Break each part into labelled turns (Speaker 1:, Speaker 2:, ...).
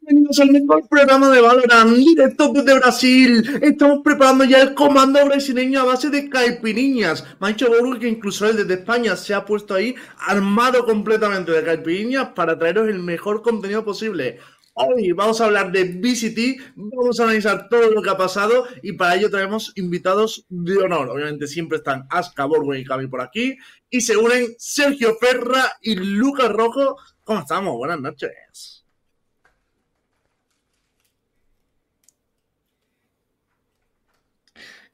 Speaker 1: bienvenidos al mejor programa de Valorant directo desde Brasil. Estamos preparando ya el comando brasileño a base de caipiriñas. Me ha dicho Boru que incluso él desde España se ha puesto ahí armado completamente de caipiriñas para traeros el mejor contenido posible. Hoy vamos a hablar de VCT, vamos a analizar todo lo que ha pasado y para ello traemos invitados de honor. Obviamente siempre están Aska, Borwen y Javi por aquí y se unen Sergio Ferra y Lucas Rojo. ¿Cómo estamos? Buenas noches.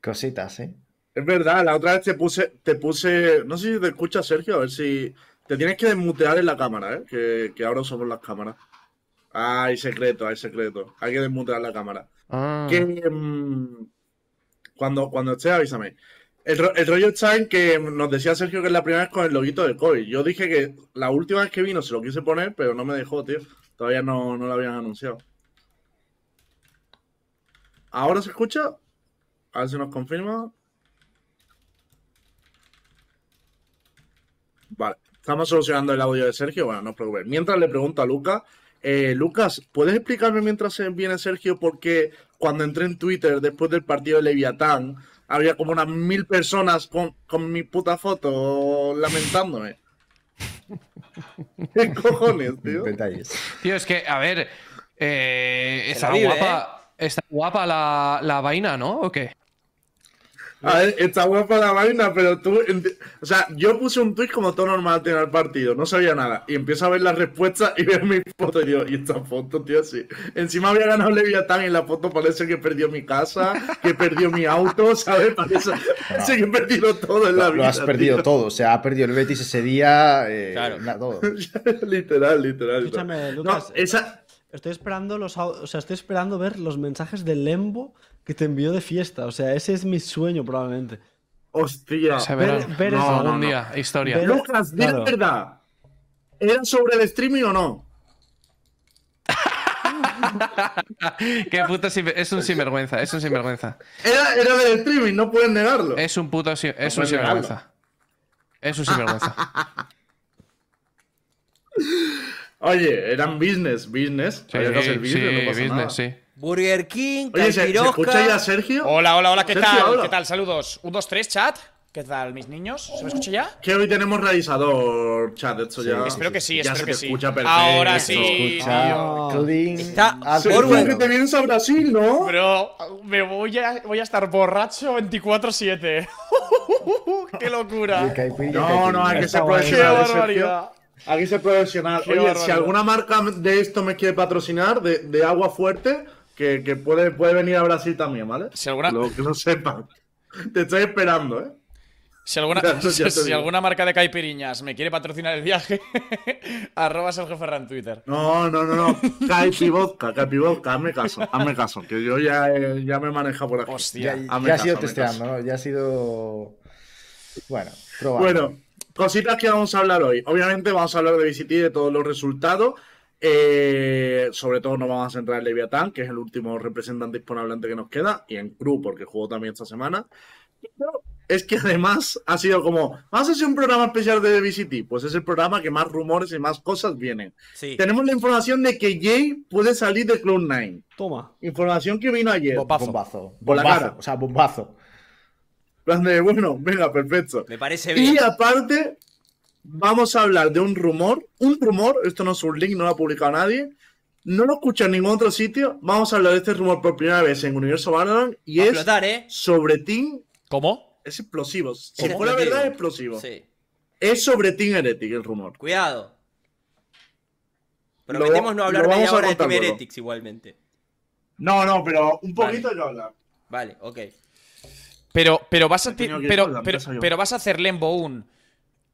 Speaker 2: Cositas, ¿eh?
Speaker 1: Es verdad, la otra vez te puse, te puse, no sé si te escuchas Sergio, a ver si te tienes que desmutear en la cámara, ¿eh? que, que ahora usamos las cámaras. Ah, hay secreto, hay secreto. Hay que desmutear la cámara.
Speaker 2: Ah,
Speaker 1: Que mm, cuando, cuando esté, avísame. El, ro- el rollo está en que nos decía Sergio que es la primera vez con el loguito de COVID. Yo dije que la última vez que vino se lo quise poner, pero no me dejó, tío. Todavía no, no lo habían anunciado. ¿Ahora se escucha? A ver si nos confirma. Vale, estamos solucionando el audio de Sergio. Bueno, no os preocupéis. Mientras le pregunto a Lucas, eh, Lucas, ¿puedes explicarme mientras viene Sergio por qué cuando entré en Twitter después del partido de Leviatán había como unas mil personas con, con mi puta foto lamentándome? ¿Qué cojones, tío?
Speaker 2: detalles.
Speaker 3: Tío, es que, a ver, eh,
Speaker 4: Se
Speaker 3: está,
Speaker 4: la vive,
Speaker 3: guapa, está guapa la, la vaina, ¿no? ¿O qué?
Speaker 1: A ver, Ah, eh, está guapa la vaina, pero tú. enti- O sea, yo puse un tweet como todo normal al terminar el partido, no sabía nada. Y empiezo a ver las respuestas y veo mi foto y digo, y esta foto, tío, así. Encima había ganado Leviatán y en la foto parece que perdió mi casa, que perdió mi auto, ¿sabes? Parece, parece que he perdido todo en la
Speaker 2: Ah. Lo,
Speaker 1: vida.
Speaker 2: lo has perdido
Speaker 1: tío.
Speaker 2: todo. O sea, ha perdido el Betis ese día. eh,
Speaker 4: Claro.
Speaker 2: nada, todo.
Speaker 1: literal, literal.
Speaker 5: Escúchame,
Speaker 1: No,
Speaker 5: Lucas. eh,
Speaker 1: esa-
Speaker 5: Estoy esperando los au- o sea, estoy esperando ver los mensajes del Lembo que te envió de fiesta. O sea, ese es mi sueño probablemente.
Speaker 1: Hostia.
Speaker 3: Se
Speaker 5: ver-
Speaker 3: verá.
Speaker 5: ver
Speaker 3: No,
Speaker 5: eso.
Speaker 3: algún
Speaker 1: No, no.
Speaker 3: día, historia.
Speaker 5: Ver-
Speaker 1: Lucas, di la
Speaker 5: Claro.
Speaker 1: verdad. ¿Era sobre el streaming o no?
Speaker 3: Qué puto sinver- Es un sinvergüenza, es un sinvergüenza.
Speaker 1: Era, era del streaming, no pueden negarlo.
Speaker 3: Es un puto sin- es
Speaker 1: No
Speaker 3: un
Speaker 1: puedes negarlo.
Speaker 3: sinvergüenza. Es un sinvergüenza.
Speaker 1: Oye, eran business, business.
Speaker 3: Sí,
Speaker 1: Había que hacer
Speaker 3: sí,
Speaker 1: business, no pasa
Speaker 3: business,
Speaker 1: nada.
Speaker 3: sí.
Speaker 4: Burger King,
Speaker 1: Oye, ¿se, se
Speaker 4: Caipirosca.
Speaker 1: escucha ya Sergio?
Speaker 4: Hola, hola, hola, ¿qué
Speaker 1: Sergio,
Speaker 4: tal?
Speaker 1: hola.
Speaker 4: ¿Qué tal? Saludos. 1, 2, 3, chat. ¿Qué tal, mis niños? ¿Se me escucha ya?
Speaker 1: Que hoy tenemos realizador, chat, esto ya...
Speaker 4: Espero que sí,
Speaker 1: ya
Speaker 4: espero
Speaker 1: se
Speaker 4: que
Speaker 1: te
Speaker 4: sí.
Speaker 1: escucha perfecto.
Speaker 4: Ahora
Speaker 2: Se
Speaker 4: sí,
Speaker 2: escucha
Speaker 5: tío.
Speaker 2: clean,
Speaker 4: Está
Speaker 2: alto
Speaker 1: Sergio,
Speaker 4: Orwell.
Speaker 1: que te vienes a Brasil, ¿no?
Speaker 4: Bro, Oh, me voy a, voy a estar borracho 24-7. ¡Qué
Speaker 2: y
Speaker 4: locura!
Speaker 2: caipirinha,
Speaker 1: No,
Speaker 2: caipirinha.
Speaker 1: no, hay que ser
Speaker 4: ¡Qué
Speaker 5: Qué
Speaker 1: profesional. Sergio.
Speaker 4: barbaridad!
Speaker 1: Hay que ser profesional.
Speaker 4: Qué
Speaker 1: Oye, si
Speaker 4: barbaridad.
Speaker 1: alguna marca de esto me quiere patrocinar, de, de agua fuerte, que, que puede, puede venir a Brasil también, ¿vale?
Speaker 4: Si alguna-
Speaker 1: Lo que no sepan. Te estoy esperando, ¿eh?
Speaker 4: Si alguna,
Speaker 1: Ya, eso ya te
Speaker 4: si
Speaker 1: digo.
Speaker 4: alguna marca de caipiriñas me quiere patrocinar el viaje, arroba Sergio Ferran en Twitter.
Speaker 1: No, no, no, no. Caipi vodka, Caipi vodka, hazme caso, hazme caso, que yo ya, eh, ya me maneja por aquí.
Speaker 4: Hostia.
Speaker 2: Ya,
Speaker 4: Hazme
Speaker 2: ya ha
Speaker 1: caso,
Speaker 2: sido
Speaker 1: hazme
Speaker 2: testeando, ¿no? Ya ha sido. Bueno, probando.
Speaker 1: Bueno, cositas que vamos a hablar hoy. Obviamente vamos a hablar de VCT y de todos los resultados. Eh, sobre todo nos vamos a centrar en Leviatán, que es el último representante hispanohablante que nos queda, y en Crew, porque jugó también esta semana. Pero es que además ha sido como, vamos a hacer un programa especial de VCT, pues es el programa que más rumores y más cosas vienen.
Speaker 4: Sí.
Speaker 1: Tenemos la información de que Jay puede salir de Cloud 9.
Speaker 5: Toma.
Speaker 1: Información que vino ayer.
Speaker 4: Bombazo.
Speaker 2: bombazo.
Speaker 1: Por la cara.
Speaker 2: Bombazo. O sea, bombazo.
Speaker 1: plan de, bueno, venga, perfecto.
Speaker 4: Me parece
Speaker 1: Y aparte, vamos a hablar de un rumor. Un rumor, esto no es un link, no lo ha publicado nadie. No lo escucha en ningún otro sitio. Vamos a hablar de este rumor por primera vez en Universo Valorant y
Speaker 4: Va a
Speaker 1: es
Speaker 4: explotar, ¿eh?
Speaker 1: sobre Team.
Speaker 4: ¿Cómo?
Speaker 1: Es explosivo. Si
Speaker 4: ¿Cómo?
Speaker 1: fuera verdad, es explosivo. Es sobre Team Heretic el rumor.
Speaker 6: Cuidado.
Speaker 1: Lo-
Speaker 6: Prometemos no hablar
Speaker 1: lo
Speaker 6: media
Speaker 1: vamos a
Speaker 6: hora de
Speaker 1: contar
Speaker 6: Team
Speaker 1: luego.
Speaker 6: Heretics igualmente.
Speaker 1: No, no, pero un
Speaker 6: Vale.
Speaker 1: poquito hay que hablar.
Speaker 6: Vale, ok.
Speaker 4: Pero, pero vas a
Speaker 1: He tenido
Speaker 4: ti-
Speaker 1: que ir con
Speaker 4: pero,
Speaker 1: la
Speaker 4: pero,
Speaker 1: empresa yo.
Speaker 4: pero vas a hacer Lembo un.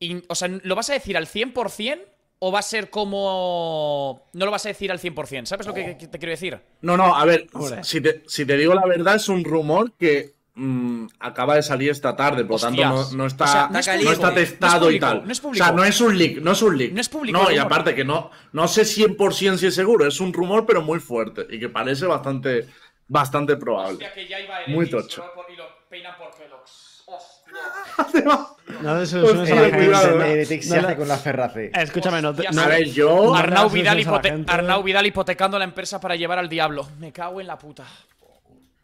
Speaker 4: in- o sea, ¿lo vas a decir al 100% o va a ser como. No lo vas a decir al 100%? ¿Sabes lo que, que te quiero decir?
Speaker 1: No, no, a ver,
Speaker 5: Hombre.
Speaker 1: si te, si te digo la verdad, es un rumor que mm, acaba de salir esta tarde, por lo tanto no,
Speaker 4: Hostias.
Speaker 1: no está,
Speaker 4: O sea,
Speaker 1: no
Speaker 4: no
Speaker 6: es
Speaker 1: está
Speaker 6: público, no
Speaker 4: es
Speaker 1: testado y
Speaker 4: público,
Speaker 1: tal.
Speaker 4: no es
Speaker 1: o
Speaker 4: público.
Speaker 1: sea, no es un leak, no es un leak.
Speaker 4: No es público
Speaker 1: No,
Speaker 4: el
Speaker 1: y
Speaker 4: rumor.
Speaker 1: aparte que no, no sé 100% si es seguro, es un rumor, pero muy fuerte y que parece bastante, bastante probable. Muy tocho.
Speaker 4: Y lo peinan por Pelox.
Speaker 5: No le soluciones a la
Speaker 1: Hostia,
Speaker 5: gente.
Speaker 1: Pues cuidado,
Speaker 5: no-
Speaker 1: eh.
Speaker 2: Benedict se
Speaker 5: no
Speaker 2: hace
Speaker 5: la- Eh,
Speaker 2: con la Ferrace.
Speaker 4: Eh,
Speaker 5: Escúchame, no te.
Speaker 4: Hostias,
Speaker 5: no-
Speaker 1: A ver, yo.
Speaker 5: Ar-
Speaker 4: Arnau
Speaker 5: Arnau
Speaker 4: Vidal,
Speaker 5: Vidal
Speaker 4: hipote-
Speaker 5: gente.
Speaker 4: Arnau Vidal hipotecando la empresa para llevar al diablo. Me cago en la puta.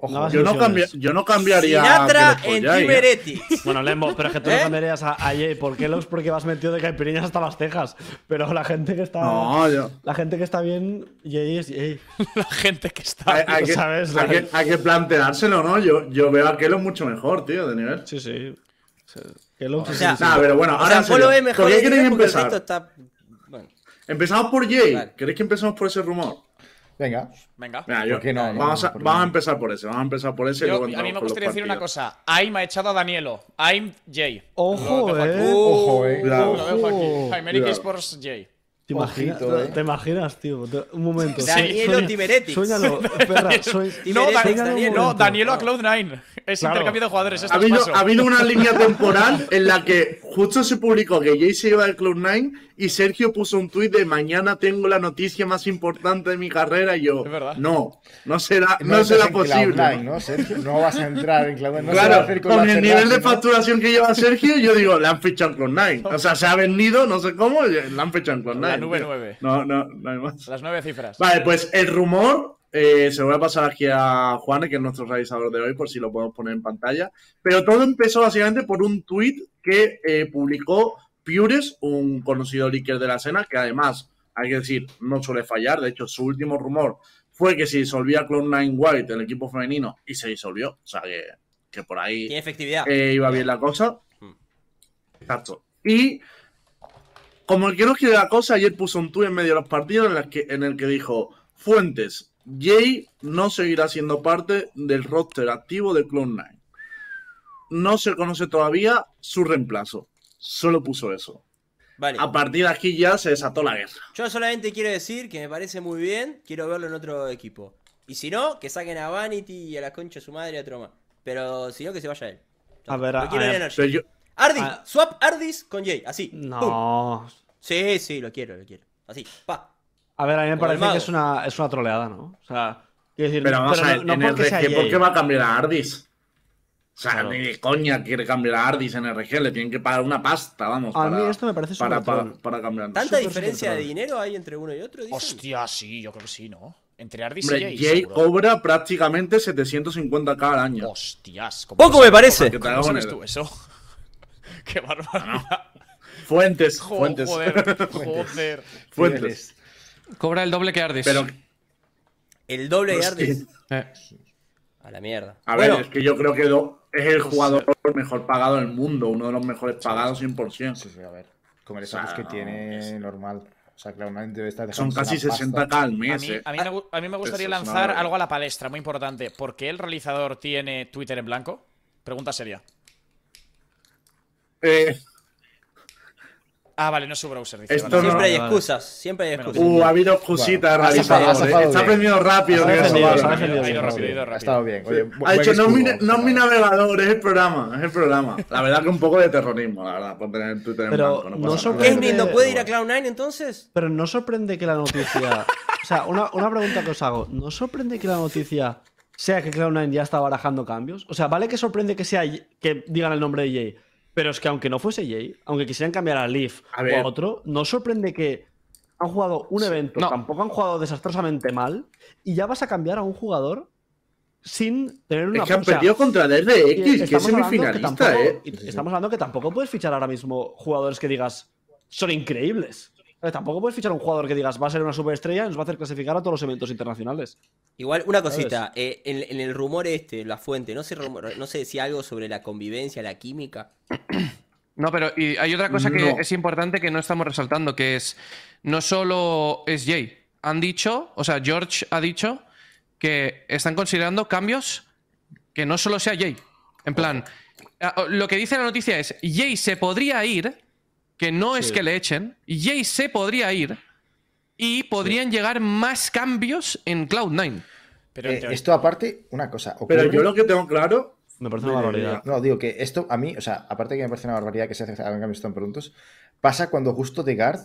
Speaker 5: no
Speaker 2: eh.
Speaker 5: hagas
Speaker 1: Yo no,
Speaker 5: ilusiones.
Speaker 1: cambi- yo no cambiaría.
Speaker 6: Sinatra
Speaker 1: que lo
Speaker 6: en
Speaker 1: folláis, ¿eh?
Speaker 6: Tiberetics.
Speaker 5: Bueno, Lembo, pero es que tú no
Speaker 6: ¿Eh?
Speaker 5: cambiarías a, a Jay por Kellogg's porque vas metido de caipiriñas hasta las cejas. Pero la gente que está.
Speaker 1: No, yo.
Speaker 5: La gente que está bien, Jay es Jay.
Speaker 4: La gente que está.
Speaker 1: Hay, hay que,
Speaker 5: sabes,
Speaker 1: hay
Speaker 5: la-
Speaker 1: que- hay que planteárselo, ¿no? Yo, yo veo a Kelo mucho mejor, tío, de nivel.
Speaker 5: Sí, sí. O sea, Kellogg's
Speaker 6: O
Speaker 5: es-
Speaker 6: sea,
Speaker 1: Nah, pero bueno,
Speaker 6: o
Speaker 1: ahora.
Speaker 6: sea,
Speaker 1: en
Speaker 6: Polo
Speaker 1: serio,
Speaker 6: es mejor
Speaker 1: ¿Por qué
Speaker 6: de
Speaker 1: queréis
Speaker 6: nivel porque el resto
Speaker 1: empezar?
Speaker 6: está. Bueno,
Speaker 1: Empezamos por Jay.
Speaker 6: Vale.
Speaker 1: ¿Queréis que empezamos por ese rumor?
Speaker 2: Venga.
Speaker 4: Venga.
Speaker 1: Mira, yo-
Speaker 2: ¿Por qué no, no?
Speaker 1: Vamos, a,
Speaker 2: ¿Por qué
Speaker 1: vamos a
Speaker 2: no?
Speaker 1: empezar por ese. Vamos a empezar por ese. y
Speaker 4: Yo-
Speaker 1: luego
Speaker 4: a mí
Speaker 1: entramos
Speaker 4: me
Speaker 1: con los
Speaker 4: gustaría decir una
Speaker 1: partidos.
Speaker 4: cosa. AIM ha echado a Danielo. AIM Jay.
Speaker 5: Ojo, eh.
Speaker 2: Ojo, eh.
Speaker 1: Cuidado.
Speaker 4: Lo dejo aquí.
Speaker 5: Ojo.
Speaker 4: Aymeric
Speaker 1: Cuidado.
Speaker 4: Esports Jay.
Speaker 5: ¿Te imaginas,
Speaker 2: Ojito, eh.
Speaker 5: te imaginas, tío? Te- Un momento.
Speaker 6: Danielo
Speaker 5: Sueña-
Speaker 6: Tiberetics.
Speaker 5: Suéñalo, perra. sue-
Speaker 4: No,
Speaker 6: Tiberetics,
Speaker 4: Dan-
Speaker 5: suéñalo un
Speaker 6: Daniel,
Speaker 4: no,
Speaker 5: momento.
Speaker 4: Danielo a Cloud9. Es
Speaker 5: Claro.
Speaker 4: intercambio de jugadores.
Speaker 1: Ha
Speaker 4: Esto es
Speaker 1: habido,
Speaker 4: paso.
Speaker 1: ha habido una línea temporal en la que justo se publicó que Jay se iba del Club 9 y Sergio puso un tuit de mañana tengo la noticia más importante de mi carrera y yo
Speaker 4: Es verdad.
Speaker 1: no, no será, no
Speaker 2: entras
Speaker 1: será
Speaker 2: en Cloud
Speaker 1: posible.
Speaker 2: Nine, ¿no, Sergio? No vas a entrar en Cloud Nine, No se va a
Speaker 1: claro,
Speaker 2: hacer
Speaker 1: con,
Speaker 2: con, la
Speaker 1: el nivel de
Speaker 2: Ferrace, ¿no?
Speaker 1: facturación que lleva Sergio, yo digo, le han fichado en Club 9. O sea, se ha vendido, no sé cómo, y le han fichado en Club 9.
Speaker 4: La nube nueve.
Speaker 1: No, no, no hay más.
Speaker 4: Las nueve cifras.
Speaker 1: Vale, pues el rumor eh, se lo voy a pasar aquí a Juan, que es nuestro realizador de hoy, por si lo podemos poner en pantalla. Pero todo empezó básicamente por un tweet que eh, publicó Pures, un conocido leaker de la escena, que además, hay que decir, no suele fallar. De hecho, su último rumor fue que se disolvía Clone9 White, el equipo femenino, y se disolvió. O sea, que, que por ahí
Speaker 6: tiene efectividad.
Speaker 1: eh, iba bien la cosa. Exacto. Y como el que no quiere la cosa, ayer puso un tuit en medio de los partidos en, las que, en el que dijo: Fuentes, Jay no seguirá siendo parte del roster activo de Clone 9. No se conoce todavía su reemplazo. Solo puso eso.
Speaker 6: Vale.
Speaker 1: A partir de aquí ya se desató la guerra.
Speaker 6: Yo solamente quiero decir que me parece muy bien, quiero verlo en otro equipo. Y si no, que saquen a Vanity y a la concha de su madre y a otro más. Pero si no, que se vaya él.
Speaker 5: A ver,
Speaker 6: lo quiero
Speaker 5: a-
Speaker 6: en
Speaker 1: Pero Ah.
Speaker 6: Energy.
Speaker 1: yo,
Speaker 6: Ardis,
Speaker 5: a-
Speaker 6: swap Ardis con Jay, así. Pum.
Speaker 5: No.
Speaker 6: Sí, sí, lo quiero, lo quiero. Así, pa.
Speaker 5: A ver, a mí me
Speaker 6: Como el
Speaker 5: parece
Speaker 6: mago.
Speaker 5: que es una, es una troleada, ¿no? O sea, quiero decir,
Speaker 1: pero vamos
Speaker 5: pero
Speaker 1: a
Speaker 5: no,
Speaker 1: ver,
Speaker 5: no
Speaker 1: en
Speaker 5: porque sea
Speaker 1: RG, ¿por
Speaker 5: Jay.
Speaker 1: qué va a cambiar a Ardis? O sea,
Speaker 5: Claro.
Speaker 1: ni de coña quiere cambiar a Ardis en RG, le tienen que pagar una pasta, vamos.
Speaker 5: A mí esto me parece
Speaker 1: para,
Speaker 5: súper
Speaker 1: para,
Speaker 5: troll.
Speaker 1: para cambiar.
Speaker 6: ¿Tanta
Speaker 5: Súper, súper
Speaker 6: diferencia de
Speaker 5: troll.
Speaker 6: dinero hay entre uno y otro? dicen?
Speaker 4: Hostia, sí, yo creo que sí, ¿no? Entre Ardis
Speaker 1: Hombre,
Speaker 4: y Jay.
Speaker 1: Jay oh,
Speaker 4: seguro.
Speaker 1: cobra prácticamente 750k al año.
Speaker 4: Hostias. ¿cómo lo
Speaker 6: Poco me
Speaker 4: sabes?
Speaker 6: parece.
Speaker 1: Que te
Speaker 4: ¿Cómo
Speaker 1: hagas una
Speaker 4: sabes tú
Speaker 1: idea.
Speaker 4: eso? Qué barbaridad.
Speaker 1: Fuentes,
Speaker 4: Jo-
Speaker 1: fuentes,
Speaker 4: Joder, joder.
Speaker 1: fuentes.
Speaker 3: Cobra el doble que Ardis.
Speaker 1: Pero,
Speaker 6: El doble de Ardis.
Speaker 1: hostia,
Speaker 3: Eh,
Speaker 6: A la mierda.
Speaker 1: a ver,
Speaker 6: bueno,
Speaker 1: es que yo creo que Do- es el jugador mejor pagado del mundo, uno de los mejores pagados 100%.
Speaker 2: Sí, sí, a ver. Como el
Speaker 1: sea,
Speaker 2: estatus que
Speaker 1: no,
Speaker 2: tiene,
Speaker 1: es-
Speaker 2: normal. O sea, Cloud Nine debe estar
Speaker 1: Son
Speaker 2: dejando
Speaker 1: casi 60k al
Speaker 4: A
Speaker 1: mes.
Speaker 4: mí,
Speaker 1: eh.
Speaker 4: a mí me, gu- a mí me gustaría
Speaker 1: Eso es una
Speaker 4: lanzar
Speaker 1: barbaridad.
Speaker 4: algo a la palestra, muy importante. ¿Por qué el realizador tiene Twitter en blanco? Pregunta seria.
Speaker 1: Eh,
Speaker 4: Ah, vale, no es su browser. Dice,
Speaker 1: Esto
Speaker 4: vale.
Speaker 1: no-
Speaker 6: siempre hay
Speaker 5: vale.
Speaker 6: excusas, siempre hay excusas.
Speaker 1: uh, ha habido cositas
Speaker 2: Bueno, ha
Speaker 1: realizadas.
Speaker 2: zafado, ha
Speaker 1: eh.
Speaker 2: zafado
Speaker 1: Está
Speaker 2: bien.
Speaker 1: aprendiendo rápido. eh,
Speaker 5: Ha
Speaker 1: que eso,
Speaker 5: defendido,
Speaker 1: vale.
Speaker 5: se ha
Speaker 4: Ha ido
Speaker 5: defendido, se ha
Speaker 4: rápido, ha
Speaker 5: defendido.
Speaker 4: ido
Speaker 2: Ha
Speaker 4: rápido.
Speaker 2: estado bien. Oye, bu-
Speaker 1: ha
Speaker 2: buen
Speaker 1: dicho, no, es mi,
Speaker 2: escudo, eh,
Speaker 1: no es mi
Speaker 2: bravo.
Speaker 1: navegador, es el programa, es el programa. La verdad que un poco de terrorismo, la verdad, por tener el Twitter en
Speaker 5: Pero
Speaker 1: blanco. No,
Speaker 5: no
Speaker 1: pasa nada.
Speaker 5: sorprende-
Speaker 6: ¿Esmin no
Speaker 5: Pero
Speaker 6: puede ir a
Speaker 1: bueno.
Speaker 6: Cloud9 entonces?
Speaker 5: Pero no sorprende que la noticia. o sea, una, una pregunta que os hago. ¿No sorprende que la noticia sea que Cloud9 ya está barajando cambios? O sea, vale que sorprende que sea Ye- que digan el nombre de Jay. Pero es que aunque no fuese Jay, aunque quisieran cambiar a Leaf
Speaker 1: A
Speaker 5: o
Speaker 1: ver.
Speaker 5: a otro, no sorprende que han jugado un evento,
Speaker 3: No.
Speaker 5: tampoco han jugado desastrosamente mal, y ya vas a cambiar a un jugador sin tener una
Speaker 1: Es que han
Speaker 5: o sea,
Speaker 1: perdido contra DRX, Eh, que es
Speaker 5: estamos hablando que
Speaker 1: semifinalista,
Speaker 5: tampoco-
Speaker 1: eh.
Speaker 5: y- Estamos hablando que tampoco puedes fichar ahora mismo jugadores que digas son increíbles. Eh, Tampoco puedes fichar un jugador que digas va a ser una superestrella y nos va a hacer clasificar a todos los eventos internacionales.
Speaker 6: Igual, una cosita, eh, en, en el rumor este, la fuente, ¿no se, rumor- no se decía algo sobre la convivencia, la química?
Speaker 3: No, pero y hay otra cosa que
Speaker 1: No.
Speaker 3: es importante que no estamos resaltando, que es no solo es Jay. Han dicho, o sea, George ha dicho que están considerando cambios que no solo sea Jay. En plan, ah, oh, lo que dice la noticia es Jay se podría ir, que no es
Speaker 5: Sí.
Speaker 3: que le echen, Jay se podría ir y podrían llegar más cambios en Cloud9.
Speaker 4: Pero en
Speaker 2: Eh,
Speaker 4: teoría-
Speaker 2: esto aparte, una cosa.
Speaker 1: Pero
Speaker 2: ocurre-
Speaker 1: yo lo que tengo claro.
Speaker 5: Me parece una
Speaker 1: Mira,
Speaker 5: barbaridad.
Speaker 2: No, digo que esto a mí, o sea, aparte que me parece una barbaridad que se hace- hagan cambios tan prontos, pasa cuando justo de Guard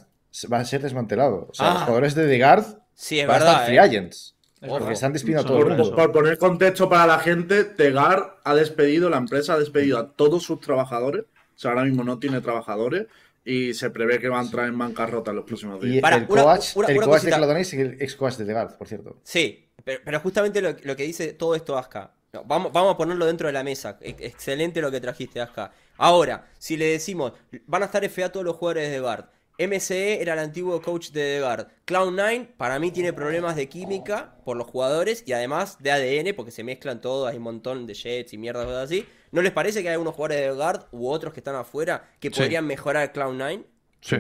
Speaker 2: va a ser desmantelado. O sea,
Speaker 6: Ah.
Speaker 2: los jugadores de The Guard
Speaker 6: Sí, es
Speaker 2: van a estar
Speaker 6: verdad.
Speaker 2: free
Speaker 6: eh.
Speaker 2: agents. Porque están despidiendo a todo el
Speaker 5: Por-
Speaker 1: Por,
Speaker 2: mundo.
Speaker 1: por poner contexto para la gente, Tegar ha despedido, la empresa ha despedido a todos sus trabajadores. O sea, ahora mismo no tiene trabajadores y se prevé que va a entrar en bancarrota en los próximos
Speaker 2: Y
Speaker 1: días.
Speaker 6: Para,
Speaker 2: el
Speaker 6: una-
Speaker 2: coach,
Speaker 6: una-
Speaker 2: el
Speaker 6: una
Speaker 2: coach de
Speaker 6: cosita.
Speaker 2: Cladonis y el ex coach de Degard, por cierto.
Speaker 6: Sí, pero, pero justamente lo, lo que dice todo esto Aska. No, vamos, vamos a ponerlo dentro de la mesa. E- excelente lo que trajiste, Aska. Ahora, si le decimos, van a estar FA todos los jugadores de Bard. MCE era el antiguo coach de Bard. Cloud9 para mí tiene problemas de química por los jugadores y además de ADN porque se mezclan todos, hay un montón de jets y mierdas cosas así. ¿No les parece que hay unos jugadores de Bard u otros que están afuera que
Speaker 3: Sí.
Speaker 6: podrían mejorar Cloud9?
Speaker 3: Sí.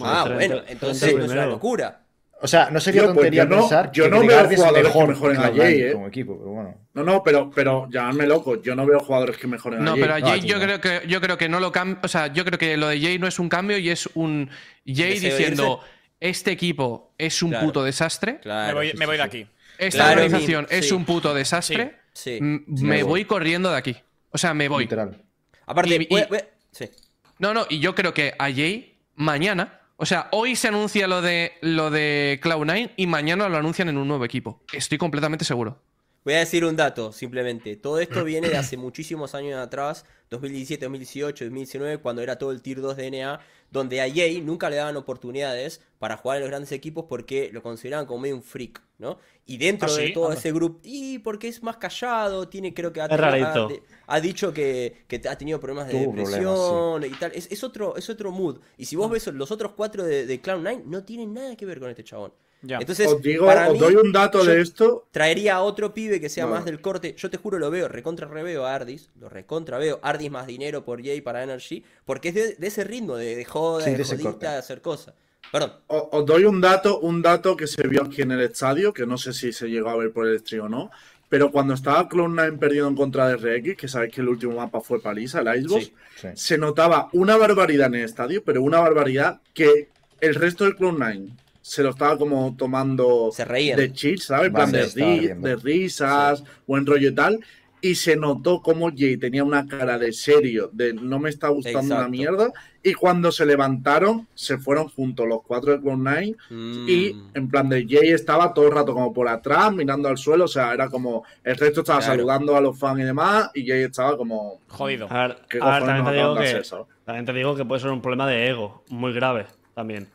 Speaker 6: ah,
Speaker 5: Trent-
Speaker 6: bueno,
Speaker 5: Trent
Speaker 6: entonces no es una
Speaker 5: primero.
Speaker 6: locura.
Speaker 2: O sea, no sería
Speaker 1: Yo, pues,
Speaker 2: tontería
Speaker 1: yo no-
Speaker 2: pensar
Speaker 1: yo
Speaker 2: que
Speaker 1: no veo
Speaker 2: Degard es
Speaker 1: jugadores que
Speaker 2: mejor
Speaker 1: mejoren a
Speaker 2: que Cloud9
Speaker 1: Jay, eh.
Speaker 2: como equipo, pero bueno.
Speaker 1: No, no, pero, pero llamadme loco. Yo no veo jugadores que mejoren
Speaker 3: No,
Speaker 1: allí.
Speaker 3: pero a Jay
Speaker 2: tío,
Speaker 3: yo
Speaker 2: no.
Speaker 3: creo que yo creo que no lo cambia. O sea, yo creo que lo de Jay no es un cambio y es un Jay
Speaker 6: ¿Deseo
Speaker 3: diciendo este equipo es un
Speaker 6: Claro.
Speaker 3: puto desastre.
Speaker 6: Claro.
Speaker 4: Me voy,
Speaker 6: sí,
Speaker 4: me
Speaker 6: sí,
Speaker 4: voy de
Speaker 6: sí.
Speaker 4: aquí.
Speaker 3: Esta
Speaker 6: Claro,
Speaker 3: organización
Speaker 6: sí,
Speaker 3: es
Speaker 6: sí.
Speaker 3: un puto desastre.
Speaker 6: Sí.
Speaker 3: m-
Speaker 2: me
Speaker 3: Me
Speaker 2: voy.
Speaker 3: voy corriendo de aquí. O sea, me voy.
Speaker 2: Literal.
Speaker 6: Aparte,
Speaker 3: Y- y-
Speaker 6: voy- voy- sí.
Speaker 3: No, no, y yo creo que a Jay mañana, o sea, hoy se anuncia lo de lo de Cloud9 y mañana lo anuncian en un nuevo equipo. Estoy completamente seguro.
Speaker 6: Voy a decir un dato, simplemente. Todo esto viene de hace muchísimos años atrás, 2017, 2018, 2019, cuando era todo el Tier 2 de NA, donde a Jay nunca le daban oportunidades para jugar en los grandes equipos porque lo consideraban como medio un freak, ¿no? Y dentro
Speaker 4: ¿Ah,
Speaker 6: de
Speaker 4: sí?
Speaker 6: todo
Speaker 4: Anda.
Speaker 6: ese grupo, y porque es más callado, tiene creo que ha,
Speaker 5: Es rarito.
Speaker 6: ha- ha dicho que, que ha tenido problemas de
Speaker 2: Tuvo
Speaker 6: depresión
Speaker 2: problemas,
Speaker 6: y tal. Es, es otro, es otro mood. Y si
Speaker 4: Ah.
Speaker 6: vos ves los otros cuatro de, de Cloud9, no tienen nada que ver con este chabón.
Speaker 4: Ya.
Speaker 6: Entonces,
Speaker 1: os digo,
Speaker 6: para
Speaker 1: os
Speaker 6: mí,
Speaker 1: doy un dato
Speaker 6: yo-
Speaker 1: de esto.
Speaker 6: Traería a otro pibe que sea
Speaker 1: No.
Speaker 6: más del corte. Yo te juro, lo veo, recontra reveo a Ardis. Lo recontra veo. Ardis más dinero por Jay para Energy. Porque es de, de ese ritmo, de, de joda,
Speaker 2: Sí,
Speaker 6: de,
Speaker 2: de ese
Speaker 6: jodita,
Speaker 2: corte.
Speaker 6: de hacer cosas. Perdón.
Speaker 1: o- Os doy un dato, un dato que se vio aquí en el estadio, que no sé si se llegó a ver por el stream o no. Pero cuando estaba Clone9 perdido en contra de RX, que sabéis que el último mapa fue paliza, el Icebox,
Speaker 6: Sí.
Speaker 2: Sí.
Speaker 1: se notaba una barbaridad en el estadio, pero una barbaridad que el resto del Cloud9 se lo estaba como tomando
Speaker 6: Se reían.
Speaker 1: de chill, ¿sabes? En plan
Speaker 2: Vale,
Speaker 1: de,
Speaker 2: estaba
Speaker 1: ri-
Speaker 2: viendo.
Speaker 1: de risas, buen rollo y tal. Y se notó como Jay tenía una cara de serio, de no me está gustando una
Speaker 6: Exacto.
Speaker 1: mierda. Y cuando se levantaron, se fueron juntos los cuatro de Cloud9 y
Speaker 6: Mm.
Speaker 1: en plan de Jay estaba todo el rato como por atrás, mirando al suelo. O sea, era como el resto estaba
Speaker 6: Claro.
Speaker 1: saludando a los fans y demás, y Jay estaba como.
Speaker 4: Jodido.
Speaker 5: A ver,
Speaker 1: ¿Qué
Speaker 5: a ver,
Speaker 1: cojones
Speaker 5: también,
Speaker 1: nos
Speaker 5: te digo
Speaker 1: mandas
Speaker 5: que,
Speaker 1: eso?
Speaker 5: también te digo que puede ser un problema de ego muy grave también.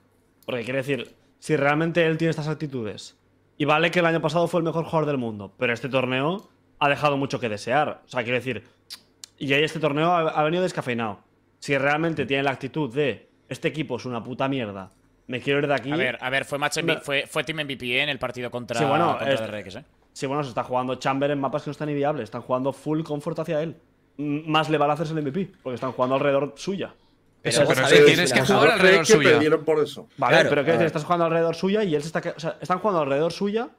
Speaker 5: Porque quiere decir, si realmente él tiene estas actitudes, y vale que el año pasado fue el mejor jugador del mundo, pero este torneo ha dejado mucho que desear. O sea, quiere decir, y ahí este torneo ha, ha venido descafeinado. Si realmente tiene la actitud de, este equipo es una puta mierda, me quiero ir de aquí.
Speaker 4: A ver, a ver, fue, match
Speaker 5: No.
Speaker 4: fue, fue Team MVP en el partido contra,
Speaker 5: Sí, bueno,
Speaker 4: contra
Speaker 5: es-
Speaker 4: DRX, ¿eh?
Speaker 5: Sí, bueno, se está jugando Chamber en mapas que no están ni viables. Están jugando full comfort hacia él. M- Más le vale hacerse el MVP, porque están jugando alrededor suya.
Speaker 6: Pero
Speaker 3: Eso,
Speaker 6: vos
Speaker 3: pero eso
Speaker 6: sabés,
Speaker 3: tienes
Speaker 6: mira,
Speaker 3: que
Speaker 6: vos
Speaker 3: jugar
Speaker 1: ¿No creéis
Speaker 3: alrededor
Speaker 1: que
Speaker 3: suya.
Speaker 1: perdieron por eso?
Speaker 5: Vale,
Speaker 6: Claro,
Speaker 5: pero ¿qué
Speaker 2: a
Speaker 3: eh.
Speaker 5: decir?
Speaker 2: ver.
Speaker 5: Estás jugando alrededor suya y él se está. que- O sea, están jugando alrededor suya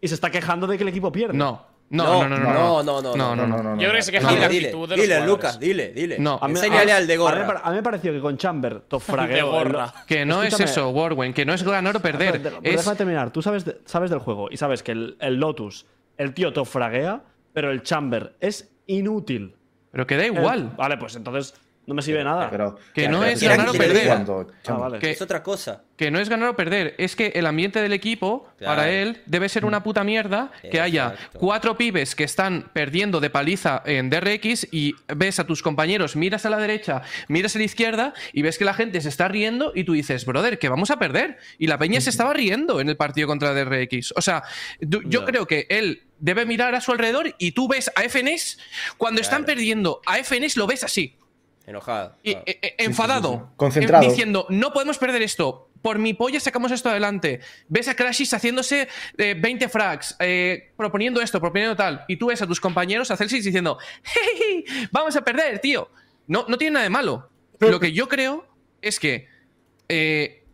Speaker 5: y se está quejando de que el equipo pierde.
Speaker 3: No, no, no, no, no,
Speaker 6: no, no, no,
Speaker 3: no, no, no.
Speaker 4: Yo creo que se queja de
Speaker 6: Dile,
Speaker 4: la
Speaker 6: dile,
Speaker 4: actitud de los
Speaker 6: dile,
Speaker 4: jugadores.
Speaker 6: Lucas, dile, dile.
Speaker 3: No.
Speaker 5: A mí-
Speaker 6: Enséñale
Speaker 5: a-
Speaker 6: al de gorra.
Speaker 5: A mí, me pare- a mí me pareció que con Chamber, tofragueo.
Speaker 4: De gorra.
Speaker 3: Que no es eso, Warwen, que no es ganar o perder.
Speaker 5: Pero, pero
Speaker 3: es
Speaker 5: déjame terminar. Tú sabes, de- sabes del juego y sabes que el, el Lotus, el tío tofraguea, pero el Chamber es inútil.
Speaker 3: Pero
Speaker 6: eh,
Speaker 3: que da
Speaker 5: El-
Speaker 3: igual.
Speaker 5: vale, pues entonces no me sirve nada.
Speaker 2: Pero,
Speaker 3: Que no
Speaker 2: pero
Speaker 3: es
Speaker 2: tú
Speaker 6: ganar
Speaker 2: sabes
Speaker 6: o
Speaker 2: que
Speaker 6: perder.
Speaker 2: cuando-
Speaker 5: Ah, vale.
Speaker 3: Que-
Speaker 6: Es otra cosa.
Speaker 3: Que no es ganar o perder. Es que el ambiente del equipo,
Speaker 6: Claro.
Speaker 3: para él, debe ser una puta mierda que haya
Speaker 6: Exacto.
Speaker 3: cuatro pibes que están perdiendo de paliza en DRX y ves a tus compañeros, miras a la derecha, miras a la izquierda y ves que la gente se está riendo y tú dices, brother, que vamos a perder. Y la peña se estaba riendo en el partido contra DRX. O sea, du- yo
Speaker 5: Ya.
Speaker 3: creo que él debe mirar a su alrededor y tú ves a FNS cuando están perdiendo a FNS lo ves así.
Speaker 6: Enojado.
Speaker 3: Y,
Speaker 6: claro.
Speaker 3: eh, eh, enfadado.
Speaker 2: Ah, sí, sí. Concentrado.
Speaker 3: Eh, Diciendo, no podemos perder esto. Por mi polla sacamos esto adelante. Ves a Crashis haciéndose eh, 20 frags, eh, proponiendo esto, proponiendo tal. Y tú ves a tus compañeros a Celsius diciendo, "Jejeje, vamos a perder, tío. No, no tiene nada de malo. Lo que yo creo es que eh,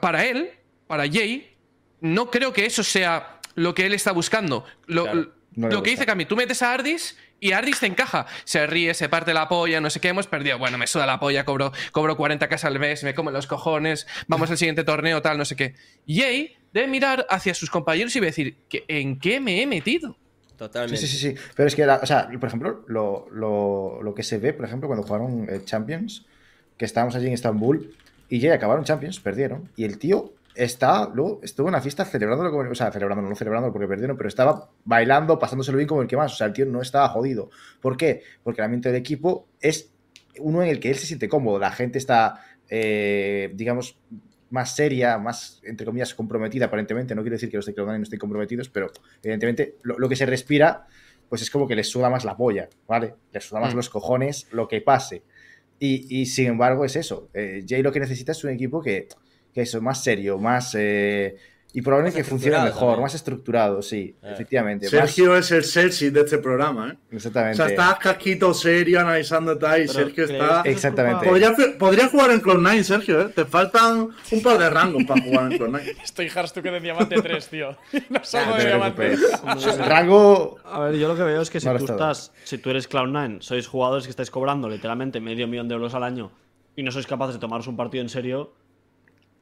Speaker 3: para él, para Jay, no creo que eso sea lo que él está buscando. Lo,
Speaker 6: Claro,
Speaker 2: no le
Speaker 3: lo que
Speaker 2: gusta.
Speaker 3: dice Cami, tú metes a Ardis y Ardis te encaja. Se ríe, se parte la polla, no sé qué, hemos perdido. Bueno, me suda la polla, cobro, cobro 40k al mes, me comen los cojones, vamos al siguiente torneo, tal, no sé qué. Jay debe mirar hacia sus compañeros y decir, "¿Qué- ¿en qué me he metido?
Speaker 6: Totalmente.
Speaker 2: Sí, sí, sí, sí. Pero es que, la- o sea, por ejemplo, lo, lo- lo que se ve, por ejemplo, cuando jugaron eh, Champions, que estábamos allí en Estambul, y ya acabaron Champions, perdieron, y el tío está, luego estuvo en la fiesta celebrándolo, como, o sea, celebrándolo, no celebrándolo porque perdieron, pero estaba bailando, pasándoselo bien como el que más. O sea, el tío no estaba jodido. ¿Por qué? Porque el ambiente del equipo es uno en el que él se siente cómodo. La gente está, eh, digamos, más seria, más, entre comillas, comprometida, aparentemente. No quiero decir que los de Cloud9 no estén comprometidos, pero evidentemente lo, lo que se respira, pues es como que les suda más la polla, ¿vale? Les suda más
Speaker 3: Mm.
Speaker 2: los cojones lo que pase. Y, y, sin embargo, es eso. Eh, Jay lo que necesita es un equipo que, que eso, más serio, más. eh, y probablemente
Speaker 6: Más
Speaker 2: que funcione
Speaker 6: estructurado
Speaker 2: mejor,
Speaker 6: también.
Speaker 2: más estructurado, sí,
Speaker 6: Eh.
Speaker 2: efectivamente. más-
Speaker 1: Sergio es el Celsi de este programa, ¿eh? O
Speaker 2: exactamente.
Speaker 1: sea, está casquito serio analizando tal y
Speaker 5: Pero,
Speaker 1: Sergio
Speaker 5: ¿crees
Speaker 1: está.
Speaker 5: que eso es
Speaker 2: Exactamente.
Speaker 5: culpa-
Speaker 1: Podría, podría jugar en Cloud9, Sergio, ¿eh? Te faltan un par de rangos para jugar en Cloud9.
Speaker 4: Estoy Hearthstone en Diamante 3, tío. No
Speaker 2: No
Speaker 4: salgo
Speaker 2: te
Speaker 4: de Diamante.
Speaker 2: preocupes.
Speaker 5: Hombre,
Speaker 2: Rango.
Speaker 5: A ver, yo lo que veo es que si
Speaker 2: No lo
Speaker 5: tú
Speaker 2: está.
Speaker 5: estás, si tú eres Cloud9, sois jugadores que estáis cobrando literalmente medio millón de euros al año y no sois capaces de tomaros un partido en serio,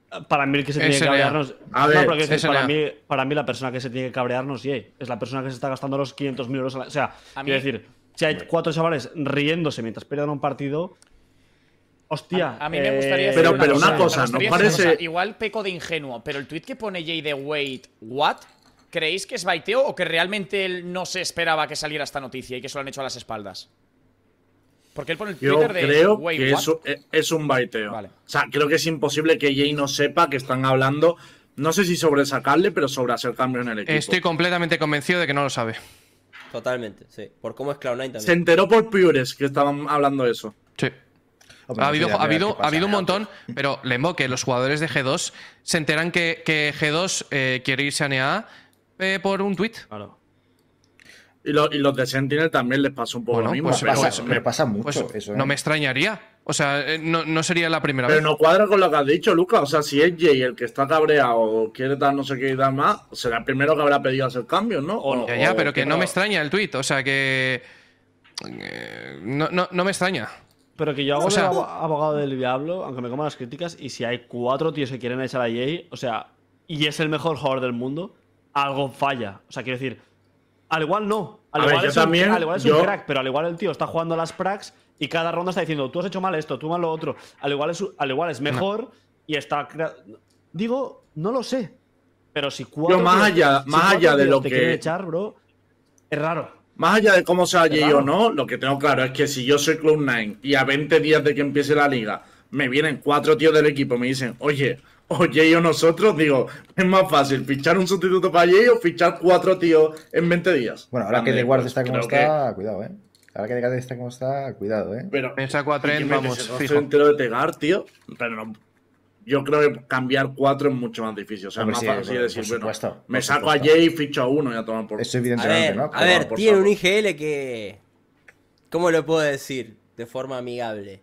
Speaker 5: eh, para mí el que se tiene que
Speaker 3: SNA.
Speaker 5: cabrearnos.
Speaker 1: A ver,
Speaker 5: no, pero quiero decir, para,
Speaker 3: SNA.
Speaker 5: mí, para mí la persona que se tiene que cabrearnos, yey, es la persona que se está gastando los 500.000 euros al año. O sea,
Speaker 4: A
Speaker 5: quiero
Speaker 4: mí-
Speaker 5: decir, si hay cuatro chavales riéndose mientras pierden un partido. Hostia.
Speaker 4: A mí me gustaría.
Speaker 5: eh,
Speaker 4: decir
Speaker 1: Ah, Pero- pero una
Speaker 4: me
Speaker 1: cosa, ¿no
Speaker 4: gustaría decir
Speaker 1: parece-
Speaker 4: una cosa. Igual peco de ingenuo, pero el tweet que pone Jay de Wait, ¿what? ¿Creéis que es baiteo o que realmente él no se esperaba que saliera esta noticia y que se lo han hecho a las espaldas? Porque él pone el
Speaker 1: Yo
Speaker 4: Twitter de
Speaker 1: creo
Speaker 4: Wait,
Speaker 1: que
Speaker 4: what?
Speaker 1: eso e- es un baiteo.
Speaker 4: Vale.
Speaker 1: O sea, creo que es imposible que Jay no sepa que están hablando, no sé si sobre sacarle, pero sobre hacer cambios en el equipo.
Speaker 3: Estoy completamente convencido de que no lo sabe.
Speaker 6: Totalmente, sí. Por cómo es Cloud9 también.
Speaker 1: Se enteró por Pures que estaban hablando de eso.
Speaker 3: Sí.
Speaker 2: Hombre, no
Speaker 3: Ha habido,
Speaker 2: sé, ya
Speaker 3: ha,
Speaker 2: verás
Speaker 3: habido,
Speaker 2: qué
Speaker 3: ha habido un
Speaker 2: pasa.
Speaker 3: montón, pero Lembo, que los jugadores de G2 se enteran que, que G2 eh, quiere irse a NA eh, por un tweet.
Speaker 5: Claro.
Speaker 1: Y, lo- y los de Sentinel también les pasó un poco
Speaker 3: Bueno,
Speaker 1: lo mismo.
Speaker 3: pues
Speaker 1: pero,
Speaker 2: pasa- pero pasa mucho
Speaker 3: Pues
Speaker 2: eso. ¿eh?
Speaker 3: no me extrañaría. O sea, eh, no, no sería la primera
Speaker 1: pero
Speaker 3: vez.
Speaker 1: no cuadra con lo que has dicho, Lucas. O sea, si es Jay el que está cabreado o quiere dar no sé qué y dar más, será el primero que habrá pedido hacer cambios, ¿no? O-
Speaker 3: Ya, ya,
Speaker 1: o-
Speaker 3: pero que no me extraña el tweet. O sea, que. eh, no, no, no me extraña.
Speaker 5: Pero que yo hago
Speaker 3: O
Speaker 5: de
Speaker 3: sea-
Speaker 5: abo- abogado del diablo, aunque me coman las críticas, y si hay cuatro tíos que quieren echar a Jay, o sea, y es el mejor jugador del mundo, algo falla. O sea, quiero decir, al igual no. Al
Speaker 1: A ver,
Speaker 5: igual,
Speaker 1: yo
Speaker 5: es, un-
Speaker 1: también,
Speaker 5: al igual es
Speaker 1: yo-
Speaker 5: un crack, pero al igual el tío está jugando a las pracs y cada ronda está diciendo, tú has hecho mal esto, tú mal lo otro. Al igual es, al igual es mejor y está. crea- Digo, no lo sé. Pero si cuatro.
Speaker 1: Yo más allá- más
Speaker 5: cuatro
Speaker 1: allá de
Speaker 5: tíos
Speaker 1: lo
Speaker 5: te
Speaker 1: que-
Speaker 5: quieren echar, bro, es raro.
Speaker 1: Más allá de cómo sea allí
Speaker 5: Claro.
Speaker 1: o no, lo que tengo claro es que si yo soy Cloud9 y a 20 días de que empiece la liga me vienen cuatro tíos del equipo y me dicen, oye, oye o nosotros, digo, es más fácil fichar un sustituto para Jay o fichar cuatro tíos en 20 días.
Speaker 2: Bueno, ahora que
Speaker 1: Grande,
Speaker 2: The Guard
Speaker 1: pues,
Speaker 2: está como
Speaker 1: creo que-
Speaker 2: está, cuidado, eh. Ahora que The Guard está como está, cuidado, eh.
Speaker 1: Pero
Speaker 3: Me saco a
Speaker 1: Y
Speaker 3: tren,
Speaker 1: que metes
Speaker 3: vamos,
Speaker 1: el roster
Speaker 3: fijo.
Speaker 1: entero de Tegar, tío. Pero no- yo creo que cambiar cuatro es mucho más difícil. O sea, es
Speaker 2: Hombre,
Speaker 1: más
Speaker 2: sí,
Speaker 1: fácil
Speaker 2: por-
Speaker 1: decir,
Speaker 2: por
Speaker 1: bueno,
Speaker 2: supuesto,
Speaker 1: me
Speaker 2: por
Speaker 1: saco a
Speaker 2: supuesto.
Speaker 1: Jay y ficho a uno y a tomar por.
Speaker 2: Eso
Speaker 6: A
Speaker 2: evidentemente,
Speaker 6: ver,
Speaker 2: ¿no?
Speaker 6: a
Speaker 2: Pero-
Speaker 1: Pero
Speaker 6: ver,
Speaker 1: por
Speaker 6: tiene un
Speaker 1: favor.
Speaker 6: IGL que. ¿Cómo lo puedo decir? De forma amigable.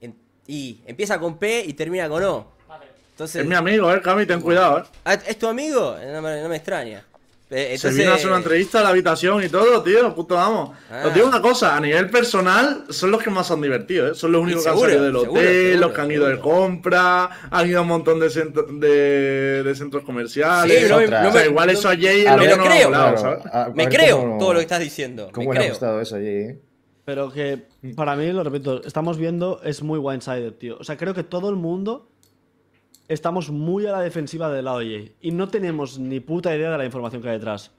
Speaker 6: En- y empieza con P y termina con O. Entonces,
Speaker 1: Es mi amigo, eh, Cami, ten cuidado, eh.
Speaker 6: Ah, ¿Es tu amigo? No me, no me extraña. Eh, Entonces,
Speaker 1: Se vino a hacer una entrevista a la habitación y todo, tío, puto vamos.
Speaker 6: Ah.
Speaker 1: Os digo una cosa, a nivel personal, son los que más han divertido, ¿eh? Son los únicos que han
Speaker 6: seguro,
Speaker 1: salido del hotel,
Speaker 6: seguro, seguro,
Speaker 1: los que han ido de
Speaker 6: seguro.
Speaker 1: compra, han ido a un montón de, centro- de, de centros comerciales.
Speaker 2: Sí, no me-
Speaker 1: O sea,
Speaker 2: no me-
Speaker 1: igual
Speaker 6: no-
Speaker 1: eso a Jay
Speaker 2: a
Speaker 1: es lo
Speaker 2: ver,
Speaker 1: que no
Speaker 6: me
Speaker 1: ha
Speaker 6: creo,
Speaker 1: molado,
Speaker 2: claro,
Speaker 1: ¿sabes? Ah,
Speaker 2: a- a
Speaker 6: Me
Speaker 2: ver
Speaker 6: creo
Speaker 2: cómo-
Speaker 6: todo lo que estás diciendo.
Speaker 2: ¿Cómo
Speaker 6: me
Speaker 2: le ha
Speaker 6: creo.
Speaker 2: gustado eso, Jay? eh?
Speaker 5: Pero que
Speaker 3: Mm.
Speaker 5: para mí, lo repito, estamos viendo es muy one-sided, tío. O sea, creo que todo el mundo estamos muy a la defensiva del lado de Jay. Y no tenemos ni puta idea de la información que hay detrás.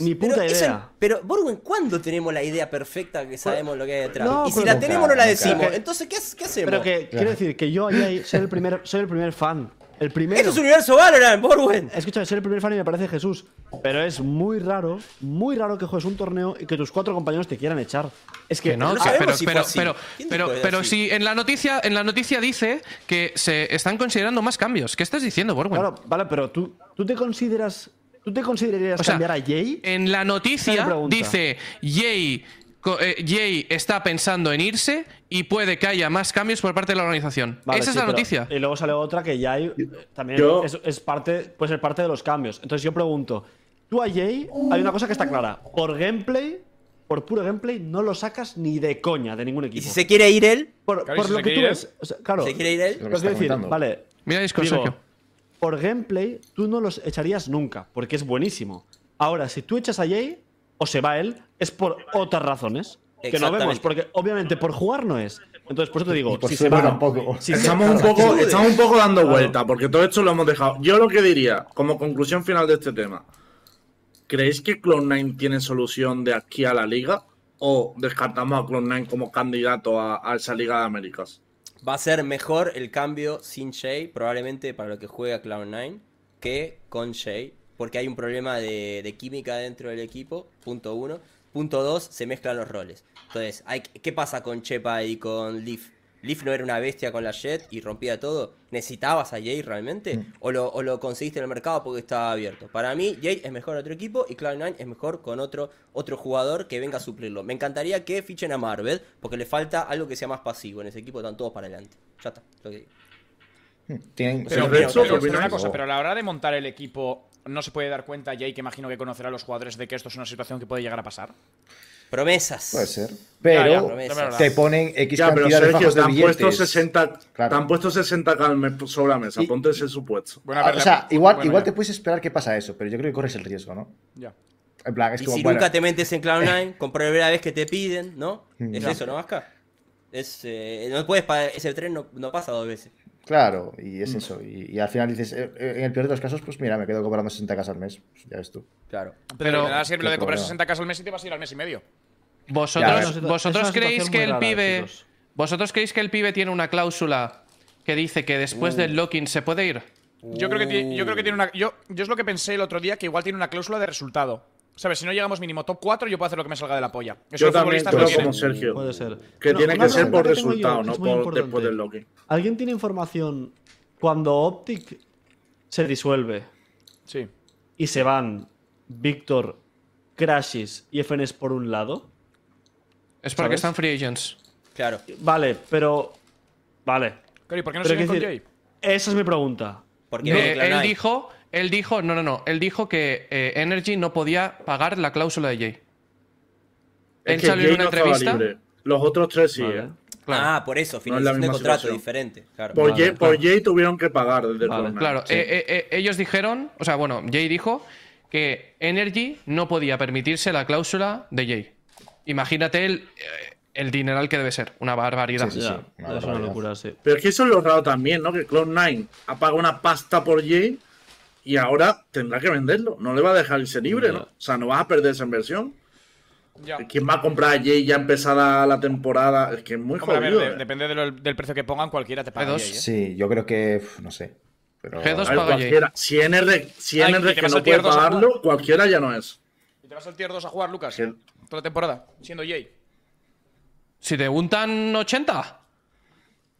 Speaker 5: Ni puta
Speaker 6: pero, eso-
Speaker 5: idea.
Speaker 6: pero, Borwen, ¿cuándo tenemos la idea perfecta que sabemos lo que hay detrás?
Speaker 5: no,
Speaker 6: y si
Speaker 5: pero
Speaker 6: la
Speaker 2: nunca,
Speaker 6: tenemos, no la
Speaker 2: nunca.
Speaker 6: decimos. Entonces, ¿qué, qué hacemos?
Speaker 5: Pero que quiero decir que yo a Jay soy el primer, soy el primer fan. El primero.
Speaker 6: Esto es universo Valorant, Borwen.
Speaker 5: Escúchame, soy el primer fan y me parece Jesús. Pero es muy raro, muy raro que juegues un torneo y que tus cuatro compañeros te quieran echar. Es que,
Speaker 3: Que no,
Speaker 6: no
Speaker 3: que-
Speaker 6: sabemos
Speaker 3: pero,
Speaker 6: si fue
Speaker 3: pero,
Speaker 6: así.
Speaker 3: pero,
Speaker 6: ¿Quién
Speaker 3: pero,
Speaker 6: dijo que
Speaker 3: pero
Speaker 6: así?
Speaker 3: si en la noticia, en la noticia dice que se están considerando más cambios. ¿Qué estás diciendo, Borwen?
Speaker 5: Claro, vale, pero tú, tú te consideras. ¿Tú te considerarías
Speaker 3: O sea,
Speaker 5: cambiar a Jay?
Speaker 3: En la
Speaker 5: Esa es
Speaker 3: noticia
Speaker 5: la pregunta.
Speaker 3: dice Jay, co- eh, Jay está pensando en irse y puede que haya más cambios por parte de la organización.
Speaker 5: Vale,
Speaker 3: Esa
Speaker 5: sí,
Speaker 3: es la
Speaker 5: pero-
Speaker 3: noticia.
Speaker 5: Y luego sale otra que ya hay. eh, También
Speaker 1: yo-
Speaker 5: es, es parte, puede ser parte de los cambios. Entonces yo pregunto: tú a Jay, hay una cosa que está clara. Por gameplay, por puro gameplay, no lo sacas ni de coña de ningún
Speaker 6: Y
Speaker 5: equipo.
Speaker 6: si se quiere ir él,
Speaker 5: por
Speaker 4: Claro, y
Speaker 5: por
Speaker 4: si
Speaker 5: lo
Speaker 4: se
Speaker 5: que tú
Speaker 4: quiere ir
Speaker 5: ves. o sea, claro.
Speaker 6: se quiere ir él.
Speaker 2: Lo que
Speaker 5: Lo
Speaker 2: está
Speaker 5: quiero decir,
Speaker 2: comentando.
Speaker 5: vale.
Speaker 3: Mira el disco,
Speaker 5: digo,
Speaker 3: Sergio.
Speaker 5: por gameplay, tú no los echarías nunca, porque es buenísimo. Ahora, si tú echas a Jay o se va él, es por otras razones que no
Speaker 6: Exactamente.
Speaker 5: vemos, porque obviamente por jugar no es. Entonces, por eso te digo,
Speaker 2: Y por
Speaker 5: si se
Speaker 2: suerte
Speaker 5: van,
Speaker 2: tampoco.
Speaker 5: si se-
Speaker 1: estamos, un
Speaker 5: claro,
Speaker 1: poco,
Speaker 6: actitudes.
Speaker 1: estamos un poco dando
Speaker 5: Claro.
Speaker 1: vuelta, porque todo esto lo hemos dejado. Yo lo que diría, como conclusión final de este tema, ¿creéis que Clone9 tiene solución de aquí a la liga? ¿O descartamos a Clone9 como candidato a, a esa Liga de Américas?
Speaker 6: Va a ser mejor el cambio sin Shay, probablemente para lo que juega Cloud9, que con Shay, porque hay un problema de, de química dentro del equipo, punto uno. Punto dos, se mezclan los roles. Entonces, hay, ¿qué pasa con Chepa y con Leaf? ¿Leaf no era una bestia con la Jet y rompía todo? ¿Necesitabas a Jay realmente?
Speaker 2: Mm.
Speaker 6: ¿O, lo, o lo conseguiste en el mercado porque estaba abierto? Para mí, Jay es mejor a otro equipo y Cloud9 es mejor con otro, otro jugador que venga a suplirlo. Me encantaría que fichen a Marvel porque le falta algo que sea más pasivo. En ese equipo están todos para adelante. Ya está, lo que digo.
Speaker 2: Tienen-
Speaker 4: Pero,
Speaker 2: sí,
Speaker 1: de
Speaker 4: pero-
Speaker 1: hecho,
Speaker 4: pero-
Speaker 1: por
Speaker 4: pero
Speaker 1: final-
Speaker 4: una cosa, pero a la hora de montar el equipo, ¿no se puede dar cuenta, Jay, que imagino que conocerá a los jugadores de que esto es una situación que puede llegar a pasar?
Speaker 6: Promesas.
Speaker 2: Puede ser.
Speaker 4: ya,
Speaker 2: Pero
Speaker 6: promesas.
Speaker 4: de verdad.
Speaker 2: te ponen X
Speaker 1: Ya, pero
Speaker 2: cantidad de
Speaker 1: Sergio,
Speaker 2: fajos
Speaker 1: te
Speaker 2: de
Speaker 1: han,
Speaker 2: billetes.
Speaker 1: puesto 60,
Speaker 2: Claro.
Speaker 1: te han puesto 60 calmes sobre la mesa.
Speaker 2: Y-
Speaker 1: Ponte ese supuesto.
Speaker 4: Bueno,
Speaker 2: Ah, o sea, igual, igual te
Speaker 4: te
Speaker 2: puedes esperar que pasa eso, pero yo creo que corres el riesgo, ¿no? En plan, es
Speaker 6: Y
Speaker 2: como,
Speaker 6: si
Speaker 2: bueno,
Speaker 6: nunca te metes en Cloud9, con primera vez que te piden, ¿no?
Speaker 2: Mm.
Speaker 6: Es
Speaker 2: Ya.
Speaker 6: eso, ¿no, Vasca? Es, eh, no puedes pa- ese tren no, no pasa dos veces.
Speaker 2: claro, y
Speaker 4: Mm.
Speaker 2: es eso. Y, y al final dices, eh, eh, en el peor de los casos, pues mira, me quedo cobrando 60 casas al mes. Ya ves tú.
Speaker 6: Claro.
Speaker 4: Pero
Speaker 3: Pero-
Speaker 4: de nada sirve lo de
Speaker 2: Qué
Speaker 4: comprar
Speaker 2: problema.
Speaker 4: 60 casas al mes y te vas a ir al mes y medio.
Speaker 2: Ya,
Speaker 3: ¿Vosotros,
Speaker 2: es
Speaker 5: una situa-
Speaker 3: vosotros
Speaker 5: es una
Speaker 3: creéis
Speaker 5: situación
Speaker 3: que
Speaker 5: muy
Speaker 3: el
Speaker 5: rara,
Speaker 3: pibe.
Speaker 5: chicos.
Speaker 3: ¿Vosotros creéis que el pibe tiene una cláusula que dice que
Speaker 5: Uh.
Speaker 3: después del locking se puede ir?
Speaker 4: Yo creo que tiene, yo creo que tiene una. Yo, yo es lo que pensé el otro día, que igual tiene una cláusula de resultado. ¿Sabes? Si no llegamos mínimo top 4, yo puedo hacer lo que me salga de la polla. Eso
Speaker 1: Yo
Speaker 4: los
Speaker 1: también
Speaker 4: futbolistas lo
Speaker 1: creo
Speaker 4: tienen.
Speaker 1: como Sergio.
Speaker 5: puede ser.
Speaker 1: Que
Speaker 5: No,
Speaker 1: tiene
Speaker 5: una
Speaker 1: que ser
Speaker 5: pregunta
Speaker 1: por
Speaker 5: que tengo yo,
Speaker 1: resultado,
Speaker 5: que
Speaker 1: no
Speaker 5: es muy
Speaker 1: por
Speaker 5: importante.
Speaker 1: después del locking.
Speaker 5: ¿Alguien tiene información cuando Optic se disuelve
Speaker 4: Sí.
Speaker 5: y se van Víctor, Crashes y FNs por un lado?
Speaker 3: Es porque
Speaker 5: ¿Sabes?
Speaker 3: están free agents.
Speaker 6: Claro.
Speaker 5: Vale, pero. Vale.
Speaker 4: Claro, ¿y por qué no
Speaker 5: Pero
Speaker 4: siguen
Speaker 5: quiero
Speaker 4: con
Speaker 5: decir,
Speaker 4: Jay?
Speaker 5: esa es mi pregunta.
Speaker 6: Porque
Speaker 3: Eh,
Speaker 6: Cloud9.
Speaker 3: él dijo, él dijo, no, no, no, él dijo que eh, Energy no podía pagar la cláusula de Jay.
Speaker 1: Es
Speaker 3: Él
Speaker 1: que
Speaker 3: salió en
Speaker 1: Jay
Speaker 3: una
Speaker 1: no estaba
Speaker 3: entrevista.
Speaker 1: libre. Los otros tres sí.
Speaker 5: Vale.
Speaker 1: eh.
Speaker 3: Claro.
Speaker 6: Ah, por eso, finalización de
Speaker 1: misma
Speaker 6: contrato
Speaker 1: situación.
Speaker 6: diferente. Claro.
Speaker 1: Por,
Speaker 5: Vale,
Speaker 1: Jay, por Jay tuvieron que pagar desde el
Speaker 5: Vale.
Speaker 1: Cloud9.
Speaker 3: Claro, eh, eh, eh, ellos dijeron, o sea, bueno, Jay dijo que Energy no podía permitirse la cláusula de Jay. Imagínate el, eh, el dineral que debe ser, una barbaridad.
Speaker 2: Sí, sí,
Speaker 5: Ya,
Speaker 2: una
Speaker 5: es una
Speaker 2: barbaridad.
Speaker 5: locura, sí.
Speaker 1: Pero es que eso es lo raro también, ¿no? Que Cloud9 ha pagado una pasta por Jay y ahora tendrá que venderlo. No le va a dejar irse libre, ¿no? O sea, no vas a perder esa inversión.
Speaker 4: Ya.
Speaker 1: ¿Quién va a comprar a Jay ya empezada la temporada? Es que es muy
Speaker 4: Hombre, a ver,
Speaker 1: jodido.
Speaker 4: de-
Speaker 1: eh.
Speaker 4: depende de lo- del precio que pongan, cualquiera te paga.
Speaker 3: Hay dos.
Speaker 4: Jay, ¿eh?
Speaker 2: Sí, yo creo que. uf, No sé. Pero,
Speaker 1: A
Speaker 3: G2
Speaker 1: ver,
Speaker 3: paga Jay.
Speaker 1: cualquiera. Si NR, si
Speaker 4: Ay,
Speaker 1: NR
Speaker 4: que te
Speaker 1: que
Speaker 4: vas
Speaker 1: no
Speaker 4: al tier
Speaker 1: puede
Speaker 4: dos a
Speaker 1: pagarlo, cualquiera ya no es.
Speaker 4: ¿Y te vas al tier 2 a jugar, Lucas?
Speaker 1: Sí.
Speaker 4: Toda la temporada, siendo Jay.
Speaker 3: Si te untan 80,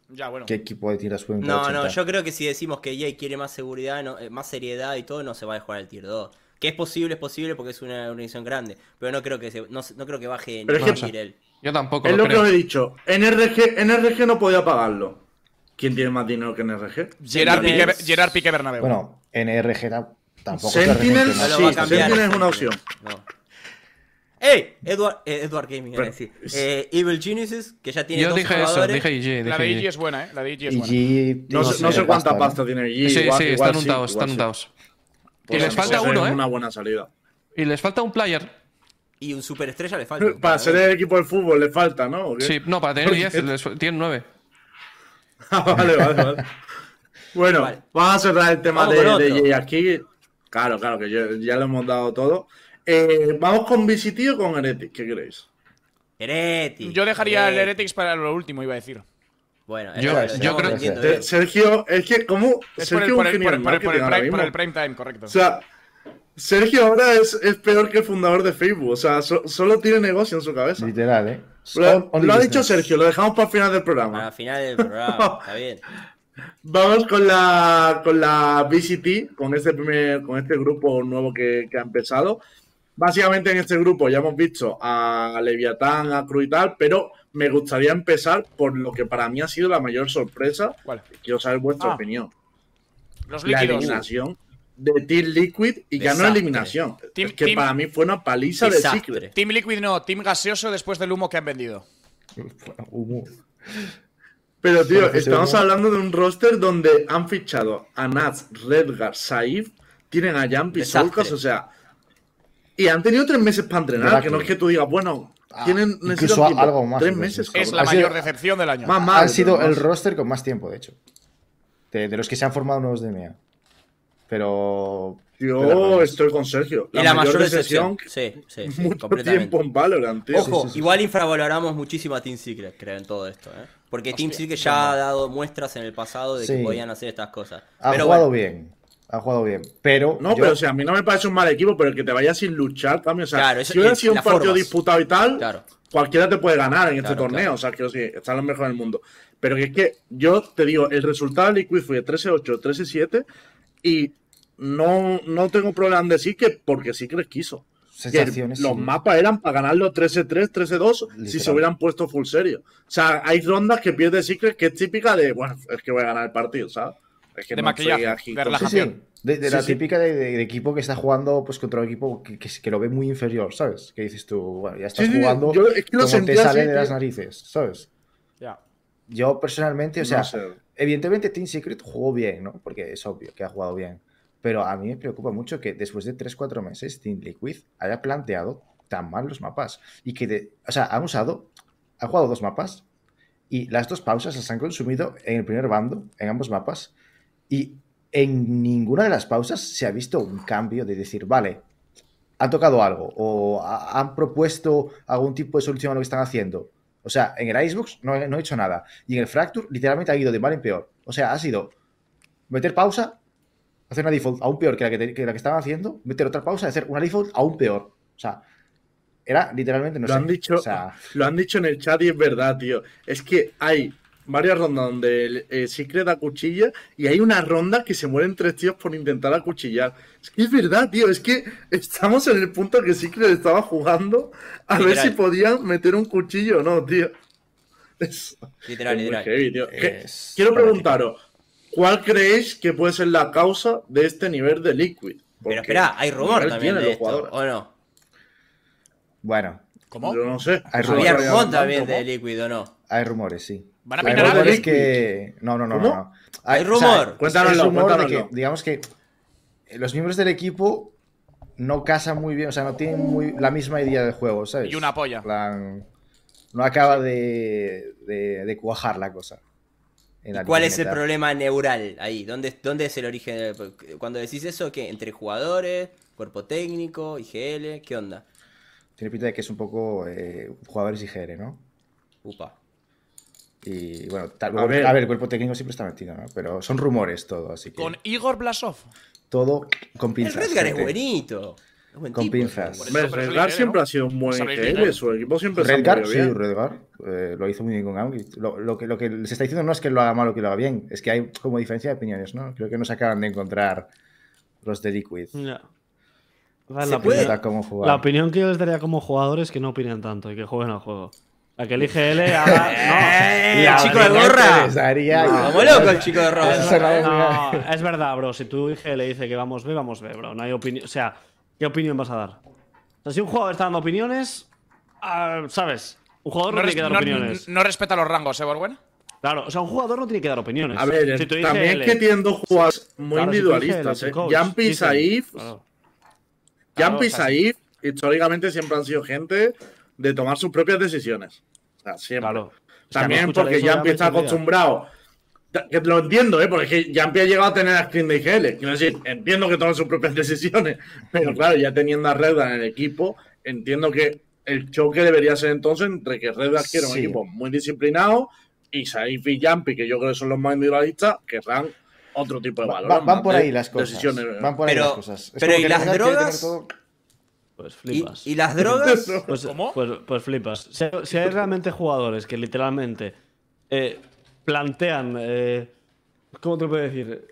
Speaker 4: Ya, bueno.
Speaker 2: ¿Qué equipo de tiras pueden
Speaker 6: No, no, yo creo que si decimos que Jay quiere más seguridad, no- eh, más seriedad y todo, no se va a jugar al tier 2. Que es posible, es posible porque es una organización grande. Pero no creo que se- no, se- no creo que baje en
Speaker 1: Pero es que-
Speaker 6: él.
Speaker 3: yo tampoco
Speaker 1: Es
Speaker 3: lo
Speaker 1: lo que
Speaker 3: creo.
Speaker 1: os he dicho. NRG, NRG no podía pagarlo. ¿Quién tiene más dinero que NRG?
Speaker 4: Gerard Piqué,
Speaker 6: Sentinels.
Speaker 4: Gerard Piqué Bernabéu.
Speaker 2: Bueno, NRG ta- tampoco. es la
Speaker 1: Sentinel,
Speaker 2: referencia
Speaker 6: No
Speaker 2: más-
Speaker 6: lo
Speaker 1: sí,
Speaker 6: va a cambiar.
Speaker 1: Sentinel es una opción.
Speaker 6: No. ¡Ey! Edward, eh, Edward Gaming,
Speaker 1: Pero-
Speaker 6: es decir. Eh, Evil Geniuses, que ya tiene
Speaker 3: Yo
Speaker 6: dos
Speaker 3: dije eso,
Speaker 6: jugadores.
Speaker 3: dije IG,
Speaker 4: la de
Speaker 3: dije
Speaker 4: IG
Speaker 3: IG.
Speaker 4: es buena, ¿eh? La de IG es
Speaker 2: Y
Speaker 4: buena.
Speaker 2: G-
Speaker 1: No, sé- no sé cuánta
Speaker 2: ¿no?
Speaker 1: pasta tiene allí.
Speaker 3: Sí, sí,
Speaker 1: igual- igual
Speaker 3: están
Speaker 1: sí,
Speaker 3: untados,
Speaker 1: igual
Speaker 3: están
Speaker 1: sí.
Speaker 3: untados.
Speaker 1: Pues
Speaker 3: les
Speaker 1: entonces
Speaker 3: falta uno,
Speaker 1: es
Speaker 3: ¿eh?
Speaker 1: una buena salida.
Speaker 3: Y les falta un player.
Speaker 6: Y un superestrella le falta.
Speaker 1: Para ser el equipo del fútbol le falta, ¿no? ¿O qué?
Speaker 3: Sí, no, para tener 10, les- tienen 9.
Speaker 1: Ah, vale, vale, vale. Bueno,
Speaker 6: Vale.
Speaker 1: vamos a cerrar el tema
Speaker 6: Vamos
Speaker 1: de,
Speaker 6: con
Speaker 1: de
Speaker 6: otro.
Speaker 1: Jay aquí. Claro, claro, que yo- ya lo hemos dado todo. Eh, vamos con Visití o con Heretic, ¿qué creéis?
Speaker 6: Hereti.
Speaker 4: Yo dejaría el
Speaker 6: Hereti.
Speaker 4: Heretics para lo último, iba a decir.
Speaker 6: Bueno,
Speaker 3: Yo-
Speaker 6: eso lo
Speaker 3: yo
Speaker 6: estamos
Speaker 3: creo-
Speaker 6: vendiendo
Speaker 1: Se-
Speaker 6: bien.
Speaker 1: Sergio, es que, ¿cómo?
Speaker 4: Es por el,
Speaker 1: Sergio
Speaker 4: por
Speaker 1: es
Speaker 4: el-
Speaker 1: un genio
Speaker 4: por
Speaker 1: del
Speaker 4: el- por el- por
Speaker 1: marketing
Speaker 4: el
Speaker 1: ahora
Speaker 4: prime, por
Speaker 1: mismo.
Speaker 4: el prime time, correcto.
Speaker 1: O sea, Sergio ahora es, es peor que el fundador de Facebook. O sea, so- solo tiene negocio en su cabeza.
Speaker 2: Literal, ¿eh?
Speaker 1: Lo,
Speaker 2: Only
Speaker 1: lo ha
Speaker 2: business.
Speaker 1: dicho Sergio, lo dejamos para el final del programa.
Speaker 6: Para final del programa, está bien.
Speaker 1: Vamos con la con la VCT, con este primer, con este grupo nuevo que, que ha empezado. Básicamente en este grupo ya hemos visto a Leviatán, a Cruz y tal, pero me gustaría empezar por lo que para mí ha sido la mayor sorpresa.
Speaker 4: ¿Cuál?
Speaker 1: Quiero saber vuestra
Speaker 4: Ah,
Speaker 1: opinión.
Speaker 4: Los
Speaker 1: La
Speaker 4: líquidos.
Speaker 1: eliminación de Team Liquid y ya no
Speaker 6: Desastre.
Speaker 1: eliminación.
Speaker 4: Team-
Speaker 1: es que
Speaker 4: Team-
Speaker 1: para mí fue una paliza de Secret.
Speaker 6: Desastre.
Speaker 4: Team Liquid no, Team Gaseoso después del humo que han vendido.
Speaker 2: Humo.
Speaker 1: Pero tío,
Speaker 2: Bueno, que
Speaker 1: estamos
Speaker 2: seguro.
Speaker 1: hablando de un roster donde han fichado a Nats, Redgar, Saif, tienen a Jampi,
Speaker 6: Desastre.
Speaker 1: Solkas, o sea. Y han tenido tres meses para entrenar,
Speaker 2: Verdad
Speaker 1: que no
Speaker 2: que-
Speaker 1: es que tú digas, bueno, Tienen necesitan
Speaker 2: Ah, incluso
Speaker 1: tiempo.
Speaker 2: algo más,
Speaker 1: Tres
Speaker 2: incluso.
Speaker 1: meses.
Speaker 4: Es
Speaker 1: cabrón.
Speaker 4: la
Speaker 2: Ha sido-
Speaker 4: mayor decepción del año.
Speaker 1: Más, más,
Speaker 2: Han sido
Speaker 1: más.
Speaker 2: el roster con más tiempo, de hecho. De, de los que se han formado nuevos de EMEA. Pero.
Speaker 1: Yo
Speaker 2: pero-
Speaker 1: estoy con Sergio.
Speaker 6: Es la mayor decepción. Sí, sí, sí,
Speaker 1: Mucho
Speaker 6: completamente.
Speaker 1: tiempo en Valorant. tío.
Speaker 6: Ojo, igual infravaloramos muchísimo a Team Secret, creo, en todo esto. ¿eh? Porque Team Secret ya ha dado muestras en el pasado de que
Speaker 2: Sí.
Speaker 6: podían hacer estas cosas.
Speaker 2: Ha
Speaker 6: Pero
Speaker 2: jugado
Speaker 6: bueno,
Speaker 2: bien. Ha jugado bien. Pero.
Speaker 1: No,
Speaker 2: yo-
Speaker 1: pero o sea, a mí no me parece un mal equipo, pero el que te vayas sin luchar también. O sea,
Speaker 6: Claro, eso-
Speaker 1: si hubiera
Speaker 6: es-
Speaker 1: sido un
Speaker 6: las
Speaker 1: partido
Speaker 6: formas.
Speaker 1: disputado y tal,
Speaker 6: Claro.
Speaker 1: cualquiera te puede ganar en este
Speaker 6: Claro,
Speaker 1: torneo.
Speaker 6: claro.
Speaker 1: O sea, que sí, están los mejores del mundo. Pero que es que yo te digo, el resultado del Liquid fue 13-8, 13-7 y no, no tengo problema en decir que porque sí que les quiso. Que
Speaker 2: sensaciones.
Speaker 1: los
Speaker 2: sí.
Speaker 1: mapas eran para ganarlo 13-3, 13-2 si se
Speaker 2: Literal.
Speaker 1: hubieran puesto full serio. O sea, hay rondas que pierde Secret que es típica de, bueno, es que voy a ganar el partido, ¿sabes? Es que
Speaker 4: De
Speaker 1: no soy
Speaker 4: maquillaje,
Speaker 1: aquí
Speaker 4: de
Speaker 1: con-
Speaker 2: Sí,
Speaker 4: relajación.
Speaker 2: sí. De, de
Speaker 1: Sí,
Speaker 2: la
Speaker 1: sí.
Speaker 2: típica de, de- de equipo que está jugando pues contra un equipo que, que- que lo ve muy inferior, ¿sabes? Que dices tú, bueno, ya estás
Speaker 1: Sí, sí,
Speaker 2: jugando
Speaker 1: yo es que lo
Speaker 2: como te
Speaker 1: sentía
Speaker 2: sale
Speaker 1: así,
Speaker 2: de las
Speaker 1: tío.
Speaker 2: narices, ¿sabes?
Speaker 4: Ya.
Speaker 2: Yo personalmente, o sea,
Speaker 1: No sé.
Speaker 2: Evidentemente, Team Secret jugó bien, ¿no? Porque es obvio que ha jugado bien. Pero a mí me preocupa mucho que después de 3-4 meses, Team Liquid haya planteado tan mal los mapas. Y que, de- o sea, han usado, han jugado dos mapas y las dos pausas las han consumido en el primer bando, en ambos mapas. Y en ninguna de las pausas se ha visto un cambio de decir, vale, han tocado algo o ha- han propuesto algún tipo de solución a lo que están haciendo. O sea, en el Icebox no, he- no he hecho nada. Y en el Fracture literalmente ha ido de mal en peor. O sea, ha sido meter pausa, hacer una default aún peor que la que, te- que la que estaban haciendo, meter otra pausa, hacer una default aún peor. O sea, era literalmente, no
Speaker 1: lo
Speaker 2: sé,
Speaker 1: han dicho
Speaker 2: o sea,
Speaker 1: lo han dicho en el chat y es verdad tío es que hay varias rondas donde el eh, Secret acuchilla y hay una ronda que se mueren tres tíos por intentar acuchillar es que es verdad tío es que estamos en el punto que Secret estaba jugando a ver
Speaker 6: Literal.
Speaker 1: si podían meter un cuchillo o no tío es, es
Speaker 6: literal,
Speaker 1: muy
Speaker 6: literal.
Speaker 1: heavy, tío. Que-
Speaker 2: es
Speaker 1: quiero
Speaker 2: patético.
Speaker 1: preguntaros ¿cuál creéis que puede ser la causa de este nivel de Liquid?
Speaker 6: Pero
Speaker 1: Porque
Speaker 6: espera, hay rumor
Speaker 1: nivel
Speaker 6: también
Speaker 1: tienen
Speaker 6: de
Speaker 1: los
Speaker 6: esto,
Speaker 1: jugadores.
Speaker 6: ¿o no?
Speaker 2: Bueno,
Speaker 4: ¿Cómo?
Speaker 1: yo no sé
Speaker 2: Hay
Speaker 1: Eso lo
Speaker 6: Había
Speaker 1: estoy
Speaker 6: rumor
Speaker 1: hablando,
Speaker 6: también
Speaker 1: ¿cómo?
Speaker 6: de Liquid, ¿o no?
Speaker 2: hay rumores, sí.
Speaker 4: Van a
Speaker 2: hay
Speaker 4: pintar
Speaker 2: rumores
Speaker 1: algo.
Speaker 2: que. No, no, no, no,
Speaker 1: ¿Cómo?
Speaker 2: no.
Speaker 6: Hay rumor.
Speaker 2: es-
Speaker 1: Cuéntanoslo,
Speaker 2: es rumor de
Speaker 1: cuéntanoslo.
Speaker 2: que, digamos que eh, los miembros del equipo no casan muy bien, o sea, no tienen muy la misma idea de juego, ¿sabes?
Speaker 4: Y una polla.
Speaker 2: En plan, no acaba de, de, de cuajar la cosa. en
Speaker 6: ¿Y
Speaker 2: la
Speaker 6: cuál es el
Speaker 2: libreta.
Speaker 6: problema neural ahí? ¿Dónde, ¿Dónde es el origen? del- Cuando decís eso, ¿qué? ¿Entre jugadores, cuerpo técnico, IGL? ¿Qué onda?
Speaker 2: Tiene pinta de que es un poco eh, jugadores IGR, ¿no?
Speaker 6: Upa.
Speaker 2: Y bueno, tal-
Speaker 1: A
Speaker 2: a,
Speaker 1: ver.
Speaker 2: ver. el cuerpo técnico siempre está metido, ¿no? Pero son rumores todo, así que
Speaker 4: Con Igor Blasov.
Speaker 2: todo con
Speaker 6: El
Speaker 2: pinzas.
Speaker 6: Redgar es
Speaker 2: gente.
Speaker 6: buenito. Es buen
Speaker 2: Con
Speaker 6: tipo,
Speaker 2: pinzas.
Speaker 6: por eso.
Speaker 1: Hombre,
Speaker 4: Eso, pero eso
Speaker 1: Redgar
Speaker 4: dije,
Speaker 1: siempre
Speaker 4: ¿no?
Speaker 1: ha sido un buen
Speaker 4: Eso lo dije,
Speaker 1: ETL,
Speaker 4: claro.
Speaker 1: su equipo siempre se ha
Speaker 2: Redgar,
Speaker 1: movido
Speaker 2: sí,
Speaker 1: bien.
Speaker 2: Redgar eh, lo hizo muy bien con Gambit. Lo, lo que, lo que se está diciendo no es que lo haga mal o que lo haga bien, es que hay como diferencia de opiniones, ¿no? Creo que no se acaban de encontrar los de Liquid.
Speaker 5: Ya. Esa es
Speaker 6: ¿Se
Speaker 5: la,
Speaker 6: puede?
Speaker 5: opinión,
Speaker 2: Está como jugar.
Speaker 5: la opinión que yo les daría como jugador es que no opinen tanto y que jueguen al juego. A que el IGL haga. No,
Speaker 6: ¡Eh,
Speaker 5: la
Speaker 6: chico de
Speaker 5: opinión-
Speaker 6: gorra!
Speaker 2: Les daría-
Speaker 5: Ah,
Speaker 6: Como loco el chico de Robert.
Speaker 5: Es
Speaker 2: Esa era
Speaker 5: verdad,
Speaker 2: la
Speaker 5: no, es verdad, bro. Si tu IGL dice que vamos B, vamos B, bro. No hay opinión. O sea, ¿qué opinión vas a dar? O sea, si un jugador está dando opiniones, ah, ¿sabes? Un jugador no,
Speaker 4: res-
Speaker 5: tiene que dar
Speaker 4: no-
Speaker 5: opiniones.
Speaker 4: no respeta los rangos, ¿eh, Borwen?
Speaker 5: Claro, o sea, un jugador no tiene que dar opiniones.
Speaker 1: A ver,
Speaker 5: Si tu
Speaker 1: también
Speaker 5: IGL
Speaker 1: es que tienen dos jugadores muy
Speaker 5: Claro, si tú
Speaker 1: individualistas.
Speaker 5: dices,
Speaker 1: ¿eh?
Speaker 5: tu coach,
Speaker 1: Jumpy,
Speaker 5: dices,
Speaker 1: Saif,
Speaker 5: claro. Claro,
Speaker 1: Jumpy,
Speaker 5: o sea,
Speaker 1: Saif, históricamente siempre han sido gente de tomar sus propias decisiones. O sea, siempre.
Speaker 5: Claro. Es que a mí
Speaker 1: También
Speaker 5: escuchar
Speaker 1: porque
Speaker 5: eso ya
Speaker 1: Jumpy
Speaker 5: me
Speaker 1: está
Speaker 5: chirría.
Speaker 1: acostumbrado. Ta- que Lo entiendo, ¿eh? porque es que Jumpy ha llegado a tener a Screen de IGL. Quiero decir, entiendo que toman sus propias decisiones, pero claro, ya teniendo a Redda en el equipo, entiendo que el choque debería ser entonces entre que Redda quiere un
Speaker 2: Sí.
Speaker 1: equipo muy disciplinado y Saif y Jumpy, que yo creo que son los más individualistas, querrán otro tipo de
Speaker 2: Va-
Speaker 1: valor.
Speaker 2: va- van por ahí las cosas.
Speaker 1: Decisiones.
Speaker 2: Van por ahí
Speaker 6: Pero-
Speaker 2: las cosas.
Speaker 6: pero
Speaker 2: como
Speaker 6: ¿y
Speaker 2: que
Speaker 6: las
Speaker 2: Redgar quiere tener
Speaker 6: drogas?
Speaker 2: todo-
Speaker 5: Pues
Speaker 6: ¿Y,
Speaker 5: flipas.
Speaker 6: y las drogas?
Speaker 5: Pues,
Speaker 4: ¿Cómo?
Speaker 5: Pues, pues flipas. Si, si hay realmente jugadores que literalmente eh, plantean, eh, ¿cómo te lo puedo decir?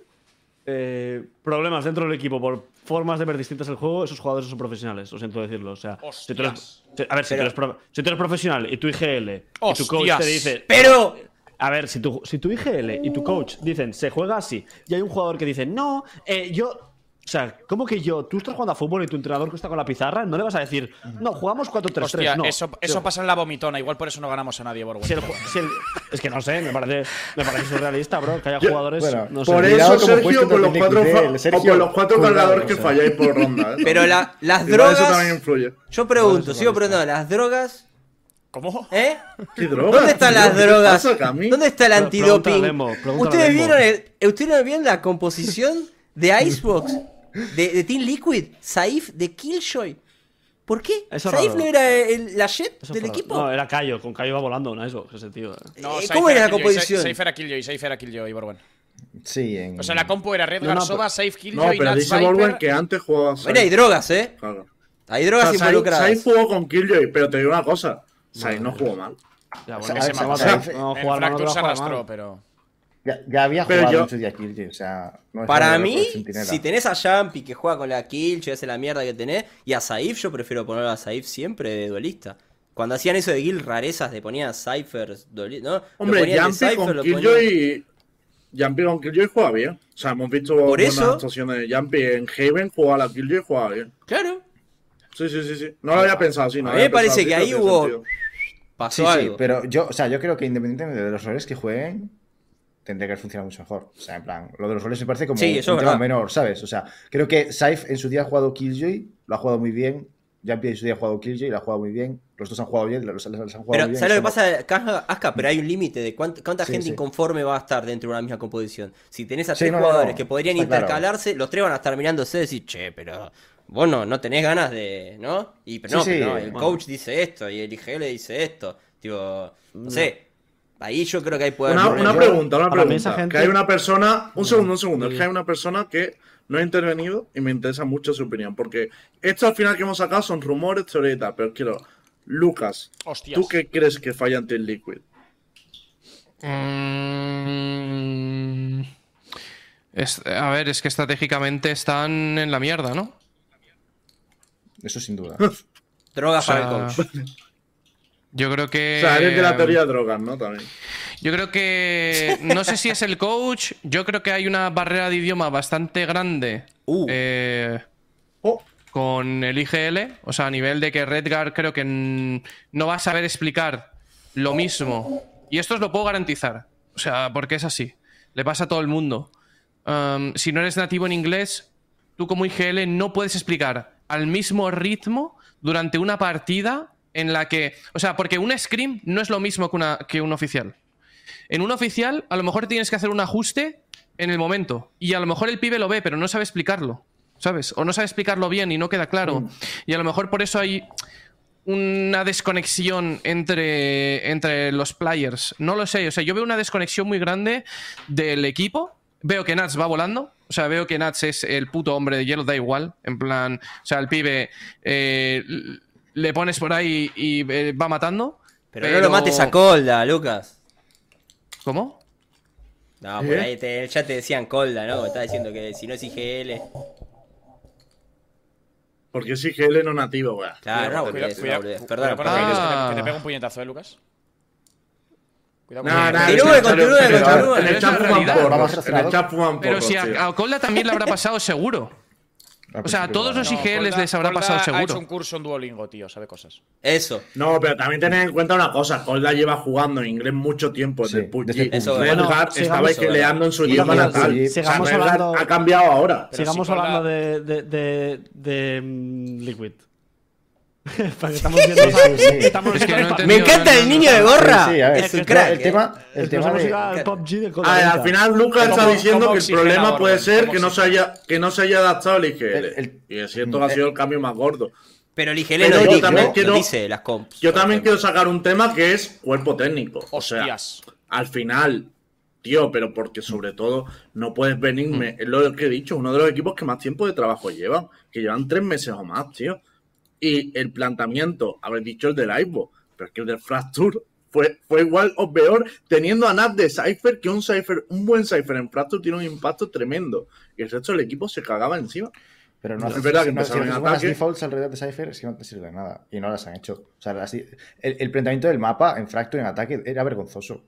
Speaker 5: Eh, problemas dentro del equipo por formas de ver distintas el juego, esos jugadores son profesionales, lo siento decirlo. O sea, si tú eres, si- a ver, si,
Speaker 6: Pero-
Speaker 5: tú eres pro- si tú eres profesional y tu IGL y tu coach
Speaker 4: Hostias.
Speaker 5: te dice,
Speaker 6: Pero
Speaker 5: a ver, si tu, si tu IGL y tu coach dicen se juega así y hay un jugador que dice no, eh, yo. O sea, ¿cómo que yo? Tú estás jugando a fútbol y tu entrenador que está con la pizarra, no le vas a decir, no, jugamos 4-3-3.
Speaker 4: Hostia,
Speaker 5: No.
Speaker 4: eso, eso pasa en la vomitona. Igual por eso no ganamos a nadie, Borwen.
Speaker 5: Si el ju- si el- es que no sé, me parece, me parece surrealista, bro, que haya
Speaker 1: Yo-
Speaker 5: jugadores.
Speaker 2: bueno,
Speaker 5: no sé.
Speaker 1: Por
Speaker 2: Cuidado
Speaker 1: eso,
Speaker 2: cómo
Speaker 1: Sergio,
Speaker 2: cuesta
Speaker 1: con los,
Speaker 2: también
Speaker 1: cuatro,
Speaker 2: Liquid,
Speaker 1: fa-
Speaker 2: Sergio,
Speaker 1: o con los cuatro
Speaker 2: cuidado,
Speaker 1: cargadores
Speaker 2: o
Speaker 1: que
Speaker 2: sea.
Speaker 1: falláis por ronda. ¿eh?
Speaker 6: Pero la- las
Speaker 1: Igual Eso
Speaker 6: drogas-
Speaker 1: también influye.
Speaker 6: yo pregunto, sigo preguntando, ¿las drogas
Speaker 4: ¿Cómo?
Speaker 6: ¿Eh?
Speaker 1: ¿Qué drogas,
Speaker 6: ¿Dónde están
Speaker 1: tío?
Speaker 6: las
Speaker 1: ¿Qué te
Speaker 6: drogas?
Speaker 1: pasa, Cami?
Speaker 6: ¿Dónde está el
Speaker 5: Pre- pregúntale
Speaker 6: antidoping?
Speaker 5: a Lemo, pregúntale a
Speaker 6: ¿Ustedes
Speaker 5: Lemo.
Speaker 6: vieron, el- eh, ¿Ustedes vieron la composición de Icebox? De, de Team Liquid, Saif de Killjoy. ¿Por qué?
Speaker 5: Eso es
Speaker 6: ¿Saif
Speaker 5: raro.
Speaker 6: no era el- la jet
Speaker 5: Eso
Speaker 6: del
Speaker 5: fue-
Speaker 6: equipo?
Speaker 5: No, era Cayo. Con Cayo iba volando una eso, ese tío. eh.
Speaker 6: Eh,
Speaker 4: Saifer
Speaker 6: ¿Cómo era la
Speaker 4: Killjoy, Sa-
Speaker 6: composición?
Speaker 4: Saifer era Killjoy, Saifer era Killjoy, Borwen.
Speaker 2: Sí, en...
Speaker 4: O sea, la compo era Red
Speaker 5: No, no,
Speaker 4: Garsova,
Speaker 5: pero-
Speaker 4: Safe
Speaker 1: No,
Speaker 4: Killjoy,
Speaker 1: pero
Speaker 4: Nats
Speaker 1: dice
Speaker 4: Viper.
Speaker 1: Borwen que antes jugaba Sai.
Speaker 6: Bueno, hay drogas, ¿eh?
Speaker 1: Claro.
Speaker 6: Hay
Speaker 1: O
Speaker 6: drogas
Speaker 1: sea, Sai-
Speaker 6: involucradas.
Speaker 1: Sai jugó con Killjoy, pero te digo una cosa. Sai no jugó mal.
Speaker 5: Ya,
Speaker 2: O sea, se
Speaker 5: bueno, que se
Speaker 2: llama
Speaker 5: mata.
Speaker 2: Saif.
Speaker 5: Vamos a
Speaker 4: El
Speaker 5: jugar, vamos a
Speaker 4: Fracture se
Speaker 5: jugar,
Speaker 4: arrastró,
Speaker 5: vamos.
Speaker 4: pero.
Speaker 2: ya, ya había
Speaker 1: Pero
Speaker 2: jugado
Speaker 1: yo-
Speaker 2: mucho de Kirby, o sea... no
Speaker 6: Para
Speaker 2: estaba
Speaker 6: mí,
Speaker 2: loco el Centinela.
Speaker 6: si tenés a Jumpy que juega con la Killjoy, hace la mierda que tenés, y a Saif, yo prefiero poner a Saif siempre de duelista. Cuando hacían eso de Gil rarezas, de ponía a Cypher, dueli- ¿no? Lo
Speaker 1: Hombre,
Speaker 6: ponían de
Speaker 1: Jampi
Speaker 6: Cypher,
Speaker 1: con
Speaker 6: lo ponían-
Speaker 1: Killjoy. Jampi con Killjoy juega bien. O sea, hemos visto buenas
Speaker 6: eso-
Speaker 1: actuaciones de Jampi en Haven, jugaba la Killjoy y jugaba bien.
Speaker 6: Claro,
Speaker 1: Sí, sí, sí, sí. No lo había pensado así. No
Speaker 6: A
Speaker 1: lo
Speaker 6: mí
Speaker 1: había
Speaker 6: me parece
Speaker 1: pensado así,
Speaker 6: que
Speaker 1: pero
Speaker 6: ahí
Speaker 1: tiene
Speaker 6: hubo-
Speaker 1: sentido.
Speaker 6: pasó
Speaker 2: Sí, sí,
Speaker 6: algo.
Speaker 2: pero yo, o sea, yo creo que independientemente de los roles que jueguen, tendría que funcionar mucho mejor. O sea, en plan, lo de los roles me parece como
Speaker 6: Sí, eso
Speaker 2: un
Speaker 6: es
Speaker 2: tema
Speaker 6: verdad.
Speaker 2: menor, ¿sabes? O sea, creo que Saif en su día ha jugado Killjoy, lo ha jugado muy bien. Jampi en su día ha jugado Killjoy, lo ha jugado muy bien. Los dos han jugado bien, los, los- los han jugado
Speaker 6: Pero,
Speaker 2: muy bien.
Speaker 6: ¿sabes lo que
Speaker 2: Somos-
Speaker 6: pasa, Casca- Asca? Pero hay un límite de cuánt- cuánta
Speaker 2: Sí,
Speaker 6: gente
Speaker 2: sí.
Speaker 6: inconforme va a estar dentro de una misma composición. Si tenés a
Speaker 2: Sí,
Speaker 6: tres
Speaker 2: no, no,
Speaker 6: jugadores
Speaker 2: no.
Speaker 6: que podrían
Speaker 2: Está claro.
Speaker 6: intercalarse, los tres van a estar mirándose y decir, che, pero vos no, no tenés ganas de. ¿No? Y pero
Speaker 2: Sí,
Speaker 6: no,
Speaker 2: sí,
Speaker 6: pero no, el
Speaker 2: bueno.
Speaker 6: coach dice esto y el IGL dice esto. Tipo, no, sé. Ahí yo creo que ahí puede
Speaker 1: Una,
Speaker 6: haber. un
Speaker 1: una
Speaker 6: error.
Speaker 1: pregunta, una
Speaker 5: para mí esa
Speaker 1: pregunta.
Speaker 5: gente-
Speaker 1: Que hay una persona. Un segundo, un segundo. Es que hay una persona que no ha intervenido y me interesa mucho su opinión. Porque esto al final que hemos sacado son rumores, teorías, y tal, pero quiero. Lucas,
Speaker 4: Hostias.
Speaker 1: ¿tú qué crees que falla ante el Liquid?
Speaker 3: Mm. Es- a ver, es que estratégicamente están en la mierda, ¿no?
Speaker 2: Eso sin duda.
Speaker 6: Drogas
Speaker 3: O
Speaker 6: para el
Speaker 3: sea,
Speaker 6: coach.
Speaker 3: Yo creo que.
Speaker 1: O sea, eres
Speaker 3: Eh,
Speaker 1: de la teoría de drogas, ¿no? También.
Speaker 3: Yo creo que. No sé si es el coach. Yo creo que hay una barrera de idioma bastante grande.
Speaker 6: Uh.
Speaker 3: eh,
Speaker 1: Oh,
Speaker 3: Con el IGL. O sea, a nivel de que Redgar creo que n- no va a saber explicar lo mismo. Y esto os lo puedo garantizar. O sea, porque es así. Le pasa a todo el mundo. Um, si no eres nativo en inglés, tú como IGL no puedes explicar al mismo ritmo durante una partida en la que. O sea, porque un scrim no es lo mismo que, una- que un oficial. En un oficial, a lo mejor tienes que hacer un ajuste en el momento. Y a lo mejor el pibe lo ve, pero no sabe explicarlo. ¿Sabes? O no sabe explicarlo bien y no queda claro. Y a lo mejor por eso hay una desconexión entre, entre los players. No lo sé. O sea, yo veo una desconexión muy grande del equipo. Veo que Nats va volando. O sea, veo que Nats es el puto hombre de hielo, da igual. En plan, o sea, el pibe eh, le pones por ahí y eh, va matando.
Speaker 6: Pero, no lo mates a Colda, Lucas.
Speaker 3: ¿Cómo?
Speaker 6: No, por
Speaker 1: ¿Eh?
Speaker 6: ahí te- ya te decían Colda, ¿no? Estás diciendo que si no es IGL.
Speaker 1: Porque es IGL no nativo, weá.
Speaker 6: Claro, no, porque
Speaker 4: Cuidado,
Speaker 6: es una
Speaker 4: cuidado.
Speaker 6: boludez.
Speaker 4: Cuidado
Speaker 6: Perdón,
Speaker 4: con
Speaker 3: Ah.
Speaker 4: lo que
Speaker 6: perdón.
Speaker 4: dices, que te- que te pega un puñetazo, eh, Lucas. Cuidado
Speaker 1: No,
Speaker 4: con lo
Speaker 1: no, en
Speaker 4: que-
Speaker 1: el
Speaker 6: Continúe,
Speaker 1: chat-
Speaker 6: continúe,
Speaker 1: en el chat-
Speaker 6: continúe.
Speaker 1: En el
Speaker 3: Pero
Speaker 1: chat
Speaker 3: esa es la
Speaker 1: fuman
Speaker 3: realidad.
Speaker 2: Vamos
Speaker 1: porros.
Speaker 2: a
Speaker 1: En el chat fuman
Speaker 3: Pero
Speaker 1: porros.
Speaker 3: si a,
Speaker 1: tío.
Speaker 3: a Colda también le habrá pasado seguro.
Speaker 2: Al
Speaker 3: O sea,
Speaker 2: principio
Speaker 3: todos
Speaker 2: igual,
Speaker 3: los
Speaker 2: ¿no?
Speaker 3: IGLs
Speaker 4: Kolda-
Speaker 3: les habrá
Speaker 4: Kolda
Speaker 3: pasado
Speaker 4: Ha
Speaker 3: seguro.
Speaker 4: hecho un curso en Duolingo, tío, sabe cosas.
Speaker 6: Eso.
Speaker 1: No, pero también tened en cuenta una cosa. Colda lleva jugando en inglés mucho tiempo
Speaker 2: Sí,
Speaker 1: desde el PUBG.
Speaker 2: desde el PUBG.
Speaker 6: Eso,
Speaker 1: Red
Speaker 5: bueno,
Speaker 1: Hat
Speaker 5: sigamos-
Speaker 1: estaba peleando en su idioma
Speaker 2: Sigamos-
Speaker 1: natal.
Speaker 2: sigamos
Speaker 1: O sea, Red Hat
Speaker 5: hablando-
Speaker 1: ha cambiado ahora.
Speaker 4: Pero
Speaker 5: Sigamos
Speaker 4: si con
Speaker 5: hablando
Speaker 4: la-
Speaker 5: de, de, de, de, mm, Liquid. Porque estamos yéndonos a-
Speaker 2: Sí, sí, sí.
Speaker 5: estamos
Speaker 3: Es que
Speaker 5: yéndonos
Speaker 3: no
Speaker 5: a-
Speaker 3: he
Speaker 6: Me
Speaker 3: Niño,
Speaker 6: encanta
Speaker 3: no,
Speaker 6: el
Speaker 3: no,
Speaker 6: niño
Speaker 3: no.
Speaker 6: de gorra.
Speaker 2: Sí, sí, a ver,
Speaker 6: es un
Speaker 2: el-
Speaker 6: crack.
Speaker 2: El
Speaker 6: eh.
Speaker 2: tema, el
Speaker 5: Nos
Speaker 2: tema
Speaker 5: hemos
Speaker 2: de-
Speaker 5: ido al PUBG de
Speaker 1: A ver,
Speaker 5: Colorado.
Speaker 1: al final Lucas
Speaker 4: ¿Cómo-
Speaker 1: está diciendo
Speaker 4: cómo
Speaker 1: que el
Speaker 4: oxigena
Speaker 1: problema puede
Speaker 4: Borgen?
Speaker 1: ser
Speaker 4: ¿Cómo
Speaker 1: que no, se haya, que no se haya adaptado al IGL.
Speaker 2: El- el-
Speaker 1: y es cierto que ha sido el cambio más gordo.
Speaker 6: Pero el IGL
Speaker 1: Pero
Speaker 6: no,
Speaker 1: yo
Speaker 6: dice,
Speaker 1: también
Speaker 6: no
Speaker 1: quiero-
Speaker 6: dice las comps.
Speaker 1: Yo
Speaker 6: por
Speaker 1: también
Speaker 6: ejemplo.
Speaker 1: quiero sacar un tema que es cuerpo técnico. O sea,
Speaker 4: Hostias.
Speaker 1: al final, tío, pero
Speaker 5: Mm.
Speaker 1: porque sobre todo no puedes venirme. Es lo que he dicho, uno de los equipos que más tiempo de trabajo llevan, que llevan tres meses o más, tío. Y el planteamiento, haber dicho el del Aibo, pero es que el del Fracture fue, fue igual o peor, teniendo a Nat de Cypher, que un Cypher, un buen Cypher en Fracture tiene un impacto tremendo. Y el resto del equipo se cagaba encima.
Speaker 2: Pero no
Speaker 1: Es
Speaker 2: hace-
Speaker 1: verdad que
Speaker 2: si no- si
Speaker 1: empezaron
Speaker 2: no
Speaker 1: en
Speaker 2: suman las
Speaker 1: ataque.
Speaker 2: defaults alrededor de Cypher es que no te sirve de nada. Y no las han hecho. O sea, las- el, el planteamiento del mapa en Fracture en ataque era vergonzoso.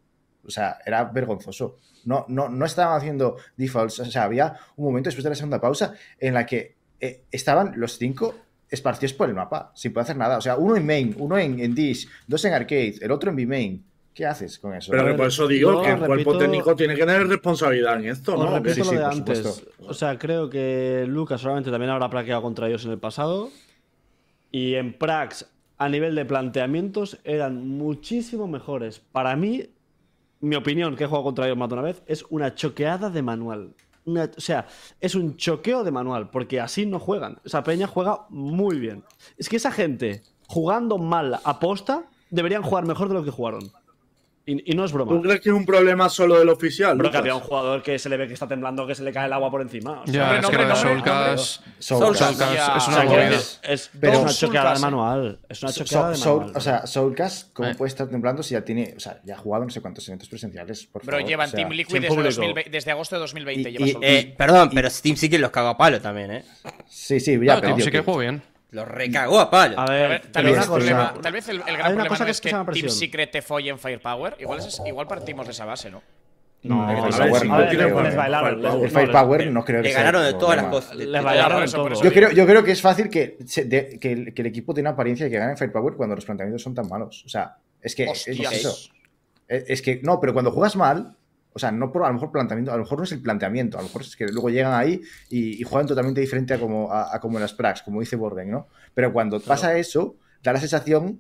Speaker 2: O sea, era vergonzoso. No, no, no estaban haciendo defaults. O sea, había un momento después de la segunda pausa en la que eh, estaban los cinco esparcidos por el mapa, sin poder hacer nada. O sea, uno en main, uno en, en dish, dos en arcade, el otro en B-main. ¿Qué haces con eso?
Speaker 1: Pero
Speaker 5: ver,
Speaker 1: que por eso digo
Speaker 5: yo
Speaker 1: que el cuerpo
Speaker 5: repito-
Speaker 1: técnico tiene que tener responsabilidad en esto,
Speaker 5: Os
Speaker 1: ¿no?
Speaker 5: repito
Speaker 1: Que sí,
Speaker 5: lo
Speaker 1: sí,
Speaker 5: de
Speaker 1: por
Speaker 5: antes.
Speaker 1: supuesto.
Speaker 5: O sea, creo que Lucas solamente también habrá plaqueado contra ellos en el pasado. Y en Prax a nivel de planteamientos eran muchísimo mejores. Para mí, mi opinión, que he jugado contra ellos más de una vez, es una choqueada de manual. Una- o sea, es un choqueo de manual, porque así no juegan. O sea, Peña juega muy bien. Es que esa gente, jugando mal a posta, deberían jugar mejor de lo que jugaron. Y, y no es broma.
Speaker 1: ¿Tú crees que es un problema solo del oficial?
Speaker 5: Bro, que
Speaker 1: Lucas?
Speaker 5: había un jugador que se le ve que está temblando, que se le cae el agua por encima. O sea,
Speaker 3: Ya,
Speaker 4: Hombre,
Speaker 3: es
Speaker 4: no,
Speaker 3: que lo de
Speaker 4: hombre, no,
Speaker 3: Soulcast.
Speaker 2: Soulcast.
Speaker 3: Soulcast
Speaker 4: Soulcast.
Speaker 3: es
Speaker 5: o
Speaker 3: una
Speaker 5: sea,
Speaker 4: No,
Speaker 5: quiero
Speaker 3: movida.
Speaker 5: decir, es,
Speaker 2: Pero-
Speaker 5: es una choqueada de
Speaker 4: Soulcast,
Speaker 5: manual. Es una
Speaker 2: So-
Speaker 5: choqueada de
Speaker 2: so- Soul-
Speaker 5: manual.
Speaker 2: o sea, Soulcast, ¿cómo
Speaker 3: Eh.
Speaker 2: puede estar temblando si ya tiene, o sea, ya ha jugado no sé cuántos eventos presenciales? Por
Speaker 4: Bro,
Speaker 2: favor,
Speaker 4: llevan
Speaker 2: o sea,
Speaker 4: Team Liquid
Speaker 5: sin
Speaker 4: desde,
Speaker 5: público.
Speaker 4: 2020 desde agosto de 2020.
Speaker 2: Y-
Speaker 4: lleva
Speaker 2: y-
Speaker 4: Soulcast.
Speaker 6: Eh, perdón, pero Steam sí que los cagó a palo también, ¿eh?
Speaker 2: Sí, sí, ya
Speaker 3: No,
Speaker 2: pero
Speaker 3: tío,
Speaker 2: digo
Speaker 3: sí que juego bien.
Speaker 6: Los recagó a palo.
Speaker 5: a
Speaker 4: A
Speaker 5: ver,
Speaker 4: ver, tal,
Speaker 5: pero
Speaker 4: vez
Speaker 5: una
Speaker 4: el problema-
Speaker 5: cosa.
Speaker 4: tal vez el, el
Speaker 5: Hay
Speaker 4: gran
Speaker 5: una
Speaker 4: problema
Speaker 5: cosa
Speaker 4: no
Speaker 5: que
Speaker 4: es que
Speaker 5: se llama
Speaker 4: Team
Speaker 5: presión.
Speaker 4: Secret te folle en Firepower. Igual, es- igual partimos de esa base, ¿no?
Speaker 5: No,
Speaker 2: El
Speaker 5: a ver,
Speaker 2: Firepower
Speaker 5: sí,
Speaker 2: no
Speaker 5: a ver,
Speaker 2: creo,
Speaker 5: les
Speaker 2: eh.
Speaker 5: bailaron. les-
Speaker 2: El
Speaker 5: no, les-
Speaker 2: Firepower no creo que
Speaker 6: Le
Speaker 2: sea
Speaker 6: ganaron de
Speaker 2: un
Speaker 6: todas las
Speaker 2: problema.
Speaker 6: cosas. de- de-
Speaker 5: Les bailaron
Speaker 4: eso, por
Speaker 5: todo. ¿eh?
Speaker 4: eso
Speaker 2: Yo creo, yo creo que es fácil que, se- de- que, el, que el equipo tiene una apariencia de que gana en Firepower cuando los planteamientos son tan malos. O sea, es que es-
Speaker 4: Hostias.
Speaker 2: es eso. Eh, Es, es que no, pero cuando juegas mal, o sea, no por a lo mejor planteamiento, a lo mejor no es el planteamiento, a lo mejor es que luego llegan ahí y, y juegan totalmente diferente a como, a, a como en las pracs, como dice Borden, ¿no? Pero cuando pasa eso, da la sensación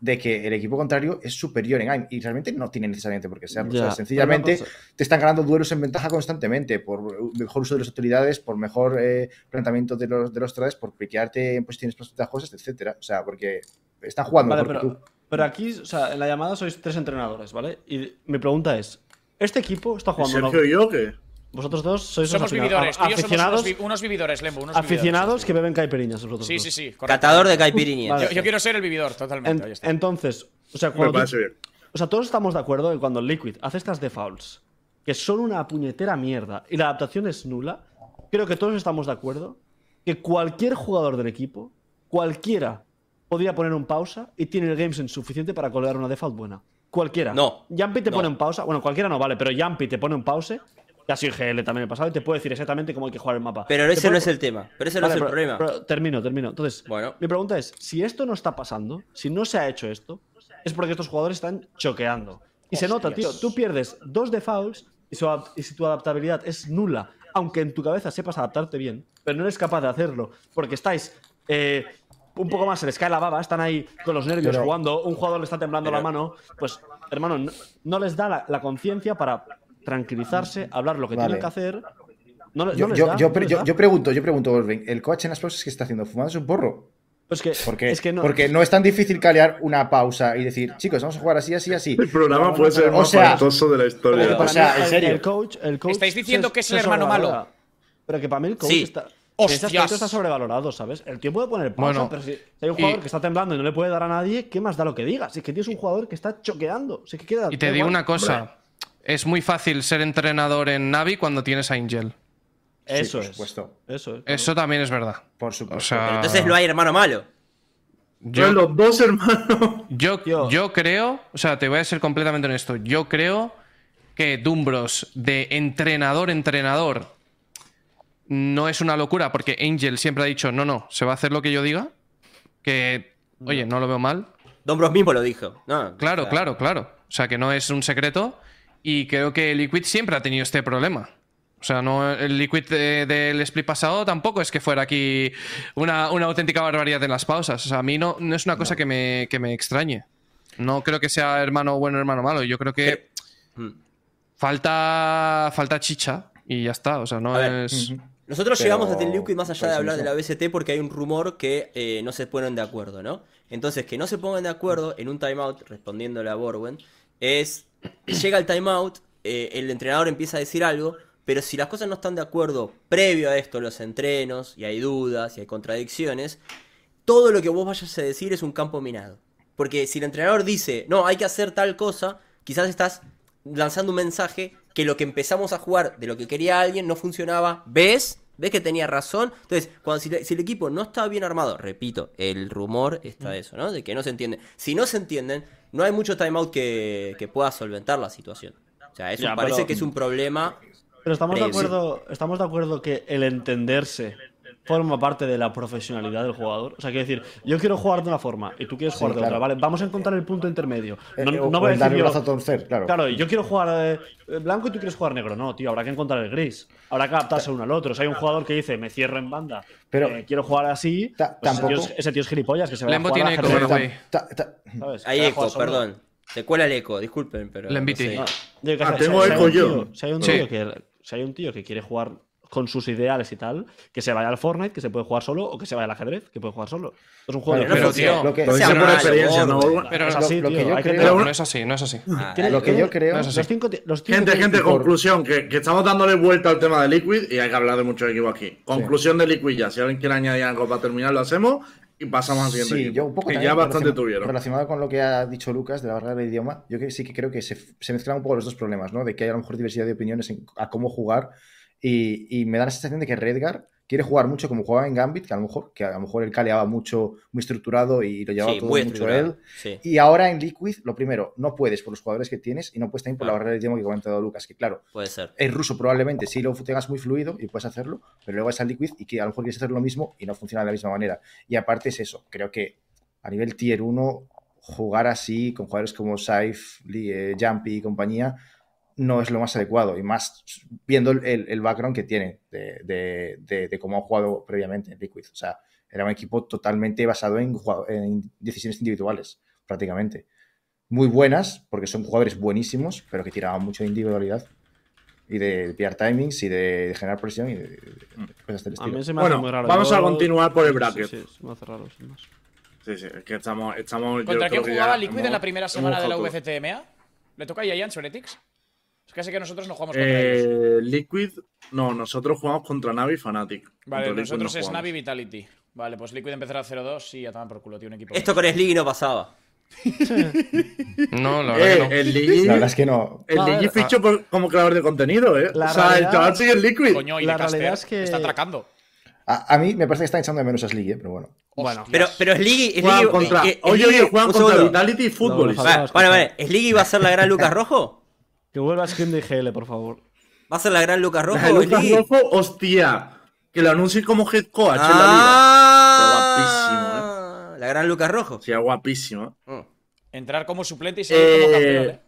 Speaker 2: de que el equipo contrario es superior en AIM y realmente no tiene necesariamente por qué serlo. O sea,
Speaker 5: Ya,
Speaker 2: sencillamente
Speaker 5: pero una cosa-
Speaker 2: te están ganando duelos en ventaja constantemente por mejor uso de las utilidades, por mejor eh, planteamiento de los, de los trades, por piquearte en posiciones ventajosas, etcétera. O sea, porque están jugando
Speaker 5: Vale,
Speaker 2: mejor
Speaker 5: pero,
Speaker 2: que tú.
Speaker 5: pero aquí, o sea, en la llamada sois tres entrenadores, ¿vale? Y mi pregunta es: ¿este equipo está jugando?
Speaker 1: Sergio
Speaker 5: no?
Speaker 1: y yo, ¿qué?
Speaker 5: Vosotros dos sois unos
Speaker 4: Somos
Speaker 5: aficionados-
Speaker 4: vividores, tío, somos
Speaker 5: aficionados,
Speaker 4: unos, vi- unos vividores, Lembo. Unos
Speaker 5: aficionados que
Speaker 4: vividores.
Speaker 5: beben caipiriñas, vosotros
Speaker 4: Sí,
Speaker 5: dos.
Speaker 4: sí, sí. correcto.
Speaker 6: Catador de caipirinha.
Speaker 5: Vale.
Speaker 4: Yo, yo quiero ser el vividor,
Speaker 5: En-
Speaker 4: totalmente. ahí está.
Speaker 5: entonces, o sea,
Speaker 1: Me
Speaker 5: cuando tú-
Speaker 1: parece bien.
Speaker 5: O sea, todos estamos de acuerdo que cuando Liquid hace estas defaults, que son una puñetera mierda y la adaptación es nula, creo que todos estamos de acuerdo que cualquier jugador del equipo, cualquiera, podría poner un pausa y tiene el gamesense suficiente para colgar una default buena. Cualquiera.
Speaker 6: No,
Speaker 5: Yampi te
Speaker 6: no.
Speaker 5: pone un pausa. Bueno, cualquiera no vale, pero Yampi te pone un pause. Y así GL también en el pasado y te puede decir exactamente cómo hay que jugar el mapa.
Speaker 6: Pero
Speaker 5: Te
Speaker 6: ese
Speaker 5: puede-
Speaker 6: no es el tema. Pero ese no es
Speaker 5: Vale,
Speaker 6: el
Speaker 5: pero-
Speaker 6: problema.
Speaker 5: pero termino, termino. Entonces,
Speaker 6: Bueno.
Speaker 5: mi pregunta es, si esto no está pasando, si no se ha hecho esto, es porque estos jugadores están choqueando. Y se nota, tío,
Speaker 4: Hostias.
Speaker 5: tú pierdes dos de fouls y, su adap- y si tu adaptabilidad es nula, aunque en tu cabeza sepas adaptarte bien, pero no eres capaz de hacerlo porque estáis... eh, un poco más se les cae la baba, están ahí con los nervios
Speaker 2: Pero-
Speaker 5: jugando, un jugador le está temblando la mano, pues hermano, no, no les da la, la conciencia para tranquilizarse, hablar lo que
Speaker 2: Vale.
Speaker 5: tienen que hacer. No, le-
Speaker 2: Yo,
Speaker 5: no les
Speaker 2: yo-
Speaker 5: da,
Speaker 2: yo
Speaker 5: no
Speaker 2: pre-
Speaker 5: les
Speaker 2: yo-
Speaker 5: da.
Speaker 2: yo pregunto, yo pregunto, Wolverine, ¿el coach en las pausas que está haciendo? ¿Fumándose un porro?
Speaker 5: Pues que,
Speaker 2: Porque,
Speaker 5: es que no.
Speaker 2: porque no es tan difícil calear una pausa y decir, chicos, vamos a jugar así, así, así.
Speaker 1: El programa
Speaker 2: No,
Speaker 1: puede ser el
Speaker 2: o
Speaker 1: más
Speaker 2: sea,
Speaker 1: faltoso de la
Speaker 5: pero que
Speaker 1: historia.
Speaker 2: O
Speaker 5: para
Speaker 2: sea,
Speaker 5: mí
Speaker 2: en
Speaker 5: el-
Speaker 2: serio.
Speaker 5: El coach, el coach
Speaker 4: ¿Estáis diciendo que es el
Speaker 5: se
Speaker 4: hermano malo?
Speaker 5: sobrevalora. Pero que para mí el coach
Speaker 6: Sí.
Speaker 5: está. En
Speaker 4: ¡Hostias!
Speaker 5: ese aspecto está sobrevalorado, ¿sabes? El tío puede poner pausa,
Speaker 3: Bueno,
Speaker 5: pero si, si hay un
Speaker 3: y-
Speaker 5: jugador que está temblando y no le puede dar a nadie, ¿qué más da lo que digas? Si es que tienes un jugador que está choqueando. Si es que queda,
Speaker 3: Y
Speaker 5: da
Speaker 3: te digo
Speaker 5: igual.
Speaker 3: una cosa. Es muy fácil ser entrenador en Navi cuando tienes a Ingel.
Speaker 5: Eso
Speaker 2: por
Speaker 5: es.
Speaker 2: supuesto.
Speaker 5: Eso es.
Speaker 3: Eso también es verdad.
Speaker 2: Por supuesto.
Speaker 3: O sea,
Speaker 6: Entonces no hay hermano malo.
Speaker 1: Yo,
Speaker 3: yo,
Speaker 1: los dos hermanos.
Speaker 3: yo,
Speaker 5: Yo-
Speaker 3: yo creo, o sea, te voy a ser completamente honesto. Yo creo que Dumbros de entrenador, entrenador, no es una locura, porque Angel siempre ha dicho, no, no, se va a hacer lo que yo diga. Que, oye, no lo veo mal.
Speaker 6: Dombros mismo lo dijo. No,
Speaker 3: Claro,
Speaker 6: o sea,
Speaker 3: claro, claro. O sea, que no es un secreto. Y creo que Liquid siempre ha tenido este problema. O sea, no, el Liquid de- del split pasado tampoco es que fuera aquí una, una auténtica barbaridad en las pausas. O sea, a mí no, no es una cosa que, me, que me extrañe. No creo que sea hermano bueno, hermano malo. Yo creo que
Speaker 6: Cre- Mm.
Speaker 3: falta, falta chicha y ya está. O sea, no
Speaker 6: A ver,
Speaker 3: es.
Speaker 6: Nosotros
Speaker 2: Pero-
Speaker 6: llegamos desde el Liquid más allá de
Speaker 2: pero
Speaker 6: hablar
Speaker 2: sí,
Speaker 6: de la BST porque hay un rumor que eh, no se ponen de acuerdo, ¿no? Entonces, que no se pongan de acuerdo en un timeout, respondiéndole a Borwen, es. Llega el timeout, eh, el entrenador empieza a decir algo, pero si las cosas no están de acuerdo previo a esto, los entrenos, y hay dudas, y hay contradicciones, todo lo que vos vayas a decir es un campo minado. Porque si el entrenador dice, no, hay que hacer tal cosa, quizás estás lanzando un mensaje que lo que empezamos a jugar de lo que quería alguien no funcionaba. ¿Ves? ¿Ves que tenía razón? Entonces, cuando, si, le- si el equipo no está bien armado, repito, el rumor está
Speaker 5: Mm.
Speaker 6: de eso, ¿no? De que no se entiende. Si no se entienden, no hay mucho timeout que, que pueda solventar la situación. O sea, eso
Speaker 5: Ya,
Speaker 6: parece
Speaker 5: pero-
Speaker 6: que es un problema.
Speaker 5: Pero estamos de
Speaker 6: Previo.
Speaker 5: acuerdo, estamos de acuerdo que el entenderse forma parte de la profesionalidad del jugador. O sea, quiero decir, yo quiero jugar de una forma y tú quieres jugar de
Speaker 2: claro.
Speaker 5: otra, ¿vale? Vamos a encontrar el punto intermedio. No,
Speaker 2: Eh,
Speaker 5: no
Speaker 2: o- o
Speaker 5: voy a
Speaker 2: el
Speaker 5: decir
Speaker 2: darle
Speaker 5: yo,
Speaker 2: un brazo a torcer, claro.
Speaker 5: Claro, yo quiero jugar eh, blanco y tú quieres jugar negro. No, tío, habrá que encontrar el gris. Habrá que adaptarse uno al otro. O sea, hay un jugador que dice, me cierro en banda,
Speaker 2: Pero-
Speaker 5: pero quiero jugar así.
Speaker 2: Ta-
Speaker 5: pues ese tío
Speaker 2: tampoco-
Speaker 5: es- ese tío es gilipollas que se va
Speaker 3: Lembo
Speaker 5: a jugar
Speaker 3: tiene
Speaker 5: a
Speaker 3: eco,
Speaker 5: ajedrez,
Speaker 3: by the way.
Speaker 2: Ta- ta-
Speaker 5: ¿sabes?
Speaker 6: Hay
Speaker 5: Se va a jugar
Speaker 6: eco,
Speaker 5: solo.
Speaker 6: perdón. Se cuela el eco, disculpen, pero.
Speaker 3: Le invité.
Speaker 6: sé.
Speaker 5: Ah, digo, ¿qué
Speaker 1: Ah,
Speaker 5: haces?
Speaker 1: tengo
Speaker 5: Si hay
Speaker 1: eco
Speaker 5: un
Speaker 1: yo.
Speaker 5: tío- Si hay, un
Speaker 3: Sí.
Speaker 5: tío que, si hay un tío que quiere jugar con sus ideales y tal, que se vaya al Fortnite, que se puede jugar solo, o que se vaya al ajedrez, que puede jugar solo. Es un juego
Speaker 2: Claro,
Speaker 5: de
Speaker 3: Pero,
Speaker 6: no
Speaker 3: tío,
Speaker 2: lo que-
Speaker 6: No sea
Speaker 1: Dice por
Speaker 6: malo,
Speaker 1: experiencia, ¿no?
Speaker 6: gordo.
Speaker 3: pero,
Speaker 5: Es
Speaker 2: lo-
Speaker 5: así,
Speaker 2: lo que
Speaker 5: tío,
Speaker 2: yo
Speaker 5: hay que
Speaker 2: creo-
Speaker 5: tener-
Speaker 3: no es así, no es así.
Speaker 6: Ah,
Speaker 5: tiene-
Speaker 2: lo que yo creo-
Speaker 5: Los cinco ti- los cinco
Speaker 1: Gente,
Speaker 5: tienen
Speaker 1: gente,
Speaker 5: que-
Speaker 1: conclusión, que, que estamos dándole vuelta al tema de Liquid y hay que hablar de muchos equipos aquí. Conclusión de Liquid ya, si alguien quiere añadir algo para terminar, lo hacemos y pasamos al siguiente
Speaker 2: Sí,
Speaker 1: equipo,
Speaker 2: yo un poco
Speaker 1: que
Speaker 2: también
Speaker 1: ya bastante
Speaker 2: relaciona-
Speaker 1: tuvieron.
Speaker 2: Relacionado con lo que ha dicho Lucas de la barrera del idioma, yo que sí que creo que se, se mezclan un poco los dos problemas, ¿no? De que hay a lo mejor diversidad de opiniones en- a cómo jugar y, y me da la sensación de que Redgar quiere jugar mucho como jugaba en Gambit, que a lo mejor, que a lo mejor él caleaba mucho, muy estructurado y lo llevaba
Speaker 6: Sí,
Speaker 2: todo
Speaker 6: muy
Speaker 2: mucho
Speaker 6: estructurado.
Speaker 2: él.
Speaker 6: Sí.
Speaker 2: Y ahora en Liquid, lo primero, no puedes por los jugadores que tienes y no puedes también
Speaker 1: Ah.
Speaker 2: por la
Speaker 6: Claro.
Speaker 2: barrera del idioma que ha comentado Lucas, que claro,
Speaker 6: Puede ser.
Speaker 2: en ruso probablemente sí lo tengas muy fluido y puedes hacerlo, pero luego es al liquid y que a lo mejor quieres hacer lo mismo y no funciona de la misma manera. Y aparte es eso, creo que a nivel tier 1, jugar así con jugadores como Saif, Li- eh, Jumpy y compañía no es lo más adecuado y más viendo el, el- el background que tiene de, de- de- de cómo han jugado previamente en Liquid. O sea, era un equipo totalmente basado en, jugado- en decisiones individuales, prácticamente. Muy buenas, porque son jugadores buenísimos, pero que tiraban mucho de individualidad y de, pillar timings y de, generar presión y de, de- de cosas del
Speaker 5: A mí
Speaker 2: estilo.
Speaker 5: se me hace
Speaker 1: Bueno,
Speaker 5: muy raro.
Speaker 1: vamos
Speaker 5: Yo-
Speaker 1: a continuar por el bracket.
Speaker 5: Sí, sí, se me hace raro, sin más.
Speaker 1: Sí, sí, es que estamos. estamos yo
Speaker 4: ¿Contra
Speaker 1: creo
Speaker 4: quién
Speaker 1: que
Speaker 4: jugaba
Speaker 1: ya
Speaker 4: Liquid
Speaker 1: hemos-
Speaker 4: en la primera
Speaker 1: hemos
Speaker 4: semana de la
Speaker 1: dejado todo.
Speaker 4: VCTMA? ¿Le toca a Giant Soletics? Es que sé que nosotros no jugamos contra ellos.
Speaker 1: Eh, Liquid, no, nosotros jugamos contra Navi y Fnatic. Contra
Speaker 4: Vale,
Speaker 1: Liquid
Speaker 4: nosotros
Speaker 1: pues, no
Speaker 4: es
Speaker 1: jugamos.
Speaker 4: Navi Vitality. Vale, pues Liquid empezará a 0-2 sí, a tomar por culo, tío, un equipo.
Speaker 6: Esto con Sliggy no pasaba.
Speaker 3: No, la verdad
Speaker 1: Eh,
Speaker 3: que no.
Speaker 1: el
Speaker 2: La verdad
Speaker 1: Ligi,
Speaker 2: es que no.
Speaker 1: el
Speaker 5: No,
Speaker 1: Ligi
Speaker 5: a ver,
Speaker 1: fichó por- como creador de contenido, ¿eh?
Speaker 5: La
Speaker 1: o sea, el
Speaker 5: realidad-
Speaker 1: chaval sigue en Liquid.
Speaker 4: Coño, y
Speaker 5: La
Speaker 4: de Caster
Speaker 5: realidad es que-
Speaker 4: está atracando.
Speaker 2: A, a mí me parece que están echando de menos a Sliggy, eh, pero bueno.
Speaker 5: Bueno,
Speaker 6: Pero, pero Sliggy.
Speaker 1: Juegan
Speaker 6: Sliggy-
Speaker 1: contra.
Speaker 6: eh,
Speaker 1: Oye,
Speaker 6: Sliggy-
Speaker 1: oye, juegan
Speaker 6: un
Speaker 1: contra
Speaker 6: segundo.
Speaker 1: Vitality y Futbolis.
Speaker 5: No, no, no,
Speaker 6: Vale, vale, vale. ¿Sliggy va a ser la gran Lucas Rojo?
Speaker 5: que vuelva Scream de IGL, por favor.
Speaker 6: ¿Va a ser la gran Lucas Rojo?
Speaker 1: Ay, Lucas
Speaker 6: Sliggy?
Speaker 1: Rojo, hostia. Que lo anuncie como head coach en la liga.
Speaker 6: Ah,
Speaker 1: eh.
Speaker 6: guapísimo, La gran Lucas Rojo.
Speaker 1: Hostia, guapísimo. ¿eh?
Speaker 6: Mm.
Speaker 4: Entrar como suplente y salir como
Speaker 1: Eh,
Speaker 4: campeón, ¿eh?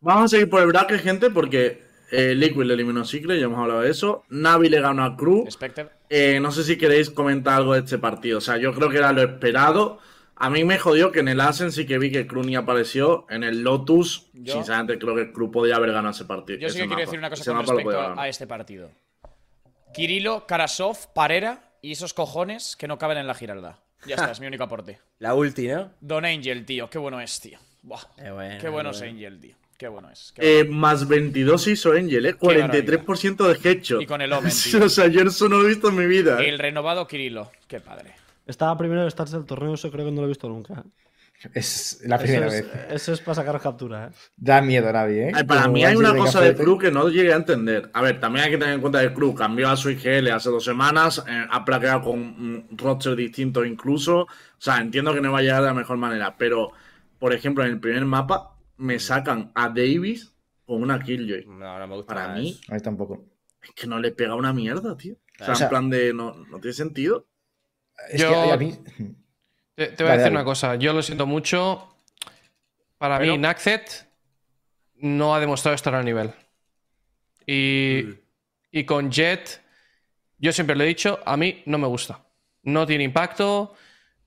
Speaker 1: Vamos a seguir por el bracket, gente, porque eh, Liquid le eliminó a Secret, ya hemos hablado de eso. Navi le ganó a Cruz.
Speaker 4: Expected.
Speaker 1: Eh, no sé si queréis comentar algo de este partido. O sea, yo creo que era lo esperado. A mí me jodió que en el Asen sí que vi que Cruz ni apareció. En el Lotus,
Speaker 4: Yo-
Speaker 1: sinceramente, creo que Cruz podía haber ganado ese partido.
Speaker 4: Yo sí
Speaker 1: ese
Speaker 4: que
Speaker 1: mapa.
Speaker 4: quiero decir una cosa
Speaker 1: Ese
Speaker 4: con
Speaker 1: mapa lo podía
Speaker 4: respecto
Speaker 1: haber ganado.
Speaker 4: a este partido. Kirilo, Karasov, Parera y esos cojones que no caben en la Giralda. Ya está, es mi único aporte.
Speaker 6: La ulti, ¿no?
Speaker 4: Don Angel, tío, qué bueno es, tío. Buah,
Speaker 6: Eh, bueno,
Speaker 4: qué bueno es
Speaker 6: bueno.
Speaker 4: Angel, tío. Qué bueno es. qué
Speaker 1: Eh, más 22 hizo Angel, ¿eh? 43% de headshot.
Speaker 4: Y con el Omen, tío.
Speaker 1: o sea, yo eso no lo he visto en mi vida.
Speaker 4: bueno.
Speaker 1: ¿eh?
Speaker 4: El renovado Kirilo, qué padre.
Speaker 5: Estaba primero de stats del torneo, eso creo que no lo he visto nunca.
Speaker 2: Es la
Speaker 5: Eso
Speaker 2: primera
Speaker 5: es,
Speaker 2: vez.
Speaker 5: eso es para sacar captura, ¿eh?
Speaker 2: Da miedo a nadie, ¿eh?
Speaker 1: Ay, para
Speaker 2: Como
Speaker 1: mí hay
Speaker 2: Angie
Speaker 1: una cosa de
Speaker 2: Cafete.
Speaker 1: Cruz que no llegué a entender. A ver, también hay que tener en cuenta que Cruz cambió a su IGL hace dos semanas, eh, ha plaqueado con mm, roster distintos incluso. O sea, entiendo que no va a llegar de la mejor manera, pero, por ejemplo, en el primer mapa
Speaker 6: Mm.
Speaker 1: me sacan a Davis con una Killjoy.
Speaker 6: No, no me gusta.
Speaker 1: Para
Speaker 6: nada
Speaker 1: mí,
Speaker 6: eso.
Speaker 2: A mí tampoco.
Speaker 1: Es que no le pega una mierda, tío. O sea,
Speaker 2: O sea-
Speaker 1: en plan de no, no tiene sentido.
Speaker 2: Es
Speaker 3: Yo-
Speaker 2: que a mí-
Speaker 3: Te, te voy a
Speaker 2: Dale,
Speaker 3: decir
Speaker 2: dale.
Speaker 3: una cosa. Yo lo siento mucho. Para mí, Naxet no ha demostrado estar al nivel. Y, y con Jet, yo siempre lo he dicho, a mí no me gusta. No tiene impacto.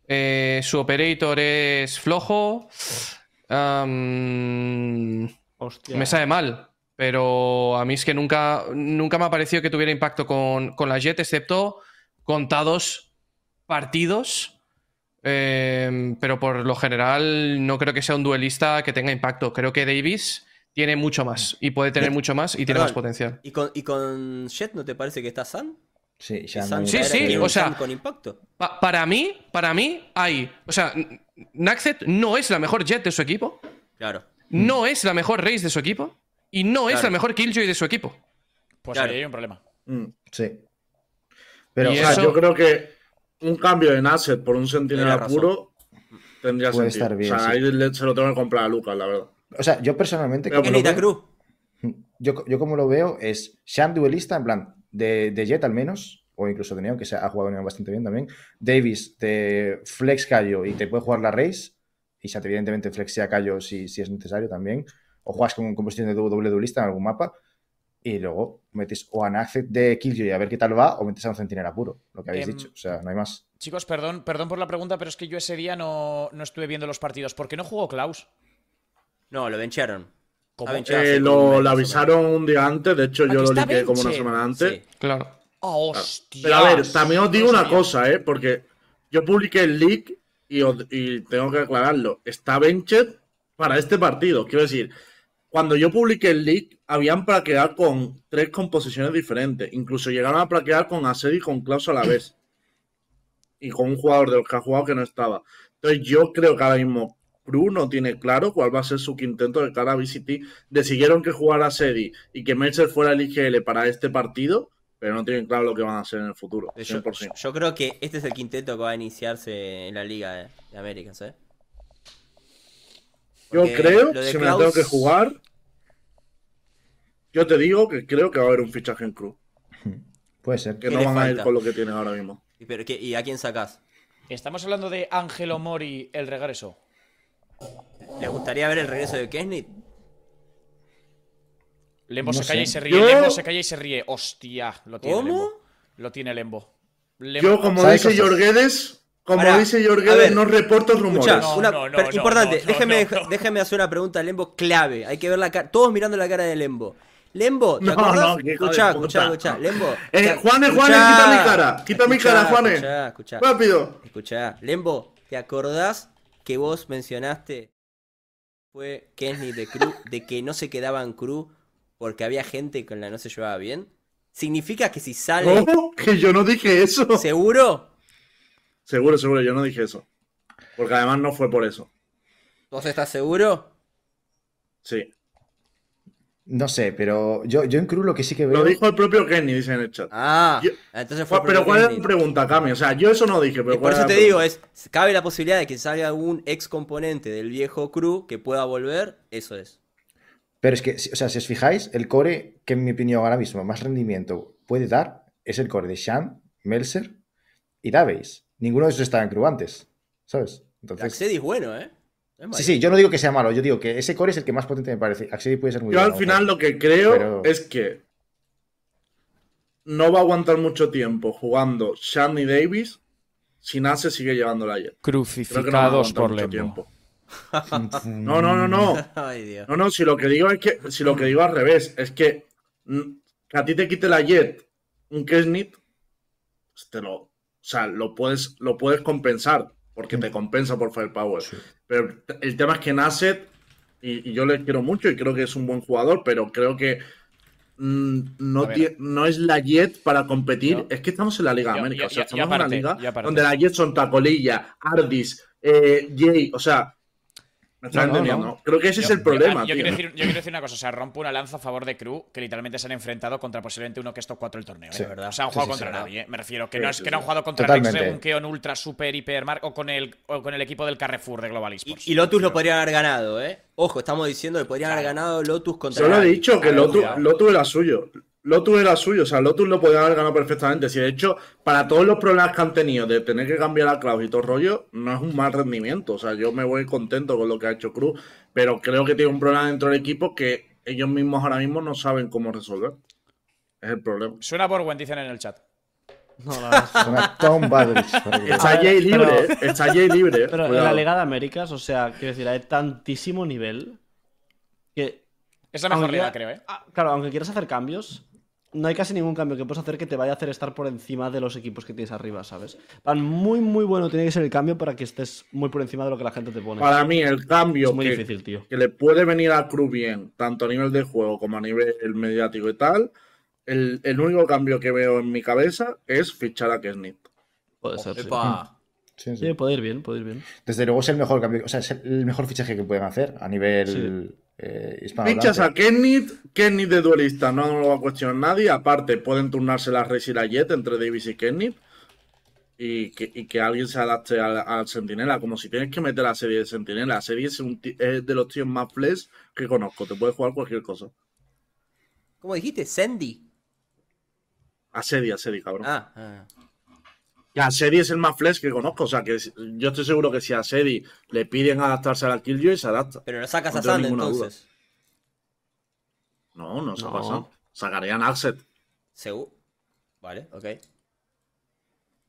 Speaker 3: eh, su operator es flojo. am,
Speaker 5: Hostia.
Speaker 3: me sabe mal. Pero a mí es que nunca, nunca me ha parecido que tuviera impacto con, con la Jet, excepto contados partidos. Eh, pero por lo general no creo que sea un duelista que tenga impacto. Creo que Davis tiene mucho más y puede tener mucho más y tiene
Speaker 6: Perdón.
Speaker 3: más potencial.
Speaker 6: ¿Y con, ¿Y con Jet no te parece que está San?
Speaker 2: Sí,
Speaker 6: Que
Speaker 2: ya
Speaker 6: San
Speaker 2: no-
Speaker 3: Sí,
Speaker 6: era-
Speaker 3: sí,
Speaker 6: era
Speaker 3: o
Speaker 6: un
Speaker 3: sea-
Speaker 6: San Con impacto.
Speaker 3: Pa- para mí, para mí hay, o sea, N- Naxet no es la mejor Jet de su equipo,
Speaker 6: Claro.
Speaker 3: no es la mejor Race de su equipo y no es
Speaker 6: Mm. Claro.
Speaker 3: la mejor Killjoy de su equipo.
Speaker 4: Pues
Speaker 6: Claro.
Speaker 4: ahí hay un problema.
Speaker 1: Mm.
Speaker 2: Sí. Pero
Speaker 1: O
Speaker 3: Y
Speaker 1: sea,
Speaker 3: eso-
Speaker 1: yo creo que un cambio de Nasset por un
Speaker 6: Tenía
Speaker 1: sentinela
Speaker 6: razón.
Speaker 1: puro tendría
Speaker 2: Puede
Speaker 1: sentido.
Speaker 2: estar bien,
Speaker 1: o sea,
Speaker 2: sí.
Speaker 1: ahí le- se lo tengo que comprar a Lucas, la verdad.
Speaker 2: o sea, yo personalmente.
Speaker 1: Pero
Speaker 2: como
Speaker 6: ¿Quién
Speaker 2: lo
Speaker 6: necesita
Speaker 2: veo-
Speaker 6: Cruz?
Speaker 2: yo, yo como lo veo es Sham duelista, en plan, de, de Jet al menos, o incluso de Neon, que se ha jugado Neon bastante bien también. Davis, de Flex Cayo y te puede jugar la Race. Y Sat, evidentemente, flexia Cayo si, si es necesario también. O juegas con composición de du- doble duelista en algún mapa. Y luego metes o a Naxxet de Killjoy a ver qué tal va, o metes a un centinela puro, lo que habéis
Speaker 4: Em,
Speaker 2: dicho. O sea, no hay más.
Speaker 4: Chicos, perdón, perdón por la pregunta, pero es que yo ese día no, no estuve viendo los partidos. ¿Por qué no jugó Klaus?
Speaker 1: Ah,
Speaker 6: No, lo bencharon.
Speaker 4: ¿Cómo?
Speaker 6: Ah, bench-
Speaker 4: Ah,
Speaker 6: hace
Speaker 1: Eh,
Speaker 6: como Ah,
Speaker 1: lo,
Speaker 6: un mes,
Speaker 1: lo
Speaker 6: más o
Speaker 1: avisaron un día antes, de hecho yo
Speaker 4: Aquí
Speaker 1: lo
Speaker 4: está
Speaker 1: liqué como una
Speaker 4: Benche.
Speaker 1: semana antes.
Speaker 6: Sí.
Speaker 3: Claro.
Speaker 4: Oh, ¡Hostia!
Speaker 1: Pero a ver, también os digo
Speaker 4: No
Speaker 1: una
Speaker 4: sabía.
Speaker 1: cosa, ¿eh? Porque yo publiqué el leak y, os- y tengo que aclararlo. Está Benchet para este partido. Quiero decir, cuando yo publiqué el leak, habían plaqueado con tres composiciones diferentes. Incluso llegaron a plaquear con Acer y con Klaus a la vez. Y con un jugador de los que ha jugado que no estaba. Entonces yo creo que ahora mismo Cruz no tiene claro cuál va a ser su quinteto de cara a VCT. Decidieron que jugara Sedi y que Mercer fuera el IGL para este partido, pero no tienen claro lo que van a hacer en el futuro.
Speaker 6: Yo,
Speaker 1: 100%.
Speaker 6: yo creo que este es el quinteto que va a iniciarse en la Liga de, de Américas, ¿eh?
Speaker 1: Yo
Speaker 6: Porque
Speaker 1: creo,
Speaker 6: lo de
Speaker 1: si me la
Speaker 6: Klaus-
Speaker 1: tengo que jugar, yo te digo que creo que va a haber un fichaje en Cruz.
Speaker 2: Puede ser.
Speaker 1: Que
Speaker 6: ¿Qué
Speaker 1: no
Speaker 6: le
Speaker 1: van a ir
Speaker 6: falta?
Speaker 1: con lo que tienen ahora mismo.
Speaker 6: ¿Y pero qué- ¿Y a quién sacás?
Speaker 4: Estamos hablando de Ángelo Mori, el regreso.
Speaker 6: ¿Les gustaría ver el regreso de Kesnit?
Speaker 4: Lembo
Speaker 2: No
Speaker 4: se calla y
Speaker 2: sé.
Speaker 4: se ríe,
Speaker 1: Yo-
Speaker 4: Lembo se calla y se ríe. ¡Hostia! Lo tiene
Speaker 6: ¿Cómo?
Speaker 4: Lembo. Lo tiene Lembo. Lembo-
Speaker 1: Yo, como
Speaker 2: ¿Sabe
Speaker 1: dice
Speaker 2: cosas?
Speaker 1: Jorguedes, como
Speaker 6: Ahora,
Speaker 1: dice
Speaker 6: a
Speaker 1: Jorguedes,
Speaker 6: ver,
Speaker 1: no reporto rumores.
Speaker 6: Escucha,
Speaker 4: No,
Speaker 6: una-
Speaker 4: no, no,
Speaker 6: pero
Speaker 4: no,
Speaker 6: importante,
Speaker 4: no, no,
Speaker 6: déjame,
Speaker 4: no, no.
Speaker 6: déjame hacer una pregunta a Lembo clave. Hay que ver la cara, todos mirando la cara de Lembo. Lembo, ¿te
Speaker 1: No,
Speaker 6: acordás?
Speaker 1: no, que hijo de
Speaker 6: escuchá,
Speaker 1: puta.
Speaker 6: escuchá, escuchá, Lembo.
Speaker 1: Eh,
Speaker 6: te-
Speaker 1: Juanes, Juanes,
Speaker 6: escuchá,
Speaker 1: quita mi cara, quita mi
Speaker 6: escuchá,
Speaker 1: cara, Juanes.
Speaker 6: Escuchá, escuchá.
Speaker 1: Rápido.
Speaker 6: Escuchá, Lembo, ¿te acordás que vos mencionaste fue Kenny de Cruz, de que no se quedaba en Cruz porque había gente con la no se llevaba bien? ¿Significa que si sale
Speaker 1: ¿Cómo? Que yo no dije eso.
Speaker 6: seguro?
Speaker 1: Seguro, seguro, yo no dije eso. Porque además no fue por eso.
Speaker 6: ¿Vos estás seguro?
Speaker 1: Sí.
Speaker 2: No sé, pero yo, yo en Cruz lo que sí que veo.
Speaker 1: Lo dijo el propio Kenny, dice en el chat.
Speaker 6: Ah,
Speaker 1: Yo-
Speaker 6: entonces fue
Speaker 1: Cu- pero
Speaker 6: porque
Speaker 1: ¿cuál es
Speaker 6: Kenny.
Speaker 1: la pregunta, Cami? O sea, yo eso no dije,
Speaker 6: Y
Speaker 1: pero
Speaker 6: por
Speaker 1: ¿cuál
Speaker 6: eso
Speaker 1: era
Speaker 6: te
Speaker 1: la
Speaker 6: digo,
Speaker 1: pregunta?
Speaker 6: es, cabe la posibilidad de que salga algún ex componente del viejo crew que pueda volver, eso es.
Speaker 2: Pero es que, si- o sea, si os fijáis, el core que en mi opinión ahora mismo más rendimiento puede dar es el core de Sham, Melser y Davis. Ninguno de esos estaba en Crew antes, ¿sabes? Entonces,
Speaker 6: Axedi es bueno, ¿eh? No es malo.
Speaker 2: sí, sí, yo no digo que sea malo, yo digo que ese core es el que más potente me parece. Axedi puede
Speaker 6: eh.
Speaker 2: ser muy
Speaker 1: Yo
Speaker 2: bueno,
Speaker 1: al final lo que creo
Speaker 2: Pero-
Speaker 1: es que no va a aguantar mucho tiempo jugando Shandy Davis si Nace sigue llevándola ayer. Creo que no va a
Speaker 7: Crucificados
Speaker 1: aguantar
Speaker 7: por
Speaker 1: mucho
Speaker 7: Lembo. Mm.
Speaker 1: tiempo. No, no, no, no.
Speaker 6: Ay, Dios.
Speaker 1: No, no, si lo que digo es que, si lo que digo al revés, es que, mm, que a ti te quite la Jet un Kesnit, pues te lo, o sea, lo puedes, lo puedes compensar, porque te compensa por Firepower. Pero el tema es que Nasset, y, y yo le quiero mucho y creo que es un buen jugador, pero creo que mm,
Speaker 4: A
Speaker 1: no,
Speaker 4: ver.
Speaker 1: tie- no es la Jet para competir.
Speaker 4: Yo-
Speaker 1: Es que estamos en la Liga de
Speaker 4: yo-
Speaker 1: América,
Speaker 4: yo-
Speaker 1: o sea,
Speaker 4: yo-
Speaker 1: estamos
Speaker 4: yo aparte,
Speaker 1: en la
Speaker 4: yo
Speaker 1: Liga
Speaker 4: aparte.
Speaker 1: donde la Jet son Tacolilla, Ardis, eh, Jay, o sea. Me estás
Speaker 2: No, no,
Speaker 1: entendiendo.
Speaker 2: no.
Speaker 1: Creo que ese
Speaker 4: Yo-
Speaker 1: es el problema.
Speaker 4: Yo,
Speaker 1: tío.
Speaker 4: yo quiero decir, yo quiero decir una cosa, o sea, rompo una lanza a favor de Crew, que literalmente se han enfrentado contra posiblemente uno que estos cuatro del torneo, ¿eh?
Speaker 2: Sí,
Speaker 4: O sea, han
Speaker 2: sí,
Speaker 4: jugado
Speaker 2: sí,
Speaker 4: contra
Speaker 2: sí.
Speaker 4: nadie, ¿eh? me refiero, que
Speaker 1: Sí,
Speaker 4: no es
Speaker 1: sí,
Speaker 4: que no han
Speaker 1: sí.
Speaker 4: jugado contra Rex
Speaker 2: Totalmente.
Speaker 4: según que un ultra, super, hipermar o con el o con el equipo del Carrefour de Global Esports.
Speaker 6: Y, y Lotus lo podrían haber ganado, ¿eh? Ojo, estamos diciendo que podrían haber ganado Lotus contra.
Speaker 1: Yo lo he
Speaker 6: Gaby.
Speaker 1: dicho, que
Speaker 4: Claro,
Speaker 1: Lotus,
Speaker 4: cuidado.
Speaker 1: Lotus era suyo. Lotus era suyo, o sea, Lotus lo podía haber ganado perfectamente. Si de hecho, para todos los problemas que han tenido de tener que cambiar a Klaus y todo el rollo, no es un mal rendimiento. O sea, yo me voy contento con lo que ha hecho Cruz, pero creo que tiene un problema dentro del equipo que ellos mismos ahora mismo no saben cómo resolver. Es el problema.
Speaker 4: Suena Borwen, dicen en el chat.
Speaker 5: No, la verdad.
Speaker 2: Es una Tom Badrich, para que-
Speaker 1: Está
Speaker 5: ver,
Speaker 1: Jay libre,
Speaker 5: pero-
Speaker 1: eh. está Jay libre. eh.
Speaker 5: Pero en la
Speaker 1: Cuidado.
Speaker 5: Liga de Américas, o sea, quiero decir, hay tantísimo nivel que
Speaker 4: Es la mejor
Speaker 5: Aunque-
Speaker 4: liga, creo, ¿eh?
Speaker 5: Ah, Claro, aunque quieras hacer cambios, no hay casi ningún cambio que puedas hacer que te vaya a hacer estar por encima de los equipos que tienes arriba, ¿sabes? Tan muy, muy bueno tiene que ser el cambio para que estés muy por encima de lo que la gente te pone.
Speaker 1: Para mí, el cambio
Speaker 5: es muy
Speaker 1: que-
Speaker 5: difícil, tío.
Speaker 1: que le puede venir a Cruz bien, tanto a nivel de juego como a nivel mediático y tal, el, el único cambio que veo en mi cabeza es fichar a Kesnit.
Speaker 5: Puede ser. sí.
Speaker 6: Epa.
Speaker 2: Sí, sí.
Speaker 5: Sí, puede ir bien, puede ir bien.
Speaker 2: Desde luego es el mejor cambio, o sea, es el mejor fichaje que pueden hacer a nivel
Speaker 5: Sí.
Speaker 2: eh, hispanohablante.
Speaker 1: Fichas a Kesnit, Kesnit de duelista, no lo va a cuestionar nadie. Aparte, pueden turnarse las Race y la Jet entre Davis y Kesnit. Y que, y que alguien se adapte al, al Sentinela, como si tienes que meter a serie de Sentinela. La serie es, un ti- es de los tíos más flex que conozco, te puede jugar cualquier cosa.
Speaker 6: ¿Cómo dijiste? Sandy.
Speaker 1: A Sedi, a Sedi, cabrón.
Speaker 6: Ah, ah.
Speaker 1: Que a Sedi es el más flex que conozco. O sea, que si- yo estoy seguro que si a Sedi le piden adaptarse a la Killjoy, se adapta.
Speaker 6: pero lo sacas
Speaker 1: No
Speaker 6: a
Speaker 1: tengo
Speaker 6: Sand
Speaker 1: ninguna duda.
Speaker 6: entonces.
Speaker 1: No, no se
Speaker 5: No.
Speaker 1: pasa. Sacarían a Axel.
Speaker 6: Seguro. Vale, ok.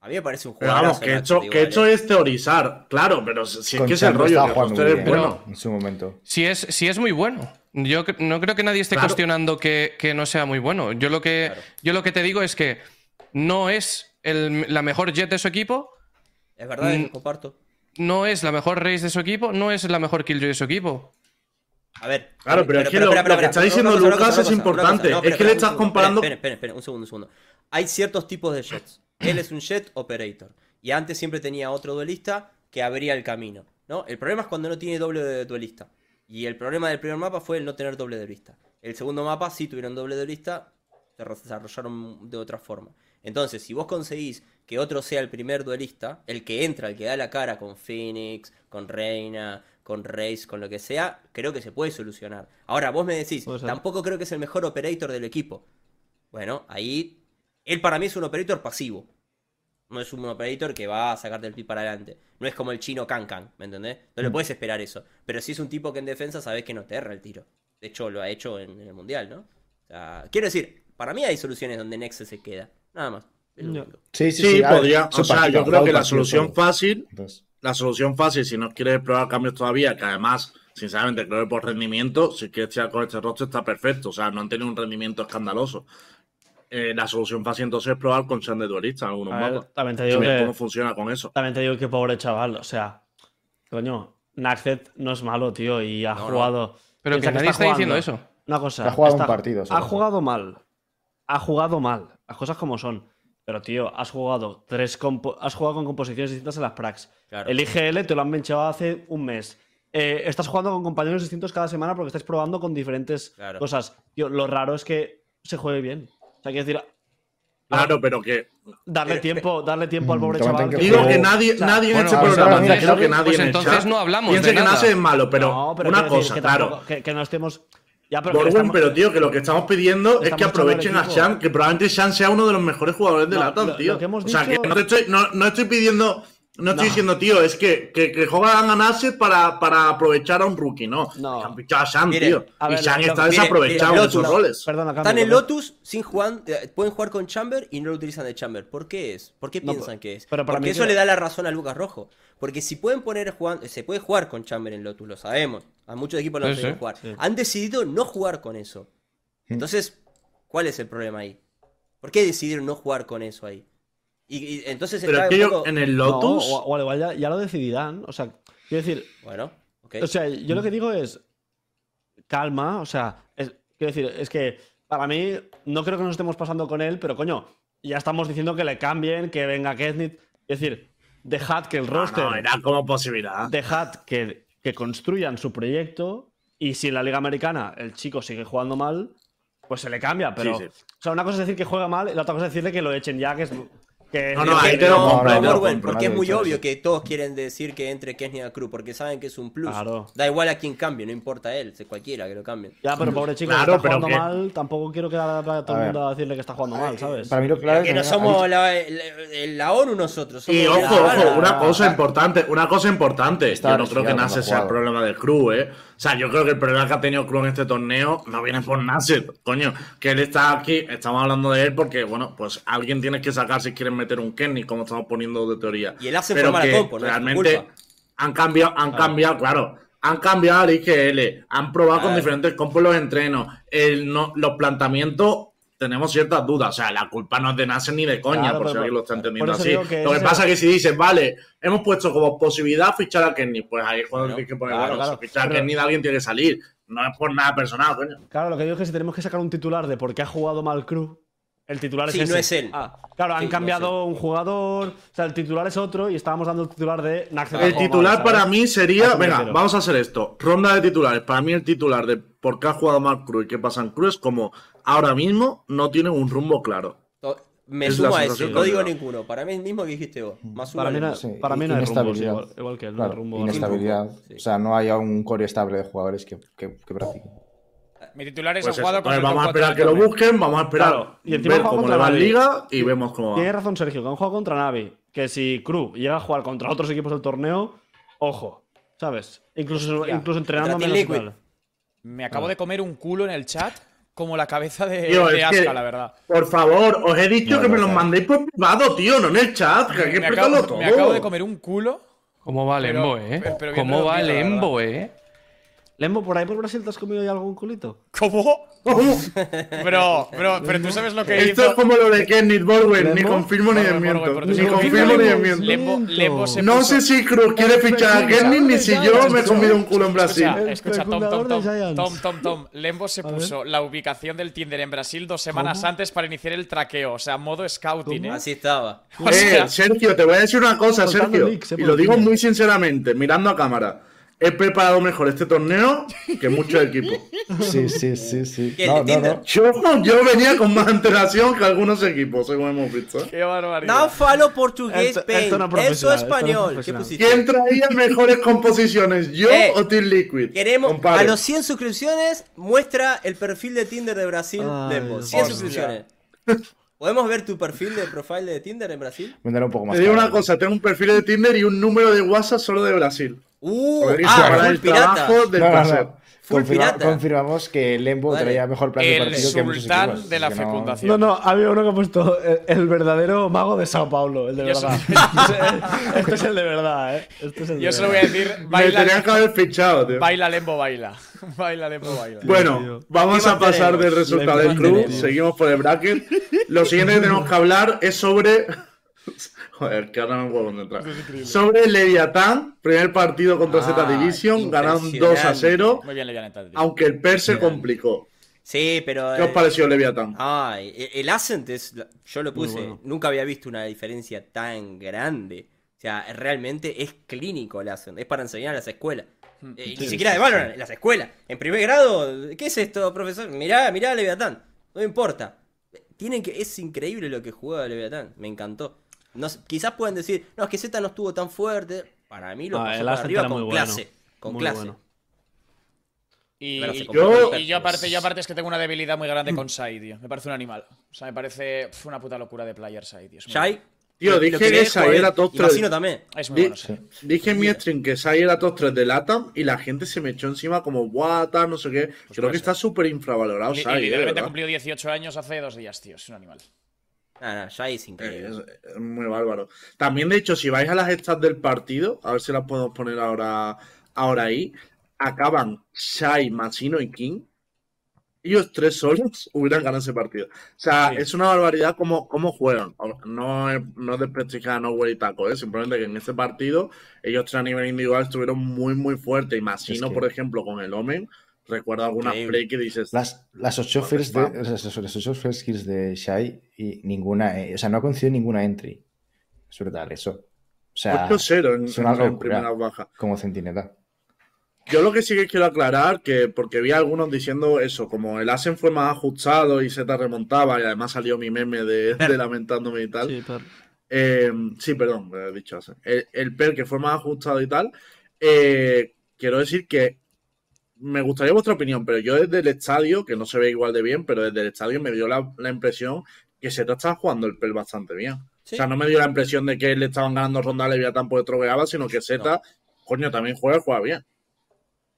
Speaker 6: A mí me parece un
Speaker 1: Pero
Speaker 6: juego.
Speaker 1: vamos, que esto,
Speaker 5: eh.
Speaker 1: que esto es teorizar. Claro, pero si si es
Speaker 2: Con
Speaker 1: que es el
Speaker 2: Chandler
Speaker 1: rollo,
Speaker 2: estaba
Speaker 1: que
Speaker 2: jugando
Speaker 1: Foster
Speaker 2: muy
Speaker 1: es
Speaker 2: bien
Speaker 1: bueno.
Speaker 2: en su momento.
Speaker 3: Si es, si es muy bueno. Yo cre- no creo que nadie esté
Speaker 1: Claro.
Speaker 3: cuestionando que, que no sea muy bueno. Yo lo que,
Speaker 6: Claro.
Speaker 3: yo lo que te digo es que no es el- la mejor Jet de su equipo,
Speaker 6: Es verdad,
Speaker 3: Mm.
Speaker 6: comparto.
Speaker 3: no es la mejor Race de su equipo, no es la mejor Killjoy de su equipo.
Speaker 6: A ver.
Speaker 1: Claro, pero es que lo- lo que está diciendo
Speaker 6: una cosa,
Speaker 1: Lucas
Speaker 6: una cosa,
Speaker 1: es
Speaker 6: una cosa.
Speaker 1: importante. Es
Speaker 6: espera,
Speaker 1: que le
Speaker 6: espera,
Speaker 1: estás
Speaker 6: un segundo.
Speaker 1: comparando-
Speaker 6: Espera, espera, espera, un segundo, un segundo. Hay ciertos tipos de jets. Él es un jet operator. Y antes siempre tenía otro duelista que abría el camino. ¿no? El problema es cuando no tiene doble de duelista. Y el problema del primer mapa fue el no tener doble duelista. El segundo mapa sí tuvieron doble duelista, se re- desarrollaron de otra forma. Entonces, si vos conseguís que otro sea el primer duelista, el que entra, el que da la cara con Phoenix, con Reina, con Reis, con lo que sea, creo que se puede solucionar. Ahora, vos me decís,
Speaker 5: Puede ser.
Speaker 6: tampoco creo que es el mejor operator del equipo. Bueno, ahí él para mí es un operator pasivo. No es un operator que va a sacar del pie para adelante. No es como el chino Cancan, ¿me entendés? No le
Speaker 2: Mm.
Speaker 6: puedes esperar eso. Pero sí es un tipo que en defensa sabes que no te erra el tiro. De hecho, lo ha hecho en, en el Mundial, ¿no? O sea, quiero decir, para mí hay soluciones donde Nexe se queda. Nada más. Es lo
Speaker 5: Ya.
Speaker 6: único.
Speaker 2: Sí,
Speaker 1: Sí,
Speaker 2: a ver,
Speaker 1: podría.
Speaker 2: son
Speaker 1: O sea,
Speaker 2: partidos,
Speaker 1: yo creo que
Speaker 2: juegan
Speaker 1: la
Speaker 2: partidos
Speaker 1: solución
Speaker 2: todos.
Speaker 1: fácil
Speaker 2: Entonces,
Speaker 1: la solución fácil, si no quieres probar cambios todavía, que además, sinceramente, creo que por rendimiento, si quieres tirar con este roster está perfecto. O sea, no han tenido un rendimiento escandaloso. Eh, la solución fácil entonces es probar con Sand de duelista en algunos
Speaker 5: A ver,
Speaker 1: mapas.
Speaker 5: también te
Speaker 1: Y
Speaker 5: digo
Speaker 1: ver
Speaker 5: que.
Speaker 1: cómo funciona con eso.
Speaker 5: También te digo que pobre chaval, o sea, coño, Naxet no es malo, tío, y ha
Speaker 6: No, no.
Speaker 5: jugado.
Speaker 3: Pero que
Speaker 5: Piensa
Speaker 3: nadie está, diciendo
Speaker 5: jugando.
Speaker 3: eso.
Speaker 5: Una cosa.
Speaker 2: Ha jugado
Speaker 5: está-
Speaker 2: un partido,
Speaker 5: Ha
Speaker 2: solo.
Speaker 5: jugado mal. Ha jugado mal. Las cosas como son. Pero, tío, has jugado tres compo- has jugado con composiciones distintas en las pracs.
Speaker 6: Claro.
Speaker 5: El IGL te lo han benchado hace un mes. Eh, estás jugando con compañeros distintos cada semana porque estáis probando con diferentes
Speaker 6: Claro.
Speaker 5: cosas. Tío, lo raro es que se juegue bien. O sea, quiero decir,
Speaker 1: Claro, Ah, pero que.
Speaker 5: darle
Speaker 6: Pero-
Speaker 5: tiempo, darle tiempo al
Speaker 2: Mm,
Speaker 5: pobre
Speaker 2: también
Speaker 5: chaval.
Speaker 2: tengo que-
Speaker 1: Digo
Speaker 2: Pero-
Speaker 1: que nadie,
Speaker 5: o sea,
Speaker 1: nadie en
Speaker 3: bueno,
Speaker 1: este
Speaker 2: pues
Speaker 1: programa,
Speaker 2: entonces-
Speaker 1: creo que nadie
Speaker 3: Pues
Speaker 1: en el
Speaker 3: entonces
Speaker 1: chat
Speaker 3: no hablamos
Speaker 1: piense
Speaker 3: de
Speaker 1: que
Speaker 3: nada.
Speaker 1: nace es malo, pero,
Speaker 5: No, pero
Speaker 1: una
Speaker 5: quiero decir
Speaker 1: cosa,
Speaker 5: que
Speaker 1: claro.
Speaker 5: tampoco- que, que no estemos. Ya, pero que
Speaker 1: Borgun,
Speaker 5: estamos-
Speaker 1: pero tío, que lo que estamos pidiendo es
Speaker 5: estamos
Speaker 1: que aprovechen
Speaker 5: echando
Speaker 1: a
Speaker 5: al equipo.
Speaker 1: Shan, que probablemente Shan sea uno de los mejores jugadores de
Speaker 5: No,
Speaker 1: la
Speaker 5: lo- lo
Speaker 1: ATAN, tío.
Speaker 5: que hemos
Speaker 1: o sea,
Speaker 5: dicho-
Speaker 1: que no te estoy, no, no estoy pidiendo, no estoy
Speaker 5: No.
Speaker 1: diciendo, tío, es que, que, que juegan a Nasser para, para aprovechar a un rookie, no.
Speaker 5: No.
Speaker 1: Que Han fichado a Shan,
Speaker 6: Miren,
Speaker 1: tío.
Speaker 5: a
Speaker 1: Y
Speaker 5: ver,
Speaker 1: Shan
Speaker 5: lo-
Speaker 1: está
Speaker 6: lo- miren,
Speaker 1: desaprovechado
Speaker 6: miren,
Speaker 1: de sus
Speaker 6: lo-
Speaker 1: roles.
Speaker 5: Perdona, cambio,
Speaker 6: Están en
Speaker 5: cambio.
Speaker 6: Lotus sin jugar, eh, pueden jugar con Chamber y no lo utilizan de Chamber. ¿Por qué es? ¿Por qué
Speaker 5: No,
Speaker 6: piensan
Speaker 5: pero-
Speaker 6: que es?
Speaker 5: pero para
Speaker 6: Porque
Speaker 5: mí
Speaker 6: eso
Speaker 5: que-
Speaker 6: le da la razón a Lucas Rojo. Porque si pueden poner jugan- se puede jugar con Chamber en Lotus, lo sabemos. A muchos equipos no
Speaker 3: Sí,
Speaker 6: lo pueden
Speaker 3: sí,
Speaker 6: jugar.
Speaker 5: sí. Hmm.
Speaker 6: Han decidido no jugar con eso. Entonces, ¿cuál es el problema ahí? ¿Por qué decidieron no jugar con eso ahí? Y, y entonces
Speaker 1: Pero
Speaker 6: está
Speaker 1: es
Speaker 6: un
Speaker 1: que yo
Speaker 6: poco-
Speaker 1: en el
Speaker 5: No,
Speaker 1: Lotus.
Speaker 5: o, o al igual ya, ya lo decidirán. O sea, quiero decir,
Speaker 6: Bueno, ok.
Speaker 5: o sea, yo lo que digo es calma. O sea, es- quiero decir, es que para mí no creo que nos estemos pasando con él, pero coño, ya estamos diciendo que le cambien, que venga Kesnit. Es decir, dejad que el
Speaker 1: No,
Speaker 5: roster,
Speaker 1: no, era como posibilidad.
Speaker 5: dejad que, que construyan su proyecto. Y si en la Liga Americana el chico sigue jugando mal, pues se le cambia. Pero,
Speaker 1: Sí, sí.
Speaker 5: o sea, una cosa es decir que juega mal, y la otra cosa es decirle que lo echen ya, que es. Que
Speaker 1: No, no, ahí te
Speaker 6: Pero,
Speaker 1: lo
Speaker 2: No,
Speaker 1: compro,
Speaker 2: no,
Speaker 1: ahí te lo
Speaker 2: Orwell,
Speaker 1: compro.
Speaker 6: porque es
Speaker 2: nadie
Speaker 6: muy
Speaker 2: dice
Speaker 6: obvio
Speaker 2: eso.
Speaker 6: que todos quieren decir que entre Kesney a Cruz, porque saben que es un plus.
Speaker 5: Claro.
Speaker 6: Da igual a quién cambie, no importa él, se- cualquiera que lo cambie.
Speaker 5: Ya, pero pobre chico,
Speaker 1: Claro,
Speaker 5: si está
Speaker 1: pero
Speaker 5: jugando
Speaker 1: que-
Speaker 5: mal, tampoco quiero quedar a todo
Speaker 2: A
Speaker 5: el
Speaker 2: ver.
Speaker 5: mundo a decirle que está jugando mal, ¿sabes?
Speaker 2: Para mí lo claro es
Speaker 6: que no
Speaker 2: también ha
Speaker 6: somos
Speaker 2: dicho-
Speaker 6: la, la- la ONU nosotros. Somos
Speaker 1: Y
Speaker 6: la
Speaker 1: ojo,
Speaker 6: Habana.
Speaker 1: ojo, una cosa importante, una cosa importante.
Speaker 2: Está
Speaker 1: yo no creo que
Speaker 2: resfriado, no
Speaker 1: Nasser
Speaker 2: ha
Speaker 1: sea el
Speaker 2: jugado.
Speaker 1: problema del crew, ¿eh? O sea, yo creo que el problema que ha tenido crew en este torneo no viene por Nasser, coño. Que él está aquí, estamos hablando de él porque, bueno, pues alguien tiene que sacar si quieren meter un Kenny, como estamos poniendo de teoría.
Speaker 6: Y él hace
Speaker 1: Pero
Speaker 6: formar a
Speaker 1: que
Speaker 6: compo, no es su
Speaker 1: realmente
Speaker 6: culpa.
Speaker 1: han cambiado,
Speaker 2: Ah.
Speaker 1: han cambiado, claro. Han cambiado el IGL, han probado con
Speaker 6: Claro.
Speaker 1: diferentes compos los entrenos, el no- los planteamientos. Tenemos ciertas dudas, o sea, la culpa no es de Nasser ni de coña,
Speaker 5: Claro,
Speaker 1: por si
Speaker 5: pero-
Speaker 1: alguien lo está entendiendo
Speaker 5: por eso
Speaker 1: así.
Speaker 5: digo que
Speaker 1: lo que
Speaker 5: ese-
Speaker 1: pasa que si dices, vale, hemos puesto como posibilidad fichar a Kenny, pues ahí es cuando
Speaker 6: Claro,
Speaker 1: tienes que poner,
Speaker 5: claro,
Speaker 1: bueno,
Speaker 5: claro.
Speaker 1: si fichar a
Speaker 5: Pero-
Speaker 1: Kenny de alguien tiene que salir. No es por nada personal, coño.
Speaker 5: Claro, lo que digo es que si tenemos que sacar un titular de por qué ha jugado mal Cruz, el titular
Speaker 6: Sí,
Speaker 5: es ese.
Speaker 6: no es él.
Speaker 5: Ah, claro,
Speaker 6: Sí,
Speaker 5: han
Speaker 6: no
Speaker 5: cambiado un jugador, o sea, el titular es otro y estábamos dando el titular de Naxel ha
Speaker 1: El
Speaker 5: jugado mal,
Speaker 1: titular
Speaker 5: ¿sabes?
Speaker 1: para mí
Speaker 5: A
Speaker 1: sería,
Speaker 5: eso me
Speaker 1: venga,
Speaker 5: refiero.
Speaker 1: vamos a hacer esto, ronda de titulares. Para mí el titular de por qué ha jugado mal Cruz y qué pasa en Cruz es como, ahora mismo no tienen un rumbo claro.
Speaker 6: To- Me
Speaker 1: Es la
Speaker 6: sumo a eso,
Speaker 1: sensación
Speaker 6: no
Speaker 1: que
Speaker 6: digo
Speaker 1: me da.
Speaker 6: ninguno. Para mí es el mismo que dijiste vos. Más
Speaker 5: Para
Speaker 6: uno
Speaker 5: mí,
Speaker 6: al
Speaker 5: no,
Speaker 6: menos.
Speaker 2: Sí,
Speaker 5: para mí no hay rumbo,
Speaker 2: inestabilidad.
Speaker 5: igual, igual que él, no hay
Speaker 2: Claro,
Speaker 5: rumbo.
Speaker 2: inestabilidad.
Speaker 6: Sí.
Speaker 2: O sea, no hay un core estable de jugadores que, que, que practiquen.
Speaker 6: titular.
Speaker 4: Mi titular es
Speaker 1: Pues
Speaker 4: un
Speaker 1: eso,
Speaker 4: jugador con
Speaker 1: entonces
Speaker 4: el
Speaker 1: vamos a
Speaker 4: top cuatro
Speaker 1: esperar que
Speaker 4: del
Speaker 1: lo
Speaker 4: torneo.
Speaker 1: busquen, vamos a esperar
Speaker 5: Claro, y encima
Speaker 1: ver
Speaker 5: juega
Speaker 1: cómo le
Speaker 5: contra
Speaker 1: va en
Speaker 5: Madrid.
Speaker 1: liga y vemos cómo
Speaker 5: Tiene
Speaker 1: va.
Speaker 5: razón Sergio, que han jugado contra Navi. Que si Crew llega a jugar contra otros equipos del torneo, ojo, ¿sabes? Incluso,
Speaker 4: Hostia,
Speaker 5: incluso entrenando
Speaker 6: contra Team
Speaker 5: menos y
Speaker 6: Liquid.
Speaker 5: tal.
Speaker 4: Me acabo de comer un culo en el chat como la cabeza de,
Speaker 1: Tío,
Speaker 4: de
Speaker 1: es
Speaker 4: Aska,
Speaker 1: que-
Speaker 4: la verdad.
Speaker 1: Por favor, os he dicho
Speaker 2: No,
Speaker 1: que
Speaker 2: no,
Speaker 1: me los
Speaker 2: no.
Speaker 1: mandéis por privado, tío, no en el chat, que hay que
Speaker 4: Me acabo,
Speaker 1: explicarlo todo.
Speaker 4: me acabo de comer un culo.
Speaker 3: ¿Cómo va el
Speaker 4: Pero-
Speaker 3: embo, eh?
Speaker 4: pero- pero bien
Speaker 3: ¿Cómo va el
Speaker 4: redondeado, la
Speaker 3: embo, eh?
Speaker 5: Lembo, por ahí por Brasil te has comido ya algún culito.
Speaker 4: ¿Cómo?
Speaker 1: ¿Cómo?
Speaker 4: Bro, bro, pero tú sabes lo que
Speaker 1: Esto
Speaker 4: hizo.
Speaker 1: es como lo de Kenneth Borwen, ni
Speaker 5: Lembo.
Speaker 1: confirmo ni
Speaker 4: Borwen, Borwen,
Speaker 1: desmiento.
Speaker 4: por
Speaker 1: Ni
Speaker 4: Dios.
Speaker 1: confirmo ni
Speaker 5: Lembo,
Speaker 1: desmiento.
Speaker 4: Lembo, Lembo se
Speaker 1: No
Speaker 4: puso-
Speaker 1: sé si Cruz quiere fichar a Kenneth ni si yo me he comido un culo en Brasil. Eh,
Speaker 4: Escucha,
Speaker 5: El
Speaker 4: escucha, Tom, Tom,
Speaker 5: fundador de
Speaker 4: Tom,
Speaker 5: Giants.
Speaker 4: Tom, Tom, Tom. Lembo se
Speaker 5: ver.
Speaker 4: puso la ubicación del Tinder en Brasil dos semanas antes para iniciar el traqueo. O sea, modo scouting, ¿eh?
Speaker 6: Así estaba.
Speaker 4: O sea,
Speaker 1: Eh, Sergio, te voy a decir una cosa,
Speaker 5: Soltando
Speaker 1: Sergio.
Speaker 5: leaks, eh,
Speaker 1: y
Speaker 5: por
Speaker 1: lo digo
Speaker 5: fin.
Speaker 1: muy sinceramente, mirando a cámara. He preparado mejor este torneo que muchos equipos.
Speaker 2: Sí, sí, sí, sí.
Speaker 6: ¿Qué,
Speaker 2: No, no,
Speaker 6: Tinder?
Speaker 2: no.
Speaker 1: Yo, yo venía con más antelación que algunos equipos, según hemos visto.
Speaker 4: qué barbaridad.
Speaker 6: No falo portugués,
Speaker 5: Esto-
Speaker 6: Pain.
Speaker 5: esto no es
Speaker 6: Eso
Speaker 5: profesional,
Speaker 6: es
Speaker 5: esto no es
Speaker 6: español. ¿Qué
Speaker 5: profesional.
Speaker 1: ¿Quién
Speaker 6: pusiste?
Speaker 1: traía mejores composiciones, yo
Speaker 6: Eh,
Speaker 1: o Team Liquid?
Speaker 6: Queremos
Speaker 1: Compare.
Speaker 6: a los 100 suscripciones muestra el perfil de Tinder de Brasil
Speaker 5: Ay,
Speaker 6: Lembo.
Speaker 5: Dios
Speaker 6: 100
Speaker 4: mío.
Speaker 6: suscripciones. ¿Podemos ver tu perfil de profile de Tinder en Brasil?
Speaker 2: Mandaré un poco más.
Speaker 1: Te digo
Speaker 2: tarde.
Speaker 1: una cosa, tengo un perfil de Tinder y un número de WhatsApp solo de Brasil.
Speaker 6: Uh,
Speaker 1: Podréis
Speaker 6: ah,
Speaker 1: separar
Speaker 6: full
Speaker 1: el
Speaker 6: pirata.
Speaker 1: trabajo del
Speaker 2: No, no, no.
Speaker 1: placer.
Speaker 6: Full
Speaker 2: Confirma-
Speaker 6: pirata.
Speaker 2: Confirmamos que Lembo
Speaker 6: Vale.
Speaker 2: traía mejor plan de
Speaker 4: El
Speaker 2: partido que muchos
Speaker 4: sultán
Speaker 2: equipos,
Speaker 4: de
Speaker 2: así
Speaker 4: la
Speaker 2: que no-
Speaker 4: fecundación.
Speaker 5: No, no, había uno que ha puesto el, el verdadero mago de Sao Paulo, el de
Speaker 4: Yo
Speaker 5: verdad. este es el de verdad, ¿eh? Este es el de
Speaker 4: Yo se lo voy a
Speaker 5: verdad.
Speaker 4: decir.
Speaker 1: Me tenían que
Speaker 4: Baila,
Speaker 1: haber fichado, tío.
Speaker 4: baila Lembo, baila. Baila Lembo, baila.
Speaker 1: Bueno, vamos
Speaker 6: ¿Qué
Speaker 1: a
Speaker 6: más
Speaker 1: pasar
Speaker 6: tenemos?
Speaker 1: del resultado
Speaker 5: ¿Qué
Speaker 1: del
Speaker 5: más
Speaker 1: club.
Speaker 5: tenemos?
Speaker 1: Seguimos por el bracket. Lo siguiente que tenemos que hablar es sobre. Joder, que ahora no puedo concentrar. Sobre Leviatán, primer partido contra
Speaker 6: Ah,
Speaker 1: Z Division, ganaron 2 a
Speaker 6: impresionante.
Speaker 1: 0,
Speaker 4: Muy bien, Levian, entonces.
Speaker 1: aunque el PER se complicó.
Speaker 6: Sí, pero.
Speaker 1: ¿Qué os
Speaker 6: eh,
Speaker 1: pareció Leviatán?
Speaker 6: Ay, e- el Ascent es. la- Yo lo puse. Nunca había visto una diferencia tan grande. O sea, realmente es clínico el Ascent. Es para enseñar a las escuelas.
Speaker 5: Hmm,
Speaker 6: Eh, y ni siquiera de Valorant, en las escuelas. En primer grado, ¿qué es esto, profesor? Mirá, mirá a Leviatán. No me importa. Tienen que, es increíble lo que jugaba Leviatán. Me encantó. No sé, quizás pueden decir, no, es que Z no estuvo tan fuerte. Para mí lo
Speaker 5: Ah,
Speaker 6: pasó
Speaker 5: el
Speaker 6: para
Speaker 5: Ascent
Speaker 6: arriba
Speaker 5: era
Speaker 6: con
Speaker 5: muy bueno.
Speaker 6: clase. Con
Speaker 5: Muy
Speaker 6: clase.
Speaker 5: bueno.
Speaker 4: Y,
Speaker 6: Claro, se
Speaker 4: y-
Speaker 6: complementan.
Speaker 4: y yo aparte, yo aparte es que tengo una debilidad muy grande con Sai, tío. Me parece un animal. O sea, me parece pf, una puta locura de player Sai, tío. Es muy
Speaker 6: Shai.
Speaker 1: Tío,
Speaker 6: lo- eh, lo
Speaker 1: dije que
Speaker 6: querés,
Speaker 1: Shai
Speaker 6: joder.
Speaker 1: era top
Speaker 6: Y Massino
Speaker 1: tres.
Speaker 6: también.
Speaker 4: bueno. Es muy
Speaker 1: Di-
Speaker 4: bueno, Sai.
Speaker 1: Dije en mi stream que Sai era top 3 de LATAM y la gente se me echó encima como guata, no sé qué. Creo
Speaker 4: Pues puede
Speaker 1: que está súper infravalorado
Speaker 4: Li- y
Speaker 1: Sai. eh,
Speaker 4: literalmente ha
Speaker 1: ¿verdad?
Speaker 4: cumplido 18 años hace dos días, tío. Es un animal.
Speaker 6: Ah, no, Shai es
Speaker 1: Eh,
Speaker 6: increíble.
Speaker 1: Es, es muy bárbaro. También, de hecho, si vais a las stats del partido, a ver si las podemos poner ahora, ahora ahí, acaban Shai, Masino y King. Ellos tres solos hubieran ganado ese partido. O sea,
Speaker 4: Sí.
Speaker 1: es una barbaridad cómo, cómo juegan. Ahora, No es no es desprestigiar a Nowhere y Taco, ¿eh? simplemente que en este partido ellos tres a nivel individual estuvieron muy, muy fuertes. Y Masino,
Speaker 2: que-
Speaker 1: por ejemplo, con el Omen, recuerda algunas
Speaker 6: Increíble.
Speaker 1: play que dices.
Speaker 2: Las, las ocho first de, o sea, las ocho- las ocho first kills de Shai y ninguna, eh, o sea, no ha coincidido ninguna entry. Es brutal eso. O
Speaker 1: Pues
Speaker 2: sea,
Speaker 1: 8-0 en,
Speaker 2: es una
Speaker 1: en, en
Speaker 2: locura.
Speaker 1: primeras bajas.
Speaker 2: como centinela.
Speaker 1: Yo lo que sí que quiero aclarar, que porque vi a algunos diciendo eso, como el Asen fue más ajustado y se te remontaba, y además salió mi meme de, de lamentándome y tal.
Speaker 5: Sí, pero-
Speaker 1: Eh, sí, perdón, he dicho Asen. El, el PER que fue más ajustado y tal. eh, quiero decir que me gustaría vuestra opinión, pero yo desde el estadio, que no se ve igual de bien, pero desde el estadio me dio la, la impresión que se te estaba jugando el PER bastante bien.
Speaker 6: Sí.
Speaker 1: O sea, no me dio la impresión de que le estaban ganando ronda a Leviatán porque troveaba, sino que Zeta, coño, también juega, juega bien.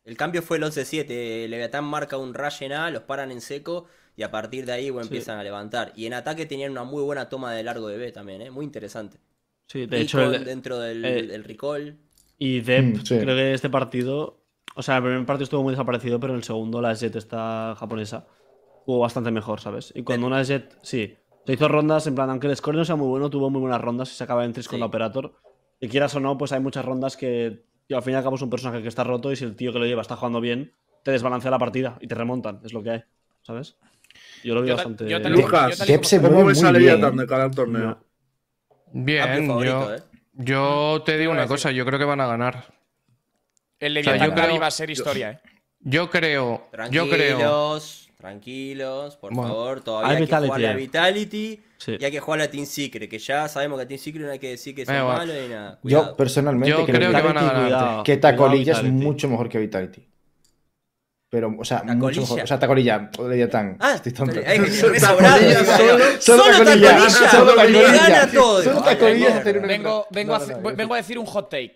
Speaker 6: El cambio fue el 11-7. Leviatán marca un rush en A, los paran en seco y a partir de ahí bueno,
Speaker 5: Sí.
Speaker 6: empiezan a levantar. Y en ataque tenían una muy buena toma de largo de B también, ¿eh? muy interesante.
Speaker 5: sí, de hecho,
Speaker 6: Beacon
Speaker 5: el,
Speaker 6: dentro del,
Speaker 5: eh,
Speaker 6: del recall.
Speaker 5: Y Depp,
Speaker 2: Mm, sí.
Speaker 5: creo que este partido. O sea, el primer partido estuvo muy desaparecido, pero en el segundo la Jet esta japonesa jugó bastante mejor, ¿sabes? Y cuando una Jet, sí, se hizo rondas, en plan, aunque el score no sea muy bueno, tuvo muy buenas rondas y se acaba en tris con
Speaker 6: Sí.
Speaker 5: la Operator. Y quieras o no, pues hay muchas rondas que tío, al fin y al cabo es un personaje que está roto y si el tío que lo lleva está jugando bien, te desbalancea la partida y te remontan, es lo que hay, ¿sabes? Yo lo vi
Speaker 4: Yo ta-
Speaker 5: bastante.
Speaker 4: yo tal y
Speaker 5: bien.
Speaker 4: como-
Speaker 1: Lucas,
Speaker 4: yo tal y
Speaker 2: Depp
Speaker 4: como-
Speaker 2: se
Speaker 1: ¿Cómo
Speaker 2: mueve
Speaker 1: ves
Speaker 2: muy
Speaker 1: a
Speaker 2: bien.
Speaker 1: Leviatán de cara al torneo?
Speaker 5: No.
Speaker 3: Bien,
Speaker 6: Amplio favorito,
Speaker 3: yo,
Speaker 6: ¿eh?
Speaker 3: yo te digo
Speaker 4: Iba a
Speaker 3: una
Speaker 4: decir-
Speaker 3: cosa, yo creo que van a ganar.
Speaker 4: El
Speaker 3: sea,
Speaker 4: Leviatán
Speaker 3: yo
Speaker 4: cada
Speaker 3: creo-
Speaker 4: iba a ser historia, ¿eh?
Speaker 3: Yo creo, yo
Speaker 6: Tranquilos,
Speaker 3: creo.
Speaker 6: tranquilos, por
Speaker 3: Bueno.
Speaker 6: favor. Todavía
Speaker 5: Hay
Speaker 6: hay, que
Speaker 5: Vitality,
Speaker 6: jugar a
Speaker 5: eh.
Speaker 6: Vitality
Speaker 5: Sí.
Speaker 6: y hay que jugar a Team Secret, que ya sabemos que a Team Secret no hay que decir que son
Speaker 3: va.
Speaker 6: malos y nada.
Speaker 2: Yo
Speaker 6: Cuidado.
Speaker 2: personalmente
Speaker 3: Yo creo que van a
Speaker 2: Vitality-
Speaker 3: ganar.
Speaker 5: Cuidado,
Speaker 2: que
Speaker 5: cuidado,
Speaker 2: Tacolilla es
Speaker 5: Vitality.
Speaker 2: mucho mejor que Vitality. Pero, o sea,
Speaker 6: Tacolilla.
Speaker 2: mucho mejor. O sea, tacolilla, o Leviatán.
Speaker 6: Ah,
Speaker 2: Estoy tonto.
Speaker 4: eh,
Speaker 6: hay que ser
Speaker 1: Solo
Speaker 6: sobrado,
Speaker 1: tacolilla,
Speaker 6: digo
Speaker 1: solo-
Speaker 6: yo.
Speaker 1: solo
Speaker 6: Solo
Speaker 1: tacolilla,
Speaker 6: tacolilla,
Speaker 2: solo
Speaker 6: le
Speaker 2: tacolilla.
Speaker 6: gana todo.
Speaker 2: Solo
Speaker 6: Vale,
Speaker 2: tacolilla
Speaker 6: bueno.
Speaker 2: es hacer una-
Speaker 4: Vengo, vengo,
Speaker 2: No,
Speaker 4: a,
Speaker 2: no, no,
Speaker 4: hacer-
Speaker 2: no,
Speaker 4: vengo a decir un hot take.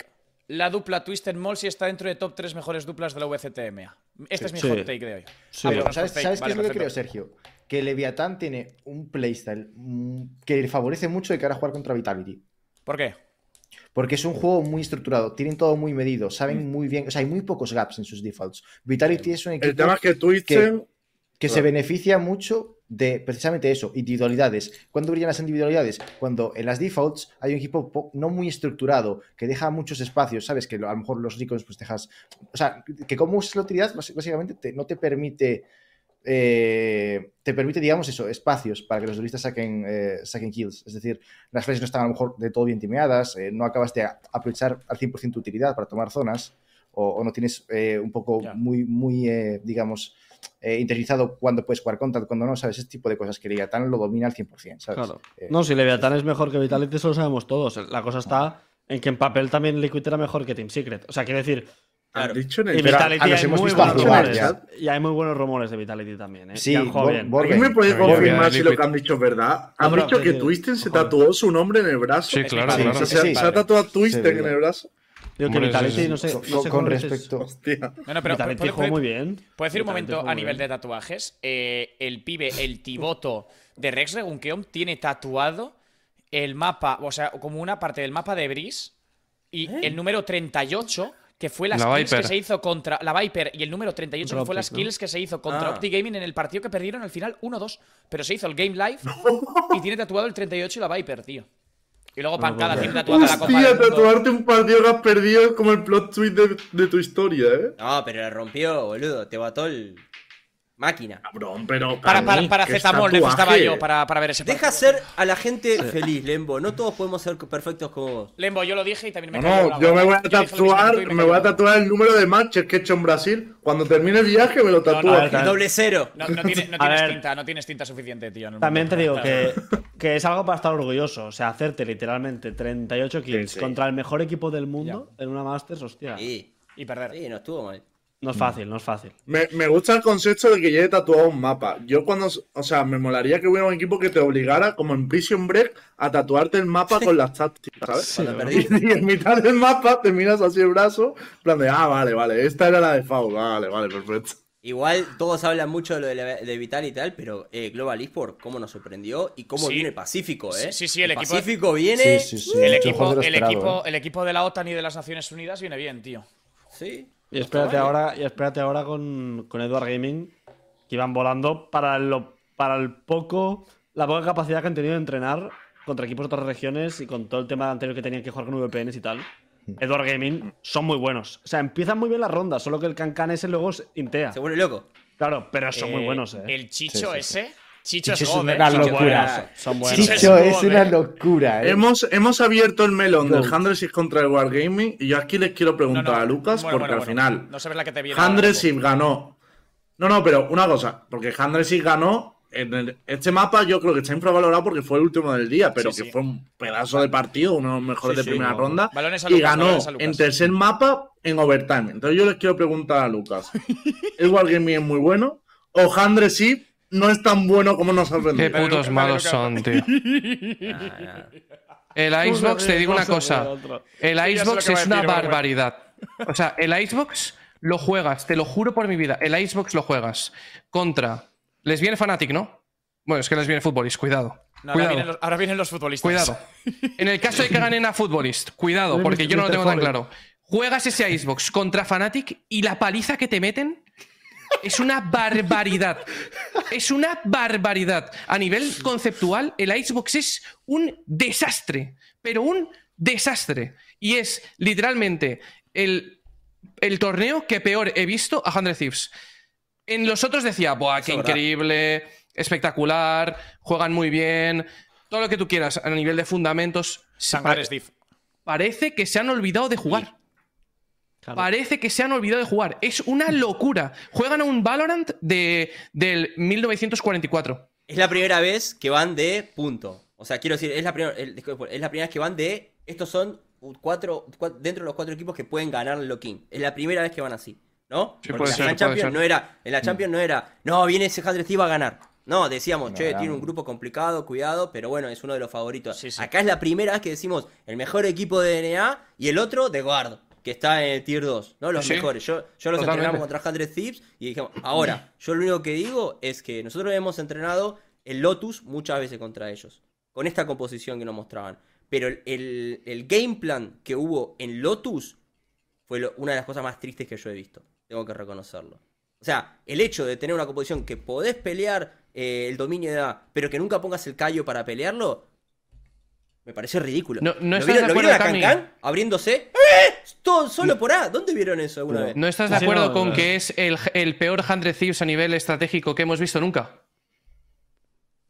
Speaker 4: La dupla Twister Molsi está dentro de top 3 mejores duplas de la VCTMA. Este es mi
Speaker 5: Sí.
Speaker 4: hot take de hoy.
Speaker 5: Sí.
Speaker 4: Ah,
Speaker 2: Pero,
Speaker 4: bueno,
Speaker 2: ¿sabes,
Speaker 4: hot take,
Speaker 2: sabes qué
Speaker 4: vale,
Speaker 2: es lo que creo,
Speaker 4: perfecto.
Speaker 2: Sergio? Que Leviatán tiene un playstyle mm, que le favorece mucho de cara a jugar contra Vitality.
Speaker 4: ¿Por qué?
Speaker 2: Porque es un juego muy estructurado, tienen todo muy medido,
Speaker 4: Mm.
Speaker 2: saben muy bien, o sea, hay muy pocos gaps en sus defaults. Vitality es un equipo
Speaker 1: El tema es que Twitch.
Speaker 2: que se beneficia mucho de precisamente eso, individualidades. ¿Cuándo brillan las individualidades? Cuando en las defaults hay un equipo po- no muy estructurado, que deja muchos espacios, ¿sabes? Que lo- a lo mejor los ricos pues dejas... O sea, que como usas la utilidad, bas- básicamente te- no te permite... eh, te permite, digamos, eso, espacios para que los duristas saquen, eh, saquen kills. Es decir, las flechas no están a lo mejor de todo bien timeadas, eh, no acabas de a- aprovechar al 100% tu utilidad para tomar zonas, o, o no tienes eh, un poco
Speaker 4: Ya.
Speaker 2: muy, muy eh, digamos, eh, interiorizado cuando puedes jugar contra, cuando no, ¿sabes? Ese tipo de cosas que Leviatán lo domina al 100%, ¿sabes?
Speaker 5: Claro.
Speaker 2: Eh,
Speaker 5: No, si Leviatán es mejor que Vitality, eso lo sabemos todos. La cosa está en que en papel también Liquid era mejor que Team Secret. O sea, quiero decir,
Speaker 1: Han
Speaker 6: Claro.
Speaker 1: dicho en
Speaker 5: y
Speaker 1: el
Speaker 2: Pero
Speaker 1: chat.
Speaker 5: Vitality
Speaker 2: ah, nos
Speaker 5: hay
Speaker 2: hemos
Speaker 5: muy
Speaker 2: visto
Speaker 5: buenos
Speaker 1: jugar
Speaker 5: rumores.
Speaker 1: ya.
Speaker 5: Y hay muy buenos rumores de Vitality también, ¿eh?
Speaker 2: Sí,
Speaker 5: Y han jugado
Speaker 2: Bor-
Speaker 5: bien.
Speaker 2: Bor-
Speaker 1: ¿Alguien me puede
Speaker 3: Pero bien,
Speaker 1: confirmar
Speaker 3: bien,
Speaker 1: si lo que
Speaker 3: Liquid.
Speaker 1: han dicho es verdad? Han
Speaker 5: Hombre,
Speaker 1: dicho que
Speaker 5: sí,
Speaker 1: Twisten se
Speaker 5: ojalá.
Speaker 1: tatuó su nombre en el brazo.
Speaker 3: Sí, claro,
Speaker 1: O sea,
Speaker 3: claro.
Speaker 1: Se,
Speaker 2: Sí,
Speaker 1: se ha tatuado Twisten
Speaker 2: Sí,
Speaker 1: en el brazo.
Speaker 5: Digo que
Speaker 3: Hombre, sí,
Speaker 5: Vitality,
Speaker 3: sí,
Speaker 5: no sé.
Speaker 2: con,
Speaker 5: no sé
Speaker 2: con
Speaker 5: cómo dices.
Speaker 2: respecto...
Speaker 1: Hostia.
Speaker 4: Bueno, pero
Speaker 5: Vitality
Speaker 4: ¿puedo-
Speaker 5: jugó
Speaker 4: puedo-
Speaker 5: muy bien.
Speaker 4: ¿Puedo decir un
Speaker 5: Vitality
Speaker 4: momento
Speaker 5: jugó
Speaker 4: a
Speaker 5: muy
Speaker 4: nivel
Speaker 5: bien.
Speaker 4: de tatuajes? Eh, el pibe, el Tiboto de Rex Regunkeom tiene tatuado el mapa, o sea, como una parte del mapa de Breeze y
Speaker 6: ¿Eh?
Speaker 4: el número 38, que fue las
Speaker 3: La
Speaker 5: Viper.
Speaker 4: kills que se hizo contra la Viper, y el número 38, que
Speaker 5: Contra
Speaker 4: fue las
Speaker 5: Optic, ¿no?
Speaker 4: kills que se hizo contra
Speaker 6: Ah.
Speaker 4: Opti Gaming en el partido que perdieron al final 1-2. Pero se hizo el Game Live y tiene tatuado el 38 y la Viper, tío. Y luego Pancada tiene tatuada la Copa
Speaker 1: Hostia,
Speaker 4: del Mundo.
Speaker 1: tatuarte un partido que has perdido es como el plot twist de, de tu historia, ¿eh?
Speaker 6: No, pero la rompió, boludo. Te bató el. Máquina.
Speaker 1: Cabrón, pero.
Speaker 4: Para, para,
Speaker 1: mí,
Speaker 4: para
Speaker 1: que
Speaker 4: Zetamol
Speaker 1: es tatuaje.
Speaker 4: necesitaba yo para, para ver ese
Speaker 6: Deja
Speaker 4: partido.
Speaker 6: ser a la gente feliz, Lembo. No todos podemos ser perfectos como vos.
Speaker 4: Lembo, yo lo dije y también me
Speaker 1: No,
Speaker 4: cayó la
Speaker 1: no, yo
Speaker 4: boca.
Speaker 1: me voy a
Speaker 4: dije lo mismo que tú y
Speaker 1: tatuar, me
Speaker 4: cayó
Speaker 1: voy
Speaker 4: la
Speaker 1: a
Speaker 4: boca.
Speaker 1: tatuar el número de matches que he hecho en Brasil. Cuando termine el viaje me lo tatúo.
Speaker 5: no,
Speaker 1: aquí.
Speaker 5: Claro.
Speaker 6: Doble cero.
Speaker 4: No, no tiene- no
Speaker 5: A
Speaker 4: tienes
Speaker 5: ver.
Speaker 4: tinta, no tienes tinta suficiente, tío. en el
Speaker 5: También
Speaker 4: mundo.
Speaker 5: te digo que, que es algo para estar orgulloso. O sea, hacerte literalmente 38 kills
Speaker 1: Sí, sí.
Speaker 5: contra el mejor equipo del mundo en una Masters, hostia.
Speaker 6: Sí,
Speaker 4: Y perder.
Speaker 6: sí, no estuvo mal.
Speaker 5: No es fácil, no es fácil.
Speaker 1: Me, me gusta el concepto de que lleve tatuado un mapa. Yo cuando, o sea, me molaría que hubiera un equipo que te obligara, como en Prison Break, a tatuarte el mapa con las tácticas, ¿sabes?
Speaker 6: Cuando
Speaker 1: Y,
Speaker 6: perdiste.
Speaker 1: y en mitad del mapa te miras así el brazo, en plan de, ah, vale, vale, esta era la de Faul, vale, vale, perfecto.
Speaker 6: Igual todos hablan mucho de lo de, la- de Vital y tal, pero eh, Global Esports, cómo nos sorprendió y cómo
Speaker 4: Sí.
Speaker 6: viene el Pacífico,
Speaker 4: Sí,
Speaker 6: ¿eh?
Speaker 4: sí, sí, el equipo-
Speaker 6: Pacífico viene.
Speaker 2: Sí, sí, sí.
Speaker 4: El
Speaker 2: Mejor
Speaker 4: equipo,
Speaker 2: de lo
Speaker 4: el,
Speaker 2: esperado,
Speaker 4: equipo,
Speaker 2: ¿eh?
Speaker 4: el equipo de la OTAN y de las Naciones Unidas viene bien, tío.
Speaker 6: Sí.
Speaker 5: Y espérate ahora, y espérate ahora con, con Edward Gaming, que iban volando para lo, para el poco, la poca capacidad que han tenido de entrenar contra equipos de otras regiones y con todo el tema anterior que tenían que jugar con VPNs y tal.
Speaker 4: Hmm.
Speaker 5: Edward
Speaker 6: Hmm.
Speaker 5: Gaming son muy buenos. O sea, empiezan muy bien las rondas, solo que el cancan ese luego se intea.
Speaker 6: Se vuelve loco.
Speaker 5: Claro, pero son muy
Speaker 4: Eh,
Speaker 5: buenos, eh.
Speaker 4: El Chicho
Speaker 2: Sí,
Speaker 4: ese. Chicho,
Speaker 5: Chicho
Speaker 4: es
Speaker 5: es
Speaker 4: God,
Speaker 5: una
Speaker 4: eh.
Speaker 5: gran
Speaker 4: Chicho es
Speaker 5: locura.
Speaker 4: God.
Speaker 5: Son
Speaker 4: Chicho
Speaker 5: buenos.
Speaker 4: es
Speaker 2: Dicho,
Speaker 4: God,
Speaker 2: es
Speaker 4: eh.
Speaker 2: una locura, ¿eh?
Speaker 1: Hemos, hemos abierto el melón del
Speaker 2: Go.
Speaker 1: 106 contra el Wargaming y yo aquí les quiero
Speaker 4: No,
Speaker 1: preguntar
Speaker 4: no.
Speaker 1: a Lucas
Speaker 4: Bueno,
Speaker 1: porque
Speaker 4: bueno,
Speaker 1: al
Speaker 4: bueno.
Speaker 1: final
Speaker 4: No sabes la que te viene. ahora, Lembo.
Speaker 1: 106 ganó. No, no, pero una cosa, porque 106 ganó en el- este mapa yo creo que está infravalorado porque fue el último del día, pero
Speaker 4: Sí,
Speaker 1: que
Speaker 4: sí.
Speaker 1: fue un pedazo de partido, uno de los mejores de
Speaker 6: Sí, sí,
Speaker 1: primera
Speaker 6: no.
Speaker 1: ronda
Speaker 4: Balones a
Speaker 1: y
Speaker 4: Lucas,
Speaker 1: ganó
Speaker 4: balones a Lucas.
Speaker 1: en tercer mapa en overtime. Entonces yo les quiero preguntar a Lucas, ¿el Wargaming es muy bueno o 106 no es tan bueno como nos ha
Speaker 3: Qué
Speaker 1: vendido?
Speaker 3: putos
Speaker 4: Lucas,
Speaker 3: malos
Speaker 4: Lucas.
Speaker 3: son, tío.
Speaker 6: Ah, nah.
Speaker 3: El Icebox, te digo una cosa. El
Speaker 4: Sí, ya sé lo
Speaker 3: Icebox
Speaker 4: que va a
Speaker 3: es una
Speaker 4: decir, bueno, bueno.
Speaker 3: barbaridad. O sea, el Icebox lo juegas, te lo juro por mi vida. El Icebox lo juegas contra. Les viene Fnatic, ¿no? Bueno, es que les viene Futbolist, cuidado.
Speaker 4: No, ahora, vienen
Speaker 3: Cuidado.
Speaker 4: los, ahora vienen los futbolistas.
Speaker 3: Cuidado. En el caso de que ganen a Futbolist, cuidado, porque yo no lo tengo tan claro. Juegas ese Icebox contra Fnatic y la paliza que te meten es una barbaridad. Es una barbaridad. A nivel conceptual, el Icebox es un desastre, pero un desastre. Y es literalmente el, el torneo que peor he visto a 100 Thieves. En los otros decía, ¡buah, qué
Speaker 6: Eso, ¿verdad?
Speaker 3: increíble! Espectacular, juegan muy bien, todo lo que tú quieras a nivel de fundamentos.
Speaker 4: Sangrar Steve.
Speaker 3: Parece que se han olvidado de jugar. Parece que se han olvidado de jugar. Es una locura. Juegan a un Valorant de, del 1944.
Speaker 6: Es la primera vez que van de punto. O sea, quiero decir, es la, primera- el- disculpe, es la primera vez que van de. Estos son cuatro, cua- dentro de los cuatro equipos que pueden ganar el Lock-in. Es la primera vez que van así. ¿no?
Speaker 3: Sí,
Speaker 6: Porque
Speaker 3: puede
Speaker 6: en
Speaker 3: ser,
Speaker 6: la
Speaker 3: puede
Speaker 6: Champions
Speaker 3: ser.
Speaker 6: no era, en la Champions no era, no, viene ese Hadrez y va a ganar. No, decíamos, che,
Speaker 2: era
Speaker 6: tiene un
Speaker 2: un-
Speaker 6: grupo complicado, cuidado, pero bueno, es uno de los favoritos.
Speaker 4: Sí, sí.
Speaker 6: Acá es la primera vez que decimos el mejor equipo de DNA y el otro de Guard, que está en el Tier 2, ¿no? Los
Speaker 3: Sí.
Speaker 6: mejores. Yo, yo los
Speaker 3: Totalmente.
Speaker 6: entrenamos contra Hadrez Thieves y dijimos, ahora, yo lo único que digo es que nosotros hemos entrenado el Lotus muchas veces contra ellos, con esta composición que nos mostraban. Pero el, el- el game plan que hubo en Lotus fue lo- una de las cosas más tristes que yo he visto. Tengo que reconocerlo. O sea, el hecho de tener una composición que podés pelear eh, el dominio de A, pero que nunca pongas el callo para pelearlo, me parece ridículo.
Speaker 3: No- no
Speaker 6: ¿Lo
Speaker 3: estás
Speaker 6: vieron,
Speaker 3: de
Speaker 6: lo
Speaker 3: acuerdo,
Speaker 6: vieron a
Speaker 3: Cami.
Speaker 6: Cancán abriéndose? ¡Eh! Todo solo por A. ¿Dónde vieron eso alguna vez?
Speaker 3: ¿No estás de
Speaker 5: Sí,
Speaker 3: acuerdo
Speaker 5: no,
Speaker 3: con
Speaker 5: no.
Speaker 3: que es el, el peor Hundred Thieves a nivel estratégico que hemos visto nunca?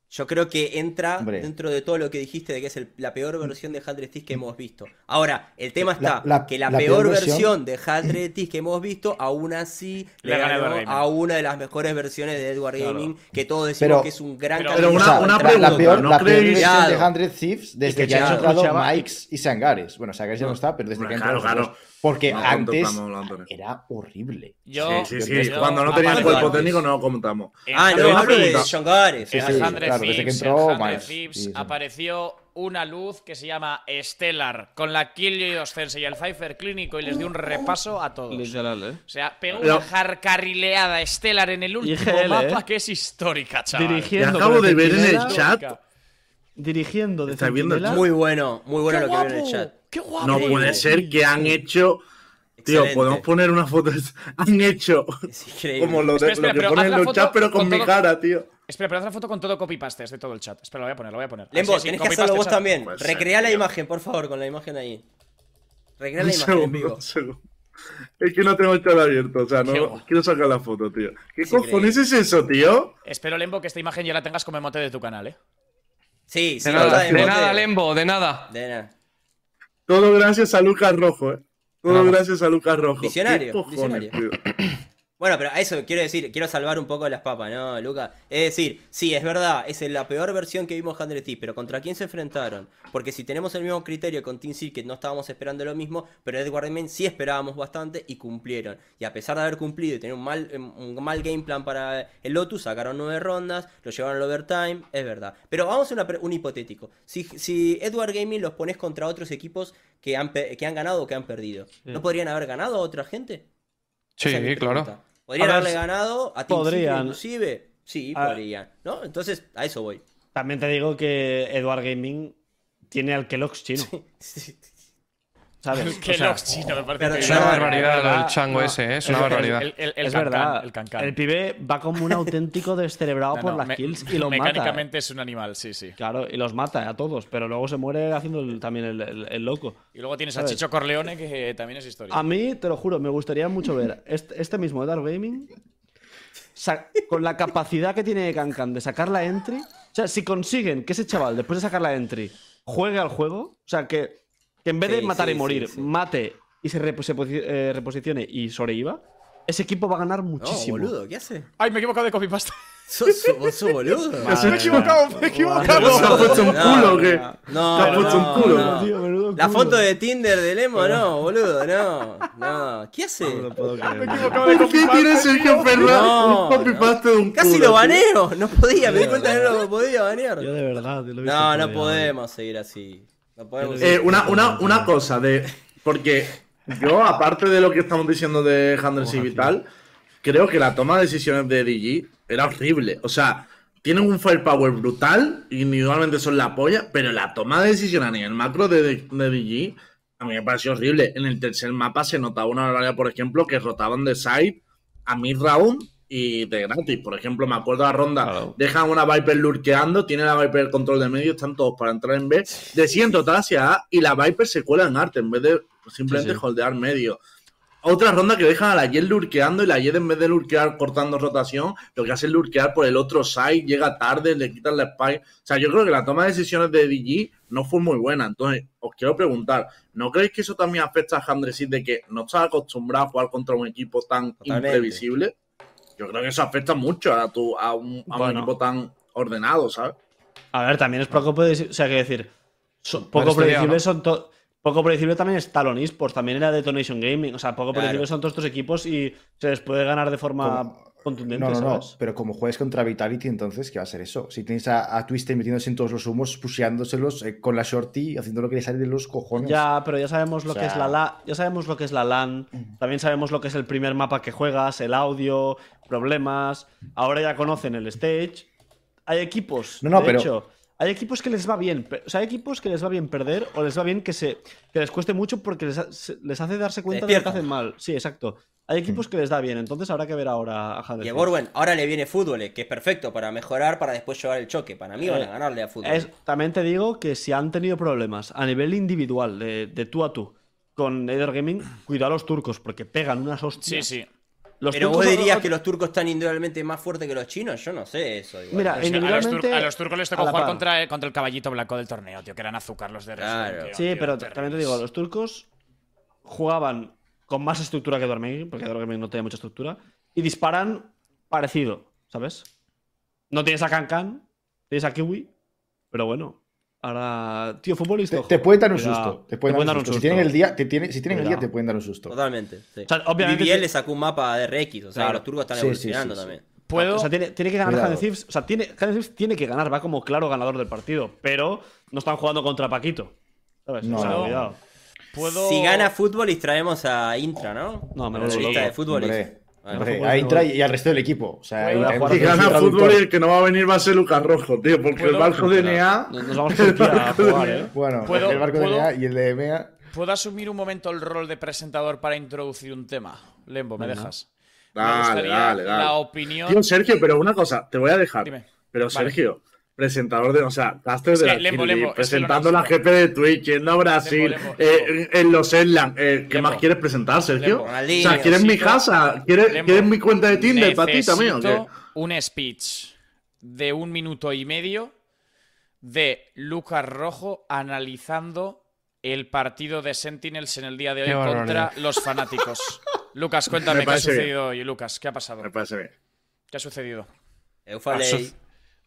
Speaker 6: Yo creo que entra
Speaker 2: Hombre.
Speaker 6: dentro de todo lo que dijiste de que es el- la peor versión de Hadred Thieves que hemos visto. Ahora, el tema
Speaker 2: La-
Speaker 6: está
Speaker 2: la-
Speaker 6: que la,
Speaker 2: la
Speaker 6: peor
Speaker 2: peor
Speaker 6: versión de Hadred Thieves que hemos visto, aún así
Speaker 4: Le
Speaker 6: le
Speaker 4: gana
Speaker 6: ganó
Speaker 4: Edward Gaming.
Speaker 6: a una de las mejores versiones de Edward
Speaker 5: Claro.
Speaker 6: Gaming, que todos decimos
Speaker 2: Pero-
Speaker 6: que es un gran
Speaker 4: pero-
Speaker 6: candidato
Speaker 1: Pero
Speaker 2: O
Speaker 1: una-
Speaker 2: sea,
Speaker 6: al
Speaker 1: una
Speaker 2: la-
Speaker 6: campeón.
Speaker 2: La
Speaker 1: pregunta,
Speaker 2: peor,
Speaker 1: ¿no
Speaker 2: la peor
Speaker 1: creéis-
Speaker 2: versión de
Speaker 6: Claro.
Speaker 2: 100 Thieves desde
Speaker 5: que
Speaker 2: que han
Speaker 5: Chacho
Speaker 2: entrado
Speaker 5: escuchaba-
Speaker 2: Mikes y Sangares. Bueno, Sangares ya no está, pero desde que han
Speaker 1: Claro,
Speaker 2: entrado.
Speaker 1: claro.
Speaker 2: los dos. Porque
Speaker 1: No
Speaker 2: antes
Speaker 1: contamos, Antonio.
Speaker 2: era horrible.
Speaker 4: Yo.
Speaker 1: sí,
Speaker 2: yo-
Speaker 1: sí, sí. Cuando no tenían
Speaker 6: aparte-
Speaker 1: cuerpo técnico no lo contamos.
Speaker 4: Eh,
Speaker 6: Ah,
Speaker 1: Pero
Speaker 6: no,
Speaker 1: una
Speaker 6: hablo de
Speaker 1: pregunta.
Speaker 6: John Gares. ah,
Speaker 2: Sí,
Speaker 4: en
Speaker 2: sí,
Speaker 4: Hundred
Speaker 2: claro, desde que
Speaker 4: Thieves, en
Speaker 2: entró,
Speaker 4: Hundred
Speaker 2: Miles.
Speaker 4: Thieves
Speaker 2: Sí, sí.
Speaker 4: apareció una luz que se llama Stellar, con la Kilios Sense y el Pfeiffer Clínico, y les dio un repaso a todos.
Speaker 5: Literal, ¿eh?
Speaker 4: O sea, pegó
Speaker 1: Pero-
Speaker 4: una jarcarrileada Stellar en el último
Speaker 5: IGL,
Speaker 4: mapa
Speaker 5: eh.
Speaker 4: que es histórica, chaval.
Speaker 1: Y
Speaker 5: Dirigiendo.
Speaker 1: acabo
Speaker 5: con el
Speaker 1: de ver en el
Speaker 5: centinela-
Speaker 1: chat.
Speaker 5: Dirigiendo de
Speaker 1: ¿Estáis viendo el
Speaker 5: centinela.
Speaker 6: Muy bueno, muy bueno lo que vieron en el chat.
Speaker 4: ¡Qué guapo!
Speaker 1: No puede ser que han hecho. Tío,
Speaker 6: Excelente.
Speaker 1: podemos poner una foto. Han hecho
Speaker 6: Es increíble.
Speaker 1: como lo, de,
Speaker 4: Espera, espera,
Speaker 1: lo que
Speaker 4: pero haz
Speaker 1: ponen
Speaker 4: la
Speaker 1: en los
Speaker 4: foto
Speaker 1: chats, pero con,
Speaker 4: con
Speaker 1: mi
Speaker 4: todo-
Speaker 1: cara, tío.
Speaker 4: Espera, pero haz una foto con todo copy-paste de todo el chat. Espera, lo voy a poner, lo voy a poner.
Speaker 6: Lembo,
Speaker 4: Así, así,
Speaker 6: tenés que
Speaker 4: copy-paste
Speaker 6: hacerlo vos
Speaker 4: chat.
Speaker 6: también.
Speaker 1: Puede ser,
Speaker 6: Recrea la
Speaker 1: tío.
Speaker 6: imagen, por favor, con la imagen ahí. Recrea
Speaker 1: Un
Speaker 6: la imagen en
Speaker 1: segundo,
Speaker 6: vivo.
Speaker 1: un segundo. Es que no tengo el chat abierto, o sea,
Speaker 4: Qué
Speaker 1: no
Speaker 4: guapo.
Speaker 1: quiero sacar la foto, tío. ¿Qué
Speaker 6: Es
Speaker 1: cojones es eso, tío?
Speaker 4: Espero, Lembo, que esta imagen ya la tengas como emote de tu canal, ¿eh?
Speaker 6: Sí, sí,
Speaker 3: De nada,
Speaker 6: está
Speaker 3: de
Speaker 6: bote.
Speaker 3: nada, Lembo, de nada.
Speaker 6: De nada.
Speaker 1: Todo gracias a Lucas Rojo, eh. Todo gracias a Lucas Rojo. ¿Qué
Speaker 6: Visionario,
Speaker 1: cojones,
Speaker 6: visionario.
Speaker 1: tío?
Speaker 6: Bueno, pero a eso quiero decir, quiero salvar un poco las papas, ¿no, Luca? Es decir, sí, es verdad, es la peor versión que vimos Handler T, pero ¿contra quién se enfrentaron? Porque si tenemos el mismo criterio con Team Seal, que no estábamos esperando lo mismo, pero Edward Remain sí esperábamos bastante y cumplieron. Y a pesar de haber cumplido y tener un mal, eh, un mal game plan para el Lotus, sacaron nueve rondas, lo llevaron al overtime, es verdad. Pero vamos a una pre- un hipotético. Si, si Edward Gaming los pones contra otros equipos que han, pe- que han ganado o que han perdido, ¿no podrían haber ganado a otra gente?
Speaker 3: Sí,
Speaker 6: Esa es mi
Speaker 3: claro.
Speaker 6: pregunta. ¿Podrían
Speaker 5: A ver,
Speaker 6: haberle ganado a Team
Speaker 5: podrían.
Speaker 6: Secret inclusive? Sí,
Speaker 5: A-
Speaker 6: podrían. ¿No? Entonces, a eso voy.
Speaker 5: También te digo que Edward Gaming tiene al Kellogg's chino. ¿Sabes?
Speaker 4: Qué
Speaker 5: O sea,
Speaker 4: lox chino, me parece.
Speaker 6: pero
Speaker 4: increíble.
Speaker 3: Es
Speaker 6: No,
Speaker 3: una
Speaker 6: no,
Speaker 3: barbaridad lo
Speaker 5: no,
Speaker 3: del chango
Speaker 5: no.
Speaker 3: ese, ¿eh? es
Speaker 5: El-
Speaker 3: una
Speaker 5: el-
Speaker 3: barbaridad.
Speaker 4: El, el, el
Speaker 5: es
Speaker 4: cancán,
Speaker 5: verdad.
Speaker 4: el cancán.
Speaker 5: El pibe va como un auténtico descerebrado
Speaker 4: No,
Speaker 5: por
Speaker 4: no,
Speaker 5: las
Speaker 4: me-
Speaker 5: kills y los mata.
Speaker 4: Mecánicamente es un animal, sí, sí.
Speaker 5: Claro, y los mata a todos, pero luego se muere haciendo el- también el, el- el loco.
Speaker 4: Y luego tienes a
Speaker 5: ¿Sabes?
Speaker 4: Chicho Corleone, que eh, también es historia.
Speaker 5: A mí, te lo juro, me gustaría mucho ver este, este mismo Edward Gaming sa- con la capacidad que tiene Cancan de sacar la entry. O sea, si consiguen que ese chaval, después de sacar la entry, juegue al juego, o sea, que, que en vez de
Speaker 6: Sí,
Speaker 5: matar
Speaker 6: sí,
Speaker 5: y morir,
Speaker 6: sí, sí.
Speaker 5: mate y se, repo- se posi- eh, reposicione y sobreviva, ese equipo va a ganar
Speaker 6: No,
Speaker 5: muchísimo.
Speaker 6: boludo, ¿qué hace?
Speaker 4: Ay, me he equivocado de copypasta.
Speaker 6: ¿Sos, vos sos boludo?
Speaker 1: Me he equivocado, me he equivocado. ¿Te has puesto un culo o qué?
Speaker 6: No,
Speaker 1: ¿Te has puesto
Speaker 6: no,
Speaker 1: un culo?
Speaker 6: no.
Speaker 5: Tío, menudo
Speaker 6: La
Speaker 5: culo.
Speaker 6: foto de Tinder de Lemo, no, boludo, no. No, ¿qué hace?
Speaker 5: No lo puedo creer.
Speaker 1: ¿Por qué tiene Sergio Ferrari
Speaker 6: No,
Speaker 1: un copy
Speaker 6: no.
Speaker 1: paste de un
Speaker 6: Casi
Speaker 1: culo,
Speaker 6: lo
Speaker 1: tío?
Speaker 6: baneo, no podía, me di cuenta que no lo podía banear.
Speaker 5: Yo de verdad. te lo he visto
Speaker 6: No, no
Speaker 5: todavía.
Speaker 6: podemos seguir así. No podemos
Speaker 1: Eh, una, una, una cosa de. Porque yo, aparte de lo que estamos diciendo de Handels y Vital, creo que la toma de decisiones de DG era horrible. O sea, tienen un firepower brutal, individualmente son la polla, pero la toma de decisiones a nivel macro de, de DG a mí me pareció horrible. En el tercer mapa se notaba una horaria, por ejemplo, que rotaban de side a mid round y de gratis. Por ejemplo, me acuerdo de la ronda,
Speaker 5: Claro.
Speaker 1: dejan una Viper lurkeando, tiene la Viper control de medio, están todos para entrar en B, deciden total hacia A y la Viper se cuela en arte en vez de simplemente
Speaker 5: Sí, sí.
Speaker 1: holdear medio. Otra ronda que dejan a la Jet lurkeando y la Jet en vez de lurkear cortando rotación, lo que hace es lurkear por el otro side, llega tarde, le quitan la spike. O sea, yo creo que la toma de decisiones de DG no fue muy buena. Entonces, os quiero preguntar, ¿no creéis que eso también afecta a Handresit de que no está acostumbrado a jugar contra un equipo tan
Speaker 6: Totalmente.
Speaker 1: imprevisible? Yo creo que eso afecta mucho a, tu, a, un, a un
Speaker 5: Bueno.
Speaker 1: equipo tan ordenado, ¿sabes?
Speaker 5: A ver, también es poco predecible. O sea, que decir, son poco
Speaker 3: estudiado,
Speaker 5: predecibles
Speaker 3: ¿no?
Speaker 5: son to- Poco predecible también es Talon Esports, también era Detonation Gaming. O sea, poco
Speaker 6: Claro.
Speaker 5: predecible son todos estos equipos y se les puede ganar de forma
Speaker 2: Como-
Speaker 5: contundente,
Speaker 2: No, no, no.
Speaker 5: ¿sabes?
Speaker 2: Pero como juegues contra Vitality, entonces, ¿qué va a ser eso? Si tienes a, a Twisted metiéndose en todos los humos, pusheándoselos eh, con la shorty, haciendo lo que le sale de los cojones.
Speaker 5: Ya, pero ya sabemos lo
Speaker 2: O
Speaker 5: que
Speaker 2: sea-
Speaker 5: es la, la- ya sabemos lo que es la LAN, también sabemos lo que es el primer mapa que juegas, el audio, problemas. Ahora ya conocen el stage. Hay equipos,
Speaker 2: No, no,
Speaker 5: de
Speaker 2: pero-
Speaker 5: hecho, hay equipos que les va bien, pe- o sea, hay equipos que les va bien perder o les va bien que se que les cueste mucho porque les, ha- se- les hace darse cuenta de lo que
Speaker 6: Despiertan.
Speaker 5: hacen mal. Sí, exacto. Hay
Speaker 2: Mm.
Speaker 5: equipos que les da bien, entonces habrá que ver ahora a Huddersfield.
Speaker 6: Y a Borwen ahora le viene fútbol, eh, que es perfecto para mejorar, para después llevar el choque. Para mí van a
Speaker 5: Eh,
Speaker 6: ganarle a fútbol.
Speaker 5: Es- también te digo que si han tenido problemas a nivel individual, de, de tú a tú, con Eder Gaming, cuidado a los turcos, porque pegan unas
Speaker 4: Sí,
Speaker 5: hostias.
Speaker 4: sí.
Speaker 5: Los
Speaker 6: Pero vos
Speaker 5: turcos-
Speaker 6: dirías que los turcos están individualmente más fuertes que los chinos. Yo no sé eso. igual.
Speaker 5: Mira,
Speaker 6: No
Speaker 4: Pero
Speaker 6: sé.
Speaker 4: sí, a, los
Speaker 5: individualmente,
Speaker 4: tur- a los turcos les tocó
Speaker 5: a la
Speaker 4: jugar
Speaker 5: par.
Speaker 4: contra, eh, contra el caballito blanco del torneo, tío, que eran azúcar los de Resident,
Speaker 6: Claro.
Speaker 4: tío,
Speaker 5: Sí,
Speaker 4: tío,
Speaker 5: pero
Speaker 4: terribles.
Speaker 5: también te digo, los turcos jugaban con más estructura que Eder Gaming, porque Eder Gaming no tenía mucha estructura, y disparan parecido, ¿sabes? No tienes a Cancan, tienes a Kiwi, pero bueno. Ahora, tío, futbolista.
Speaker 2: Te,
Speaker 5: ojo,
Speaker 2: te pueden dar un
Speaker 5: cuidado.
Speaker 2: susto. Te pueden, dar, un susto. Si tienen el día, te tienen, si tienen el día, te
Speaker 5: Cuidado.
Speaker 2: pueden dar un susto.
Speaker 6: Totalmente. sí.
Speaker 5: O sea, obviamente-
Speaker 6: BBL le sacó un mapa de RX. O sea,
Speaker 5: Claro.
Speaker 6: los turcos están
Speaker 2: Sí, sí,
Speaker 6: evolucionando
Speaker 2: sí, sí.
Speaker 6: también.
Speaker 4: ¿Puedo?
Speaker 5: O sea, tiene, tiene que ganar
Speaker 2: Cuidado.
Speaker 5: Hannes Thieves. O sea, tiene, Hannes Thieves tiene que ganar, va como claro ganador del partido, pero no están jugando contra Paquito. ¿Sabes?
Speaker 2: No,
Speaker 5: o sea,
Speaker 4: no.
Speaker 5: cuidado.
Speaker 4: ¿Puedo-
Speaker 6: Si gana fútbol, distraemos a Intra, ¿no?
Speaker 5: No, me
Speaker 6: A
Speaker 5: lo
Speaker 6: la
Speaker 5: loco.
Speaker 6: lista de fútbol.
Speaker 2: Hombre,
Speaker 6: Vale.
Speaker 2: hombre,
Speaker 5: Fútbol,
Speaker 2: ahí
Speaker 5: no.
Speaker 2: entra y, y al resto del equipo. O sea,
Speaker 5: Voy a
Speaker 2: ahí
Speaker 5: jugar
Speaker 2: también
Speaker 5: con
Speaker 2: es
Speaker 1: gana
Speaker 2: un
Speaker 1: fútbol y
Speaker 2: traductor.
Speaker 1: el que no va a venir va a ser Lucas Rojo, tío, porque el
Speaker 4: ¿Puedo?
Speaker 1: barco de NA.
Speaker 5: Nos nos vamos a Turquía a jugar, ¿eh?
Speaker 2: Bueno,
Speaker 4: ¿Puedo-
Speaker 2: el barco
Speaker 4: puedo?
Speaker 2: de EMEA y el de EMEA.
Speaker 4: ¿Puedo asumir un momento el rol de presentador para introducir un tema? Lembo, ¿me
Speaker 5: Venga.
Speaker 4: dejas? Me
Speaker 1: Dale,
Speaker 4: gustaría
Speaker 1: dale,
Speaker 4: La
Speaker 1: dale.
Speaker 4: opinión.
Speaker 1: Tío, Sergio, pero una cosa, te voy a dejar.
Speaker 4: Dime.
Speaker 1: Pero
Speaker 4: Vale.
Speaker 1: Sergio, presentador de, o sea, caster
Speaker 4: Es
Speaker 1: de
Speaker 4: que,
Speaker 1: la
Speaker 4: Lembo,
Speaker 1: Kirby,
Speaker 4: Lembo, es que
Speaker 1: presentando
Speaker 4: lo
Speaker 1: la
Speaker 4: necesito.
Speaker 1: jefe de Twitch, yendo a Brasil,
Speaker 4: Lembo, Lembo,
Speaker 1: eh,
Speaker 4: Lembo.
Speaker 1: en los Erlang. eh, ¿Qué
Speaker 4: Lembo.
Speaker 1: más quieres presentar, Sergio?
Speaker 4: Lembo.
Speaker 1: O sea, ¿quieres mi
Speaker 4: Necesito-
Speaker 1: casa? ¿Quieres,
Speaker 4: Lembo,
Speaker 1: quieres mi cuenta de Tinder para ti
Speaker 4: necesito
Speaker 1: también? ¿o qué?
Speaker 4: un speech de un minuto y medio de Lucas Rojo analizando el partido de Sentinels en el día de hoy
Speaker 3: Qué
Speaker 4: contra
Speaker 3: barbaridad.
Speaker 4: los fanáticos. Lucas, cuéntame
Speaker 1: Me
Speaker 4: qué ha
Speaker 1: parece
Speaker 4: sucedido hoy, Lucas. ¿Qué ha pasado?
Speaker 1: Me parece bien.
Speaker 4: ¿Qué ha sucedido?
Speaker 6: Eufale.
Speaker 3: Ah, sos-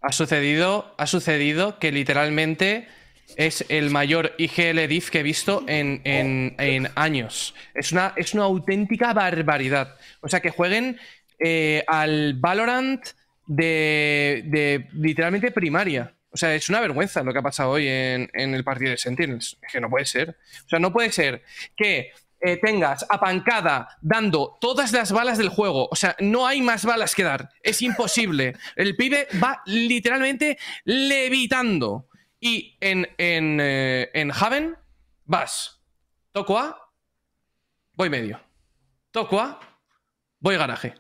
Speaker 3: Ha sucedido, ha sucedido que literalmente es el mayor IGL diff que he visto en, en- en años. Es una, es una auténtica barbaridad. O sea, que jueguen eh, al Valorant de, de literalmente primaria. O sea, es una vergüenza lo que ha pasado hoy en, en el partido de Sentinels. Es que no puede ser. O sea, no puede ser que eh, tengas a Pancada dando todas las balas del juego. O sea, no hay más balas que dar. Es imposible. El pibe va literalmente levitando. Y en, en, eh, en Haven vas. Toco A, voy medio. Toco A, voy garaje.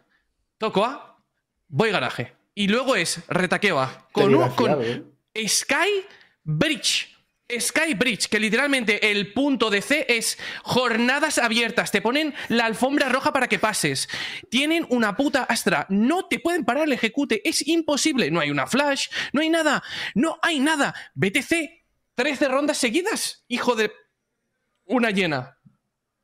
Speaker 3: Toco A, voy garaje. Y luego es retaqueo A. Con, un, con,
Speaker 2: Telegrafiado, ¿eh?
Speaker 3: Sky Bridge. Sky Bridge, que literalmente el punto de C es jornadas abiertas. Te ponen la alfombra roja para que pases. Tienen una puta astra. No te pueden parar el ejecute. Es imposible. No hay una flash. No hay nada. No hay nada. BTC. 13 rondas seguidas. Hijo de... Una llena.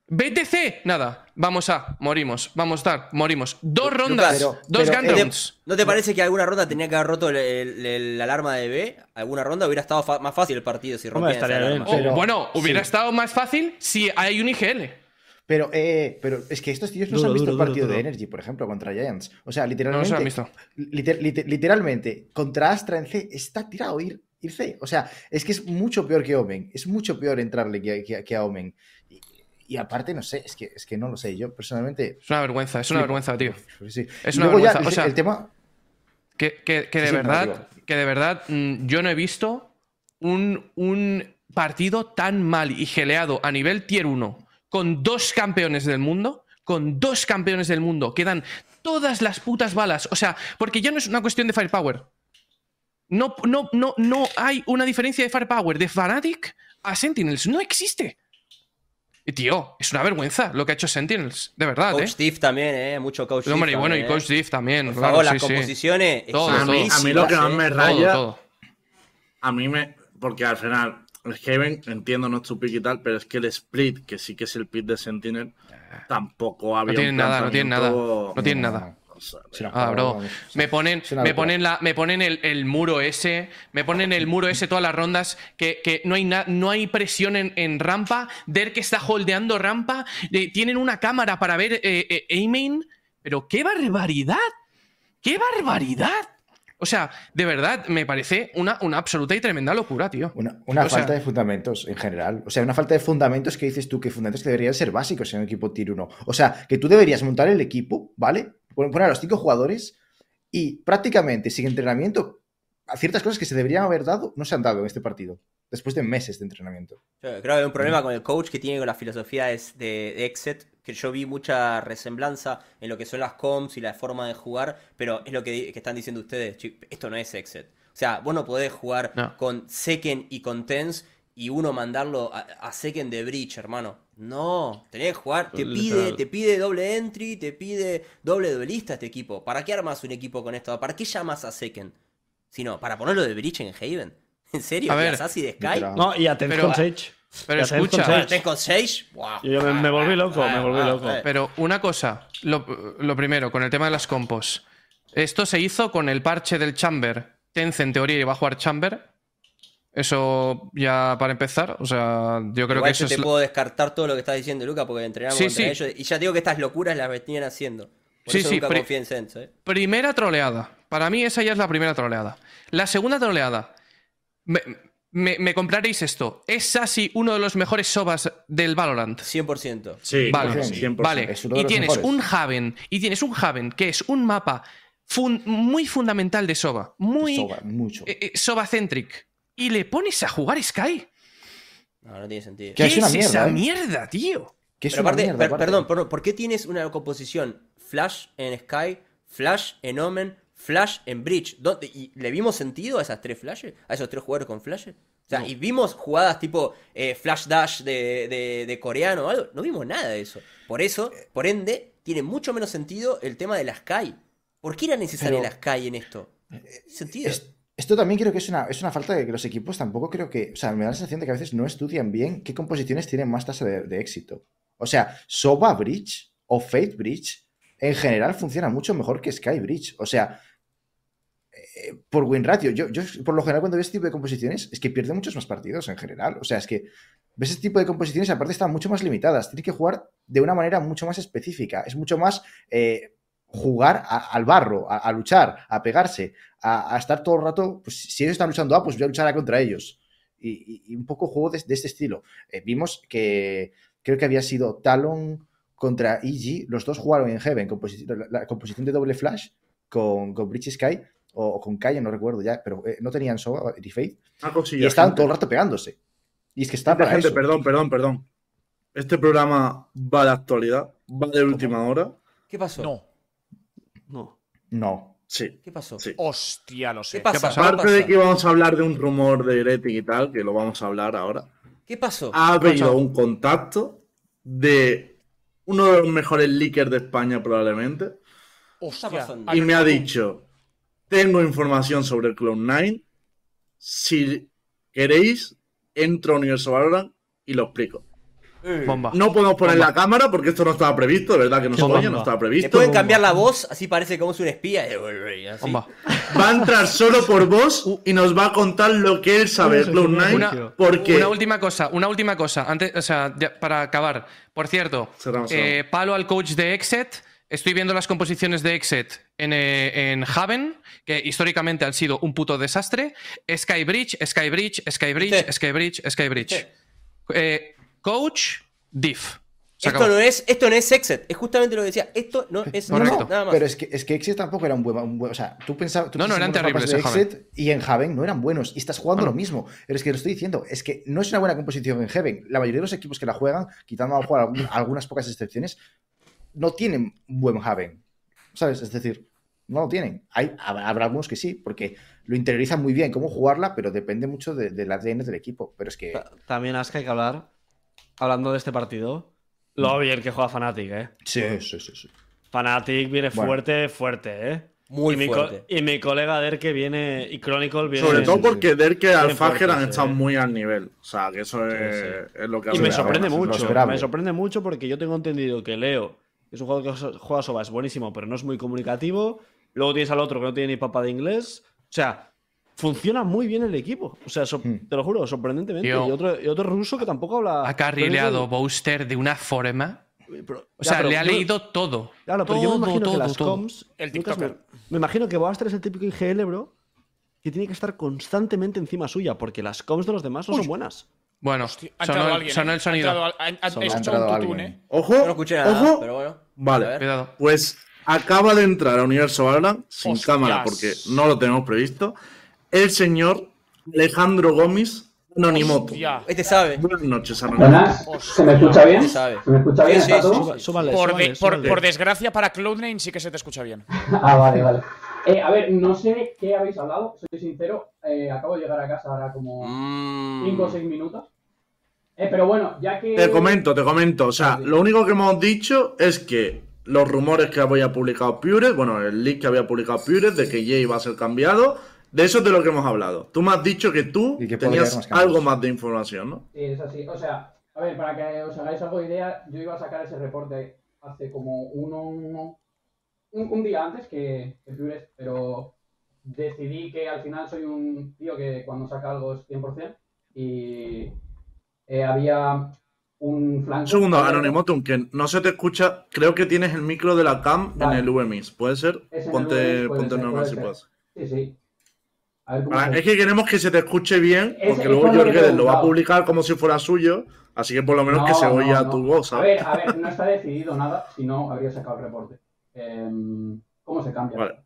Speaker 3: BTC. Nada. Vamos a. Morimos. Vamos a dar. Morimos. Dos
Speaker 6: Lucas,
Speaker 3: rondas.
Speaker 6: pero-
Speaker 3: dos
Speaker 6: pero-
Speaker 3: gun
Speaker 6: ¿no te-
Speaker 3: rounds.
Speaker 6: ¿No te parece que alguna ronda tenía que haber roto el, el- el alarma de B? ¿Alguna ronda hubiera estado fa- más fácil el partido si
Speaker 5: Hombre,
Speaker 6: rompían esa
Speaker 5: estaría bien.
Speaker 6: alarma?
Speaker 3: O,
Speaker 2: Pero-
Speaker 3: bueno, hubiera estado más fácil si hay un IGL.
Speaker 2: Pero, eh, pero es que estos tíos no se
Speaker 5: Duro,
Speaker 2: han visto
Speaker 5: duro,
Speaker 2: el partido
Speaker 5: duro,
Speaker 2: de
Speaker 5: duro.
Speaker 2: Energy, por ejemplo, contra Giants. O sea,
Speaker 3: No
Speaker 2: literalmente.
Speaker 3: se lo han visto.
Speaker 2: liter- liter- literalmente, contra Astra en C está tirado ir, ir C. O sea, es que es mucho peor que Omen. Es mucho peor entrarle que, que- que a Omen. Y, y aparte, no sé, es que, es que no lo sé. Yo personalmente.
Speaker 3: Es una vergüenza, es una
Speaker 2: Sí.
Speaker 3: vergüenza, tío.
Speaker 2: sí.
Speaker 3: Es
Speaker 2: Y
Speaker 3: una
Speaker 2: luego ya,
Speaker 3: vergüenza,
Speaker 2: el-
Speaker 3: o sea-
Speaker 2: el tema.
Speaker 3: Que, que- que
Speaker 2: Sí,
Speaker 3: de
Speaker 2: sí, no,
Speaker 3: verdad, que de verdad, mm, yo no he visto un, un partido tan mal y geleado a nivel tier 1 con dos campeones del mundo, con dos campeones del mundo, que dan todas las putas balas. O sea, porque ya no es una cuestión de firepower. No, no, no, no hay una diferencia de firepower de Fanatic a Sentinels. No existe. Y tío, es una vergüenza lo que ha hecho Sentinels. De verdad,
Speaker 6: Coach
Speaker 3: ¿eh?
Speaker 6: Steve también, ¿eh? Mucho Coach
Speaker 3: Hombre, y
Speaker 6: Steve
Speaker 3: bueno, y
Speaker 6: también,
Speaker 3: Coach
Speaker 6: ¿eh?
Speaker 3: Div también.
Speaker 6: Por
Speaker 3: claro,
Speaker 6: favor,
Speaker 3: sí,
Speaker 6: las
Speaker 3: sí.
Speaker 6: composiciones. eh.
Speaker 3: Todo,
Speaker 1: A mí, a mí lo que más me
Speaker 3: Todo,
Speaker 1: raya,
Speaker 3: todo.
Speaker 1: a mí me. Porque al final, el Heaven, entiendo, no es tu pick y tal, pero es que el
Speaker 4: Ah.
Speaker 1: split, que sí que es el pick de Sentinel, tampoco había.
Speaker 3: No tiene
Speaker 1: un
Speaker 3: nada, no tiene nada.
Speaker 1: planteamiento-
Speaker 3: No tiene nada.
Speaker 2: Será un
Speaker 3: Ah, bro.
Speaker 2: jugador-
Speaker 3: Me ponen,
Speaker 2: es una
Speaker 3: me
Speaker 2: locura.
Speaker 3: ponen, la, me ponen el, el muro ese, me ponen el muro ese todas las rondas, que, que no, hay na- no hay presión en, en rampa, Derk está holdeando rampa, eh, tienen una cámara para ver eh, eh, aiming, pero qué barbaridad, qué barbaridad. O sea, de verdad, me parece una, una absoluta y tremenda locura, tío.
Speaker 2: Una, una
Speaker 3: O sea-
Speaker 2: falta de fundamentos en general. O sea, una falta de fundamentos que dices tú que fundamentos que deberían ser básicos en un equipo tier 1. O sea, que tú deberías montar el equipo, ¿vale? Pon- Poner a los cinco jugadores y prácticamente sin entrenamiento, a ciertas cosas que se deberían haber dado no se han dado en este partido. Después de meses de entrenamiento.
Speaker 6: Yo creo que hay un problema con el coach que tiene con la filosofía de, de- de Exet, que yo vi mucha resemblanza en lo que son las comps y la forma de jugar, pero es lo que, di- que están diciendo ustedes, chi- esto no es Exet. O sea, vos no podés jugar
Speaker 3: No.
Speaker 6: con Seken y con Tens y uno mandarlo a, a Seken de Breach, hermano. No, tenés que jugar, te pide,
Speaker 5: Literal.
Speaker 6: te pide doble entry, te pide doble duelista este equipo. ¿Para qué armas un equipo con esto? ¿Para qué llamas a Seken? Si no, para ponerlo de Breach en Haven. ¿En serio?
Speaker 3: A
Speaker 6: ¿Y
Speaker 3: ver,
Speaker 6: Assassin de Sky?
Speaker 2: Literal.
Speaker 5: No, y a Tenz
Speaker 3: Pero-
Speaker 5: con Sage.
Speaker 3: pero
Speaker 5: Y a Tenz
Speaker 3: escucha,
Speaker 5: con Sage.
Speaker 6: ¿Tenés con Sage? Wow.
Speaker 5: Yo me, me volví loco, me volví
Speaker 6: Ah,
Speaker 5: loco.
Speaker 6: eh.
Speaker 3: Pero una cosa, lo, lo primero, con el tema de las compos. Esto se hizo con el parche del Chamber. Tenz en teoría iba a jugar Chamber. Eso ya para empezar. O sea, yo creo
Speaker 6: Igual
Speaker 3: que eso
Speaker 6: yo te
Speaker 3: es. la-
Speaker 6: puedo descartar todo lo que estás diciendo, Luca, porque entrenamos
Speaker 3: Sí,
Speaker 6: contra
Speaker 3: sí.
Speaker 6: ellos. Y ya digo que estas locuras las venían haciendo. Por
Speaker 3: Sí,
Speaker 6: eso
Speaker 3: sí,
Speaker 6: nunca
Speaker 3: pre-
Speaker 6: confié en Senso, ¿eh?
Speaker 3: Primera troleada. Para mí esa ya es la primera troleada. La segunda troleada. Me, me- me compraréis esto. ¿Es Sassy uno de los mejores sobas del Valorant?
Speaker 6: 100%.
Speaker 1: Sí,
Speaker 3: Vale,
Speaker 1: 100%.
Speaker 3: Vale,
Speaker 2: Es uno de
Speaker 3: y
Speaker 2: los
Speaker 3: tienes
Speaker 2: mejores.
Speaker 3: un Haven, y tienes un Haven, que es un mapa fun- muy fundamental de Soba, muy
Speaker 2: Sobra mucho.
Speaker 6: Eh,
Speaker 3: Soba Eh, centric, y le pones a jugar Sky.
Speaker 6: No, no tiene sentido.
Speaker 2: Que
Speaker 3: ¿Qué
Speaker 2: es
Speaker 3: es,
Speaker 2: una mierda,
Speaker 3: esa
Speaker 2: eh.
Speaker 3: mierda, tío?
Speaker 2: Que es
Speaker 6: Pero
Speaker 2: una
Speaker 6: aparte,
Speaker 2: mierda,
Speaker 6: per-
Speaker 2: aparte.
Speaker 6: perdón, perdón, ¿por qué tienes una composición Flash en Sky, Flash en Omen, Flash en Bridge? ¿Dónde- ¿Y le vimos sentido a esas tres flashes? ¿A esos tres jugadores con flashes? O sea, y vimos jugadas tipo eh, Flash Dash de, de- de coreano o algo. No vimos nada de eso. Por eso, por ende, tiene mucho menos sentido el tema de la Sky. ¿Por qué era necesaria
Speaker 2: Pero- eh,
Speaker 6: la Sky en esto? Sentido.
Speaker 2: Es- esto también creo que es una, es una falta de que los equipos tampoco creo que. O sea, me da la sensación de que a veces no estudian bien qué composiciones tienen más tasa de, de éxito. O sea, Soba Bridge o Fate Bridge en general funciona mucho mejor que Sky Bridge. O sea, eh, por win ratio, yo, yo por lo general cuando veo este tipo de composiciones es que pierde muchos más partidos en general. O sea, es que ves este tipo de composiciones aparte están mucho más limitadas. Tienes que jugar de una manera mucho más específica. Es mucho más eh, jugar a- al barro, a, a luchar, a pegarse, a, a estar todo el rato. Pues si ellos están luchando A, pues voy a luchar A contra ellos. Y, y- y un poco juego de, de este estilo. Eh, vimos que creo que había sido Talon contra EG. Los dos jugaron en Heaven, composi- la, la composición de doble flash con, con Breach Sky o, o con Kaia, no recuerdo ya, pero eh, no tenían Sova ni Faith.
Speaker 1: Una cosilla,
Speaker 2: Y estaban
Speaker 1: gente.
Speaker 2: todo el rato pegándose. Y es que está
Speaker 1: Gente,
Speaker 2: para
Speaker 1: gente,
Speaker 2: eso.
Speaker 1: perdón, perdón, perdón. Este programa va de actualidad, va de última hora.
Speaker 6: ¿Qué pasó?
Speaker 4: No.
Speaker 5: No.
Speaker 2: No,
Speaker 1: Sí,
Speaker 6: ¿Qué pasó?
Speaker 1: sí.
Speaker 4: Hostia, lo sé.
Speaker 6: ¿Qué pasa?
Speaker 3: pasó?
Speaker 6: ¿Qué
Speaker 1: Aparte de
Speaker 6: pasa?
Speaker 1: que vamos a hablar de un rumor de Heretic y tal, que lo vamos a hablar ahora,
Speaker 6: ¿Qué pasó?
Speaker 2: Ah,
Speaker 1: ha habido
Speaker 3: Escucha.
Speaker 1: un contacto de uno de los mejores leakers de España probablemente,
Speaker 4: Hostia.
Speaker 6: pasando?
Speaker 4: Ay,
Speaker 1: y me ha
Speaker 4: no.
Speaker 1: dicho, tengo información sobre el Cloud9, si queréis, entro a Universo Valorant y lo explico.
Speaker 6: Eh,
Speaker 3: Bomba.
Speaker 1: No podemos poner la cámara porque esto no estaba previsto, de verdad que no se
Speaker 5: Bomba.
Speaker 1: oye, no estaba
Speaker 6: ¿Le
Speaker 1: previsto.
Speaker 6: pueden cambiar la voz? Así parece como es un espía. Eh, Y así.
Speaker 3: Bomba.
Speaker 1: Va a entrar solo por vos y nos va a contar lo que él sabe de Cloud9
Speaker 5: Una-
Speaker 1: porque
Speaker 3: Una última cosa, una última cosa, antes, o sea, ya para acabar. Por cierto,
Speaker 1: Cerramos,
Speaker 3: eh,
Speaker 1: cerramos.
Speaker 3: palo al coach de Exet. Estoy viendo las composiciones de Exet en, eh, en Haven, que históricamente han sido un puto desastre. Skybridge, Skybridge, Skybridge,
Speaker 6: Sí.
Speaker 3: Skybridge, Skybridge.
Speaker 6: Sí.
Speaker 3: Eh, coach, diff. Se
Speaker 6: Esto
Speaker 3: acabó.
Speaker 6: no, es, esto no es Exet, es justamente lo que decía. Esto no es
Speaker 3: Correcto.
Speaker 6: Exet, nada más.
Speaker 2: Pero es que, es que Exit tampoco era un buen, un buen- O sea, tú pensabas. tú
Speaker 3: No, no,
Speaker 2: piensas en
Speaker 3: eran
Speaker 2: los mapas
Speaker 3: terribles
Speaker 2: de
Speaker 3: en
Speaker 2: Exit y en Haven no eran buenos. Y estás jugando
Speaker 3: Bueno.
Speaker 2: lo mismo. Pero es que lo estoy diciendo. Es que no es una buena composición en Haven. La mayoría de los equipos que la juegan, quitando a lo mejor algún- algunas pocas excepciones, no tienen buen Haven. ¿Sabes? Es decir, no lo tienen. Hay, hab- habrá algunos que sí, porque lo interiorizan muy bien cómo jugarla, pero depende mucho de- del ADN del equipo. Pero es que.
Speaker 6: Ah.
Speaker 5: También Aska hay que hablar, hablando de este partido,
Speaker 1: Mm.
Speaker 5: lo bien que juega Fnatic, eh.
Speaker 2: Sí, sí, sí. sí.
Speaker 5: Fnatic viene
Speaker 2: Bueno.
Speaker 5: fuerte, fuerte, eh.
Speaker 6: Muy
Speaker 5: y mi co-
Speaker 6: fuerte.
Speaker 5: y mi colega Derke viene, y Chronicle viene.
Speaker 1: Sobre todo
Speaker 2: sí, sí.
Speaker 1: porque Derke y Alfager
Speaker 5: fuerte,
Speaker 1: han
Speaker 5: sí.
Speaker 1: estado muy al nivel. O sea, que eso es, es lo que
Speaker 5: Y
Speaker 1: hace
Speaker 5: me
Speaker 1: la
Speaker 5: sorprende
Speaker 1: buena
Speaker 2: los
Speaker 5: mucho,
Speaker 1: situación.
Speaker 2: graves.
Speaker 5: me sorprende mucho porque yo tengo entendido que Leo Es un jugador que so- juega soba, es buenísimo, pero no es muy comunicativo. Luego tienes al otro que no tiene ni papa de inglés. O sea, funciona muy bien el equipo. O sea, so-
Speaker 2: Hmm.
Speaker 5: te lo juro, sorprendentemente.
Speaker 3: Tío.
Speaker 5: y, otro, y otro ruso que tampoco habla.
Speaker 3: Ha carrileado Bowster de una forma.
Speaker 5: Pero-
Speaker 3: O
Speaker 5: ya,
Speaker 3: sea,
Speaker 5: pero
Speaker 3: le ha
Speaker 5: yo-
Speaker 3: leído todo.
Speaker 5: Claro, pero
Speaker 3: todo,
Speaker 5: yo me imagino que
Speaker 3: todo,
Speaker 5: las
Speaker 3: todo.
Speaker 5: comms.
Speaker 4: El
Speaker 5: Lucas, me,
Speaker 4: TikToker.
Speaker 5: me imagino que Boaster es el típico IGL, bro, que tiene que estar constantemente encima suya, porque las comms de los demás no son buenas.
Speaker 3: Bueno,
Speaker 4: Ha entrado
Speaker 3: sonó, el-
Speaker 4: alguien.
Speaker 3: sonó
Speaker 4: eh.
Speaker 3: el
Speaker 4: Ha
Speaker 3: sonido.
Speaker 4: entrado al- ha- ha-
Speaker 5: Sonó.
Speaker 4: he
Speaker 5: Ha
Speaker 4: escuchado
Speaker 2: entrado
Speaker 4: un tutún,
Speaker 2: alguien.
Speaker 4: eh.
Speaker 1: Ojo,
Speaker 6: Yo no escuché nada,
Speaker 1: ojo.
Speaker 6: pero bueno.
Speaker 1: Vale.
Speaker 6: A ver.
Speaker 3: Cuidado.
Speaker 1: Pues acaba de entrar a Universo Valorant sin
Speaker 4: Hostias.
Speaker 1: cámara porque no lo tenemos previsto. El señor Alejandro Gómez Anonimoto.
Speaker 4: Hostia.
Speaker 6: Este sabe. Este
Speaker 1: Buenas noches, Anonimoto.
Speaker 7: Buenas, ¿se me escucha bien?
Speaker 6: Sabe.
Speaker 7: ¿Se me escucha bien?
Speaker 6: Sí,
Speaker 7: ¿Está
Speaker 6: sí,
Speaker 7: todo?
Speaker 6: sí, sí.
Speaker 5: Súbale,
Speaker 4: Por,
Speaker 5: súbale,
Speaker 4: de- por-
Speaker 5: súbale.
Speaker 4: por desgracia para Cloud9 sí que se te escucha bien.
Speaker 7: Ah, vale, vale. Eh, a ver, no sé qué habéis hablado, soy sincero. eh, acabo de llegar a casa ahora como
Speaker 6: Mm.
Speaker 7: 5 o 6 minutos. Eh, pero bueno, ya que.
Speaker 1: Te comento, te comento. O sea, lo único que hemos dicho es que los rumores que había publicado Pure, bueno, el leak que había publicado Pure de que Jay iba a ser cambiado, de eso es de lo que hemos hablado. Tú me has dicho que tú
Speaker 2: Y que podría
Speaker 1: tenías
Speaker 2: haber más cambios.
Speaker 1: algo más de información, ¿no?
Speaker 7: Sí, es así. O sea, a ver, para que os hagáis algo de idea, yo iba a sacar ese reporte hace como uno, uno- un, un día antes que, que Fiures, pero decidí que al final soy un tío que cuando saca algo es 100% y eh, había un flanco...
Speaker 1: Un segundo, Anonimotum, que no se te escucha. Creo que tienes el micro de la cam
Speaker 7: Vale.
Speaker 1: en el VMIS. ¿Puede ser?
Speaker 7: Es en el
Speaker 1: Ponte,
Speaker 7: VMIS, puede
Speaker 1: ponte
Speaker 7: ser,
Speaker 1: normal
Speaker 7: puede
Speaker 1: si
Speaker 7: ser.
Speaker 1: puedes.
Speaker 7: Sí, sí. A ver cómo...
Speaker 1: Ah,
Speaker 7: se-
Speaker 1: es que queremos que se te escuche bien,
Speaker 7: Es-
Speaker 1: porque
Speaker 7: es
Speaker 1: luego
Speaker 7: por lo que
Speaker 1: Jorge
Speaker 7: te
Speaker 1: lo va
Speaker 7: he
Speaker 1: a
Speaker 7: preguntado.
Speaker 1: publicar como si fuera suyo. Así que por lo menos
Speaker 7: No,
Speaker 1: que se
Speaker 7: no,
Speaker 1: oiga
Speaker 7: no.
Speaker 1: tu voz,
Speaker 7: A
Speaker 1: ¿sabes?
Speaker 7: ver, a ver, no está decidido nada, si no habría sacado el reporte. Em, ¿Cómo se cambia?
Speaker 1: Vale.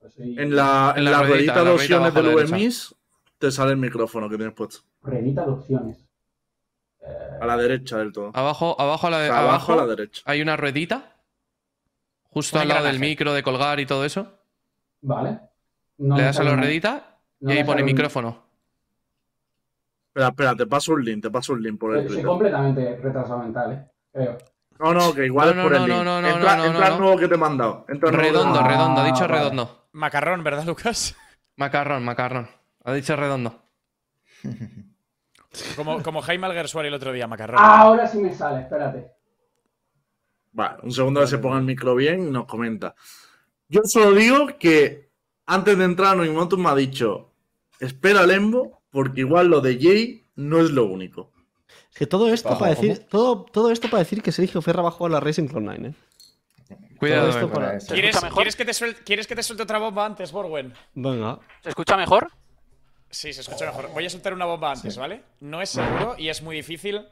Speaker 7: Pues soy-
Speaker 1: En la,
Speaker 3: En
Speaker 1: en
Speaker 3: la
Speaker 1: la ruedita
Speaker 3: ruedita, en la
Speaker 1: de
Speaker 3: ruedita
Speaker 1: opciones
Speaker 3: abajo a la
Speaker 1: del
Speaker 3: derecha.
Speaker 1: VMIS te sale el micrófono que tienes puesto.
Speaker 7: Redita de opciones. Eh,
Speaker 1: A la derecha del todo.
Speaker 3: Abajo, Ah, eh, abajo a la,
Speaker 1: O
Speaker 3: de-
Speaker 1: sea, abajo a la derecha.
Speaker 3: hay una ruedita. Justo
Speaker 4: Un
Speaker 3: al lado del
Speaker 4: engranaje.
Speaker 3: micro de colgar y todo eso.
Speaker 7: vale. No
Speaker 3: le
Speaker 7: me
Speaker 3: das a
Speaker 7: sale
Speaker 3: la
Speaker 7: un-
Speaker 3: ruedita
Speaker 7: no
Speaker 3: y ahí
Speaker 7: me
Speaker 3: pone
Speaker 7: sale un-
Speaker 3: micrófono.
Speaker 1: Espera, espera, te paso un link, te paso un link por el
Speaker 7: Eh, Soy, soy
Speaker 1: Twitter.
Speaker 7: completamente retrasado mental, eh, creo.
Speaker 1: No, no, que igual es
Speaker 3: No,
Speaker 1: por
Speaker 3: no,
Speaker 1: el
Speaker 3: no,
Speaker 1: link.
Speaker 3: no, no,
Speaker 1: entra,
Speaker 3: no, no,
Speaker 1: entra
Speaker 3: no.
Speaker 1: el nuevo que te he mandado. Entra el nuevo Ah, que te he
Speaker 3: Redondo,
Speaker 1: mandado.
Speaker 3: redondo, ha dicho
Speaker 7: vale.
Speaker 3: redondo.
Speaker 4: Macarrón, ¿verdad, Lucas?
Speaker 3: Macarrón, macarrón. Ha dicho redondo.
Speaker 4: Como, como Jaime Alguersuari el otro día, Macarrón.
Speaker 2: Ah,
Speaker 7: Ahora sí me sale, espérate.
Speaker 1: Vale, un segundo que se ponga el micro bien y nos comenta. Yo solo digo que antes de entrar Anonimotum me ha dicho, espera al Embo, porque igual lo de Jay no es lo único.
Speaker 5: Es que todo esto
Speaker 6: Ojo,
Speaker 5: para decir, todo, todo esto para decir que Sergio Ferra va a jugar la Racing Cloud 9, ¿eh?
Speaker 3: Cuidado,
Speaker 5: esto
Speaker 3: eh.
Speaker 5: para-
Speaker 2: Bueno, eso.
Speaker 4: ¿Quieres,
Speaker 8: escucha mejor?
Speaker 4: ¿quieres, que te suel- ¿Quieres que te suelte otra bomba antes, Borwen?
Speaker 5: Venga.
Speaker 8: ¿Se escucha mejor?
Speaker 4: Sí, se escucha mejor. Voy a soltar una bomba antes, ¿vale? No es seguro y es muy difícil,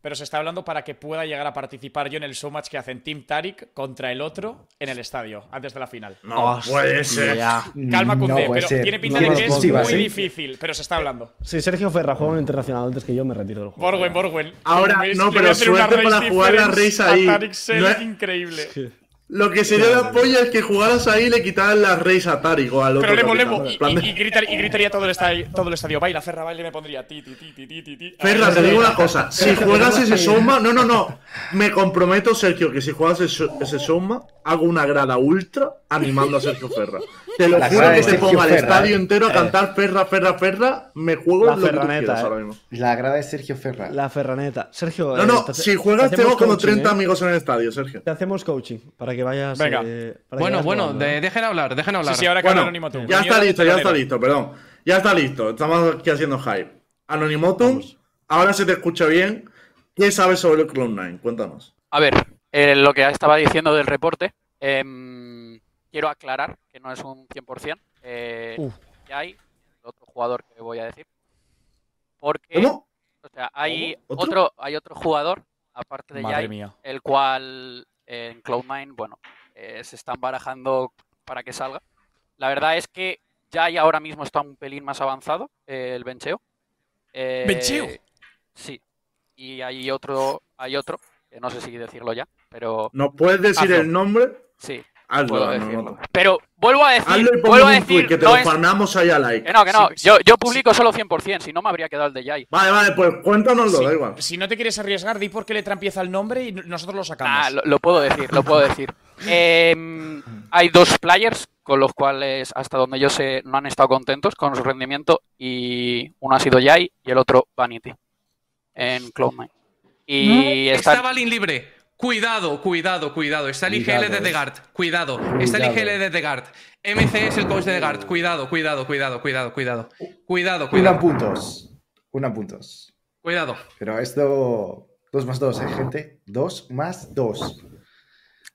Speaker 4: pero se está hablando para que pueda llegar a participar yo en el showmatch que hacen Team Tarik contra el otro en el estadio, antes de la final.
Speaker 1: No puede ser.
Speaker 4: Calma,
Speaker 2: No
Speaker 4: Kunde,
Speaker 2: puede
Speaker 4: pero
Speaker 2: ser.
Speaker 4: tiene pinta
Speaker 2: No
Speaker 4: de que
Speaker 2: lo
Speaker 4: es
Speaker 2: consigas,
Speaker 4: muy
Speaker 2: ¿eh?
Speaker 4: difícil, pero se está hablando.
Speaker 5: Si Sergio Ferra juega un internacional antes que yo, me retiro del juego.
Speaker 4: Borwen, Borwen.
Speaker 1: Ahora,
Speaker 4: Le voy a
Speaker 1: no,
Speaker 4: hacer
Speaker 1: pero
Speaker 4: una
Speaker 1: suerte
Speaker 4: race
Speaker 1: para jugar la
Speaker 4: difference
Speaker 1: race ahí.
Speaker 4: a Tarik Selig,
Speaker 1: No es-
Speaker 4: increíble.
Speaker 1: Lo que sería la polla es que jugaras ahí y le quitaras las reyes a Tárico al otro.
Speaker 4: Pero
Speaker 1: capitán.
Speaker 4: Lemo, Lemo, y,
Speaker 1: En plan de-
Speaker 4: y- y gritar- y gritaría todo el, estadio, todo el estadio, baila, Ferra, baila, y me pondría ti, ti, ti, ti, ti, ti, ti.
Speaker 1: Ferra, te digo una cosa. Si juegas ese Soma, no, no, no. Me comprometo, Sergio, que si juegas ese, ese Soma, hago una grada ultra animando a Sergio Ferra. Te lo
Speaker 2: La
Speaker 1: juro
Speaker 2: grada
Speaker 1: que
Speaker 2: de
Speaker 1: te
Speaker 2: Sergio
Speaker 1: ponga el
Speaker 2: Ferra,
Speaker 1: estadio
Speaker 2: eh.
Speaker 1: entero a cantar Ferra, Ferra, Ferra. Me juego
Speaker 5: La
Speaker 1: lo que tú
Speaker 5: ferraneta,
Speaker 1: quieras
Speaker 5: eh.
Speaker 1: ahora mismo.
Speaker 2: La grada de Sergio Ferra.
Speaker 5: La Ferraneta. Sergio.
Speaker 1: No,
Speaker 5: eh,
Speaker 1: no,
Speaker 5: te hace-
Speaker 1: si juegas
Speaker 5: te
Speaker 1: tengo
Speaker 5: hacemos
Speaker 1: como
Speaker 5: coaching,
Speaker 1: 30
Speaker 5: ¿eh?
Speaker 1: amigos en el estadio, Sergio.
Speaker 5: Te hacemos coaching para que vayas.
Speaker 4: Venga.
Speaker 5: eh, para que
Speaker 3: Bueno,
Speaker 5: vayas
Speaker 3: bueno,
Speaker 5: jugando,
Speaker 3: de-
Speaker 5: ¿eh?
Speaker 3: dejen hablar, dejen hablar.
Speaker 4: Sí, sí, ahora que
Speaker 1: Bueno,
Speaker 4: habla Anónimo tú.
Speaker 1: ya está
Speaker 4: Anónimo
Speaker 1: listo, ya está
Speaker 4: telonero.
Speaker 1: listo, perdón. Ya está listo, estamos aquí haciendo hype. Anonimotum, ahora se te escucha bien. ¿Qué sabes sobre el Cloud9? Cuéntanos.
Speaker 8: A ver, eh, lo que estaba diciendo del reporte, em, quiero aclarar que no es un 100%. Eh,
Speaker 4: Uf.
Speaker 8: que hay otro jugador que voy a decir. Porque
Speaker 1: ¿Cómo?
Speaker 8: o sea, hay,
Speaker 1: ¿Otro?
Speaker 8: ¿Otro? hay otro jugador, aparte de
Speaker 4: Madre
Speaker 8: Jai,
Speaker 4: mía.
Speaker 8: el cual eh, en Cloud9, bueno, eh, se están barajando para que salga. La verdad es que Jai ahora mismo está un pelín más avanzado, eh, el bencheo. Eh,
Speaker 4: ¿Bencheo?
Speaker 8: Sí. Y hay otro, hay otro, que no sé si decirlo ya, pero
Speaker 1: ¿Nos puedes decir
Speaker 8: Hazlo.
Speaker 1: el nombre?
Speaker 8: sí,
Speaker 1: Hazlo,
Speaker 8: puedo
Speaker 1: Anonimotum.
Speaker 8: decirlo. Pero vuelvo a decir,
Speaker 1: Hazlo y
Speaker 8: vuelvo a
Speaker 1: ponemos un
Speaker 8: decir,
Speaker 1: tweet que te
Speaker 8: no
Speaker 1: lo
Speaker 8: es-
Speaker 1: farmeamos ahí a like.
Speaker 8: que no, que no,
Speaker 1: Sí, sí.
Speaker 8: yo, yo publico solo 100%, si no me habría quedado el de Jai.
Speaker 1: Vale, vale, pues cuéntanoslo,
Speaker 4: Si-
Speaker 1: da igual.
Speaker 4: Si no te quieres arriesgar, di por qué letra empieza el nombre y nosotros lo sacamos.
Speaker 8: Ah, lo, lo puedo decir, lo puedo decir. Em, hay dos players con los cuales, hasta donde yo sé, no han estado contentos con su rendimiento y uno ha sido Jai y el otro Vanity en Cloud9. Y están-
Speaker 3: Está Balin libre. Cuidado, cuidado, cuidado. Está el
Speaker 2: Cuidado,
Speaker 3: IGL de
Speaker 2: eh.
Speaker 3: Degard. Cuidado. Está el
Speaker 2: Cuidado.
Speaker 3: IGL de Degard. MC es el coach de Degard. Cuidado, cuidado, cuidado, cuidado, cuidado. Cuidado,
Speaker 2: Unan
Speaker 3: cuidado.
Speaker 2: puntos. Unan puntos.
Speaker 3: Cuidado.
Speaker 2: Pero esto. 2 más 2, ¿eh, gente? 2 más 2.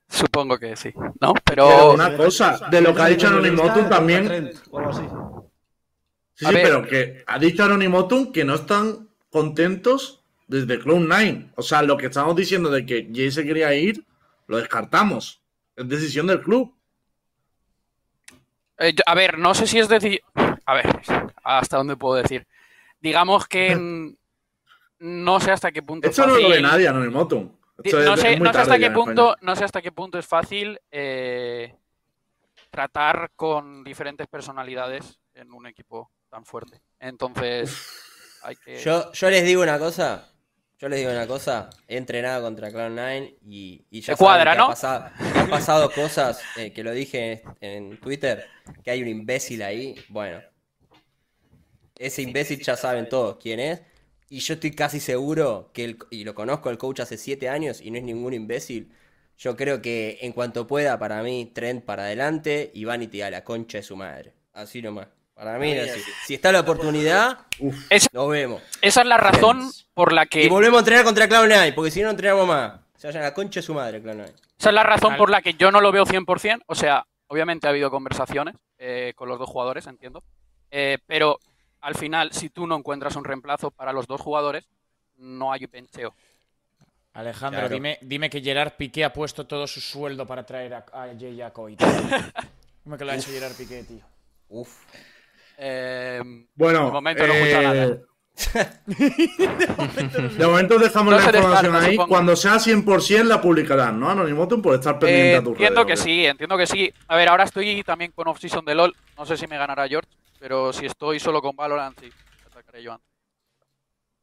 Speaker 8: Supongo que sí, ¿no?
Speaker 1: Pero
Speaker 8: Pero
Speaker 1: una cosa, de lo que ha dicho Anonimotum también.
Speaker 5: O algo así.
Speaker 1: Sí,
Speaker 8: A
Speaker 1: sí,
Speaker 8: ver.
Speaker 1: pero que ha dicho Anonimotum que no están contentos desde Cloud9. O sea, lo que estábamos diciendo de que Jay se quería ir, lo descartamos. Es decisión del club.
Speaker 8: Eh, yo- a ver, no sé si es decir. A ver, ¿hasta dónde puedo decir? Digamos que. mm, No sé hasta qué punto. es
Speaker 1: Esto no lo ve
Speaker 8: fácil-
Speaker 1: nadie, Anonimotum.
Speaker 8: Di-
Speaker 1: Esto
Speaker 8: No
Speaker 1: es-
Speaker 8: sé,
Speaker 1: es muy
Speaker 8: no sé hasta
Speaker 1: tarde ya
Speaker 8: qué
Speaker 1: en
Speaker 8: punto,
Speaker 1: España.
Speaker 8: no sé hasta qué punto es fácil eh, tratar con diferentes personalidades en un equipo tan fuerte. Entonces, hay que.
Speaker 6: Yo, yo les digo una cosa. Yo les digo una cosa. He entrenado contra Cloud9 y, y ya
Speaker 8: Te
Speaker 6: saben
Speaker 8: cuadra,
Speaker 6: que
Speaker 8: ¿no?
Speaker 6: ha pasado, que han pasado cosas eh, que lo dije en, en Twitter, que hay un imbécil ahí. Bueno. Ese imbécil ya saben todos quién es. Y yo estoy casi seguro que, el- y lo conozco el coach hace siete años y no es ningún imbécil. Yo creo que en cuanto pueda, para mí, Trent para adelante y Vanity a la concha de su madre. Así nomás. Para mí, así. si está la oportunidad,
Speaker 8: Es-
Speaker 6: nos vemos.
Speaker 8: Esa es la razón por la
Speaker 6: Y
Speaker 8: que.
Speaker 6: volvemos a entrenar contra Cloud9, porque si no, no entrenamos más. Se vayan a la concha de su madre, Cloud9.
Speaker 8: Esa es la razón por la que yo no lo veo 100%. O sea, obviamente ha habido conversaciones eh, con los dos jugadores, entiendo. Eh, pero al final, si tú no encuentras un reemplazo para los dos jugadores, no hay pencheo.
Speaker 4: Alejandro,
Speaker 6: Claro.
Speaker 4: dime, dime que Gerard Piqué ha puesto todo su sueldo para traer a, a Jay Acoy. Dime que lo ha hecho Gerard Piqué, tío.
Speaker 6: Uf.
Speaker 8: Eh,
Speaker 1: Bueno, eh,
Speaker 8: De momento no escucha nada.
Speaker 1: de momento dejamos
Speaker 8: No
Speaker 1: la
Speaker 8: se descarta,
Speaker 1: información ahí.
Speaker 8: supongo.
Speaker 1: Cuando sea 100% la publicarán, ¿no? Anonimotum por estar pendiente
Speaker 8: eh,
Speaker 1: a tu
Speaker 8: entiendo que sí, entiendo que sí. A ver, ahora estoy también con off-season de LOL. No sé si me ganará George, pero si estoy solo con Valorant, sí. Atacaré yo antes.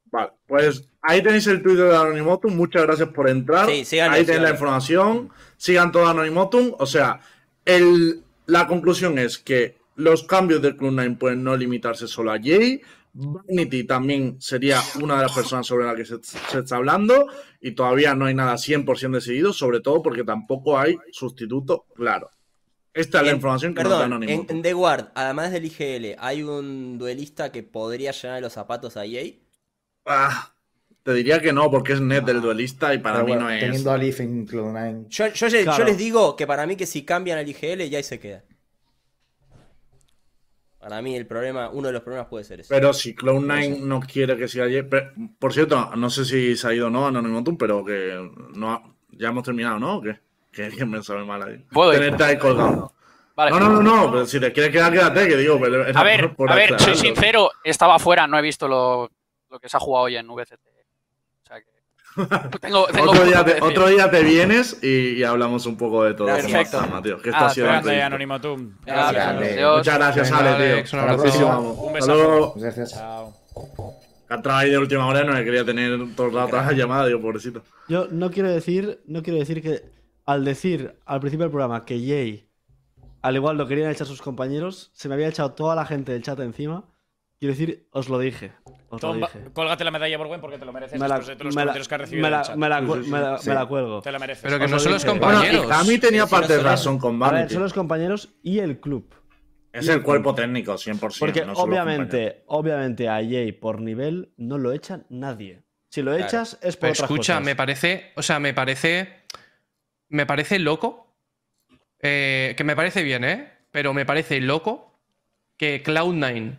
Speaker 1: Vale, pues ahí tenéis el Twitter de Anonimotum. Muchas gracias por entrar.
Speaker 6: Sí, síganos,
Speaker 1: ahí tenéis la
Speaker 6: síganos.
Speaker 1: información. Sigan todo Anonimotum. O sea, el, la conclusión es que los cambios del Club 9 pueden no limitarse solo a Jay. Vanity también sería una de las personas sobre la que se, se está hablando. Y todavía no hay nada 100% decidido, sobre todo porque tampoco hay sustituto claro. Esta es la
Speaker 6: En-
Speaker 1: información que nos da
Speaker 6: Perdón, en,
Speaker 1: Anonimotum.
Speaker 6: en The Guard, además del IGL, ¿hay un duelista que podría llenar los zapatos a EA?
Speaker 1: Ah, te diría que no, porque es net del duelista y para
Speaker 6: Ah,
Speaker 2: Pero
Speaker 1: mí
Speaker 2: bueno,
Speaker 1: no es.
Speaker 2: Teniendo a Leaf en Cloud9.
Speaker 6: Yo, yo le- yo
Speaker 5: Claro.
Speaker 6: les digo que para mí que si cambian al IGL, ya ahí se queda. Para mí el problema, uno de los problemas puede ser eso.
Speaker 1: Pero si Cloud9 no quiere que siga Jay. pero, Por cierto, no sé si se ha ido o no Anonimotum, pero que no ha- ya hemos terminado, ¿no? ¿O qué? Que alguien me sabe mal ahí.
Speaker 8: Puedo ir.
Speaker 1: Tenerte ahí colgado.
Speaker 8: Vale.
Speaker 1: No, no, no, no, pero si te quieres quedar, quédate, que digo. Pero era
Speaker 8: A ver,
Speaker 1: por- por
Speaker 8: a ver, soy
Speaker 1: aclararlo.
Speaker 8: sincero, estaba fuera, no he visto lo, lo que se ha jugado hoy en VCT. O sea que. Tengo, tengo
Speaker 1: Otro
Speaker 8: poco
Speaker 1: día,
Speaker 8: que
Speaker 1: te,
Speaker 8: decir.
Speaker 1: otro día te vienes y, y hablamos un poco de todo.
Speaker 6: Perfecto.
Speaker 1: Mateo, que
Speaker 8: Ah,
Speaker 1: esto ha sido la
Speaker 4: Grande,
Speaker 1: entrevista.
Speaker 4: Anónimo Tum.
Speaker 8: Ah,
Speaker 4: Gracias.
Speaker 2: grande.
Speaker 8: Adiós.
Speaker 1: Muchas gracias,
Speaker 3: Venga,
Speaker 1: Ale,
Speaker 3: Alex,
Speaker 1: tío.
Speaker 3: un
Speaker 1: Hasta la
Speaker 3: abrazo.
Speaker 1: próxima.
Speaker 4: Un
Speaker 1: Hasta
Speaker 4: besazo.
Speaker 1: luego.
Speaker 2: Muchas gracias.
Speaker 4: Chao.
Speaker 1: Que ha traído de última hora, no le quería tener todo el rato la llamada, digo, pobrecito.
Speaker 5: Yo no quiero decir, no quiero decir que al decir al principio del programa que Jay, al igual lo querían echar sus compañeros, se me había echado toda la gente del chat encima. Quiero decir, os lo dije. Os
Speaker 4: Tom,
Speaker 5: lo
Speaker 4: va-
Speaker 5: dije.
Speaker 4: colgate la medalla por buen porque te lo mereces
Speaker 5: Me la-
Speaker 4: después de todos los
Speaker 5: me la-
Speaker 4: comentarios que has recibido
Speaker 5: me
Speaker 4: en
Speaker 5: la-
Speaker 4: el chat.
Speaker 5: me la cu-
Speaker 1: Sí, sí,
Speaker 5: me la-
Speaker 2: sí.
Speaker 5: me la cuelgo.
Speaker 4: Te la mereces.
Speaker 3: Pero que
Speaker 4: Os
Speaker 3: no
Speaker 4: lo
Speaker 3: son los
Speaker 4: dije.
Speaker 1: Bueno,
Speaker 3: compañeros.
Speaker 1: y Cami tenía
Speaker 6: Sí, sí,
Speaker 1: parte de
Speaker 6: nosotros-
Speaker 1: razón con
Speaker 5: A
Speaker 1: Vanity.
Speaker 5: ver, son los compañeros y el club.
Speaker 1: Es el cuerpo técnico, 100%.
Speaker 5: Porque
Speaker 1: no solo compañero.
Speaker 5: obviamente, obviamente a Jay por nivel no lo echa nadie. Si lo
Speaker 6: Claro.
Speaker 5: echas es por
Speaker 3: Pero
Speaker 5: otras
Speaker 3: escucha,
Speaker 5: cosas.
Speaker 3: me parece. O sea, me parece. Me parece loco. eh, que me parece bien, ¿eh? Pero me parece loco que Cloud9,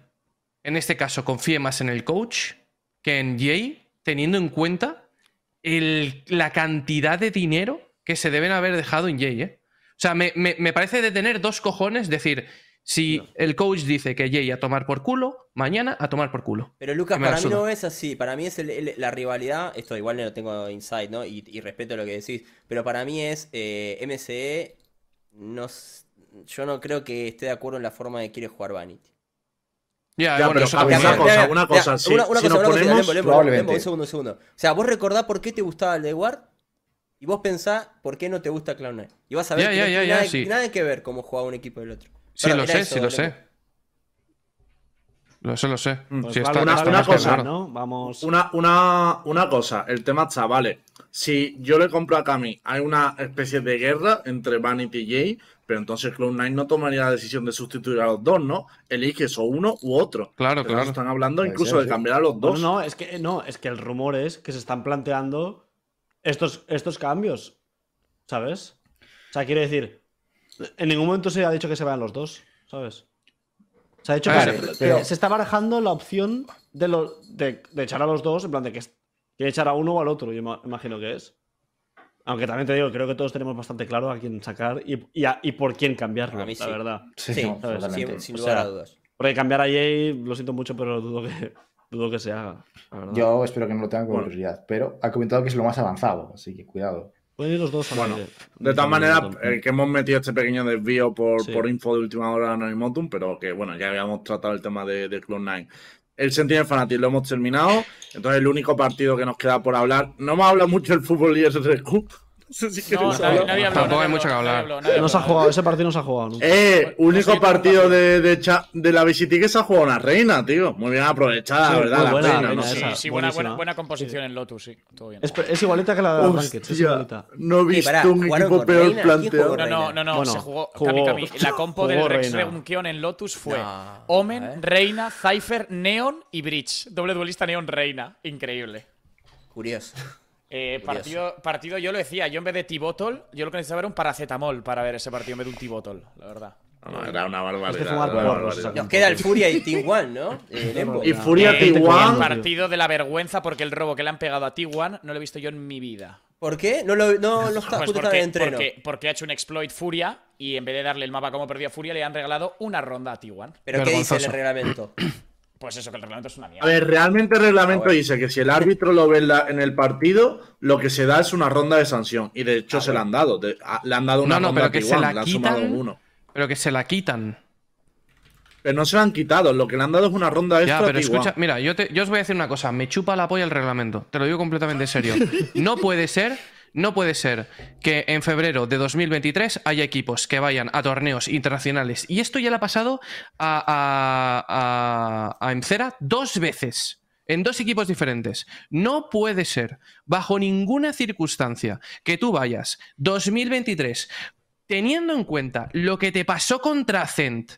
Speaker 3: en este caso, confíe más en el coach que en Jay, teniendo en cuenta el- la cantidad de dinero que se deben haber dejado en Jay, ¿eh? O sea, me, me- me parece de tener dos cojones decir. Si el coach dice que Jay a tomar por culo, mañana a tomar por culo.
Speaker 6: Pero Lucas,
Speaker 3: Que me la
Speaker 6: para mí
Speaker 3: suda.
Speaker 6: no es así. Para mí es el- el- la rivalidad. Esto igual no lo tengo inside, ¿no? Y, y respeto lo que decís. Pero para mí es eh, MCE. No, s- yo no creo que esté de acuerdo en la forma de quiere jugar Vanity.
Speaker 3: Ya,
Speaker 1: Ya,
Speaker 3: bueno,
Speaker 1: pero
Speaker 3: eso
Speaker 1: Una
Speaker 6: Mira,
Speaker 3: también.
Speaker 6: mira,
Speaker 1: cosa,
Speaker 6: mira,
Speaker 1: Ah, una
Speaker 6: mira,
Speaker 1: cosa, si-
Speaker 6: una- una
Speaker 1: si
Speaker 6: cosa,
Speaker 1: nos
Speaker 6: una cosa,
Speaker 1: ponemos,
Speaker 6: Lembo, Lembo, Lembo,
Speaker 2: probablemente.
Speaker 6: un segundo, un segundo. O sea, vos recordás por qué te gustaba el de War y vos pensás por qué no te gusta Clown9. Y vas a ver
Speaker 3: Ya,
Speaker 6: que
Speaker 3: ya,
Speaker 6: no
Speaker 3: ya,
Speaker 6: tiene
Speaker 3: ya,
Speaker 6: nada,
Speaker 3: sí.
Speaker 6: nada que ver cómo jugaba un equipo del otro.
Speaker 3: Sí,
Speaker 6: Perdón,
Speaker 3: lo
Speaker 6: era
Speaker 3: sé,
Speaker 6: eso,
Speaker 3: sí, lo
Speaker 6: Lembo.
Speaker 3: sé. Lo- Eso lo sé.
Speaker 5: Pues
Speaker 3: Sí, está-
Speaker 5: vale,
Speaker 1: una-
Speaker 5: vale,
Speaker 3: está
Speaker 1: una
Speaker 3: más que
Speaker 1: cosa,
Speaker 3: claro.
Speaker 5: ¿no? Vamos.
Speaker 1: Una, una, una cosa, el tema chavales. Si yo le compro a Cami, hay una especie de guerra entre Vanity y Jay, pero entonces Cloud9 no tomaría la decisión de sustituir a los dos, ¿no? Eliges o uno u otro.
Speaker 3: Claro,
Speaker 1: Pero
Speaker 3: claro.
Speaker 1: Están hablando
Speaker 2: Puede
Speaker 1: incluso
Speaker 2: ser,
Speaker 1: de
Speaker 2: sí.
Speaker 1: cambiar a los
Speaker 5: Pues No,
Speaker 1: dos.
Speaker 5: no, es que no, es que el rumor es que se están planteando estos, estos cambios. ¿Sabes? O sea, quiero decir, en ningún momento se ha dicho que se vayan los dos, ¿sabes? Se ha dicho que,
Speaker 3: Vale,
Speaker 5: se, que
Speaker 2: pero-
Speaker 5: se está barajando la opción de, lo, de, de echar a los dos, en plan de que es- que echar a uno o al otro, yo ima- imagino que es. Aunque también te digo, creo que todos tenemos bastante claro a quién sacar y, y a- y por quién cambiarlo,
Speaker 6: A mí
Speaker 5: la
Speaker 6: sí.
Speaker 5: verdad.
Speaker 2: Sí,
Speaker 6: Sí,
Speaker 2: no,
Speaker 5: ¿sabes?
Speaker 2: totalmente.
Speaker 6: sin, sin
Speaker 5: O
Speaker 6: lugar
Speaker 5: sea,
Speaker 6: a dudas.
Speaker 5: Porque cambiar a Jay, lo siento mucho, pero dudo que, dudo que se haga. la verdad.
Speaker 2: Yo espero que no lo tengan como
Speaker 1: Bueno.
Speaker 2: prioridad, pero ha comentado que es lo más avanzado, así que cuidado.
Speaker 5: Pueden ir los dos a
Speaker 1: Bueno, De todas maneras, eh, que hemos metido este pequeño desvío por,
Speaker 5: Sí.
Speaker 1: por info de última hora de Anonimotum, pero que bueno, ya habíamos tratado el tema de, de Cloud9. El sentido de Fanatic lo hemos terminado. Entonces, el único partido que nos queda por hablar. No hemos hablado mucho del fútbol y SSQ. No sé si
Speaker 4: No,
Speaker 1: queréis
Speaker 4: nadie-
Speaker 1: hablar.
Speaker 4: nadie habló,
Speaker 3: Tampoco hay
Speaker 4: nadie
Speaker 3: mucho que
Speaker 4: habló,
Speaker 3: hablar.
Speaker 4: nadie habló, nadie
Speaker 5: no se ha
Speaker 4: habló.
Speaker 5: jugado, ese partido no se ha jugado nunca.
Speaker 1: Eh, único
Speaker 4: Pues sí,
Speaker 1: partido
Speaker 4: tampoco.
Speaker 1: de, de, cha- de la visitiquez se ha jugado una reina, tío. Muy bien aprovechada,
Speaker 5: Sí,
Speaker 1: la verdad.
Speaker 5: muy
Speaker 1: la
Speaker 5: buena
Speaker 1: reina,
Speaker 5: reina
Speaker 1: no sé.
Speaker 5: esa.
Speaker 4: Sí, sí, buena, buena,
Speaker 5: Buenísima.
Speaker 4: buena composición en Lotus, sí. Todo bien.
Speaker 5: Es, es igualita que la de Ranked, es
Speaker 1: Hostia,
Speaker 5: igualita.
Speaker 1: no he
Speaker 6: Sí,
Speaker 1: visto
Speaker 6: pará,
Speaker 1: un
Speaker 6: ¿jugaron
Speaker 1: equipo
Speaker 6: con
Speaker 1: peor
Speaker 6: reina? ¿Quién
Speaker 1: planteado.
Speaker 6: jugó con
Speaker 4: No, no, no, no,
Speaker 5: Bueno,
Speaker 4: se jugó.
Speaker 5: jugó-
Speaker 4: Cami, Cami, La compo del
Speaker 5: jugó
Speaker 4: Rex
Speaker 5: Reina.
Speaker 4: Regunquión en Lotus fue
Speaker 3: No.
Speaker 4: Omen, Reina, Cypher, Neon y Bridge. Doble duelista Neon Reina. Increíble.
Speaker 6: Curioso.
Speaker 4: Eh,
Speaker 6: Curioso.
Speaker 4: partido, partido, yo lo decía, yo en vez de Tibotol, yo lo que necesitaba era un paracetamol para ver ese partido en vez de un Tibotol, la verdad.
Speaker 1: No, Era una
Speaker 5: Es
Speaker 1: barbaridad.
Speaker 5: de fumar
Speaker 1: era una
Speaker 5: porros,
Speaker 1: barbaridad.
Speaker 5: esa
Speaker 6: Nos queda el Furia y Team One, ¿no? Eh, Lembo.
Speaker 1: Y Furia
Speaker 5: Eh,
Speaker 1: T1,
Speaker 5: Juan.
Speaker 4: partido de la vergüenza porque el robo que le han pegado a T1 no lo he visto yo en mi vida.
Speaker 6: ¿Por qué? No, lo, no, no está
Speaker 4: Pues
Speaker 6: justo estaba
Speaker 4: porque,
Speaker 6: en entreno.
Speaker 4: porque- porque ha hecho un exploit Furia y en vez de darle el mapa como perdió Furia, le han regalado una ronda a T1.
Speaker 6: ¿Pero qué dice el
Speaker 3: Vergonzoso.
Speaker 6: reglamento?
Speaker 4: Pues eso, que el reglamento es una mierda.
Speaker 1: A ver, realmente el reglamento
Speaker 6: Ah, bueno.
Speaker 1: dice que si el árbitro lo ve en, la- en el partido, lo que se da es una ronda de sanción. Y de hecho se la han dado. de- a- le han dado una
Speaker 3: Ah, No, no,
Speaker 1: ronda
Speaker 3: pero
Speaker 1: a
Speaker 3: que se
Speaker 1: Tiguan,
Speaker 3: la
Speaker 1: le han sumado
Speaker 3: quitan.
Speaker 1: uno.
Speaker 3: Pero que se la quitan.
Speaker 1: Pero no se la han quitado, lo que le han dado es una ronda extra
Speaker 3: Ya, pero
Speaker 1: a Tiguan.
Speaker 3: escucha, mira, yo, te- yo os voy a decir una cosa, me chupa la polla el reglamento, te lo digo completamente en serio. No puede ser, no puede ser que en febrero de 2023 haya equipos que vayan a torneos internacionales. Y esto ya le ha pasado a, a, a, a Emcera dos veces. En dos equipos diferentes. No puede ser, bajo ninguna circunstancia, que tú vayas 2023, teniendo en cuenta lo que te pasó contra Cent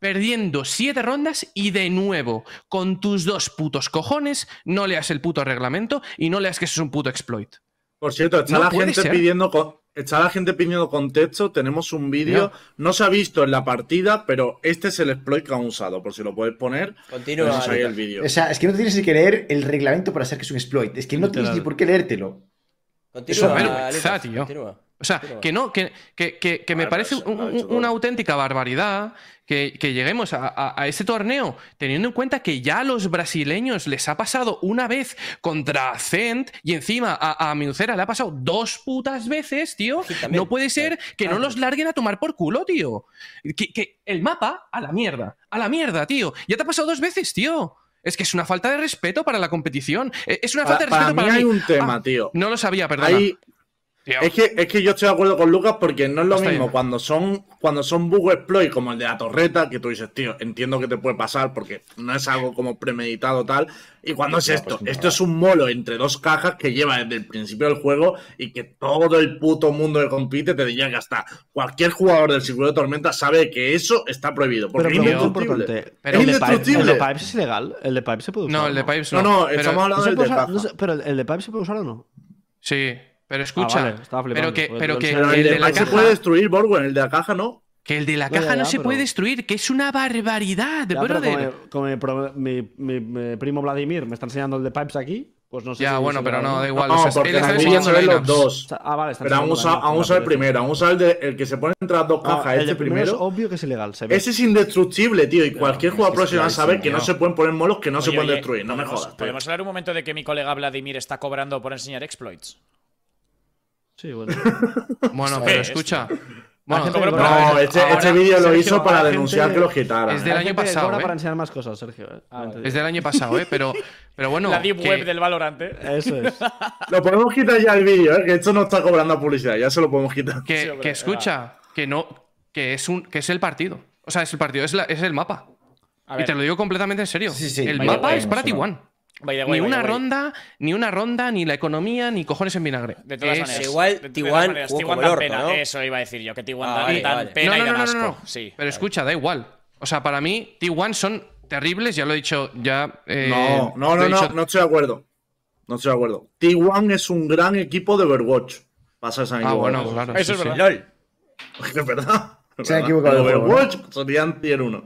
Speaker 3: perdiendo siete rondas y de nuevo, con tus dos putos cojones, no leas el puto reglamento y no leas que eso es un puto exploit.
Speaker 1: Por cierto, está
Speaker 3: No
Speaker 1: la
Speaker 3: puede
Speaker 1: gente
Speaker 3: ser.
Speaker 1: pidiendo con- está la gente pidiendo contexto, tenemos un vídeo, no se ha visto en la partida, pero este es el exploit que han usado, por si lo podéis poner,
Speaker 6: Continúa.
Speaker 1: tenemos ahí el vídeo.
Speaker 2: O sea, es que no tienes ni que leer el reglamento para saber que es un exploit. Es que no tienes
Speaker 5: Literal.
Speaker 2: ni por qué leértelo.
Speaker 6: Continúa,
Speaker 3: Es una vergüenza,
Speaker 6: Lucas,
Speaker 3: tío.
Speaker 6: continúa.
Speaker 3: O sea,
Speaker 6: Pero bueno.
Speaker 3: que no, que, que- que- que me
Speaker 1: Ah,
Speaker 3: parece
Speaker 1: pero eso
Speaker 3: un-
Speaker 1: lo ha
Speaker 3: un-
Speaker 1: hecho todo.
Speaker 3: una auténtica barbaridad que, que lleguemos a, a- a este torneo teniendo en cuenta que ya a los brasileños les ha pasado una vez contra Cent y encima a, a Minucera le ha pasado dos putas veces, tío.
Speaker 6: Sí, también.
Speaker 3: No puede ser que no los larguen a tomar por culo, tío. Que, que el mapa a la mierda, a la mierda, tío. Ya te ha pasado dos veces, tío. Es que es una falta de respeto para la competición. Eh, Es una
Speaker 1: Para,
Speaker 3: falta de
Speaker 1: para
Speaker 3: respeto
Speaker 1: mí
Speaker 3: para,
Speaker 1: hay
Speaker 3: mí.
Speaker 1: un tema,
Speaker 3: Ah,
Speaker 1: tío.
Speaker 3: No lo sabía, perdona.
Speaker 1: Hay,
Speaker 3: Tío.
Speaker 1: Es que, es que yo estoy de acuerdo con Lucas porque no es lo
Speaker 3: Está
Speaker 1: mismo
Speaker 3: bien.
Speaker 1: cuando son cuando son bug exploit como el de la torreta, que tú dices, tío, entiendo que te puede pasar porque no es algo como premeditado tal. Y cuando es
Speaker 2: No,
Speaker 1: esto,
Speaker 2: pues no.
Speaker 1: esto es un molo entre dos cajas que lleva desde el principio del juego y que todo el puto mundo que compite te diría que hasta cualquier jugador del circuito de tormenta sabe que eso está prohibido. Porque
Speaker 5: Pero pregunta
Speaker 1: es indestructible.
Speaker 5: importante.
Speaker 3: Pero
Speaker 5: ¿el,
Speaker 1: es
Speaker 5: de Pipes, ¿El
Speaker 1: indestructible.
Speaker 5: de Pipes es ilegal? ¿El de Pipes se puede usar?
Speaker 3: No, el de
Speaker 5: Pipes.
Speaker 3: Pipes
Speaker 1: No,
Speaker 3: no.
Speaker 1: no,
Speaker 3: Pero-
Speaker 1: estamos
Speaker 5: No
Speaker 1: hablando
Speaker 5: se
Speaker 1: del de
Speaker 5: puede usar,
Speaker 1: caja.
Speaker 5: no se- pero el, el de Pipes se puede usar o no?
Speaker 3: Sí, pero escucha.
Speaker 5: Ah, vale, estaba flipando,
Speaker 3: pero que,
Speaker 5: porque
Speaker 3: pero que
Speaker 5: pensaba-
Speaker 1: Pero
Speaker 3: el de la
Speaker 1: Paz se
Speaker 3: caja,
Speaker 1: puede destruir, Borwen, el de la caja no.
Speaker 3: que el de la
Speaker 5: Ya,
Speaker 3: caja
Speaker 5: ya,
Speaker 3: no
Speaker 5: ya,
Speaker 3: se puede
Speaker 5: pero-
Speaker 3: destruir, que es una barbaridad,
Speaker 5: Ya, pero
Speaker 3: brother.
Speaker 5: como, como mi, pro- mi- mi- mi primo Vladimir me está enseñando el de Pipes aquí, pues no sé
Speaker 3: ya,
Speaker 5: si
Speaker 3: bueno,
Speaker 5: se
Speaker 3: pero
Speaker 5: le va a
Speaker 3: no, da
Speaker 5: dar.
Speaker 3: igual.
Speaker 1: no,
Speaker 3: o sea,
Speaker 1: porque
Speaker 3: él está
Speaker 1: en el vídeo
Speaker 3: enseñando
Speaker 1: se ven los
Speaker 3: lineups.
Speaker 1: dos.
Speaker 5: Ah, vale, está
Speaker 1: Pero han
Speaker 5: enseñando
Speaker 1: usado,
Speaker 5: la-
Speaker 1: han
Speaker 5: la
Speaker 1: usado el
Speaker 5: pelota.
Speaker 1: primero, han usado el, de- el que se pone entre las dos
Speaker 5: Ah,
Speaker 1: cajas,
Speaker 5: el
Speaker 1: este
Speaker 5: de primero es
Speaker 1: primero.
Speaker 5: obvio que es ilegal. Se ve.
Speaker 1: Ese es indestructible, tío. Y cualquier jugador
Speaker 2: es que es
Speaker 1: profesional sabe
Speaker 2: clarísimo,
Speaker 1: que no
Speaker 2: tío.
Speaker 1: se pueden poner molos que no se
Speaker 4: Oye,
Speaker 1: pueden
Speaker 4: oye,
Speaker 1: destruir. No me
Speaker 4: ¿podemos-
Speaker 1: jodas, tío.
Speaker 4: ¿Podemos hablar un momento de que mi colega Vladimir está cobrando por enseñar exploits?
Speaker 5: Sí, bueno.
Speaker 3: Bueno,
Speaker 2: Sí,
Speaker 3: pero
Speaker 2: es-
Speaker 3: escucha.
Speaker 5: Hace
Speaker 3: Bueno,
Speaker 5: que-
Speaker 3: pero-
Speaker 5: Pero
Speaker 1: No,
Speaker 3: pero-
Speaker 1: este,
Speaker 3: ahora-
Speaker 1: este vídeo lo
Speaker 5: Sergio,
Speaker 1: hizo para
Speaker 5: hay
Speaker 1: denunciar
Speaker 5: gente-
Speaker 1: que los quitaran.
Speaker 3: Es
Speaker 1: ¿eh?
Speaker 3: del
Speaker 5: Hay
Speaker 3: año
Speaker 5: gente que
Speaker 3: pasado,
Speaker 5: cobra
Speaker 3: ¿eh?
Speaker 5: para enseñar más cosas, Sergio. eh.
Speaker 4: Ah,
Speaker 3: es del año pasado, ¿eh? Pero, pero bueno.
Speaker 4: la deep
Speaker 3: que-
Speaker 4: web del ¿eh? Valorante.
Speaker 5: Eso es.
Speaker 1: Lo podemos quitar ya el vídeo, ¿eh? que esto no está cobrando publicidad. Ya se lo podemos quitar.
Speaker 3: que,
Speaker 4: Sí, hombre,
Speaker 3: que escucha, que no, que es un, que es el partido. O sea, es el partido, es, la- es el mapa.
Speaker 4: A
Speaker 3: Y te lo digo completamente en serio.
Speaker 2: Sí, sí,
Speaker 3: el
Speaker 2: vaya
Speaker 3: mapa
Speaker 2: guay,
Speaker 3: es para
Speaker 2: no sé,
Speaker 3: T1.
Speaker 4: by the
Speaker 3: Ni
Speaker 4: way, by the
Speaker 3: una
Speaker 4: way.
Speaker 3: ronda, ni una ronda, ni la economía, ni cojones en vinagre.
Speaker 4: De todas
Speaker 3: Es-
Speaker 4: maneras.
Speaker 6: Igual
Speaker 4: de todas
Speaker 6: Tiguan
Speaker 4: maneras,
Speaker 6: jugó
Speaker 4: Tiguan
Speaker 6: como el
Speaker 4: dan
Speaker 6: orto,
Speaker 4: pena.
Speaker 6: ¿no?
Speaker 4: Eso iba a decir yo, que Tiguan
Speaker 6: Ah,
Speaker 4: dan-
Speaker 6: vale,
Speaker 4: dan
Speaker 6: vale.
Speaker 4: pena y
Speaker 3: no,
Speaker 4: dan
Speaker 3: no, no, no,
Speaker 4: asco.
Speaker 3: no, no.
Speaker 4: Sí.
Speaker 3: Pero escucha, da igual. O sea, para mí, T1 son terribles, ya lo he dicho, ya. eh,
Speaker 1: No, no,
Speaker 3: lo
Speaker 1: no,
Speaker 3: he
Speaker 1: no,
Speaker 3: dicho-
Speaker 1: no estoy de acuerdo. No estoy de acuerdo. T1 es un gran equipo de Overwatch. Pasa esa
Speaker 3: Ah, bueno, claro.
Speaker 4: Eso es
Speaker 3: sí, sí.
Speaker 4: verdad.
Speaker 6: LOL.
Speaker 1: Es que es verdad.
Speaker 2: Se han equivocado de juego,
Speaker 1: Overwatch serían tier 1.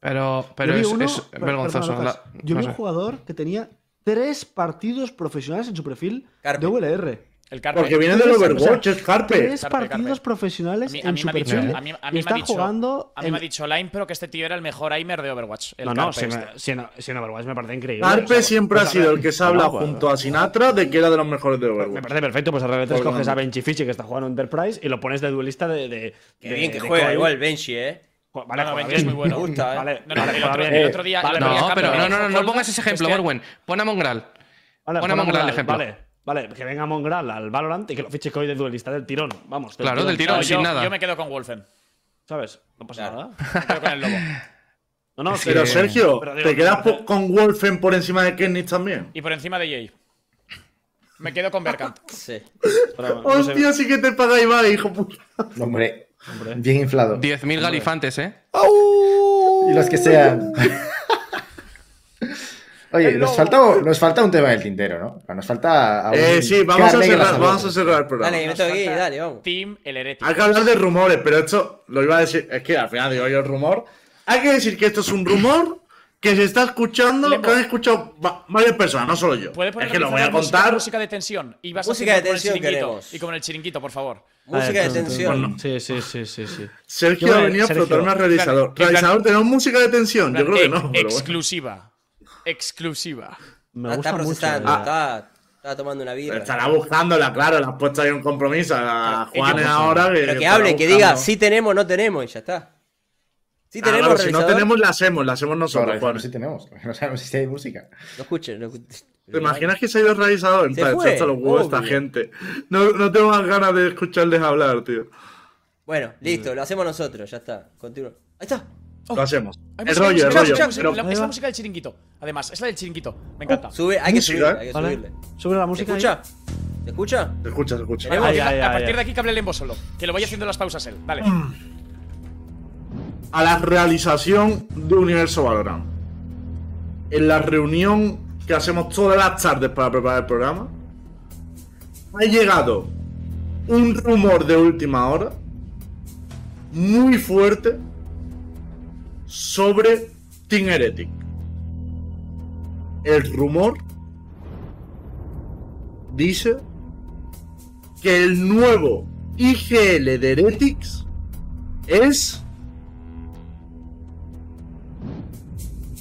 Speaker 3: Pero,
Speaker 5: Yo
Speaker 3: pero
Speaker 5: vi
Speaker 3: es,
Speaker 5: uno-
Speaker 3: es
Speaker 5: per-
Speaker 3: vergonzoso.
Speaker 5: perdona, Lucas,
Speaker 3: la-
Speaker 5: yo
Speaker 3: no
Speaker 5: vi un
Speaker 3: sé.
Speaker 5: jugador que tenía tres partidos profesionales en su perfil de
Speaker 6: Carpe.
Speaker 5: VLR.
Speaker 4: El Carpe.
Speaker 1: Porque viene del
Speaker 5: Tres,
Speaker 1: Overwatch,
Speaker 5: o sea,
Speaker 1: es Carpe.
Speaker 5: Tres
Speaker 4: Carpe, Carpe.
Speaker 5: partidos
Speaker 4: A
Speaker 5: profesionales
Speaker 4: mí- a
Speaker 5: en
Speaker 4: mí
Speaker 5: su
Speaker 4: me ha dicho-
Speaker 5: perfil.
Speaker 4: a mí- a mí
Speaker 5: y
Speaker 4: me ha
Speaker 5: está
Speaker 4: dicho-
Speaker 5: jugando.
Speaker 4: A mí
Speaker 5: en-
Speaker 4: me ha dicho Lime, pero que este tío era el mejor aimer de Overwatch. El
Speaker 5: No, no,
Speaker 4: Carpe
Speaker 5: si,
Speaker 4: este.
Speaker 5: me- si no- si no, Overwatch me parece increíble. O sea,
Speaker 1: Carpe siempre ha
Speaker 5: pues,
Speaker 1: sido el que se habla
Speaker 5: no, pues,
Speaker 1: junto a Sinatra de que era de los mejores de
Speaker 5: Me
Speaker 1: Overwatch.
Speaker 5: parece perfecto, pues al revés 3
Speaker 1: Por
Speaker 5: coges
Speaker 1: grande.
Speaker 5: a Benji Fichi que está jugando Enterprise y lo pones de duelista de. de
Speaker 6: Qué
Speaker 5: de-
Speaker 6: bien que
Speaker 5: de
Speaker 6: juega
Speaker 5: Coil.
Speaker 6: igual Benji, eh.
Speaker 5: Jo-
Speaker 4: No,
Speaker 5: Vale,
Speaker 4: no,
Speaker 5: juega
Speaker 4: Benji es muy
Speaker 5: bien.
Speaker 6: Me
Speaker 4: bueno.
Speaker 6: gusta, eh.
Speaker 5: Vale,
Speaker 4: No, no,
Speaker 5: vale,
Speaker 4: el,
Speaker 5: juega
Speaker 4: otro,
Speaker 5: bien.
Speaker 4: el otro día.
Speaker 5: Vale,
Speaker 4: el otro día
Speaker 3: No,
Speaker 4: Carpe
Speaker 3: pero
Speaker 4: me
Speaker 3: no,
Speaker 4: dijo,
Speaker 3: no, no, no
Speaker 4: "Colda,
Speaker 3: pongas ese ejemplo,
Speaker 4: este-
Speaker 3: Borwen. Pon a Mongral.
Speaker 5: Vale,
Speaker 3: Pon a Mongrel de ejemplo.
Speaker 5: Vale, vale, que venga Mongrel al Valorant y que lo fiche hoy de duelista del tirón. Vamos,
Speaker 3: Claro, del tirón,
Speaker 4: No,
Speaker 3: sin
Speaker 4: yo,
Speaker 3: nada.
Speaker 4: yo me quedo con Wolfen.
Speaker 5: ¿Sabes? No pasa
Speaker 6: Claro.
Speaker 5: nada.
Speaker 4: Me quedo con el lobo.
Speaker 5: No, no,
Speaker 1: Pero
Speaker 5: sí.
Speaker 1: Sergio,
Speaker 5: Pero digo,
Speaker 1: ¿te quedas
Speaker 5: me parece-
Speaker 1: po- con Wolfen por encima de Kenny también?
Speaker 4: Y por encima de Jay. Me quedo con Bergkamp.
Speaker 6: Sí.
Speaker 5: pero no sé- Ah,
Speaker 1: Hostia, sí que te pagáis mal, hijo puta.
Speaker 2: No, hombre, bien inflado.
Speaker 3: 10.000 galifantes, ¿eh?
Speaker 2: Y los que sean. Oye, nos falta, nos falta un tema del tintero, ¿no? Nos falta.
Speaker 5: Ah,
Speaker 2: aún
Speaker 1: Eh, sí, vamos a
Speaker 2: carne que
Speaker 1: cerrar,
Speaker 2: nos
Speaker 1: vamos a cerrar el programa.
Speaker 6: Dale, me
Speaker 4: Nos
Speaker 6: tengo que ir,
Speaker 4: falta
Speaker 6: dale, vamos.
Speaker 4: Team el herético.
Speaker 1: Hay que hablar de rumores, pero esto lo iba a decir. Es que al final digo yo el rumor. Hay que decir que esto es un rumor que se está escuchando,
Speaker 4: Lembo.
Speaker 1: que han escuchado va- varias personas, no solo yo.
Speaker 4: ¿Puedes poner
Speaker 1: Es que lo voy
Speaker 4: quizá
Speaker 1: a contar.
Speaker 4: música de tensión? Y vas
Speaker 6: Música
Speaker 4: haciendo
Speaker 6: de tensión
Speaker 4: con el chiringuito.
Speaker 6: queremos.
Speaker 4: Y con el chiringuito, por favor.
Speaker 6: Música de
Speaker 5: Vale,
Speaker 6: tensión.
Speaker 5: Sí, sí, sí, sí, sí.
Speaker 1: Sergio
Speaker 5: Yo,
Speaker 1: ha venido a
Speaker 5: Sergio,
Speaker 1: flotarme al realizador.
Speaker 4: en plan-
Speaker 1: Realizador, ¿tenemos música de tensión? Yo creo que no,
Speaker 4: Ex-
Speaker 1: pero bueno.
Speaker 4: Exclusiva. Exclusiva.
Speaker 5: Me
Speaker 6: Ah,
Speaker 5: gusta
Speaker 6: Está
Speaker 5: mucho.
Speaker 6: procesando,
Speaker 5: eh.
Speaker 6: está, está tomando una birra.
Speaker 1: Estará buscándola, claro, le has puesto ahí un compromiso a
Speaker 4: Pero
Speaker 1: Juanes
Speaker 4: ellos-
Speaker 1: ahora.
Speaker 6: Pero que
Speaker 1: estará
Speaker 6: hable, que
Speaker 1: buscando.
Speaker 6: diga si tenemos, no tenemos, y ya está. Si
Speaker 1: Ah,
Speaker 6: tenemos,
Speaker 1: claro, si no
Speaker 6: realizador,
Speaker 1: tenemos, la hacemos, la hacemos
Speaker 2: Sobre-
Speaker 1: nosotros,
Speaker 2: no sé si
Speaker 1: Juanes.
Speaker 2: tenemos. No sabemos si hay música.
Speaker 6: No escuchen, no escuchen.
Speaker 1: ¿Te imaginas que se ha ido el realizador? En
Speaker 6: Se
Speaker 1: plan,
Speaker 6: fue,
Speaker 1: hasta los huevos esta
Speaker 6: obvio.
Speaker 1: gente. No, no tengo más ganas de escucharles hablar, tío.
Speaker 6: Bueno, listo, lo hacemos nosotros, ya está. Continúa. Ahí está.
Speaker 1: Lo hacemos.
Speaker 4: Hay
Speaker 1: El
Speaker 4: música-
Speaker 1: rollo, el
Speaker 4: escucha,
Speaker 1: rollo.
Speaker 4: escucha, escucha,
Speaker 1: Pero-
Speaker 4: la-
Speaker 5: Ahí
Speaker 4: es
Speaker 5: va.
Speaker 4: la música del chiringuito. Además, es la del chiringuito. Me encanta.
Speaker 6: Sube, hay que
Speaker 1: Música,
Speaker 6: subirle,
Speaker 1: ¿eh?
Speaker 6: hay que
Speaker 5: Vale.
Speaker 6: subirle.
Speaker 5: Sube la
Speaker 6: ¿Se
Speaker 5: música. ahí.
Speaker 6: escucha? ¿Se escucha?
Speaker 1: Se escucha, se escucha.
Speaker 4: Tenemos
Speaker 5: Ay,
Speaker 4: que-
Speaker 5: ay,
Speaker 4: a
Speaker 5: ay,
Speaker 4: partir
Speaker 5: ay.
Speaker 4: de aquí que hable el Lembo solo. Que lo vaya haciendo las pausas él. Dale.
Speaker 1: A la realización de Universo Valorant. En la reunión que hacemos todas las tardes para preparar el programa, ha llegado un rumor de última hora muy fuerte sobre Team Heretic. El rumor dice que el nuevo IGL de Heretics es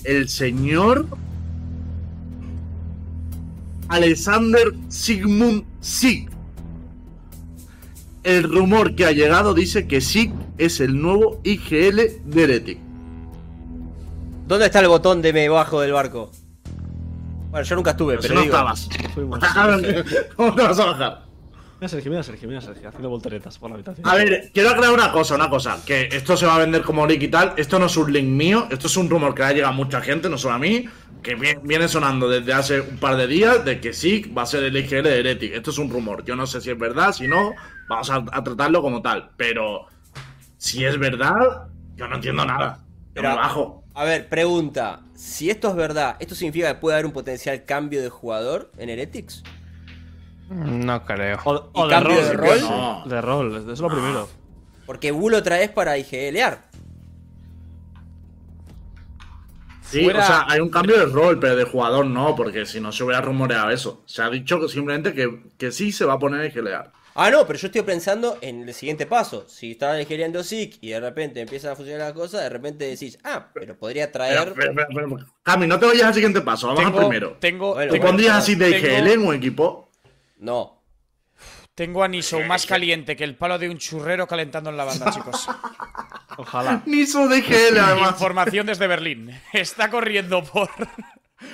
Speaker 1: el señor Alexander Sigmund Sig. El rumor que ha llegado dice que Sig es el nuevo IGL de Heretic.
Speaker 6: ¿Dónde está el botón de me bajo del barco? Bueno, yo nunca estuve,
Speaker 1: Pero
Speaker 6: pero,
Speaker 1: si no
Speaker 6: digo,
Speaker 1: estabas.
Speaker 5: Fuimos.
Speaker 1: ¿Cómo te vas a bajar?
Speaker 5: Mira, Sergio, mira, Sergio, mira, Sergio. Haciendo volteretas por la habitación.
Speaker 1: A ver, quiero aclarar una cosa, una cosa. Que esto se va a vender como leak y tal. Esto no es un link mío. Esto es un rumor que le ha llegado a mucha gente, no solo a mí. Que vi- viene sonando desde hace un par de días de que sí va a ser el IGL de Heretic. Esto es un rumor. Yo no sé si es verdad, si no, vamos a, a tratarlo como tal. Pero si es verdad, yo no entiendo nada. Yo
Speaker 6: Pero-
Speaker 1: me bajo.
Speaker 6: A ver, pregunta. Si esto es verdad, ¿esto significa que puede haber un potencial cambio de jugador en Heretics?
Speaker 3: No creo.
Speaker 5: O,
Speaker 6: ¿Y
Speaker 5: o de
Speaker 6: cambio
Speaker 5: rol.
Speaker 6: de rol?
Speaker 1: No.
Speaker 5: De rol, eso es lo primero.
Speaker 6: Porque Wu lo traes para IGLear.
Speaker 1: Sí,
Speaker 4: Fuera-
Speaker 1: o sea, hay un cambio de rol, pero de jugador no, porque si no se hubiera rumoreado eso. Se ha dicho que simplemente que, que sí se va a poner IGL.
Speaker 6: Ah, no, pero yo estoy pensando en el siguiente paso. Si estás IGLeando SIC y de repente empiezan a funcionar las cosas, de repente decís, ah, pero podría
Speaker 1: Pero,
Speaker 6: traer.
Speaker 1: pero, pero, pero, Cami, no te vayas al siguiente paso, vamos al primero.
Speaker 4: Tengo,
Speaker 6: Bueno,
Speaker 1: ¿Te
Speaker 4: tengo,
Speaker 1: pondrías así de
Speaker 4: tengo-
Speaker 1: IGL en un equipo?
Speaker 6: No.
Speaker 4: Tengo a Nisou más caliente que el palo de un churrero calentando en la banda, chicos.
Speaker 6: Ah.
Speaker 5: Ojalá.
Speaker 1: Ni su de IGL, además.
Speaker 4: Información desde Berlín. Está corriendo por,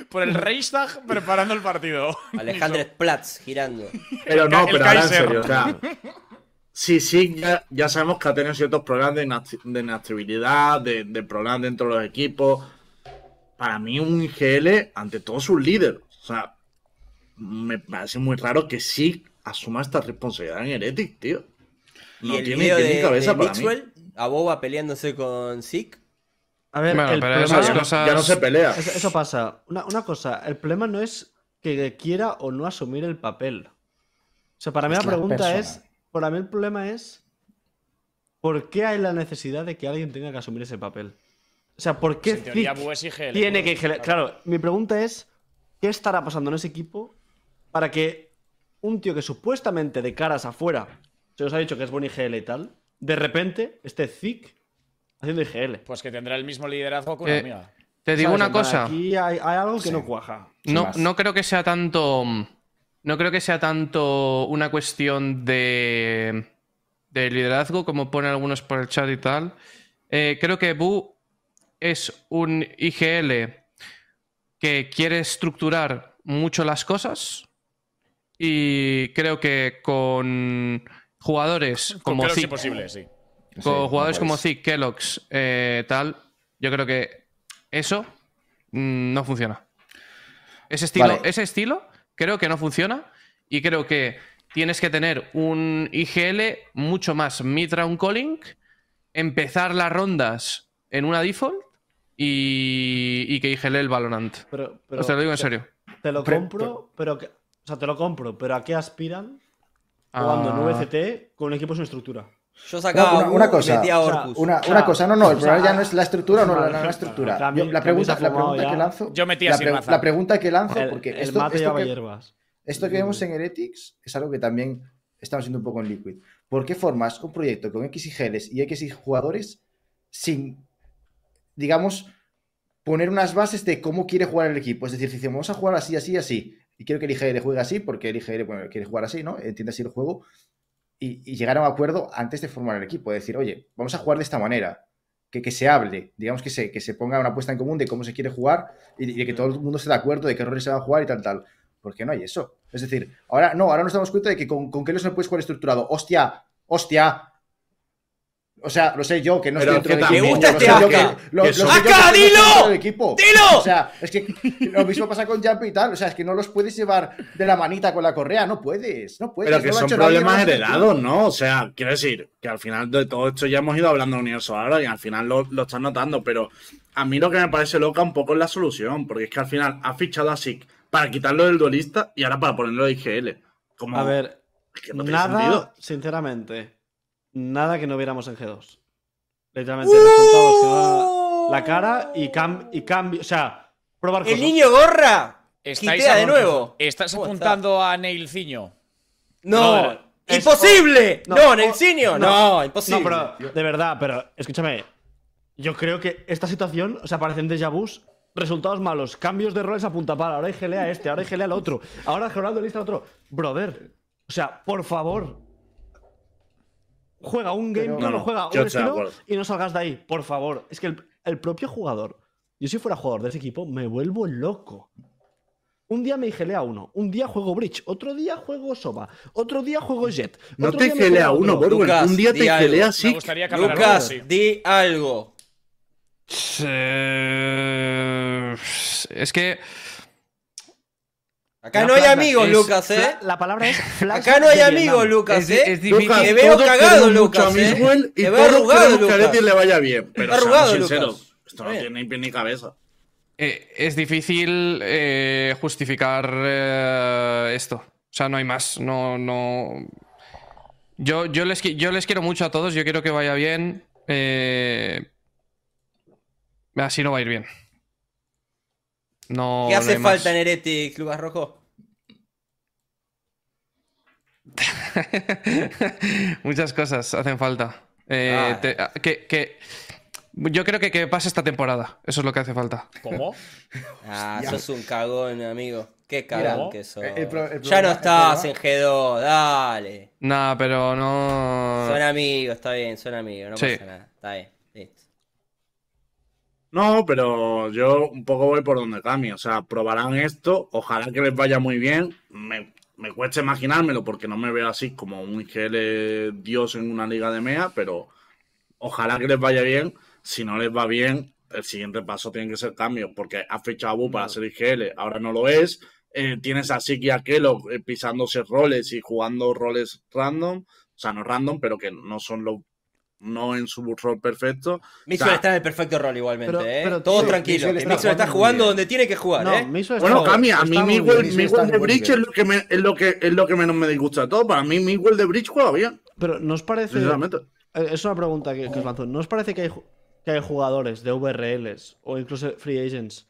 Speaker 4: por el Reichstag preparando el partido.
Speaker 6: Alejandro Platz girando.
Speaker 1: Pero no,
Speaker 4: el
Speaker 1: pero ahora en
Speaker 4: Kaiser.
Speaker 1: serio, o sea. Sí, sí, ya, ya sabemos que ha tenido ciertos problemas de, inacti- de inactividad, de, de problemas dentro de los equipos. para mí un IGL ante todo es un líder. O sea, me parece muy raro que sí asuma esta responsabilidad en Heretic, tío.
Speaker 6: Y
Speaker 1: No
Speaker 6: el
Speaker 1: tiene
Speaker 6: video
Speaker 1: pies ni
Speaker 6: de,
Speaker 1: cabeza
Speaker 6: de
Speaker 1: para mí.
Speaker 6: Mixwell, a Boba peleándose con Zeke. Ah.
Speaker 5: A ver,
Speaker 3: Bueno,
Speaker 5: el
Speaker 3: pero
Speaker 5: problema-
Speaker 3: esas
Speaker 1: Ya no-
Speaker 3: cosas-
Speaker 1: Ya no se pelea.
Speaker 5: Eso, eso pasa. Una, una cosa, el problema no es que quiera o no asumir el papel. O sea, para mí
Speaker 2: Es la
Speaker 5: la pregunta
Speaker 2: persona.
Speaker 5: es. Para mí el problema es. ¿Por qué hay la necesidad de que alguien tenga que asumir ese papel? O sea, ¿por qué
Speaker 4: Pues en teoría,
Speaker 5: Zick
Speaker 4: Bue es IGL.
Speaker 5: tiene que. Claro. mi pregunta es: ¿qué estará pasando en ese equipo para que un tío que supuestamente de caras afuera se nos ha dicho que es buen IGL y tal, de repente esté Zick haciendo IGL?
Speaker 4: Pues que tendrá el mismo liderazgo que una
Speaker 3: Eh,
Speaker 4: amiga.
Speaker 3: Te digo
Speaker 5: ¿Sabes?
Speaker 3: una
Speaker 5: En plan,
Speaker 3: cosa.
Speaker 5: Aquí hay, hay algo que
Speaker 2: Sí.
Speaker 5: no cuaja.
Speaker 2: Sin
Speaker 3: No,
Speaker 2: más.
Speaker 3: no creo que sea tanto. No creo que sea tanto una cuestión de, de liderazgo, como ponen algunos por el chat y tal. Eh, creo que Bu es un IGL que quiere estructurar mucho las cosas. Y creo que con jugadores como
Speaker 4: Creo que es
Speaker 3: Zic,
Speaker 4: imposible, sí.
Speaker 2: Sí,
Speaker 3: con jugadores
Speaker 2: no
Speaker 3: como
Speaker 2: parece.
Speaker 3: Zic, Kellogg's, eh, tal, yo creo que eso mm, no funciona. Ese estilo,
Speaker 2: Vale.
Speaker 3: ese estilo creo que no funciona y creo que tienes que tener un IGL mucho más mid-round calling, empezar las rondas en una default y, y que IGL el Valorant.
Speaker 5: Pero, pero-
Speaker 3: Os te lo digo en serio.
Speaker 5: Te lo
Speaker 2: Pre-
Speaker 5: compro, pero que- o sea, te lo compro, pero ¿a qué aspiran jugando en
Speaker 3: Ah,
Speaker 5: UST con un equipo sin estructura?
Speaker 6: Yo sacaba
Speaker 2: No, una-
Speaker 6: a Wu
Speaker 2: una
Speaker 6: y
Speaker 2: cosa,
Speaker 6: metía a
Speaker 5: o sea,
Speaker 6: Orcus.
Speaker 2: Una,
Speaker 5: Pues, O sea,
Speaker 2: una cosa, no, no, el
Speaker 5: o
Speaker 2: problema
Speaker 5: sea,
Speaker 2: ya no es la estructura o no,
Speaker 5: vale,
Speaker 2: la, la
Speaker 5: vale.
Speaker 2: estructura.
Speaker 5: Cami-
Speaker 2: Yo- la,
Speaker 5: Cami
Speaker 2: pregunta,
Speaker 5: se ha
Speaker 2: la
Speaker 5: fumado
Speaker 2: pregunta
Speaker 5: ya.
Speaker 2: que lanzo.
Speaker 4: Yo metí a
Speaker 2: la,
Speaker 4: Sir Mazar.
Speaker 2: la pregunta que lanzo,
Speaker 5: El,
Speaker 2: porque
Speaker 5: el
Speaker 2: esto,
Speaker 5: mate
Speaker 2: esto
Speaker 5: lleva
Speaker 2: que,
Speaker 5: hierbas.
Speaker 2: esto que vemos en Heretics es algo que también estamos haciendo un poco en Liquid. ¿Por qué formas un proyecto con X y Gls y X y jugadores sin, digamos, poner unas bases de cómo quiere jugar el equipo? Es decir, si decimos, vamos a jugar así, así, así, y quiero que el IGL juegue así, porque el IGL bueno, quiere jugar así, ¿no? Entiende así el juego, y, y llegar a un acuerdo antes de formar el equipo. Es decir, oye, vamos a jugar de esta manera. Que, que se hable, digamos que se, que se ponga una apuesta en común de cómo se quiere jugar y de, y de que todo el mundo esté de acuerdo de qué errores se van a jugar y tal, tal. ¿Por qué no hay eso? Es decir, ahora no, ahora nos damos cuenta de que con, con Kelos no puedes jugar estructurado. ¡Hostia! ¡Hostia! O sea, lo sé yo, que no
Speaker 1: Pero
Speaker 2: estoy
Speaker 1: que
Speaker 2: dentro del
Speaker 1: también-
Speaker 2: equipo,
Speaker 6: Me gusta
Speaker 2: lo
Speaker 6: este
Speaker 2: sé yo
Speaker 6: AK.
Speaker 2: que- lo-
Speaker 1: Que
Speaker 2: lo sé
Speaker 1: son-
Speaker 2: yo que
Speaker 6: ¡AK,
Speaker 2: no estoy
Speaker 6: dilo!
Speaker 2: dentro del equipo.
Speaker 6: ¡Dilo!
Speaker 2: O sea, es que lo mismo pasa con Jump y tal. O sea, es que no los puedes llevar de la manita con la correa. No puedes, no puedes.
Speaker 1: Pero que
Speaker 2: no lo ha
Speaker 1: son
Speaker 2: hecho nadie,
Speaker 1: problemas
Speaker 2: no lo has hecho tú.
Speaker 1: heredados, ¿no? O sea, quiero decir que al final de todo esto ya hemos ido hablando de universo ahora y al final lo, lo están notando, pero a mí lo que me parece loca un poco es la solución, porque es que al final ha fichado a Sik para quitarlo del duelista y ahora para ponerlo de IGL. Como,
Speaker 5: A ver,
Speaker 1: es que no tiene sentido.
Speaker 5: nada, sinceramente, nada que no viéramos en G2. Literalmente, resultados que da la cara y, cam- y cambio. O sea, probar
Speaker 6: ¡El
Speaker 5: cosas.
Speaker 6: niño gorra!
Speaker 4: Estáis
Speaker 6: Quitea de
Speaker 4: apuntando-
Speaker 6: nuevo.
Speaker 4: Estás
Speaker 6: ¿Cómo está?
Speaker 4: apuntando a Neilciño.
Speaker 6: Eh, ¡No!
Speaker 5: No, es-
Speaker 6: ¡Imposible!
Speaker 5: No,
Speaker 6: No,
Speaker 5: o-
Speaker 6: en el cine. No, imposible.
Speaker 5: No, pero de verdad, pero escúchame. Yo creo que esta situación, o sea, parecen déjà vus, resultados malos, cambios de roles a punta pala. Ahora hay gelea a este, ahora hay gelea al otro, ahora Geraldo lista al otro. Brother, o sea, por favor. Juega un game,
Speaker 2: Pero-
Speaker 5: no,
Speaker 1: No,
Speaker 5: no,
Speaker 1: no,
Speaker 5: juega
Speaker 1: yo
Speaker 5: un
Speaker 1: estoy de
Speaker 5: estilo
Speaker 1: acuerdo.
Speaker 5: y no salgas de ahí, por favor. Es que el, el propio jugador, yo si fuera jugador de ese equipo, me vuelvo loco. Un día me gelea uno, un día juego Bridge, otro día juego Soba, otro día juego Jet.
Speaker 1: No
Speaker 5: otro
Speaker 1: te
Speaker 5: día me
Speaker 1: gelea
Speaker 5: otro.
Speaker 1: uno, Borwen.
Speaker 6: Lucas,
Speaker 1: Un día te
Speaker 6: di algo.
Speaker 1: gelea
Speaker 6: Me
Speaker 4: Me
Speaker 1: Sik.
Speaker 4: gustaría que hablara
Speaker 6: Lucas,
Speaker 4: algo así.
Speaker 6: di algo.
Speaker 3: eh, Es que.
Speaker 6: Acá
Speaker 3: La
Speaker 6: no hay
Speaker 3: planta
Speaker 6: amigos,
Speaker 3: es-
Speaker 6: Lucas, ¿eh?
Speaker 5: La, la palabra es flash.
Speaker 6: Acá no hay
Speaker 5: de
Speaker 6: amigos,
Speaker 5: Vietnam.
Speaker 6: Lucas,
Speaker 3: es,
Speaker 6: ¿eh?
Speaker 3: es difícil.
Speaker 1: Lucas,
Speaker 6: Te veo
Speaker 1: todos
Speaker 6: cagado,
Speaker 1: queremos mucho a
Speaker 6: Lucas, ¿eh?
Speaker 1: Miswell y
Speaker 6: Te veo
Speaker 1: todos
Speaker 6: arrugado,
Speaker 1: queremos que a
Speaker 6: Lucas.
Speaker 1: Heretic le vaya bien. Pero
Speaker 6: Está
Speaker 1: seamos
Speaker 6: arrugado,
Speaker 1: sinceros,
Speaker 6: Lucas.
Speaker 1: esto no
Speaker 6: Bien.
Speaker 1: tiene ni pie ni cabeza.
Speaker 3: Eh, es difícil eh, justificar eh, esto. O sea, no hay más. No, no. Yo, yo, les, qui- yo les quiero mucho a todos. Yo quiero que vaya bien. eh, Así no va a ir bien. No.
Speaker 6: ¿Qué
Speaker 3: no
Speaker 6: hace
Speaker 3: hay más.
Speaker 6: falta en Heretics, Lucas Rojo?
Speaker 3: Muchas cosas hacen falta. Eh,
Speaker 6: Ah.
Speaker 3: te- ah, que, que- yo creo que, que pase esta temporada. Eso es lo que hace falta.
Speaker 4: ¿Cómo?
Speaker 6: Ah,
Speaker 2: Hostia.
Speaker 6: sos un cagón, amigo. Qué
Speaker 4: Mira,
Speaker 6: cagón que sos.
Speaker 2: el pro- el
Speaker 6: ya
Speaker 2: problema-
Speaker 6: no
Speaker 2: el
Speaker 6: estás en
Speaker 2: problema-
Speaker 6: G2, dale.
Speaker 3: Nah, pero no.
Speaker 6: Son amigos, está bien, son amigos, no
Speaker 3: Sí.
Speaker 6: pasa nada. Está bien, listo.
Speaker 1: No, pero yo un poco voy por donde Cami. O sea, probarán esto. Ojalá que les vaya muy bien. Me, me cuesta imaginármelo porque no me veo así como un IGL dios en una liga de MEA, pero ojalá que les vaya bien. Si no les va bien, el siguiente paso tiene que ser cambios, porque ha fichado a Bu para ser IGL, ahora no lo es. Eh, tienes a Siki y a Kellogg eh, pisándose roles y jugando roles random, o sea, no random, pero que no son los. No en su rol perfecto.
Speaker 6: Mixon
Speaker 1: O sea,
Speaker 6: está en el perfecto rol igualmente,
Speaker 5: Pero-
Speaker 6: ¿eh?
Speaker 5: pero,
Speaker 6: Todos
Speaker 5: tío,
Speaker 6: tranquilos.
Speaker 2: Mixon
Speaker 6: que
Speaker 2: está
Speaker 6: Mixon está
Speaker 2: jugando
Speaker 6: jugando
Speaker 2: bien.
Speaker 6: donde tiene que jugar,
Speaker 5: No,
Speaker 6: ¿eh?
Speaker 5: Mixon está-
Speaker 1: Bueno, Cami, a mí
Speaker 5: está muy
Speaker 1: Miguel,
Speaker 2: bien, está
Speaker 1: de
Speaker 2: muy
Speaker 1: Bridge es
Speaker 2: bien.
Speaker 1: lo, que me, es, lo que, es lo que menos me disgusta de todo. Para mí, Miguel de Bridge juega bien,
Speaker 5: Pero ¿nos parece.?
Speaker 1: sinceramente.
Speaker 5: Eh, Es una pregunta que, que os lanzo. ¿No os parece que hay, ju- que hay jugadores de VRLs o incluso free agents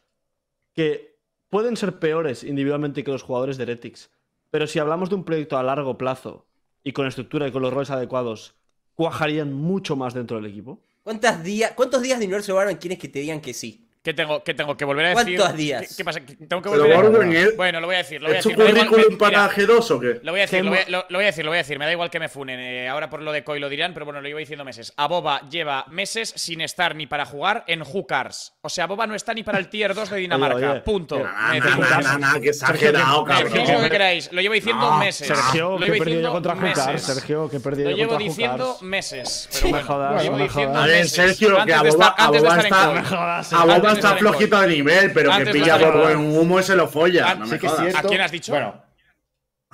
Speaker 5: que pueden ser peores individualmente que los jugadores de Heretics? Pero si hablamos de un proyecto a largo plazo y con estructura y con los roles adecuados, cuajarían mucho más dentro del equipo.
Speaker 6: ¿Cuántas días, ¿Cuántos días de universo llevaron quienes que te digan que sí?
Speaker 4: ¿Qué tengo, qué tengo que volver a decir?
Speaker 6: ¿Cuántos días?
Speaker 4: ¿Qué, qué pasa? ¿Qué- ¿Tengo que
Speaker 1: Pero
Speaker 4: volver a
Speaker 1: Borgen, ¿eh?
Speaker 4: Bueno, lo voy a decir, lo voy a
Speaker 1: ¿Es su
Speaker 4: decir. me da igual-
Speaker 1: currículum
Speaker 4: me-
Speaker 1: para
Speaker 4: mira,
Speaker 1: G2 o qué?
Speaker 4: Lo voy a decir,
Speaker 5: Temo-
Speaker 4: lo voy a, lo- lo voy a decir, lo voy a decir. Me da igual que me funen. eh, ahora por lo de Koi lo dirán, pero bueno, lo iba diciendo meses. A Boba lleva meses sin estar ni para jugar en Hookars. O sea, Boba no está ni para el tier 2 de Dinamarca.
Speaker 5: oye.
Speaker 4: punto.
Speaker 1: Nah,
Speaker 4: Me
Speaker 1: nah,
Speaker 4: decís-
Speaker 1: nah, nah, nah, que exagerado,
Speaker 4: me decís lo que
Speaker 1: cabrón.
Speaker 4: queráis. Lo llevo diciendo
Speaker 1: No,
Speaker 4: meses.
Speaker 5: Eh, Sergio,
Speaker 4: lo
Speaker 5: que he
Speaker 4: llevo
Speaker 5: perdido yo
Speaker 4: diciendo
Speaker 5: contra Jukar.
Speaker 4: meses.
Speaker 5: Sergio, que he perdido
Speaker 4: Lo
Speaker 5: yo
Speaker 4: llevo
Speaker 5: contra
Speaker 4: diciendo
Speaker 5: Jukar.
Speaker 4: meses. Pero bueno,
Speaker 5: jodas,
Speaker 4: lo llevo
Speaker 5: no me
Speaker 4: diciendo
Speaker 5: jodas.
Speaker 1: A ver,
Speaker 4: meses.
Speaker 1: Sergio, que
Speaker 4: Antes
Speaker 1: a
Speaker 4: de
Speaker 1: Boba,
Speaker 4: estar-
Speaker 1: a
Speaker 4: antes de
Speaker 1: Boba
Speaker 4: estar en
Speaker 1: está, a
Speaker 4: Koi.
Speaker 5: jodas,
Speaker 1: Boba
Speaker 4: antes
Speaker 1: está
Speaker 4: de estar en
Speaker 1: flojito de nivel, pero
Speaker 4: Antes
Speaker 1: que
Speaker 4: de
Speaker 1: pilla a
Speaker 4: estar en Ah,
Speaker 1: Borgo en humo y se lo folla.
Speaker 4: Antes-
Speaker 1: no
Speaker 2: Sí
Speaker 1: me
Speaker 2: que es
Speaker 1: jodas.
Speaker 2: cierto.
Speaker 4: ¿A quién has dicho?
Speaker 2: Bueno,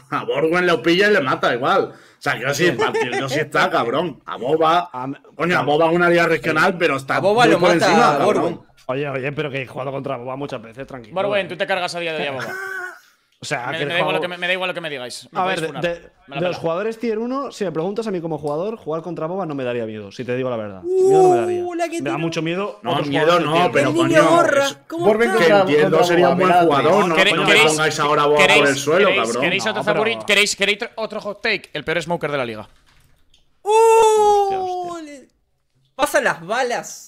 Speaker 1: A Borwen lo pilla y le mata igual. O sea, yo sí, yo sí está, cabrón. A Boba. Coño, a Boba es una liga regional, pero está.
Speaker 6: A Boba
Speaker 1: muy
Speaker 6: lo
Speaker 1: por
Speaker 6: mata
Speaker 1: encima,
Speaker 6: a
Speaker 1: cabrón.
Speaker 6: Borwen.
Speaker 5: Oye, oye, pero que he jugado contra Boba muchas veces, tranquilo. eh.
Speaker 4: Borwen, tú te cargas a día de hoy a Boba.
Speaker 5: O sea,
Speaker 4: Me,
Speaker 5: que he
Speaker 4: me da igual
Speaker 5: jugado-
Speaker 4: lo que me, me da igual lo que me digáis. Me
Speaker 5: A
Speaker 4: podéis
Speaker 5: ver, de,
Speaker 4: funar.
Speaker 5: de-
Speaker 4: Me la
Speaker 5: de los
Speaker 4: pela.
Speaker 5: jugadores tier 1, si me preguntas a mí como jugador, jugar contra Boba no me daría miedo, si te digo la verdad. Miedo no me daría.
Speaker 6: Uh, la que
Speaker 5: Me da
Speaker 6: tiró.
Speaker 5: mucho miedo.
Speaker 1: No,
Speaker 5: otros
Speaker 1: miedo
Speaker 5: jugadores de
Speaker 1: no,
Speaker 5: tier uno.
Speaker 1: pero
Speaker 6: el
Speaker 1: coño,
Speaker 6: niño gorra.
Speaker 1: eso-
Speaker 6: ¿Cómo
Speaker 2: Borben
Speaker 6: está?
Speaker 1: Que
Speaker 2: contra,
Speaker 1: entiendo,
Speaker 2: contra
Speaker 1: sería un buen
Speaker 2: Boba, Bellatrix.
Speaker 1: jugador, no
Speaker 4: ¿Queréis-
Speaker 1: coño, me
Speaker 4: queréis-
Speaker 1: pongáis ahora a Boba por el suelo,
Speaker 4: queréis-
Speaker 1: cabrón.
Speaker 4: queréis otro
Speaker 5: No, pero-
Speaker 4: favorito? ¿Queréis, queréis tr- otro hot take? El peor smoker de la liga.
Speaker 6: ¡Uh! le- Pasan las balas.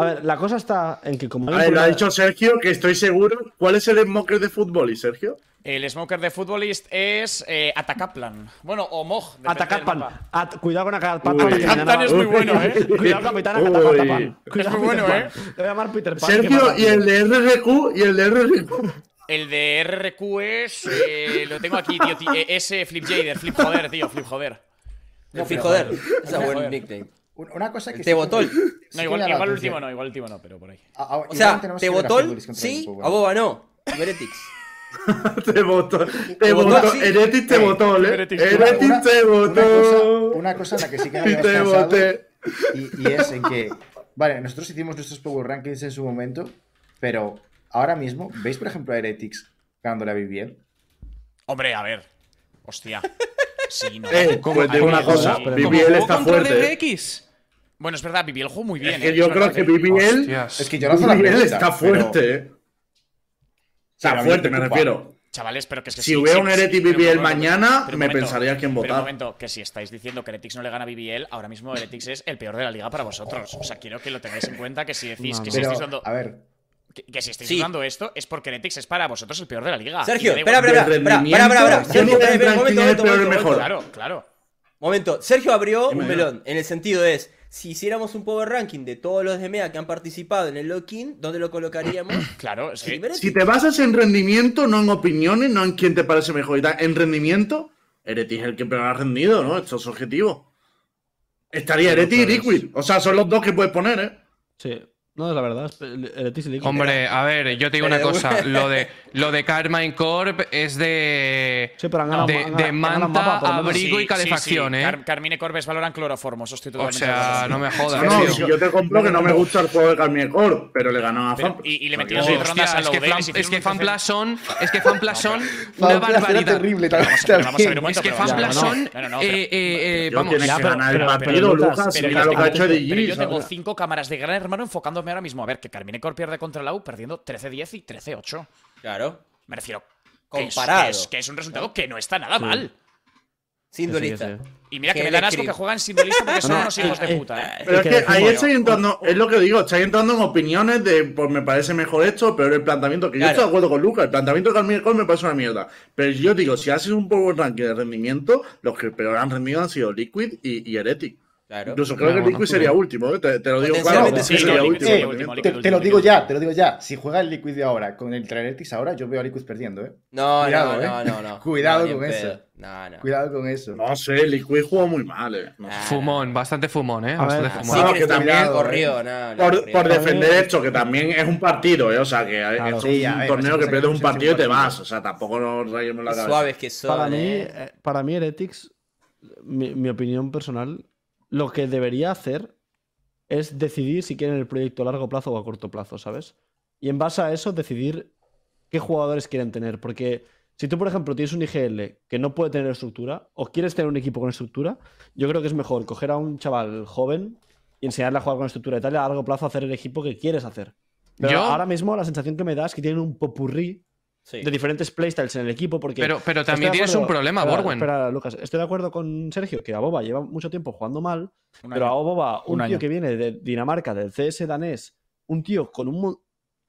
Speaker 5: A ver, la cosa está en que como... hay
Speaker 1: A
Speaker 5: un
Speaker 1: ver, lo ha
Speaker 5: problema-
Speaker 1: dicho Sergio, que estoy seguro. ¿Cuál es el smoker de fútbol, y Sergio?
Speaker 4: El smoker de futbolist es eh, Atacaplan. Bueno, o Moj. depende del
Speaker 5: Atacatpan.
Speaker 4: mapa.
Speaker 5: At- cuidado con Atacatpan.
Speaker 1: Uy.
Speaker 5: que mañana
Speaker 4: Atacatpan
Speaker 5: va-
Speaker 4: es muy bueno, ¿eh?
Speaker 5: Cuidado, capitán
Speaker 1: Uy.
Speaker 5: Atacatpan. Cuidado,
Speaker 4: muy bueno,
Speaker 5: Peter
Speaker 4: ¿eh?
Speaker 5: Pan. Le voy a llamar Peter Pan. que me va
Speaker 1: Sergio
Speaker 5: a-
Speaker 1: y el de RRQ y el de RRQ.
Speaker 4: El de RRQ es. eh, lo tengo aquí, tío. ti- eh, ese Flip Jader. Flip joder, tío. Flip joder.
Speaker 6: No, Frijoder. Ese es buen
Speaker 4: Joder.
Speaker 6: nickname.
Speaker 2: un- una cosa que.
Speaker 6: Te botó el-
Speaker 4: No, igual, igual último no, igual último no, pero por ahí.
Speaker 6: O sea, te botó el sí, a
Speaker 2: vos.
Speaker 6: Boba no. Heretics.
Speaker 1: Te votó. Te
Speaker 6: votó
Speaker 1: votó.
Speaker 6: así.
Speaker 1: Eretis te
Speaker 2: Sí.
Speaker 1: votó, ¿eh?
Speaker 4: Eretis.
Speaker 1: Eretis te votó.
Speaker 2: Una cosa en la que sí que no
Speaker 1: Y
Speaker 2: habíamos
Speaker 1: te
Speaker 2: pensado,
Speaker 1: boté.
Speaker 2: Y, y es en que. Vale, nosotros hicimos nuestros Power Rankings en su momento, pero ahora mismo, ¿veis, por ejemplo, a Heretics ganándole a Vivian?
Speaker 4: Hombre, a ver. Hostia. Sí, no.
Speaker 1: Eh, pues digo una
Speaker 5: Joder,
Speaker 1: cosa,
Speaker 5: pero-
Speaker 1: BBL
Speaker 3: jugó
Speaker 1: está
Speaker 3: contra
Speaker 1: fuerte. ¿eh?
Speaker 3: RRX.
Speaker 4: Bueno, es verdad, Bibi el jugó muy bien.
Speaker 1: Es
Speaker 4: eh,
Speaker 1: que yo
Speaker 4: es
Speaker 1: creo
Speaker 4: verdad
Speaker 1: que BBL,
Speaker 3: Hostias.
Speaker 2: Es que yo lanzo la
Speaker 1: BBL
Speaker 2: pregunta.
Speaker 1: está
Speaker 2: pero-
Speaker 1: fuerte. ¿eh? O sea,
Speaker 2: pero a mí me
Speaker 1: fuerte me
Speaker 2: preocupa.
Speaker 1: refiero.
Speaker 4: Chavales, pero que es que
Speaker 1: Si hubiera un Heretics
Speaker 4: pero un
Speaker 1: BBL
Speaker 4: momento,
Speaker 1: mañana,
Speaker 4: pero un
Speaker 1: me
Speaker 4: momento,
Speaker 1: pensaría quién
Speaker 4: pero
Speaker 1: votar.
Speaker 4: Un momento, que si estáis diciendo que Heretics no le gana a BBL, ahora mismo Heretics es el peor de la liga para vosotros. O sea, quiero que lo tengáis en cuenta que si decís que, si
Speaker 2: Pero,
Speaker 4: estáis dando,
Speaker 2: a ver,
Speaker 4: que, que si estáis
Speaker 6: Sí.
Speaker 4: dudando esto, es porque Heretics es para vosotros el peor de la liga.
Speaker 6: Sergio,
Speaker 4: Ah, Y me da
Speaker 6: espera,
Speaker 4: igual-
Speaker 6: espera,
Speaker 1: de
Speaker 6: espera, espera,
Speaker 1: rendimiento,
Speaker 6: espera,
Speaker 1: ¿qué
Speaker 6: Sergio,
Speaker 1: nivel
Speaker 6: espera, espera,
Speaker 1: ranking
Speaker 6: momento,
Speaker 1: es el
Speaker 6: momento,
Speaker 1: peor
Speaker 6: momento,
Speaker 1: mejor?
Speaker 6: momento.
Speaker 4: Claro, claro.
Speaker 6: Momento, Sergio abrió
Speaker 1: Dime,
Speaker 6: un
Speaker 1: dime.
Speaker 6: melón, en el sentido es, si hiciéramos un power ranking de todos los de MEA que han participado en el lock-in, ¿dónde lo colocaríamos?
Speaker 4: Claro, es que-
Speaker 6: Sí, Beretti.
Speaker 1: Si te basas en rendimiento, no en opiniones, no en quién te parece mejor y tal, en rendimiento, Heretics es el que peor ha rendido, ¿no? Esto es objetivo. Estaría Heretics y
Speaker 2: pues-
Speaker 1: Liquid. O sea, son los dos que puedes poner, ¿eh?
Speaker 5: Sí. No, es la verdad. es el- el Heretics y Liquid.
Speaker 3: Hombre, a ver, yo te digo una
Speaker 6: Pero-
Speaker 3: cosa. Lo de, lo de Carmine Corp es de.
Speaker 5: Sí, pero han ganado-
Speaker 3: de,
Speaker 5: han
Speaker 3: de
Speaker 5: ganado- han ganado
Speaker 3: manta,
Speaker 5: un mapa, por lo menos.
Speaker 3: abrigo y calefacción, ¿eh?
Speaker 4: Car- Carmine Corbes valoran cloroformos, estoy
Speaker 3: o
Speaker 4: totalmente de
Speaker 3: sea,
Speaker 4: acuerdo.
Speaker 3: no me jodas.
Speaker 1: No,
Speaker 3: tío.
Speaker 1: si yo te compro que no me gusta el juego de Carmine Corp, pero le ganó a
Speaker 4: Pero-
Speaker 1: Fab.
Speaker 4: y- y le
Speaker 1: O sea,
Speaker 4: metieron
Speaker 1: que-
Speaker 4: otro-
Speaker 3: Hostia,
Speaker 4: rondas
Speaker 3: es
Speaker 4: a
Speaker 3: que,
Speaker 4: Lowell,
Speaker 3: fan,
Speaker 4: hicieron
Speaker 3: es que
Speaker 4: un
Speaker 3: fanplas
Speaker 4: 13.
Speaker 3: son, es que fanplas son una
Speaker 2: Fanplas era
Speaker 3: barbaridad.
Speaker 2: terrible
Speaker 4: Pero
Speaker 2: también.
Speaker 4: vamos a- pero vamos a ver un
Speaker 3: Es
Speaker 4: momento,
Speaker 3: que
Speaker 4: pero vamos a ver-
Speaker 3: fanplas son,
Speaker 4: No, no, no, pero-
Speaker 3: eh, eh, eh,
Speaker 1: Yo
Speaker 3: vamos,
Speaker 1: tienes
Speaker 5: ya,
Speaker 1: que
Speaker 5: pero-
Speaker 1: ganar el
Speaker 5: pero- pero
Speaker 1: partido,
Speaker 5: Lucas,
Speaker 1: Lucas.
Speaker 4: Pero
Speaker 1: Mira
Speaker 4: yo
Speaker 1: lo que ha hecho
Speaker 4: tengo- pero yo
Speaker 1: DG.
Speaker 4: tengo
Speaker 1: ¿sabes?
Speaker 4: cinco cámaras de Gran Hermano enfocándome ahora mismo. A ver, que Carmine Corp pierde contra la U perdiendo 13-10 y 13-8.
Speaker 6: Claro,
Speaker 4: Me refiero. que es-
Speaker 6: comparado,
Speaker 4: Que es, que es un resultado que no está nada mal.
Speaker 6: sin
Speaker 5: Que sí, que
Speaker 6: duelista.
Speaker 5: sí.
Speaker 4: Y mira que
Speaker 6: Qué
Speaker 4: me dan asco
Speaker 6: electric.
Speaker 4: que juegan sin duelista porque son
Speaker 5: No,
Speaker 4: unos
Speaker 5: eh,
Speaker 4: hijos de
Speaker 5: eh,
Speaker 4: puta. ¿eh?
Speaker 1: Pero es
Speaker 5: que
Speaker 1: que ahí
Speaker 5: decimos-
Speaker 1: estáis entrando, es lo que digo, estáis entrando en opiniones de pues me parece mejor esto, pero el planteamiento, que yo
Speaker 6: Claro.
Speaker 1: estoy de acuerdo con Lucas, el planteamiento de Carmine Corp me parece una mierda. Pero yo digo, si haces un power ranking de rendimiento, los que peor han rendido han sido Liquid y, y Heretic.
Speaker 6: Claro.
Speaker 1: Incluso creo que
Speaker 3: Bueno,
Speaker 1: Liquid sería último, ¿eh? te, te lo digo claro.
Speaker 6: Potencialmente sí,
Speaker 1: Liquid
Speaker 6: no,
Speaker 1: sería
Speaker 6: Liquid
Speaker 1: último.
Speaker 2: sería
Speaker 4: último,
Speaker 2: Te,
Speaker 4: Liquid,
Speaker 2: te lo
Speaker 4: Liquid,
Speaker 2: digo
Speaker 4: Liquid.
Speaker 2: ya, te lo digo ya. Si juega el Liquid de ahora con el Traenertis ahora, yo veo a Liquid perdiendo, ¿eh?
Speaker 6: No,
Speaker 2: Cuidado,
Speaker 6: no,
Speaker 2: eh.
Speaker 6: no, no, no.
Speaker 2: Cuidado
Speaker 6: No, ni en
Speaker 2: con
Speaker 6: pedo.
Speaker 2: eso.
Speaker 6: No, no.
Speaker 2: Cuidado con eso.
Speaker 1: No sé, Liquid jugó muy mal, eh. No sé.
Speaker 6: Ah,
Speaker 3: Fumón, bastante fumón, ¿eh?
Speaker 5: A
Speaker 3: Bastante
Speaker 5: ver,
Speaker 6: no.
Speaker 1: sí,
Speaker 3: fumón.
Speaker 1: Bueno,
Speaker 6: Así
Speaker 1: que
Speaker 6: que también
Speaker 2: también-
Speaker 6: corrido, no. no,
Speaker 1: Por,
Speaker 6: corrido.
Speaker 1: por defender esto, que también es un partido, ¿eh? o sea, que es un
Speaker 5: sí,
Speaker 2: a ver,
Speaker 1: torneo
Speaker 2: sí,
Speaker 1: que
Speaker 2: sí,
Speaker 1: pierdes
Speaker 2: sí,
Speaker 1: un
Speaker 2: sí,
Speaker 1: partido y te
Speaker 2: partido.
Speaker 1: vas, o sea, tampoco nos rayemos la
Speaker 6: Qué
Speaker 1: cabeza.
Speaker 6: suaves que son.
Speaker 5: Para mí,
Speaker 6: eh.
Speaker 5: eh, para mí Heretics, mi, mi opinión personal, lo que debería hacer es decidir si quieren el proyecto a largo plazo o a corto plazo, ¿sabes? Y en base a eso decidir qué jugadores quieren tener. Porque si tú, por ejemplo, tienes un IGL que no puede tener estructura o quieres tener un equipo con estructura, yo creo que es mejor coger a un chaval joven y enseñarle a jugar con estructura y tal, y a largo plazo hacer el equipo que quieres hacer. Pero
Speaker 3: Yo-
Speaker 5: ahora mismo la sensación que me da es que tienen un popurrí
Speaker 6: Sí.
Speaker 4: eh,
Speaker 5: de diferentes playstyles en el equipo porque
Speaker 3: Pero, pero
Speaker 5: Estoy
Speaker 3: también
Speaker 5: de
Speaker 3: tienes
Speaker 5: acuerdo-
Speaker 3: un problema,
Speaker 5: espera,
Speaker 3: Ah, Borwen.
Speaker 5: Espera, Lucas, estoy de acuerdo con Sergio que Aboba lleva mucho tiempo jugando mal,
Speaker 9: Un
Speaker 5: pero
Speaker 9: año.
Speaker 5: Aboba, un,
Speaker 9: Un
Speaker 5: tío
Speaker 9: año.
Speaker 5: que viene de Dinamarca, del CS danés, un tío con un. mon-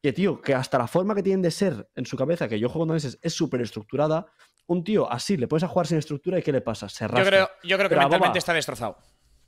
Speaker 5: Que tío, que hasta la forma que tienen de ser en su cabeza, que yo juego con daneses, es súper estructurada. Un tío así, le pones a jugar sin estructura y ¿qué le pasa? Se
Speaker 4: Yo
Speaker 5: rasca.
Speaker 4: creo, yo creo que
Speaker 5: Pero,
Speaker 4: mentalmente
Speaker 5: Boba.
Speaker 4: está destrozado.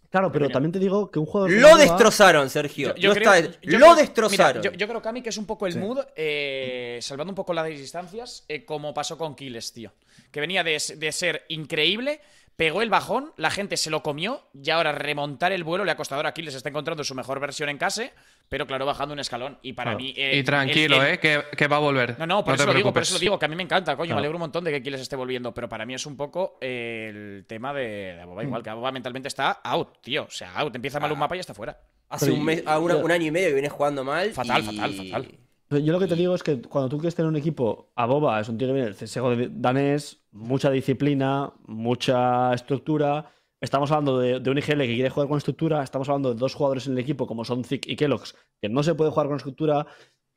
Speaker 5: Claro, pero también te digo que un jugador. como
Speaker 6: Lo
Speaker 5: Aboba-
Speaker 6: destrozaron, Sergio. Lo está-
Speaker 4: yo
Speaker 6: Lo
Speaker 4: creo-
Speaker 6: destrozaron.
Speaker 4: mira, yo, yo creo, Cami, que es un poco el mood, eh, salvando un poco las distancias, eh, como pasó con Kiles, tío. Que venía de, s- de ser increíble, pegó el bajón, la gente se lo comió y ahora remontar el vuelo le ha costado. Ahora Kiles está encontrando su mejor versión en casa, pero claro, bajando un escalón. Y para
Speaker 5: Claro.
Speaker 4: mí. eh,
Speaker 3: Y tranquilo,
Speaker 4: el- el-
Speaker 3: ¿eh? Que, que va a volver.
Speaker 4: No, no, por,
Speaker 3: te
Speaker 4: eso lo digo, por
Speaker 3: preocupes.
Speaker 4: eso lo digo, que a mí me encanta, coño,
Speaker 5: Claro.
Speaker 4: me alegro un montón de que Kiles esté volviendo, pero para mí es un poco eh, el tema de, de
Speaker 3: Mm.
Speaker 4: Aboba, igual que Aboba mentalmente está out, tío, o sea, out, empieza
Speaker 3: Ah.
Speaker 4: mal un mapa y ya está fuera.
Speaker 6: Hace
Speaker 5: Pero
Speaker 6: un,
Speaker 5: y-
Speaker 6: mes, a una-
Speaker 5: yo-
Speaker 6: un año y medio que viene jugando mal.
Speaker 4: Fatal,
Speaker 6: y-
Speaker 4: fatal, fatal.
Speaker 5: Pero Yo lo que te digo es que cuando tú quieres tener un equipo, Aboba es un tío que viene del CSGO de- danés, mucha disciplina, mucha estructura. Estamos hablando de, de un IGL que quiere jugar con estructura, estamos hablando de dos jugadores en el equipo como son Zic y Kellogg's, que no se puede jugar con estructura.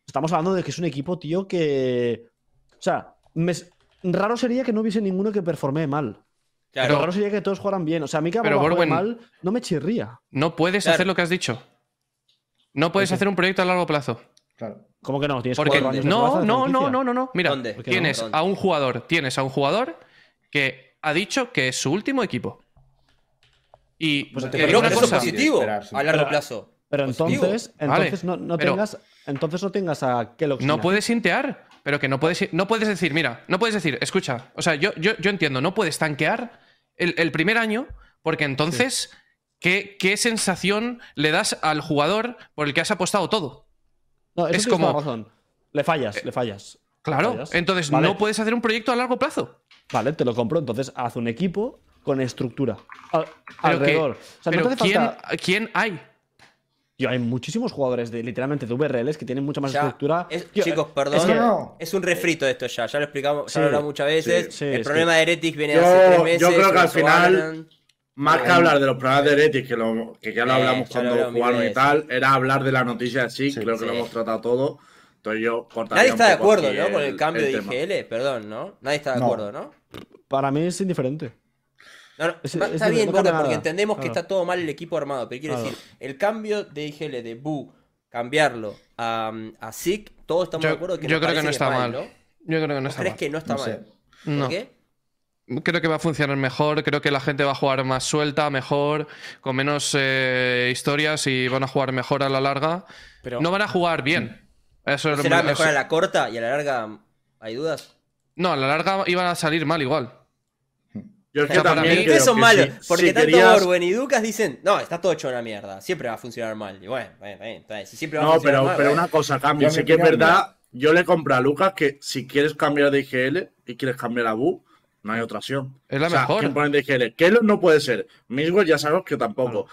Speaker 5: Estamos hablando de que es un equipo, tío, que. O sea, me s- raro sería que no hubiese ninguno que performe mal.
Speaker 6: Claro.
Speaker 5: Pero raro sería que todos jugaran bien. O sea, a mí que
Speaker 3: Pero,
Speaker 5: Aboba juegue
Speaker 3: Borwen-
Speaker 5: mal no me chirría.
Speaker 3: No puedes
Speaker 6: Claro.
Speaker 3: hacer lo que has dicho. No puedes hacer un proyecto a largo plazo.
Speaker 2: Claro.
Speaker 5: ¿Cómo que no? Tienes
Speaker 3: Porque
Speaker 5: cuatro años de
Speaker 3: no,
Speaker 5: jugadas de
Speaker 3: no, no,
Speaker 5: franquicia.
Speaker 3: no, no, no. Mira,
Speaker 6: ¿Dónde? ¿Por qué no?
Speaker 3: tienes
Speaker 6: ¿Dónde?
Speaker 3: a un jugador, tienes a un jugador que ha dicho que es su último equipo. Y
Speaker 5: Pues
Speaker 3: te
Speaker 5: que
Speaker 3: digo
Speaker 6: Pero
Speaker 3: una
Speaker 6: eso es
Speaker 3: cosa,
Speaker 6: positivo
Speaker 2: Esperar, sí.
Speaker 6: a largo
Speaker 5: Pero-
Speaker 6: plazo.
Speaker 5: Pero
Speaker 6: Positivo.
Speaker 5: entonces,
Speaker 3: Pues Vale,
Speaker 5: entonces no, no
Speaker 3: pero-
Speaker 5: tengas, entonces no tengas a Kellogg.
Speaker 3: no puedes intear, pero que no puedes, no puedes decir, mira, no puedes decir, escucha, o sea, yo, yo, yo entiendo, no puedes tanquear el, el primer año, porque entonces, ¿qué, ¿qué sensación le das al jugador por el que has apostado todo?
Speaker 5: No, eso
Speaker 3: es
Speaker 5: es como
Speaker 3: como- Eh,
Speaker 5: razón. Le fallas, le fallas.
Speaker 3: Claro,
Speaker 5: Fallas.
Speaker 3: entonces
Speaker 5: Vale.
Speaker 3: no puedes hacer un proyecto a largo plazo.
Speaker 5: Vale, te lo compro. Entonces haz un equipo con estructura
Speaker 3: Pero
Speaker 5: al-
Speaker 3: que-
Speaker 5: alrededor. o sea,
Speaker 3: pero
Speaker 5: no te hace
Speaker 3: ¿quién,
Speaker 5: falta.
Speaker 3: ¿quién hay?
Speaker 5: Tío, hay muchísimos jugadores de literalmente de VRLs que tienen mucha más
Speaker 6: Ya,
Speaker 5: estructura.
Speaker 6: es-
Speaker 5: Tío,
Speaker 6: chicos,
Speaker 5: eh,
Speaker 6: perdón.
Speaker 5: es que-
Speaker 2: No, no.
Speaker 6: Es un refrito esto ya, ya lo explicamos,
Speaker 5: Sí,
Speaker 6: ya lo hablamos muchas veces.
Speaker 5: sí,
Speaker 6: el
Speaker 5: es
Speaker 6: problema de Heretics viene
Speaker 1: Yo-
Speaker 6: hace tres meses.
Speaker 1: yo creo que al
Speaker 6: lo
Speaker 1: final-
Speaker 6: ganan.
Speaker 1: Más que hablar de los problemas de Heretics, que, lo- que ya lo
Speaker 6: Eh,
Speaker 1: hablamos
Speaker 6: ya lo
Speaker 1: cuando
Speaker 6: hablamos mil
Speaker 1: jugaron y
Speaker 6: veces.
Speaker 1: tal, era hablar de la noticia sí,
Speaker 2: Sí,
Speaker 1: creo que lo
Speaker 6: sí.
Speaker 1: hemos tratado todo. Entonces yo cortaría
Speaker 6: Nadie está
Speaker 1: un
Speaker 6: de
Speaker 1: poco
Speaker 6: acuerdo,
Speaker 1: aquí
Speaker 6: ¿no? Con el cambio de
Speaker 1: tema.
Speaker 6: IGL, perdón, ¿no? Nadie está de
Speaker 2: No.
Speaker 6: acuerdo, ¿no?
Speaker 5: eh, Para mí es indiferente.
Speaker 6: No, no,
Speaker 5: Es-
Speaker 6: ma-
Speaker 5: es
Speaker 6: está
Speaker 5: de-
Speaker 6: bien,
Speaker 5: no
Speaker 6: Borja,
Speaker 5: cambia
Speaker 6: porque
Speaker 5: nada.
Speaker 6: entendemos que
Speaker 5: Claro.
Speaker 6: está todo mal el equipo armado, pero quiero
Speaker 5: Claro.
Speaker 6: decir, el cambio de IGL de Bu, cambiarlo a, a SIC, todos estamos
Speaker 3: Yo-
Speaker 6: de acuerdo que
Speaker 3: yo
Speaker 6: nos
Speaker 3: creo que
Speaker 6: parece
Speaker 3: no está mal.
Speaker 6: ¿no?
Speaker 3: Yo creo que no
Speaker 6: ¿Vos
Speaker 3: está
Speaker 6: crees
Speaker 3: mal.
Speaker 6: que no está
Speaker 2: No sé.
Speaker 6: mal?
Speaker 3: No.
Speaker 6: ¿Por qué?
Speaker 3: Creo que va a funcionar mejor, creo que la gente va a jugar más suelta, mejor, con menos eh, historias y van a jugar mejor a la larga.
Speaker 4: Pero-
Speaker 3: no van a jugar bien. Eso es-
Speaker 6: ¿Será mejor
Speaker 3: eso-
Speaker 6: a la corta y a la larga? mm, ¿Hay dudas?
Speaker 3: No, a la larga iban a salir mal igual.
Speaker 1: Yo es que
Speaker 3: Pero para
Speaker 1: también
Speaker 3: mí-
Speaker 1: creo
Speaker 6: Ustedes son
Speaker 1: que
Speaker 6: malos,
Speaker 1: si-
Speaker 6: porque
Speaker 1: si
Speaker 6: tanto
Speaker 1: querías-
Speaker 6: Orwen y Ducas dicen, no, está todo hecho una mierda, siempre va a funcionar mal. Y bueno, está bien, está bien, está bien, si siempre va a ¿eh?
Speaker 1: No,
Speaker 6: funcionar
Speaker 1: pero,
Speaker 6: mal.
Speaker 1: pero
Speaker 6: bueno.
Speaker 1: una cosa,
Speaker 2: Yo
Speaker 1: cambio.
Speaker 2: en
Speaker 1: Sí
Speaker 2: mi
Speaker 1: que es
Speaker 2: opinión,
Speaker 1: verdad, yo le compro a Lucas que si quieres cambiar de IGL y quieres cambiar a Bu, no hay otra opción.
Speaker 3: Es la
Speaker 1: O sea,
Speaker 3: mejor.
Speaker 1: ¿Quién pone de IGL? Kellogg no puede ser. Miswell ya sabemos que tampoco.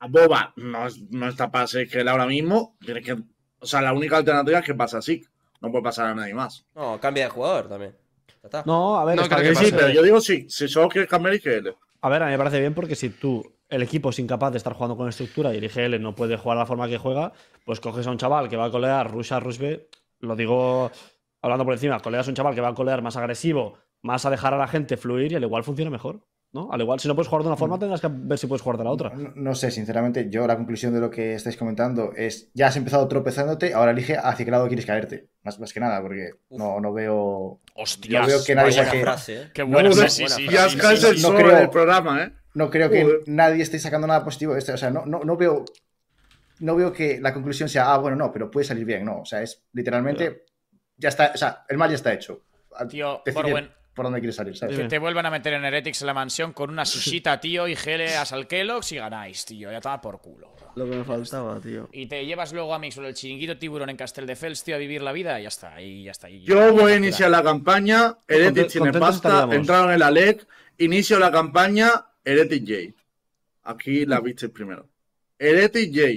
Speaker 1: A Boba no, es- no está para ser IGL ahora mismo. Tienes que, o sea, la única alternativa es que pasa así. No puede pasar a nadie más.
Speaker 6: No, cambia de jugador también. Ya está.
Speaker 5: No, a ver,
Speaker 3: No
Speaker 5: está
Speaker 3: creo que
Speaker 5: bien,
Speaker 1: Sí,
Speaker 3: pase.
Speaker 5: pero-
Speaker 1: pero yo digo sí, si solo quieres cambiar IGL.
Speaker 5: A ver, a mí me parece bien porque si tú, el equipo es incapaz de estar jugando con estructura y el IGL no puede jugar la forma que juega, pues coges a un chaval que va a colear Rush a Rush B, lo digo hablando por encima, coleas a un chaval que va a colear más agresivo, más a dejar a la gente fluir y al igual funciona mejor, ¿no? Al igual, si no puedes jugar de una forma, tendrás que ver si puedes jugar de la otra.
Speaker 2: No, no sé, sinceramente, yo la conclusión de lo que estáis comentando es, ya has empezado tropezándote, ahora elige hacia qué lado quieres caerte. Más, más que nada, porque no, no veo... Yo
Speaker 4: Hostias,
Speaker 2: veo que nadie
Speaker 6: Buena
Speaker 2: saque-
Speaker 6: frase, ¿eh?
Speaker 4: Qué
Speaker 2: No,
Speaker 4: buena,
Speaker 2: no,
Speaker 4: sí,
Speaker 2: no,
Speaker 4: sí,
Speaker 6: buena
Speaker 4: sí,
Speaker 1: Ya
Speaker 4: sí,
Speaker 1: es
Speaker 4: sí, sí.
Speaker 1: el
Speaker 2: no
Speaker 1: sol
Speaker 2: creo-
Speaker 1: del programa, ¿eh?
Speaker 2: No creo que
Speaker 1: Joder.
Speaker 2: nadie esté sacando nada positivo de esto. O sea, no, no, no veo. No veo que la conclusión sea, ah, bueno, no, pero puede salir bien. No, o sea, es literalmente. Ya está, o sea, el mal ya está hecho. A-
Speaker 4: Tío,
Speaker 2: decide
Speaker 4: Borwen,
Speaker 2: por dónde quieres salir, ¿sabes?
Speaker 4: que te vuelvan a meter en Heretics en la mansión con una sushita, tío, y geleas al Kellogg's y ganáis, tío. Ya estaba por culo. bro.
Speaker 9: Lo que me faltaba, tío.
Speaker 4: Y te llevas luego a mí sobre el chiringuito tiburón en Castelldefels, tío, a vivir la vida y ya está. Y ya está. y-
Speaker 1: Yo voy a iniciar la campaña, Heretic
Speaker 5: Conten-
Speaker 1: tiene
Speaker 5: contentos
Speaker 1: pasta,
Speaker 5: estaríamos.
Speaker 1: entraron en la LEC, inicio la campaña, Heretic J. Aquí la visteis primero. Heretic J,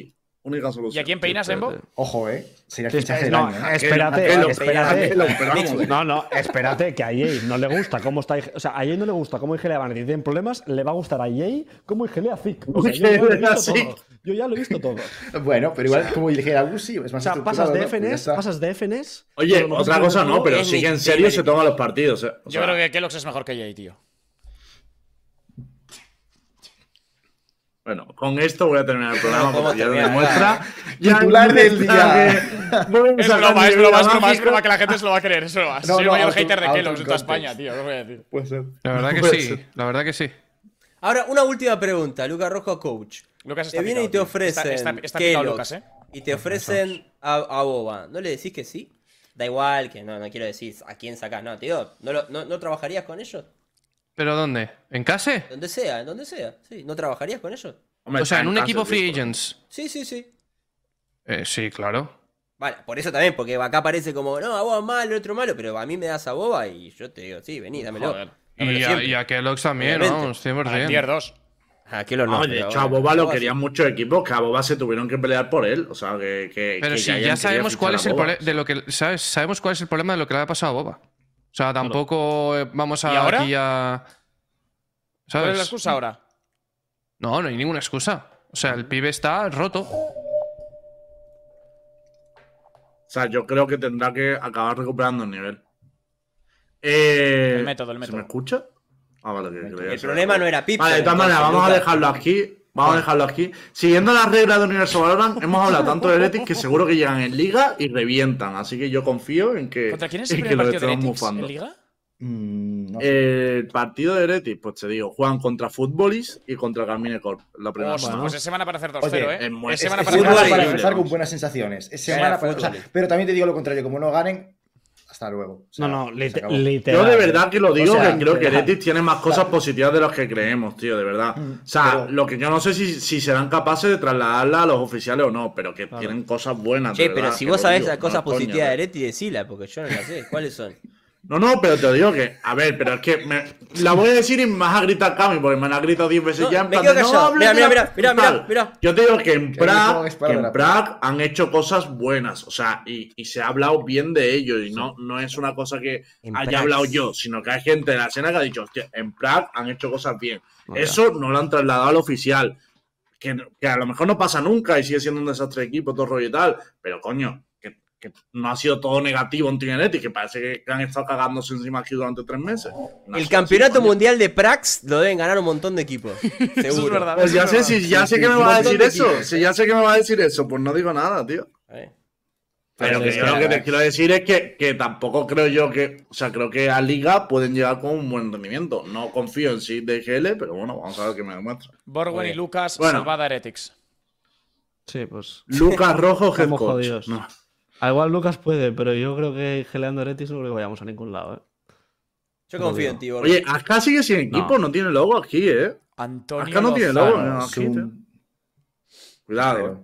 Speaker 1: única
Speaker 4: ¿Y
Speaker 1: solución.
Speaker 4: a quién peinas, Lembo?
Speaker 2: Ojo, ¿eh? Sería el
Speaker 5: Sí,
Speaker 2: fichaje del
Speaker 5: no,
Speaker 2: año, ¿eh?
Speaker 5: es- Espérate,
Speaker 1: Aquel,
Speaker 5: espérate.
Speaker 1: aquel, pero vamos,
Speaker 5: No, no, espérate, que a Jay no le gusta cómo está. O sea, a Jay no le gusta cómo Igelea Vanity tiene problemas, le va a gustar a Jay cómo Igelea Zic. O sea, yo, ya lo he
Speaker 1: Igelea
Speaker 5: visto
Speaker 1: Zic.
Speaker 5: todo. Yo ya lo he visto todo.
Speaker 2: Bueno, pero igual, como dije, algo sí, es
Speaker 5: O
Speaker 2: más
Speaker 5: sea, pasas
Speaker 2: estructurado,
Speaker 5: de
Speaker 2: ¿no? Pero ya
Speaker 5: FNs,
Speaker 2: está.
Speaker 5: pasas de FNs.
Speaker 1: Oye,
Speaker 5: pero lo
Speaker 1: otra
Speaker 5: mejor
Speaker 1: cosa
Speaker 5: del
Speaker 1: no,
Speaker 5: mundo-
Speaker 1: pero
Speaker 6: es
Speaker 1: sí que
Speaker 6: mi-
Speaker 1: en serio
Speaker 6: mi-
Speaker 1: se toman los partidos. eh. O
Speaker 4: Yo
Speaker 1: sea,
Speaker 4: creo que Kellogg's es mejor que Jay, tío.
Speaker 1: Bueno, con esto voy a terminar el programa
Speaker 6: Vamos
Speaker 1: porque ya
Speaker 6: a
Speaker 1: lo
Speaker 6: terminar.
Speaker 1: demuestra.
Speaker 2: Titular del día.
Speaker 4: Es broma, es broma, es broma, es broma, que la gente se lo va a creer, es broma.
Speaker 2: No,
Speaker 4: Soy el
Speaker 2: no,
Speaker 4: mayor
Speaker 2: out of-
Speaker 4: hater de
Speaker 2: out of
Speaker 4: Kellogg's de toda
Speaker 2: context.
Speaker 4: España, tío. ¿qué voy a decir?
Speaker 1: Puede ser.
Speaker 3: La verdad que
Speaker 1: Puede
Speaker 3: sí,
Speaker 1: ser.
Speaker 3: la verdad que sí.
Speaker 6: Ahora, una última pregunta, Lucas Rojo Coach.
Speaker 4: Lucas
Speaker 6: Te
Speaker 4: está picado,
Speaker 6: vienen y te
Speaker 4: tío.
Speaker 6: ofrecen.
Speaker 4: Está, está, está picado
Speaker 6: Kellogg's
Speaker 4: Lucas, eh.
Speaker 6: Y te ofrecen a, a Boba. ¿No le decís que sí? Da igual, que no, no quiero decir a quién sacás. No, tío, ¿no, lo- no, no trabajarías con ellos?
Speaker 3: ¿Pero dónde? ¿En casa?
Speaker 6: Donde sea, en donde sea. Sí, ¿no trabajarías con ellos?
Speaker 1: Hombre,
Speaker 3: O sea, en un
Speaker 1: Kansas,
Speaker 3: equipo
Speaker 1: tío.
Speaker 3: free agents.
Speaker 6: Sí, sí, sí.
Speaker 3: Eh, sí, claro.
Speaker 6: Vale, por eso también, porque acá parece como, no, a Boba malo, otro malo, pero a mí me das a Boba y yo te digo, sí, vení, dámelo.
Speaker 4: Joder.
Speaker 3: Y
Speaker 6: Dámelo
Speaker 3: a,
Speaker 6: siempre.
Speaker 3: y a Kellogg's también,
Speaker 6: Obviamente.
Speaker 3: vamos,
Speaker 4: Ah, en
Speaker 3: 100%.
Speaker 4: tier 2.
Speaker 6: Ah, que lo no,
Speaker 1: No, de
Speaker 6: pero
Speaker 1: hecho, a
Speaker 6: bueno,
Speaker 1: Boba lo
Speaker 6: Boba sí.
Speaker 1: querían muchos equipos, que a Boba se tuvieron que pelear por él. O sea, que. que
Speaker 3: Pero
Speaker 1: que
Speaker 3: sí,
Speaker 1: Giant
Speaker 3: ya
Speaker 1: quería
Speaker 3: sabemos
Speaker 1: fichar
Speaker 3: cuál
Speaker 1: a
Speaker 3: es el
Speaker 1: Boba.
Speaker 3: problema de lo que sabes, sabemos cuál es el problema de lo que le ha pasado a Boba. O sea, tampoco eh, vamos a
Speaker 4: ¿Y ahora?
Speaker 3: aquí a
Speaker 4: ¿Cuál es la
Speaker 3: ¿Sabes?
Speaker 4: excusa ahora?
Speaker 3: No, no hay ninguna excusa. O sea, el pibe está roto.
Speaker 1: O sea, yo creo que tendrá que acabar recuperando el nivel. Eh,
Speaker 4: El método, el método.
Speaker 1: ¿Se me escucha? Ah, vale, que creía que
Speaker 6: El
Speaker 1: se
Speaker 6: problema
Speaker 1: me-
Speaker 6: no era Pippen.
Speaker 1: Vale, Ah, de todas
Speaker 6: entonces,
Speaker 1: maneras, vamos a
Speaker 6: Lucas.
Speaker 1: dejarlo aquí. Vamos a dejarlo aquí. Siguiendo las reglas de Universo Valorant, hemos hablado tanto de Heretics que seguro que llegan en liga y revientan. Así que yo confío en que,
Speaker 4: ¿Contra quién es el
Speaker 1: en
Speaker 4: primer
Speaker 1: que lo
Speaker 4: partido de
Speaker 1: estemos
Speaker 4: Heretics
Speaker 1: mufando.
Speaker 4: en Liga?
Speaker 2: Mm,
Speaker 1: Eh,
Speaker 2: no sé.
Speaker 1: El partido de Heretics, pues te digo, juegan contra Futbolis y contra Carmine Corp. La primera
Speaker 4: Hostia,
Speaker 1: semana.
Speaker 4: pues ese van a parecer
Speaker 2: Oye,
Speaker 4: 2-0, eh.
Speaker 1: es muy-
Speaker 4: Ese van a
Speaker 1: es-
Speaker 2: Es semana
Speaker 4: parecer
Speaker 2: para
Speaker 6: Fútbol
Speaker 4: 2-0.
Speaker 1: horrible,
Speaker 2: empezar con
Speaker 1: vamos.
Speaker 2: buenas sensaciones. Es
Speaker 6: Era
Speaker 2: semana para- o sea,
Speaker 6: fútbol.
Speaker 2: pero también te digo lo contrario, como no ganen, hasta luego. O sea,
Speaker 5: No, no, lit-
Speaker 2: se acabó.
Speaker 5: literal.
Speaker 1: Yo de verdad que lo digo,
Speaker 2: O sea,
Speaker 1: que creo que
Speaker 2: literal.
Speaker 1: Heretics tiene más cosas positivas de las que creemos, tío, de verdad. O sea,
Speaker 2: Mm, pero-
Speaker 1: lo que yo no sé si, si serán capaces de trasladarla a los oficiales o no, pero que tienen cosas buenas. de
Speaker 6: Che, pero
Speaker 1: verdad,
Speaker 6: si
Speaker 1: que
Speaker 6: vos
Speaker 1: lo
Speaker 6: sabés
Speaker 1: digo,
Speaker 6: las cosas
Speaker 1: no, coño,
Speaker 6: positivas de
Speaker 1: que-
Speaker 6: Areti, decila, porque yo no las sé. ¿Cuáles son?
Speaker 1: No, no, pero te digo que, a ver, pero es que me, la voy a decir y me vas a gritar Cami, porque me la has gritado 10 veces
Speaker 6: No,
Speaker 1: ya. en
Speaker 6: me
Speaker 1: plan
Speaker 6: quedo
Speaker 1: de, no
Speaker 6: callado.
Speaker 1: hables
Speaker 6: Mira,
Speaker 1: de
Speaker 6: mira,
Speaker 1: la-
Speaker 6: mira, mira,
Speaker 1: tal.
Speaker 6: mira.
Speaker 1: Yo te digo que en
Speaker 2: Que ahí tengo que
Speaker 1: Prague, que
Speaker 2: disparar
Speaker 1: en
Speaker 2: la-
Speaker 1: Prague han hecho cosas buenas, o sea, y, y se ha hablado bien de ello, y no, no es una cosa que
Speaker 6: En
Speaker 1: haya
Speaker 6: Prague.
Speaker 1: hablado yo, sino que hay gente de la escena que ha dicho, hostia, en Prague han hecho cosas bien. Eso no lo han trasladado al oficial, que, no- que a lo mejor no pasa nunca y sigue siendo un desastre de equipo, todo rollo y tal, pero coño, que, que no ha sido todo negativo en Tineretti, que parece que, que han estado cagándose encima aquí durante tres meses. No
Speaker 6: El
Speaker 1: sé,
Speaker 6: campeonato
Speaker 1: sí, coño.
Speaker 6: mundial de Prax lo deben ganar un montón de equipos. Seguro.
Speaker 8: Eso es verdad.
Speaker 1: Pues ya sé, si ya sé que me
Speaker 6: Un
Speaker 1: va a
Speaker 6: montón
Speaker 1: decir
Speaker 6: de
Speaker 1: eso,
Speaker 6: equipos,
Speaker 1: si ya sé que me va a decir eso, pues no digo nada, tío.
Speaker 6: Eh.
Speaker 1: Pero que
Speaker 2: Sí,
Speaker 1: yo lo que
Speaker 2: claro.
Speaker 1: te quiero decir es que, que tampoco creo yo que, o sea, creo que a Liga pueden llegar con un buen rendimiento. No confío en sí de GL, pero bueno, vamos a ver qué me demuestra.
Speaker 4: Borwen y Lucas,
Speaker 1: Bueno.
Speaker 4: salvada Heretics.
Speaker 5: Sí, pues.
Speaker 1: Lucas Rojo, head
Speaker 5: Estamos
Speaker 1: coach.
Speaker 5: jodidos.
Speaker 1: No.
Speaker 5: A igual Lucas puede, pero yo creo que geleando Aretis no creo que vayamos a ningún lado, ¿eh?
Speaker 6: Yo
Speaker 5: Lo
Speaker 6: confío
Speaker 5: digo.
Speaker 6: en ti, Borja.
Speaker 1: Oye, Aska sigue sin equipo, no, tiene logo aquí, eh.
Speaker 4: Antonio
Speaker 1: Aska no tiene logo,
Speaker 4: Lozano.
Speaker 1: no,
Speaker 2: Es
Speaker 1: aquí, tío.
Speaker 2: un-
Speaker 1: Cuidado.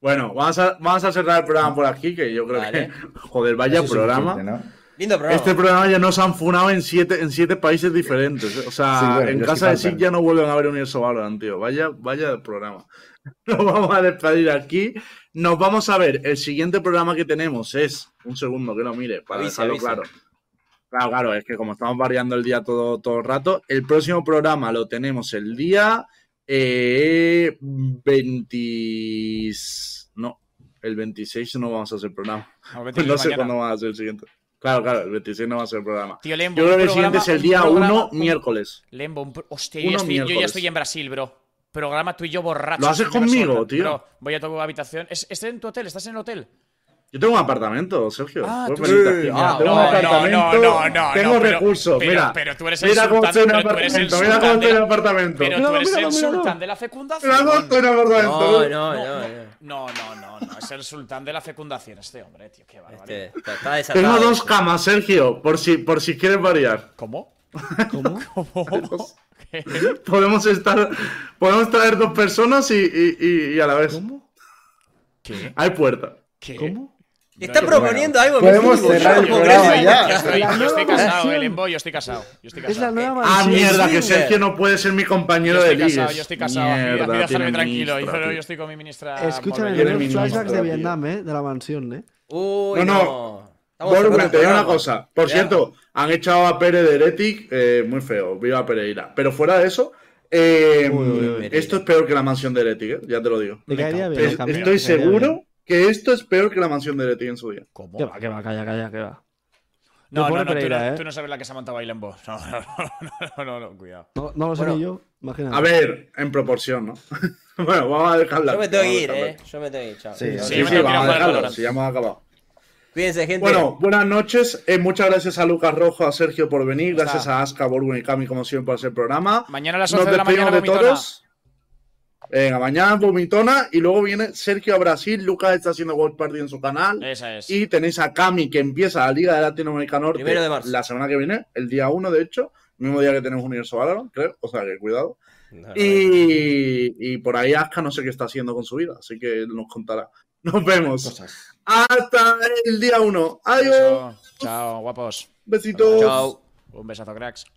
Speaker 1: Bueno, vamos a, vamos a cerrar el programa por aquí, que yo creo
Speaker 6: Vale.
Speaker 1: que. Joder, vaya
Speaker 2: es un
Speaker 1: programa.
Speaker 2: chiste, ¿no?
Speaker 6: Lindo programa.
Speaker 1: Este programa ya nos han funado en siete, en siete países diferentes. ¿eh? O sea,
Speaker 2: Sí, bueno,
Speaker 1: en
Speaker 2: los
Speaker 1: casa
Speaker 2: que
Speaker 1: de
Speaker 2: faltan.
Speaker 1: SIG ya no vuelven a ver Universo Valorant, tío. Vaya, vaya programa. Nos vamos a despedir aquí. Nos vamos a ver. El siguiente programa que tenemos es. Un segundo, que lo mire, para
Speaker 6: Avisa,
Speaker 1: dejarlo
Speaker 6: avisa.
Speaker 1: claro. Claro, claro, es que como estamos variando el día todo, todo el rato, el próximo programa lo tenemos el día eh, 20. No, el 26 no vamos a hacer programa.
Speaker 4: No, vete
Speaker 1: No
Speaker 4: mañana.
Speaker 1: Pues sé cuándo va a ser el siguiente. Claro, claro, el 26 no va a ser el programa.
Speaker 4: Tío, Lembo,
Speaker 1: Yo creo
Speaker 4: un
Speaker 1: que el siguiente es
Speaker 4: programa-
Speaker 1: el día
Speaker 4: un programa-
Speaker 1: 1, miércoles.
Speaker 4: Lembo, un pro- hostia, yo
Speaker 1: Uno
Speaker 4: ya, estoy, yo ya
Speaker 1: miércoles.
Speaker 4: estoy en Brasil, bro. Programa tú y yo borrachos.
Speaker 1: ¿Lo haces
Speaker 4: en Universo
Speaker 1: conmigo,
Speaker 4: Valorant.
Speaker 1: tío?
Speaker 4: Bro, voy a tu habitación. ¿Es- ¿Estás en tu hotel? ¿Estás en el hotel?
Speaker 1: Yo tengo un apartamento, Sergio.
Speaker 4: Ah,
Speaker 1: Puedes
Speaker 4: tú
Speaker 1: venirte
Speaker 6: sí.
Speaker 1: aquí,
Speaker 6: Ah,
Speaker 1: mira, tengo un
Speaker 4: no, no,
Speaker 1: apartamento,
Speaker 4: no, no, no,
Speaker 1: Tengo
Speaker 4: pero-
Speaker 1: recursos.
Speaker 4: pero-
Speaker 1: mira,
Speaker 4: pero tú eres el
Speaker 1: mira cómo
Speaker 4: sultán,
Speaker 1: estoy en un
Speaker 4: pero tú eres el
Speaker 1: apartamento. Mira cómo
Speaker 4: sultán
Speaker 1: estoy en un
Speaker 4: de-
Speaker 1: apartamento.
Speaker 4: Pero
Speaker 1: Mira
Speaker 4: tú eres
Speaker 1: míralo,
Speaker 4: el
Speaker 1: míralo.
Speaker 4: sultán de la fecundación.
Speaker 1: cómo estoy en un apartamento.
Speaker 6: No,
Speaker 1: ¿no?
Speaker 6: no, no. no.
Speaker 4: No, no, no, no. Es el sultán de la fecundación este hombre, tío. Qué bárbaro.
Speaker 6: Este, está, está desatado.
Speaker 1: Tengo dos camas, Sergio, por si, por si quieres variar.
Speaker 4: ¿Cómo?
Speaker 5: ¿Cómo?
Speaker 4: ¿Cómo? ¿Qué?
Speaker 1: Podemos estar, podemos traer dos personas y, y- y- y a la vez.
Speaker 4: ¿Qué?
Speaker 1: Hay puerta.
Speaker 4: ¿Qué?
Speaker 5: ¿Cómo?
Speaker 6: Está
Speaker 4: No, yo-
Speaker 6: proponiendo algo.
Speaker 2: Podemos
Speaker 6: Miguel,
Speaker 2: cerrar el
Speaker 6: yo no puedo
Speaker 2: programa
Speaker 6: creer.
Speaker 2: ya.
Speaker 4: Yo estoy,
Speaker 5: La
Speaker 4: yo estoy
Speaker 5: nueva
Speaker 4: casado,
Speaker 5: versión.
Speaker 4: el embo, yo estoy casado. Yo estoy
Speaker 5: Es la
Speaker 4: casado.
Speaker 5: nueva
Speaker 1: Ah,
Speaker 5: mansión.
Speaker 1: mierda, que
Speaker 6: Swinger.
Speaker 1: Sergio no puede ser mi compañero
Speaker 4: Yo
Speaker 1: de
Speaker 4: estoy
Speaker 1: ligues.
Speaker 4: casado, yo estoy casado. A mí- a mí
Speaker 1: Mierda,
Speaker 4: déjame
Speaker 1: tiene
Speaker 4: tranquilo,
Speaker 1: ministra,
Speaker 4: pero
Speaker 1: tío.
Speaker 4: yo estoy con mi ministra.
Speaker 5: Escúchame,
Speaker 1: Tiene
Speaker 4: Montbellier.
Speaker 5: tenemos
Speaker 1: ministro,
Speaker 5: flashbacks de
Speaker 1: tío.
Speaker 5: Vietnam, ¿eh? De la mansión, ¿eh?
Speaker 6: Uy,
Speaker 1: No,
Speaker 6: no,
Speaker 1: no.
Speaker 6: Estamos
Speaker 1: Bueno,
Speaker 6: cerrando el
Speaker 1: te digo una
Speaker 6: programa.
Speaker 1: cosa. Por
Speaker 6: Ya.
Speaker 1: cierto, han echado a Pérez de Heretic, eh, muy feo. Viva Pereira. Pero fuera de eso, eh,
Speaker 5: Uy, uy, uy.
Speaker 1: esto es peor que la mansión de Heretic, eh, ya te lo digo.
Speaker 5: Te caería bien.
Speaker 1: Es-
Speaker 5: el campeón,
Speaker 1: Pues, estoy
Speaker 5: te caería bien.
Speaker 6: eh.
Speaker 1: seguro que esto es peor que la mansión de Heretic en su día.
Speaker 4: ¿Cómo?
Speaker 5: Que va, que va, calla, calla, que va.
Speaker 4: No, no,
Speaker 5: pobre
Speaker 4: no, tú
Speaker 5: Pereira,
Speaker 4: no,
Speaker 5: ¿eh?
Speaker 4: tú no sabes la que se ha montado ahí el embo. No, no, no, no, no, no, cuidado.
Speaker 5: No, no lo sé
Speaker 6: Bueno.
Speaker 5: ni yo, imagínate.
Speaker 6: Ah.
Speaker 1: A ver, en proporción, ¿no? bueno, vamos a dejarla.
Speaker 6: Yo me tengo que
Speaker 1: Vamos a
Speaker 6: ir,
Speaker 1: dejarla.
Speaker 6: eh. Yo me tengo que ir, chao.
Speaker 1: Sí,
Speaker 2: Sí,
Speaker 4: Sí, yo me
Speaker 1: sí,
Speaker 4: tengo que ir a
Speaker 1: vamos a
Speaker 4: jugar al
Speaker 1: dejarlo.
Speaker 4: Valorant.
Speaker 1: Sí, ya hemos acabado.
Speaker 6: Cuídense, gente.
Speaker 1: Bueno, buenas noches. Eh, muchas gracias a Lucas Rojo, a Sergio por venir.
Speaker 4: Ya está.
Speaker 1: Gracias a Aska, Borgun y Cami, como siempre, por hacer el programa.
Speaker 4: Mañana a las 11
Speaker 1: Nos
Speaker 4: de la mañana
Speaker 1: despedimos de
Speaker 4: vomitona.
Speaker 1: todos. Venga, mañana vomitona y luego viene Sergio a Brasil. Lucas está haciendo World Party en su canal.
Speaker 4: Esa es.
Speaker 1: Y tenéis a Cami que empieza la Liga de Latinoamérica Norte
Speaker 6: Primero de marzo.
Speaker 1: la semana que viene, el día 1 de hecho, mismo día que tenemos Universo Valorant, creo. O sea que cuidado. Y, y por ahí Aska no sé qué está haciendo con su vida, así que nos contará. Nos vemos. Hasta el día 1. Adiós.
Speaker 4: Eso. Chao, guapos.
Speaker 1: Besitos.
Speaker 6: Chao.
Speaker 4: Un besazo, cracks.